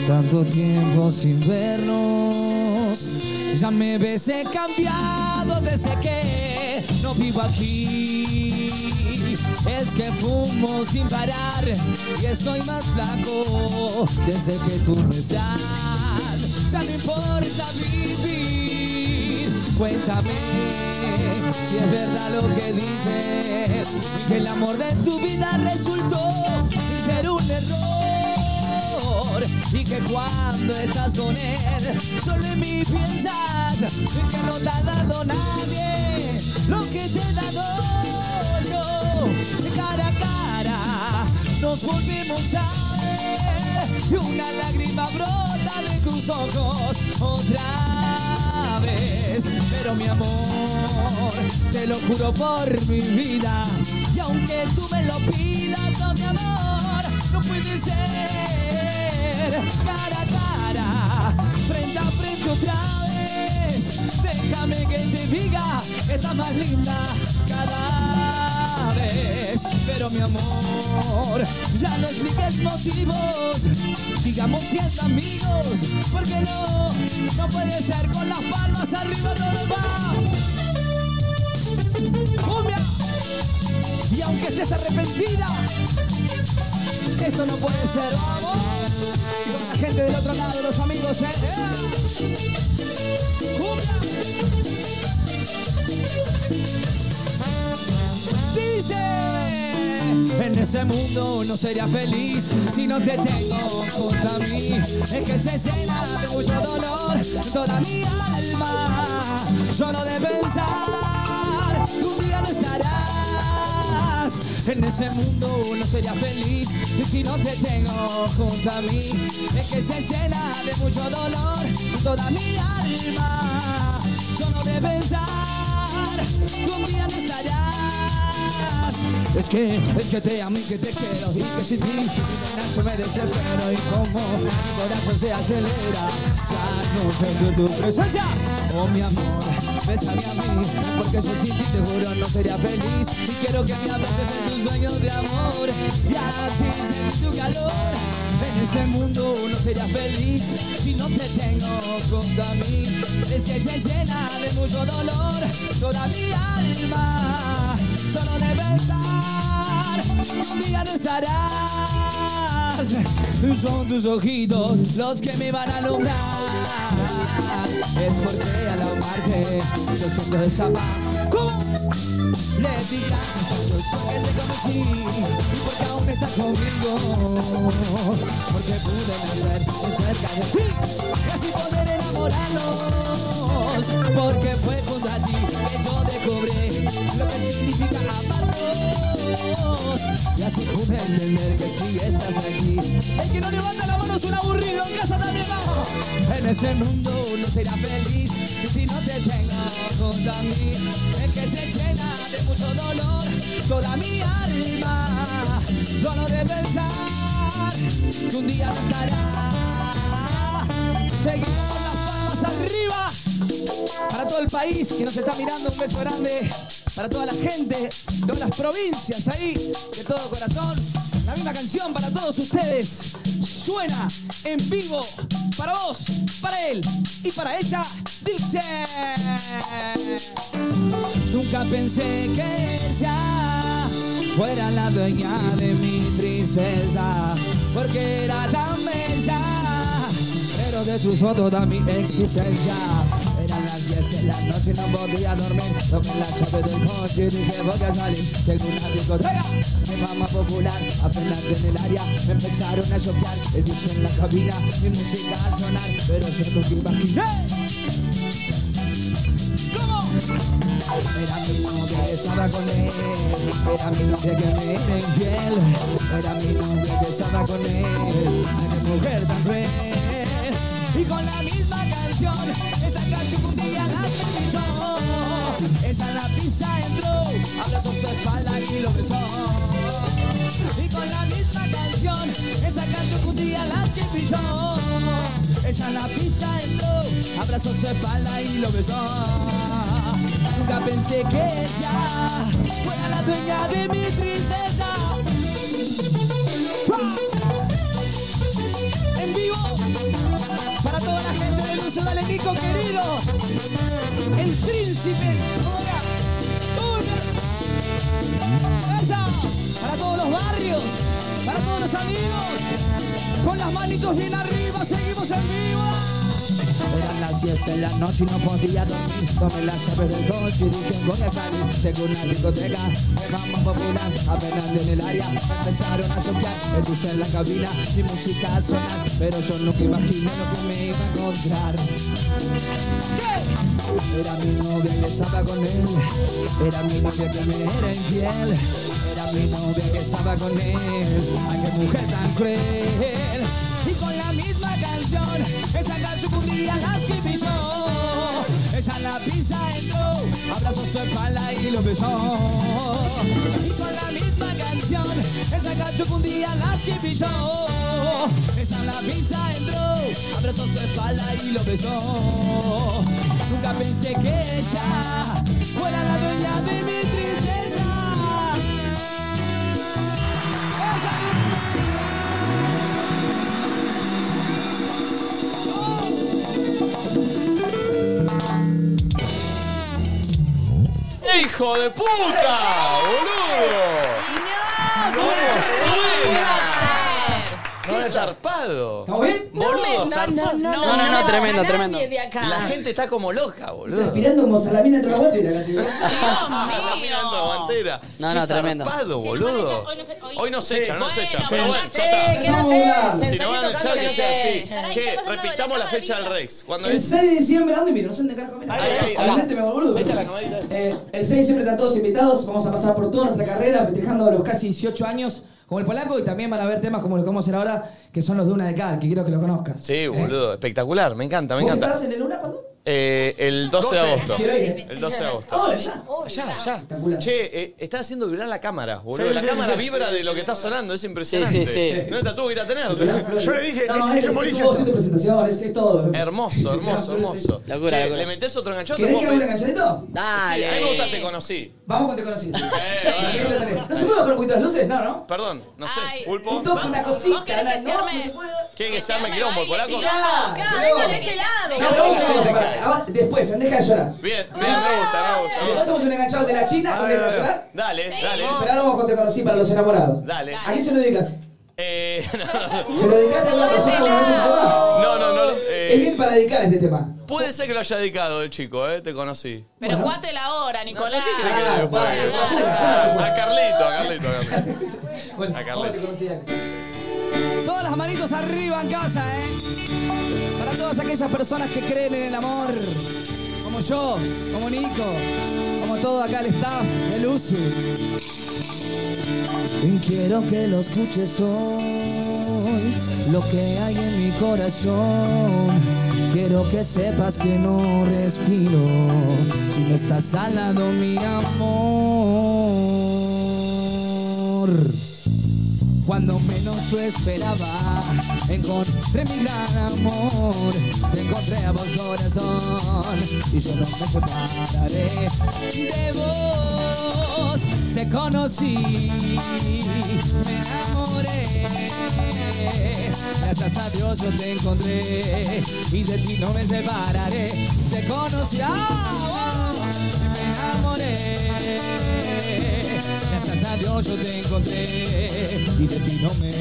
S19: Tanto tiempo sin vernos. Ya me ves he cambiado desde que no vivo aquí. Es que fumo sin parar y estoy más flaco Oh, desde que tú no estás. Ya no importa vivir. Cuéntame si es verdad lo que dices, que el amor de tu vida resultó ser un error y que cuando estás con él solo en mí piensas que no te ha dado nadie lo que te he dado yo cara a cara nos volvemos a ver y una lágrima brota de tus ojos otra vez pero mi amor te lo juro por mi vida y aunque tú me lo pidas no mi amor no puede ser cara a cara frente a frente otra vez déjame que te diga está más linda cada vez pero mi amor ya no expliques motivos sigamos siendo amigos porque no no puede ser con las palmas arriba no nos va ¡Cumbia! y aunque estés arrepentida esto no puede ser vamos con la gente del otro lado los amigos ¿eh? ¡Eh! ¡Cumbia! dice en ese ese mundo no sería feliz si no te tengo junto a mí. Es que se llena de mucho dolor toda mi alma. Solo de pensar, un día no estarás. En ese mundo no sería feliz si no te tengo junto a mí. Es que se llena de mucho dolor toda mi alma. Solo de pensar, un día no estarás. Es que, es que te amo y que te quiero y que sin ti mi corazón me desespero y como mi corazón se acelera ya no siento tu presencia. Oh mi amor, bésame a mí porque yo sin ti seguro no sería feliz y quiero que me abraces en tus sueños de amor y así sentir tu calor. En ese mundo no sería feliz si no te tengo junto a mí. Es que se llena de mucho dolor toda mi alma solo de pensar un día no estarás son tus ojitos los que me van a alumbrar es porque al amarte yo siento esa paz ¿Cómo? le digas porque te conocí y porque aún estás conmigo porque pude nacer muy cerca de ti y así poder enamorarnos porque fue junto a ti que yo descubrí lo que significa amarnos y así pude entender que si estás aquí el que no levanta la mano es un aburrido en casa también vamos en ese mundo uno será feliz y si no te tengo junto a mí es que se llena de mucho dolor toda mi alma solo de pensar que un día no estará seguimos con las palmas arriba para todo el país que nos está mirando, un beso grande. Para toda la gente, todas las provincias ahí, de todo corazón. La misma canción para todos ustedes. Suena en vivo para vos, para él y para ella. Dice: Nunca pensé que ella fuera la dueña de mi tristeza, porque era tan bella pero de sus fotos da mi existencia. Eran las 10 de la noche y no podía dormir. Tomé la llave del coche y dije voy a salir. Tengo una discoteca de fama popular. Apenas en el área me empezaron a soplar. El dicho en la cabina, mi música a sonar. Pero yo nunca imaginé. ¿Cómo? Era mi novia que estaba con él, era mi novia que me era infiel, era mi novia que estaba con él, qué mujer tan cruel y con la misma canción esa canción que un día la escribí yo esa la pista entró abrazó su espalda y lo besó y con la misma canción esa canción que un día la escribí yo esa la pista entró abrazó su espalda y lo besó Nunca pensé que ella fuera la dueña de mi tristeza. ¡Ah! En vivo, para toda la gente de Lucio Dale Nico, querido. El príncipe. ¿cómo era? Una. Esa. Para todos los barrios, para todos los amigos. Con las manitos bien arriba, seguimos en vivo. Eran las 10 de la noche y no podía dormir. Tomé las llaves del coche y dije voy a salir. Tengo una discoteca de fama popular. Apenas en el área empezaron a chocar. Me puse en la cabina mi música a sonar. Pero yo nunca imaginé lo que me iba a encontrar. ¿Qué? Era mi novia que estaba con él. Era mi novia que me era infiel. Era mi novia que estaba con él. Ay, qué mujer tan cruel. Y con la misma canción, esa canción que un día la escribí yo. Esa la pizza entró, abrazó su espalda y lo besó. Y con la misma canción, esa canción que un día la escribí yo. Esa la pizza entró, abrazó su espalda y lo besó. Nunca pensé que ella fuera la dueña de mi tristeza.
S21: ¡Hijo de puta! ¡Boludo!
S1: ¿Cómo suena?
S21: No
S1: Está zarpado.
S18: ¿Estamos bien?
S1: Boludo, zarpado.
S4: no, no, no, tremendo, tremendo.
S3: de acá.
S1: La gente está como loca, boludo.
S19: Respirando como salamina entre la guantera, la tibia.
S1: Mirando la bandera.
S4: No, no,
S1: Qué
S4: tremendo.
S1: zarpado, boludo. Hoy no se echan, no se echan. Pero bueno,
S3: sí,
S1: ya está.
S19: que no se echen,
S1: Si no van a echar, que sea
S19: se
S1: así.
S19: echen.
S1: Che, repitamos la fecha del Rex. Cuando
S19: El
S1: es.
S19: 6 de diciembre, ¿a ¿dónde mi inocente carajo? Mira,
S1: Ahí, ahí,
S19: adelante, me boludo. Eh, el 6 de diciembre están todos invitados. Vamos a pasar por toda nuestra carrera, festejando los casi 18 años como el polaco. Y también van a ver temas como lo que vamos a hacer ahora, que son los de una de Cal, que quiero que lo conozcas.
S1: Sí, boludo, espectacular, me encanta, me
S19: ¿Vos
S1: encanta.
S19: estás en el una cuándo?
S1: Eh, el 12 de agosto.
S19: Quiero ir.
S1: El 12 de agosto.
S19: Ahora, ya.
S1: Ya, ya. Che, eh, está haciendo vibrar la cámara, boludo.
S5: Sí,
S1: la
S5: sí,
S1: cámara
S5: sí.
S1: vibra de lo que está sonando, es impresionante.
S4: Sí, sí, sí.
S1: No la tuvo que ir a tener.
S5: Yo le dije,
S19: No,
S5: es, es
S19: es, es,
S5: un
S19: tu
S5: boliche.
S19: voz, es tu presentación, es, es todo.
S1: Hermoso, hermoso, hermoso.
S4: Locura,
S1: Che,
S4: locura.
S1: ¿Le metés otro enganchón?
S19: ¿Querés que haga un
S1: enganchón?
S19: enganchadito?
S1: Sí, a mí me gusta, te
S4: Dale.
S1: conocí.
S19: Vamos con Te Conocí. ¿No se puede bajar un poquito las luces? No, ¿no?
S1: Perdón, no sé, pulpo.
S19: Un toque, una cosita.
S6: querés
S19: una-
S6: que
S19: no,
S6: arme-
S19: no se puede.
S1: ¿Quiere que se arme quilombo el polaco?
S19: Ah,
S6: Claro,
S19: no.
S6: vengo de este lado.
S19: No, vamos a separar. Ahora, Después, ¿eh? deja de llorar.
S1: Bien, bien, me gusta, me gusta. me
S19: Después
S1: gusta.
S19: hacemos un enganchado de la China con Deja de llorar.
S1: Dale, dale,
S19: Pero ahora vamos con Te Conocí para los enamorados.
S1: dale.
S19: ¿A quién se lo dedicas?
S1: Eh, no, Eh,
S19: ¿Se lo dedicaste a alguna persona cuando ves este tema?
S1: no, no. no,
S19: Es
S1: eh,
S19: bien para dedicar este tema.
S1: puede ser que lo haya dedicado el chico, eh, te conocí.
S6: Pero jugate la hora, Nicolás.
S19: Ah, vale.
S1: Ah, A Carlito, a Carlito, a Carlito.
S19: Bueno,
S1: A
S19: vamos a Te
S1: Carlito.
S19: Conocí. dale. Todas las manitos arriba en casa, ¿eh? Para todas aquellas personas que creen en el amor. Como yo, como Nico, como todo acá el staff, el uso. Y quiero que lo escuches hoy, lo que hay en mi corazón. Quiero que sepas que no respiro si no estás al lado, mi amor. Cuando menos lo esperaba, encontré mi gran amor. Te encontré a vos, corazón, y yo no me separaré de vos. Te conocí, me enamoré. Gracias a Dios yo te encontré, y de ti no me separaré. Te conocí, ah, oh, me enamoré. Gracias a Dios yo te encontré y de ti no me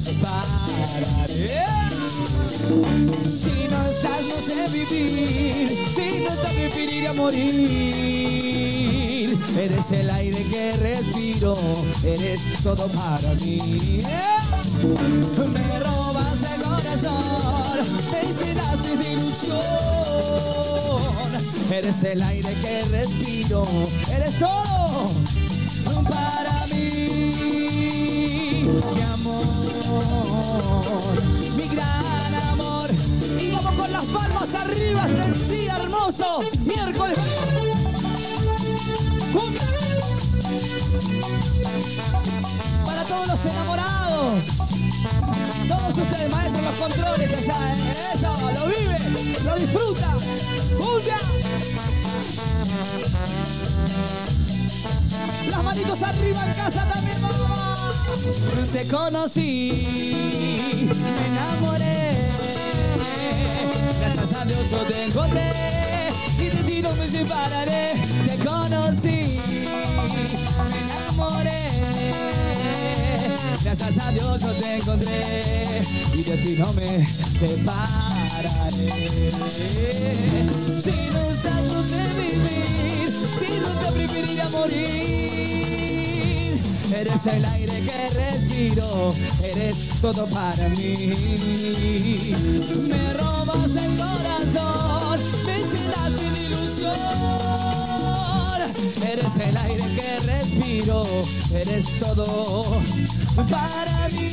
S19: separaré. Si no estás no sé vivir, si no estás preferiría morir. Eres el aire que respiro, eres todo para mí. Me robas el corazón, me llenas de ilusión. Eres el aire que respiro, eres todo para mí. Mi amor, mi gran amor. Y vamos con las palmas arriba hasta el día hermoso, miércoles. Cumbia. Para todos los enamorados, todos ustedes maestros los controles allá, ¿eh? eso, lo vive, lo disfruta. ¡Cumbia! Las manitos arriba en casa también, vamos. Te conocí, me enamoré. Gracias a Dios yo te encontré y de ti no me separaré. Te conocí, me enamoré. Gracias a Dios yo te encontré y de ti no me separaré. Si no estás, no sé vivir, si no te preferiría morir. Eres el aire que respiro, eres todo para mí. Me robas el corazón, me llenas de ilusión. Eres el aire que respiro, eres todo para mí.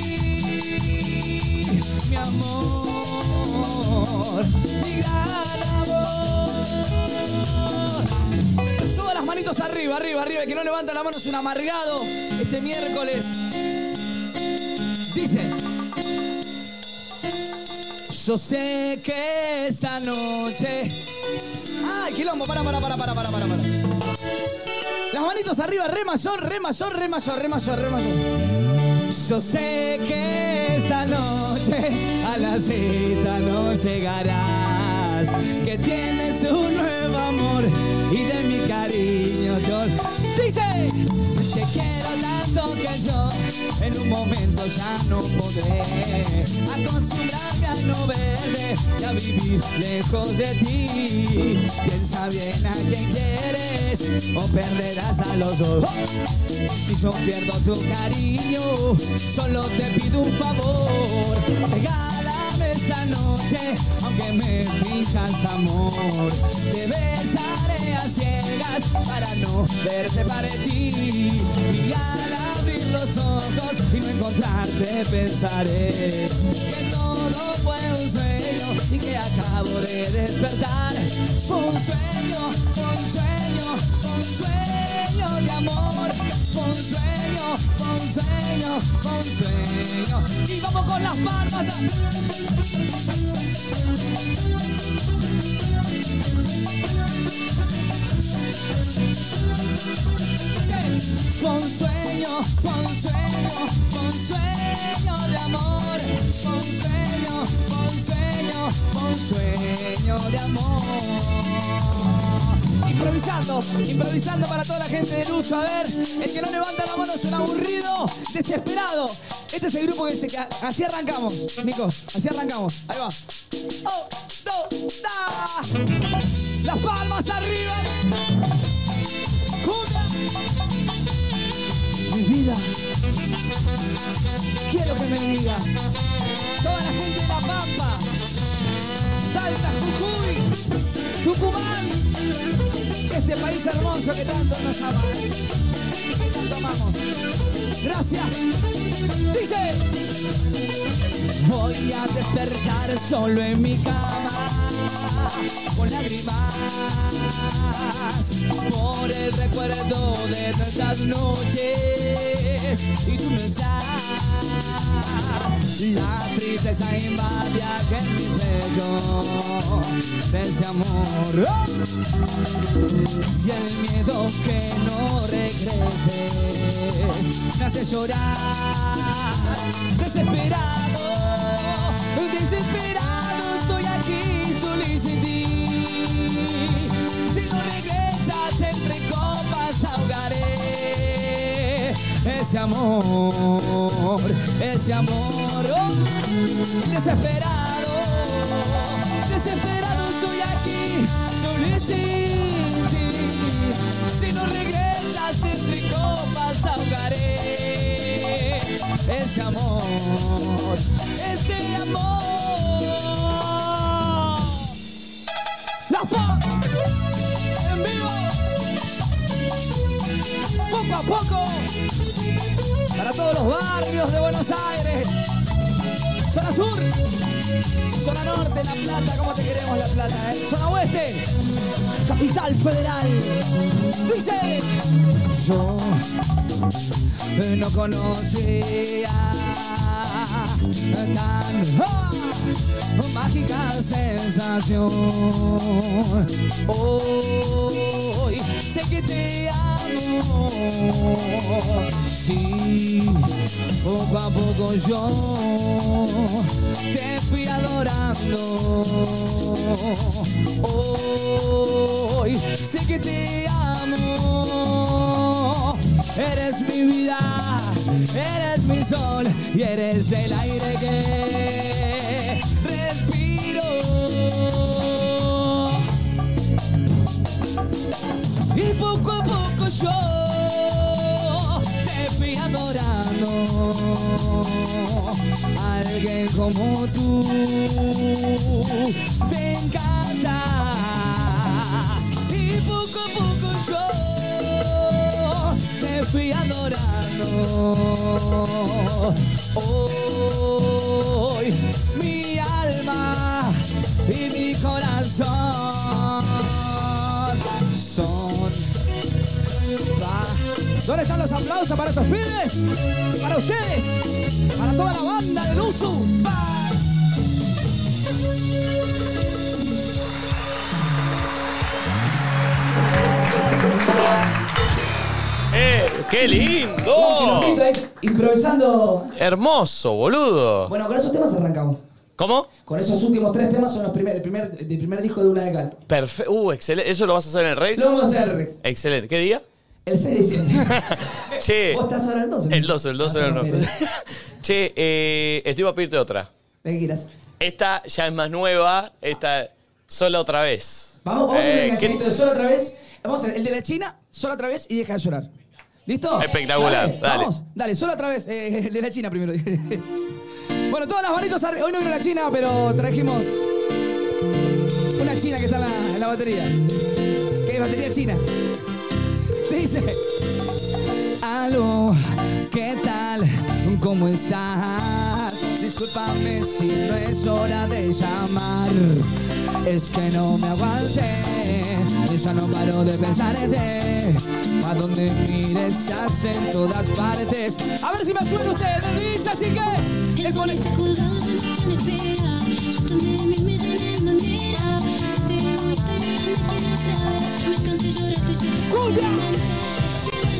S19: Mi amor, mi gran amor. Todas las manitos arriba, arriba, arriba. El que no levanta la mano es un amargado. Este miércoles. Dice. Yo sé que esta noche. ¡Ay, quilombo! Para, para, para, para, para, para, para. Las manitos arriba, re mayor, re mayor, re mayor, re mayor, re mayor. Yo sé que esta noche a la cita no llegarás, que tienes un nuevo amor y de mi cariño yo dice te quiero tanto visto que yo en un momento ya no podré acostumbrarme a no verte y a vivir lejos de ti. Piensa bien a quién quieres o perderás a los dos. Oh, Si yo pierdo tu cariño, solo te pido un favor. Regálame esta noche, aunque me fijas amor. Te besaré a ciegas para no ver separé ti y al abrir los ojos y no encontrarte pensaré que todo fue un sueño y que acabo de despertar Fue un sueño, fue un sueño, fue un sueño de amor Fue un sueño, fue un sueño, fue un sueño y vamos con las palmas Fue un sueño, fue un sueño, fue un sueño de amor. Fue un sueño, fue un sueño, fue un sueño de amor. Improvisando, improvisando para toda la gente de luz. A ver, el que no levanta la mano es un aburrido, desesperado. Este es el grupo que, se, que así arrancamos, Nico, así arrancamos. Ahí va. Oh, dos, da. Las palmas arriba. Mi vida, quiero que me digas. Toda la gente de La Pampa, Salta, Jujuy, Tucumán, este país hermoso que tanto nos ama, que tanto amamos. Gracias. Dice, voy a despertar solo en mi cama, con lágrimas por el recuerdo de nuestras noches y tu mensaje. La tristeza invade aquel mi pecho de ese amor y el miedo que no regreses me hace llorar desesperado, desesperado estoy aquí solo y sin ti. Si no regresas entre copas ahogaré ese amor, ese amor oh, desesperado, desesperado estoy aquí solo y sin ti. Si no regresas entre copas ahogaré ese amor, ese amor. La pop en vivo. Poco a poco. Para todos los barrios de Buenos Aires. Zona sur. Zona norte, La Plata. ¿Cómo te queremos, La Plata? eh? Zona oeste. Capital federal. Dice. Yo eh, no conocía tan oh, mágica sensación. Hoy sé que te amo. Sí, poco a poco yo te fui adorando. Hoy sé que te amo. Eres mi vida, eres mi sol y eres el aire que respiro. Y poco a poco yo te fui adorando. Alguien como tú te encanta. Y poco a poco yo te fui adorando. Hoy mi alma y mi corazón son. Va. ¿Dónde están los aplausos para estos pibes? Para ustedes, para toda la banda de Luzu. Va.
S1: ¡Eh! ¡Qué
S19: Un
S1: lindo!
S19: quilombito, eh, Improvisando.
S1: Hermoso, boludo.
S19: Bueno, con esos temas arrancamos.
S1: ¿Cómo?
S19: Con esos últimos tres temas son los primer, el primer, del primer disco de una de cal.
S1: Perfecto. Uh, excelente. ¿Eso lo vas a hacer en el Rex?
S19: Lo vamos a hacer en el Rex.
S1: Excelente. ¿Qué día?
S19: El 6 de diciembre.
S1: Che.
S19: ¿Vos estás ahora el 12?
S1: El 12, el 12 no. Che, eh, estoy para pedirte otra.
S19: La que quieras.
S1: Esta ya es más nueva. Esta, sola otra vez.
S19: Vamos, vamos a hacer
S1: Eh,
S19: un
S1: ¿qué-
S19: enganchamiento de solo otra vez. Vamos a hacer el de la China, solo otra vez y deja de llorar. ¿Listo?
S1: Espectacular, dale.
S19: Vamos, dale, solo otra vez. eh, el de la China primero. bueno, todas las manitos arriba. Hoy no vino la China, pero trajimos una China que está en la, en la batería. Que es batería China. Dice. Aló, ¿qué tal? ¿Cómo estás? Discúlpame si no es hora de llamar. Es que no me aguanté, ya no paro de pensarte. A donde mires, estás en todas partes. A ver si me suena usted, me dice así que. El pone- Este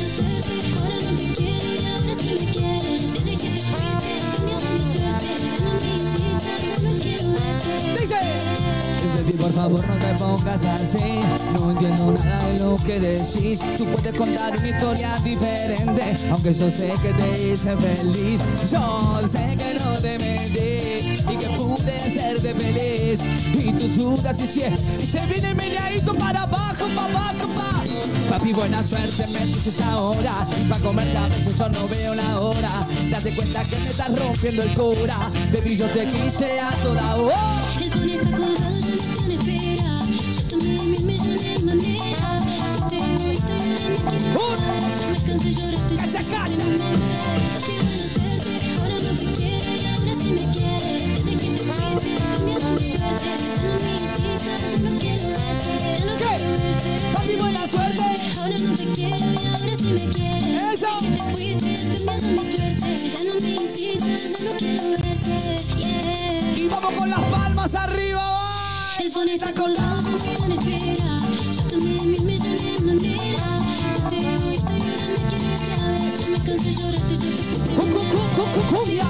S19: Baby, por favor no te pongas así No entiendo nada de lo que decís Tú puedes contar una historia diferente Aunque yo sé que te hice feliz Yo sé que no te mentí Y que pude hacerte feliz Y tus dudas y si Y se viene meneadito para abajo, para abajo, pa Papi, buena suerte, me dices ahora Pa' comer la veces yo no veo la hora Date cuenta que me estás rompiendo el cora Baby, yo te quise a toda hora
S6: Papi, buena suerte. Ahora no te quiero y ahora sí me quieres. Eso. Que te fuiste cambiando mi suerte. Ya no me incitas, ya no quiero verte. Yeah.
S19: Y vamos con las palmas arriba. va.
S6: El phone está colgado, su vida en espera. Yo tomé mil millones de maneras. Yo te oí, estoy llorando, me quieres otra vez. Yo me cansé de llorarte, yo te escuché. Cumbia.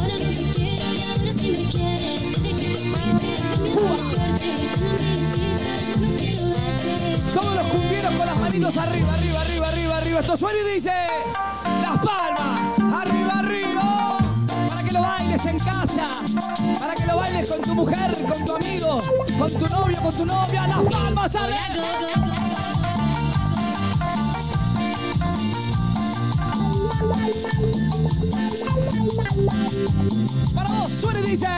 S6: Ahora no te quiero y ahora sí me quieres. Desde que te fuiste cambiando mi suerte. Ya no me incitas, ya no quiero verte.
S19: Todos los cumbieros con las manitos arriba, arriba, arriba, arriba, arriba. Esto suena y dice: Las palmas, arriba, arriba. Para que lo bailes en casa, para que lo bailes con tu mujer, con tu amigo, con tu novio, con tu novia. Las palmas arriba. Para vos, suena y dice: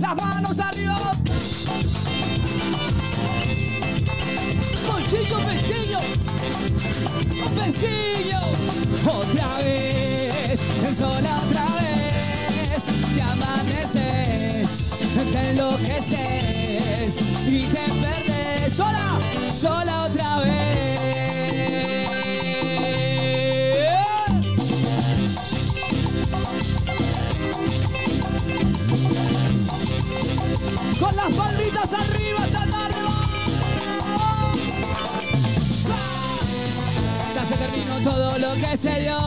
S19: Las manos arriba. Bolsillo, bolsillo, bolsillo. Otra vez, el sol otra vez. Te amaneces, te enloqueces y te perdes. Sola, sola otra vez. Con las palmitas arriba esta tarde. Ya se terminó todo lo que se dio.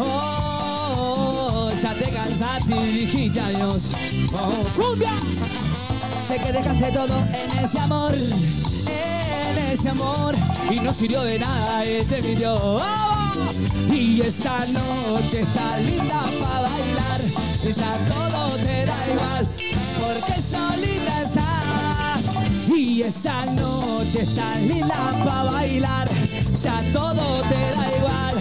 S19: Oh, oh, oh, ya te cansaste y dijiste adiós. Oh, cumbia. Sé que dejaste todo en ese amor, en ese amor y no sirvió de nada este video. Oh, y esta noche está linda para bailar, y ya todo te da igual porque solita estás. Y esa noche está linda para bailar, ya todo te da igual,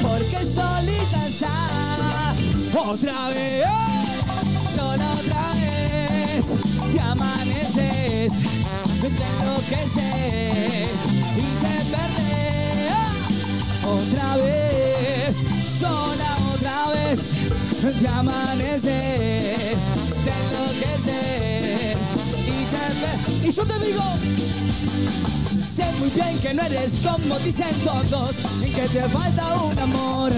S19: porque solita estás. Otra vez, solo otra vez, te amaneces, te enloqueces y te perdes. Otra vez, sola otra vez, te amaneces, te enloqueces y te perdes. Y yo te digo, Sé muy bien que no eres como dicen todos Y que te falta un amor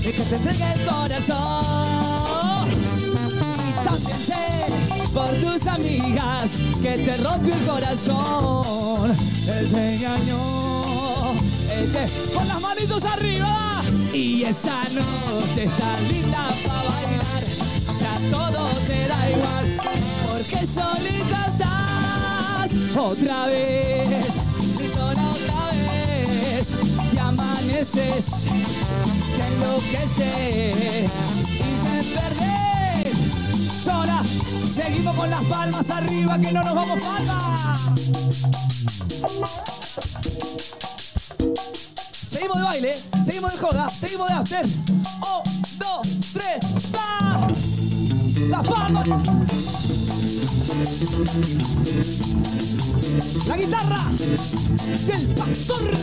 S19: Y que te entregue el corazón Y también sé por tus amigas Que te rompió el corazón Él te engañó él te- Con las manitos arriba Y esa noche está linda para bailar O sea, todo te da igual Porque solita estás otra vez, y sola otra vez. noches y amaneces, te enloqueces y te perdés. Sola, seguimos con las palmas arriba que no nos vamos palmas. Seguimos de baile, seguimos de joda, seguimos de after. Un, dos, tres, pa. Las palmas. La guitarra del pastor.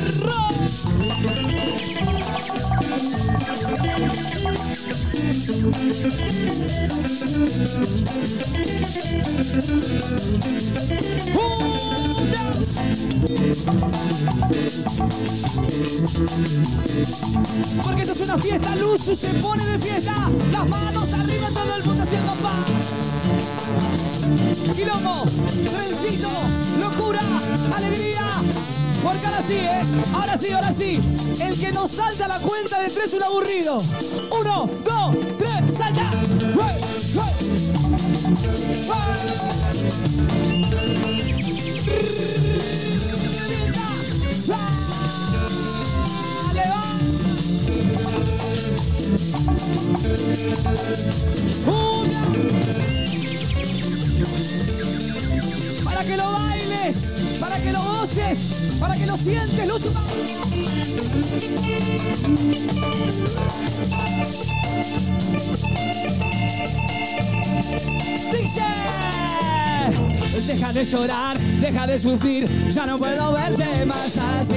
S19: Porque esto es una fiesta, luz se pone de fiesta. Las manos arriba, todo el mundo haciendo pa. Quilombo, trencito, locura, alegría. Porque ahora sí, ¿eh? Ahora sí, ahora sí. El que no salta la cuenta de tres es un aburrido. Uno, dos, tres, salta. ¡Hey, hey! ¡Hey! ¡Dale, va! Una. Para que lo bailes, para que lo goces, para que lo sientes, Lucho. Dice, deja de llorar, deja de sufrir, ya no puedo verte más así.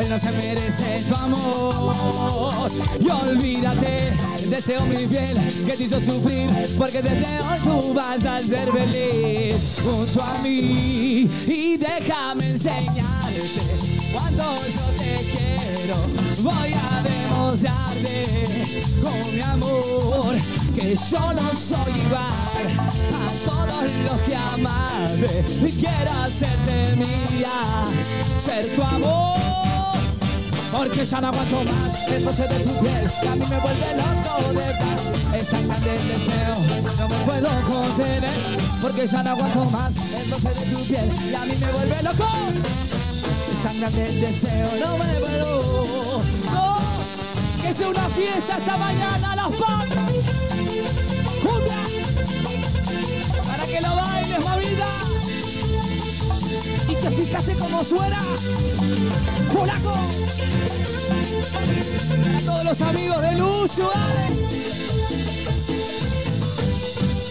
S19: Él no se merece tu amor. Y olvídate de ese hombre infiel que te hizo sufrir, porque desde hoy tú vas a ser feliz junto a mí. Y déjame enseñarte cuando yo te quiero. Voy a demostrarte con mi amor que yo no soy igual a todos los que amaste. Y quiero hacerte mía, ser tu amor. Porque ya no aguanto más el roce de tu piel que a mí me vuelve loco de paz Es tan grande el deseo, no me puedo contener Porque ya no aguanto más el roce de tu piel que a mí me vuelve loco Es tan grande el deseo, no me puedo No, que sea una fiesta esta mañana a las palmas ¡Cumbia! Para que lo bailes, mamita y que fíjate cómo suena. ¡Polaco! A todos los amigos de Lucio,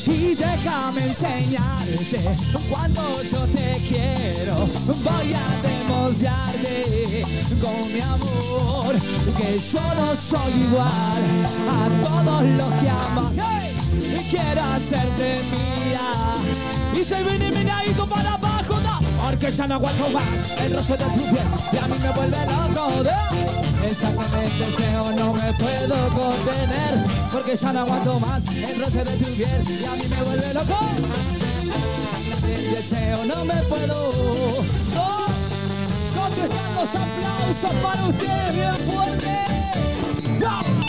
S19: y déjame enseñarte cuánto yo te quiero. Voy a demostrarte con mi amor que solo soy igual a todos los que amas. ¡Hey! Y quiero hacerte mía. Y soy viniminadito para abajo, da. Porque ya no aguanto más el roce de tu piel. Y a mí me vuelve loco, de Exactamente, deseo, no me puedo contener. Porque ya no aguanto más el roce de tu piel. Y a mí me vuelve loco. El deseo no me puedo. No. ¿Dónde están los aplausos para ustedes bien fuertes? ¡No!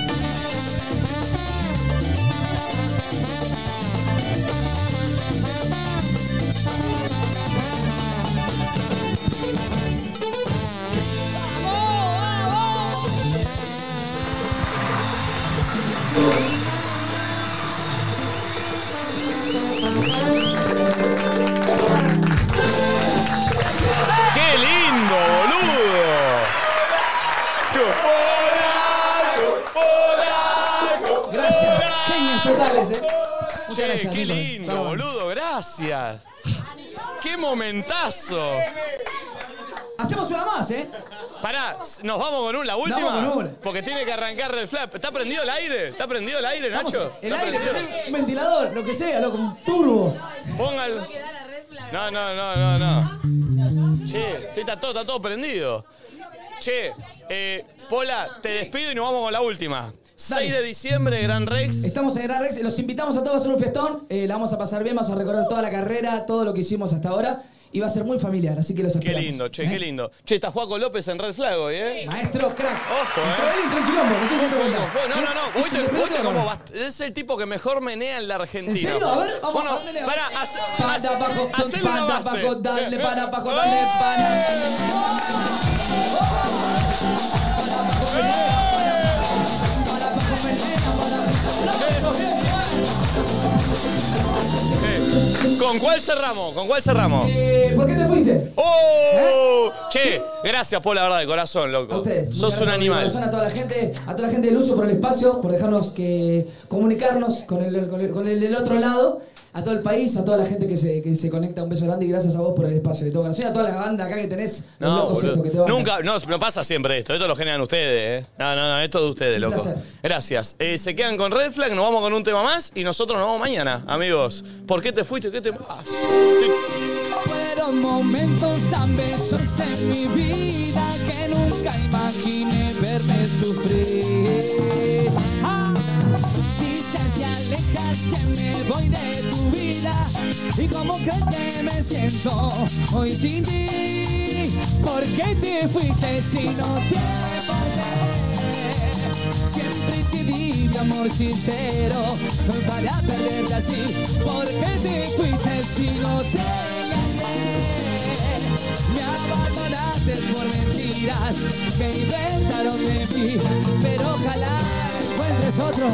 S21: ¡Qué lindo, boludo! ¡Polaco! ¡Polaco!
S18: Gracias. Genios totales, eh.
S21: Che,
S18: Muchas gracias.
S21: ¡Qué
S18: Nico.
S21: lindo, boludo! ¡Gracias! ¡Qué momentazo!
S18: Hacemos una más, ¿eh?
S21: Pará, nos vamos con un, la última.
S18: Vamos con una.
S21: Porque tiene que arrancar el flap. ¿Está prendido el aire? ¿Está prendido el aire,
S18: Vamos,
S21: Nacho?
S18: el
S21: ¿Está
S18: aire,
S21: prendido?
S18: prende un ventilador, lo que sea, loco, un turbo.
S21: Ponga el- No, no, no, no, no. Che, sí, está todo, está todo prendido. Che, eh, Pola, te despido y nos vamos con la última. 6 de diciembre, Gran Rex.
S18: Estamos en Gran Rex, los invitamos a todos a hacer un festón, eh, la vamos a pasar bien, vamos a recorrer toda la carrera, todo lo que hicimos hasta ahora y va a ser muy familiar, así que los
S21: Qué
S18: esperamos.
S21: lindo, che, qué lindo. Che, está Juaco López en Red Flag hoy, ¿eh?
S18: Maestro, crack.
S21: Ojo,
S18: Y
S21: ¿eh?
S18: todo él entró en quilombo, no sé si te
S21: Ojo,
S18: contás.
S21: ojo. No, no,
S18: Hizo
S21: no. Vos
S18: un
S21: te, vos te
S18: despelote bárbaro.
S21: como bast- Es el tipo que mejor menea en la Argentina.
S18: ¿En serio? A ver, vamos
S21: bueno,
S18: a darle.
S21: Pará, hace- hace-
S18: Panda abajo,
S21: hacele una
S18: panda
S21: base.
S18: abajo, dale,
S21: Eh,
S18: para
S21: eh.
S18: abajo, dale, para.
S21: ¿Con cuál cerramos? ¿Con cuál cerramos?
S18: Eh, ¿Por qué te fuiste?
S21: ¡Oh! Che, gracias, por la verdad, de corazón, loco.
S18: ¿Eh? ustedes. Muchas
S21: Sos
S18: gracias
S21: un
S18: por
S21: animal.
S18: corazón, A toda la gente, a toda la gente del uso por el espacio, por dejarnos que comunicarnos con el, con el- con el del otro lado, a todo el país, a toda la gente que se, que se conecta. Un beso grande y gracias a vos por el espacio de todo corazón. Y a toda la banda acá que tenés. los
S21: No,
S18: locos estos que te
S21: boludo.
S18: van
S21: Nunca, no, no pasa siempre esto. Esto lo generan ustedes, ¿eh? No, no, no, esto de ustedes, loco.
S18: placer.
S21: Gracias. Eh, se quedan con Red Flag, nos vamos con un tema más y nosotros nos vamos mañana, amigos. ¿Por qué te fuiste? ¿Qué te vas?
S19: Fueron momentos tan besos en mi vida que nunca imaginé verme sufrir. Ah, quizás te alejas que me voy de tu vida y cómo crees que me siento hoy sin ti. ¿Por qué te fuiste si no te volveré? Siempre te di mi amor sincero para perderte así. ¿Por qué te fuiste si no te gané? Me abandonaste por mentiras que inventaron de mí, pero ojalá encuentres otro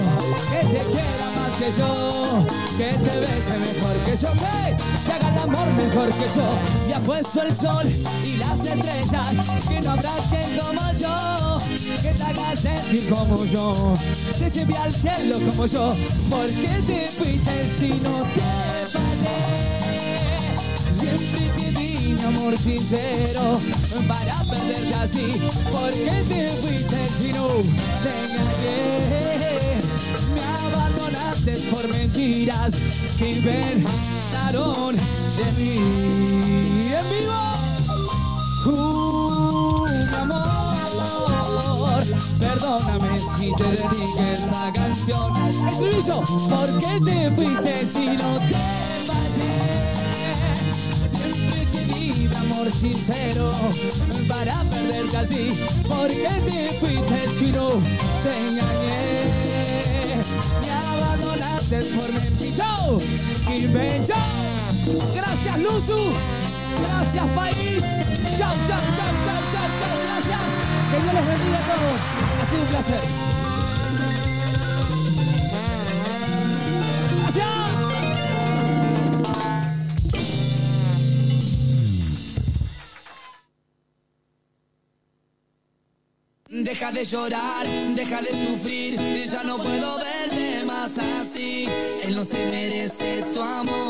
S19: que te quiera más que yo, que te bese mejor que yo, que te haga el amor mejor que yo. Ya puesto el sol y las estrellas, que no habrá quien como yo, que te haga sentir como yo, te lleve al cielo como yo. ¿Por qué te fuiste si no te paré? Siempre te di mi amor sincero para perderte así. ¿Por qué te fuiste si no te engañé? Me abandonaste por mentiras que inventaron de mí. En vivo, un amor. Perdóname si te dediqué esta canción. Estribillo, ¿por qué te fuiste si no te engañé? Siempre te di mi amor sincero para perderte así. ¿Por qué te fuiste si no te engañé? Me abandonaste por mentiroso y ven yo. Gracias, Luzu. Gracias, país. Chao, chao, chao, chao, chao, chao. Gracias. Que Dios los bendiga a todos. Ha sido un placer. Deja de llorar, deja de sufrir, ya no puedo verte más así. Él no se merece tu amor.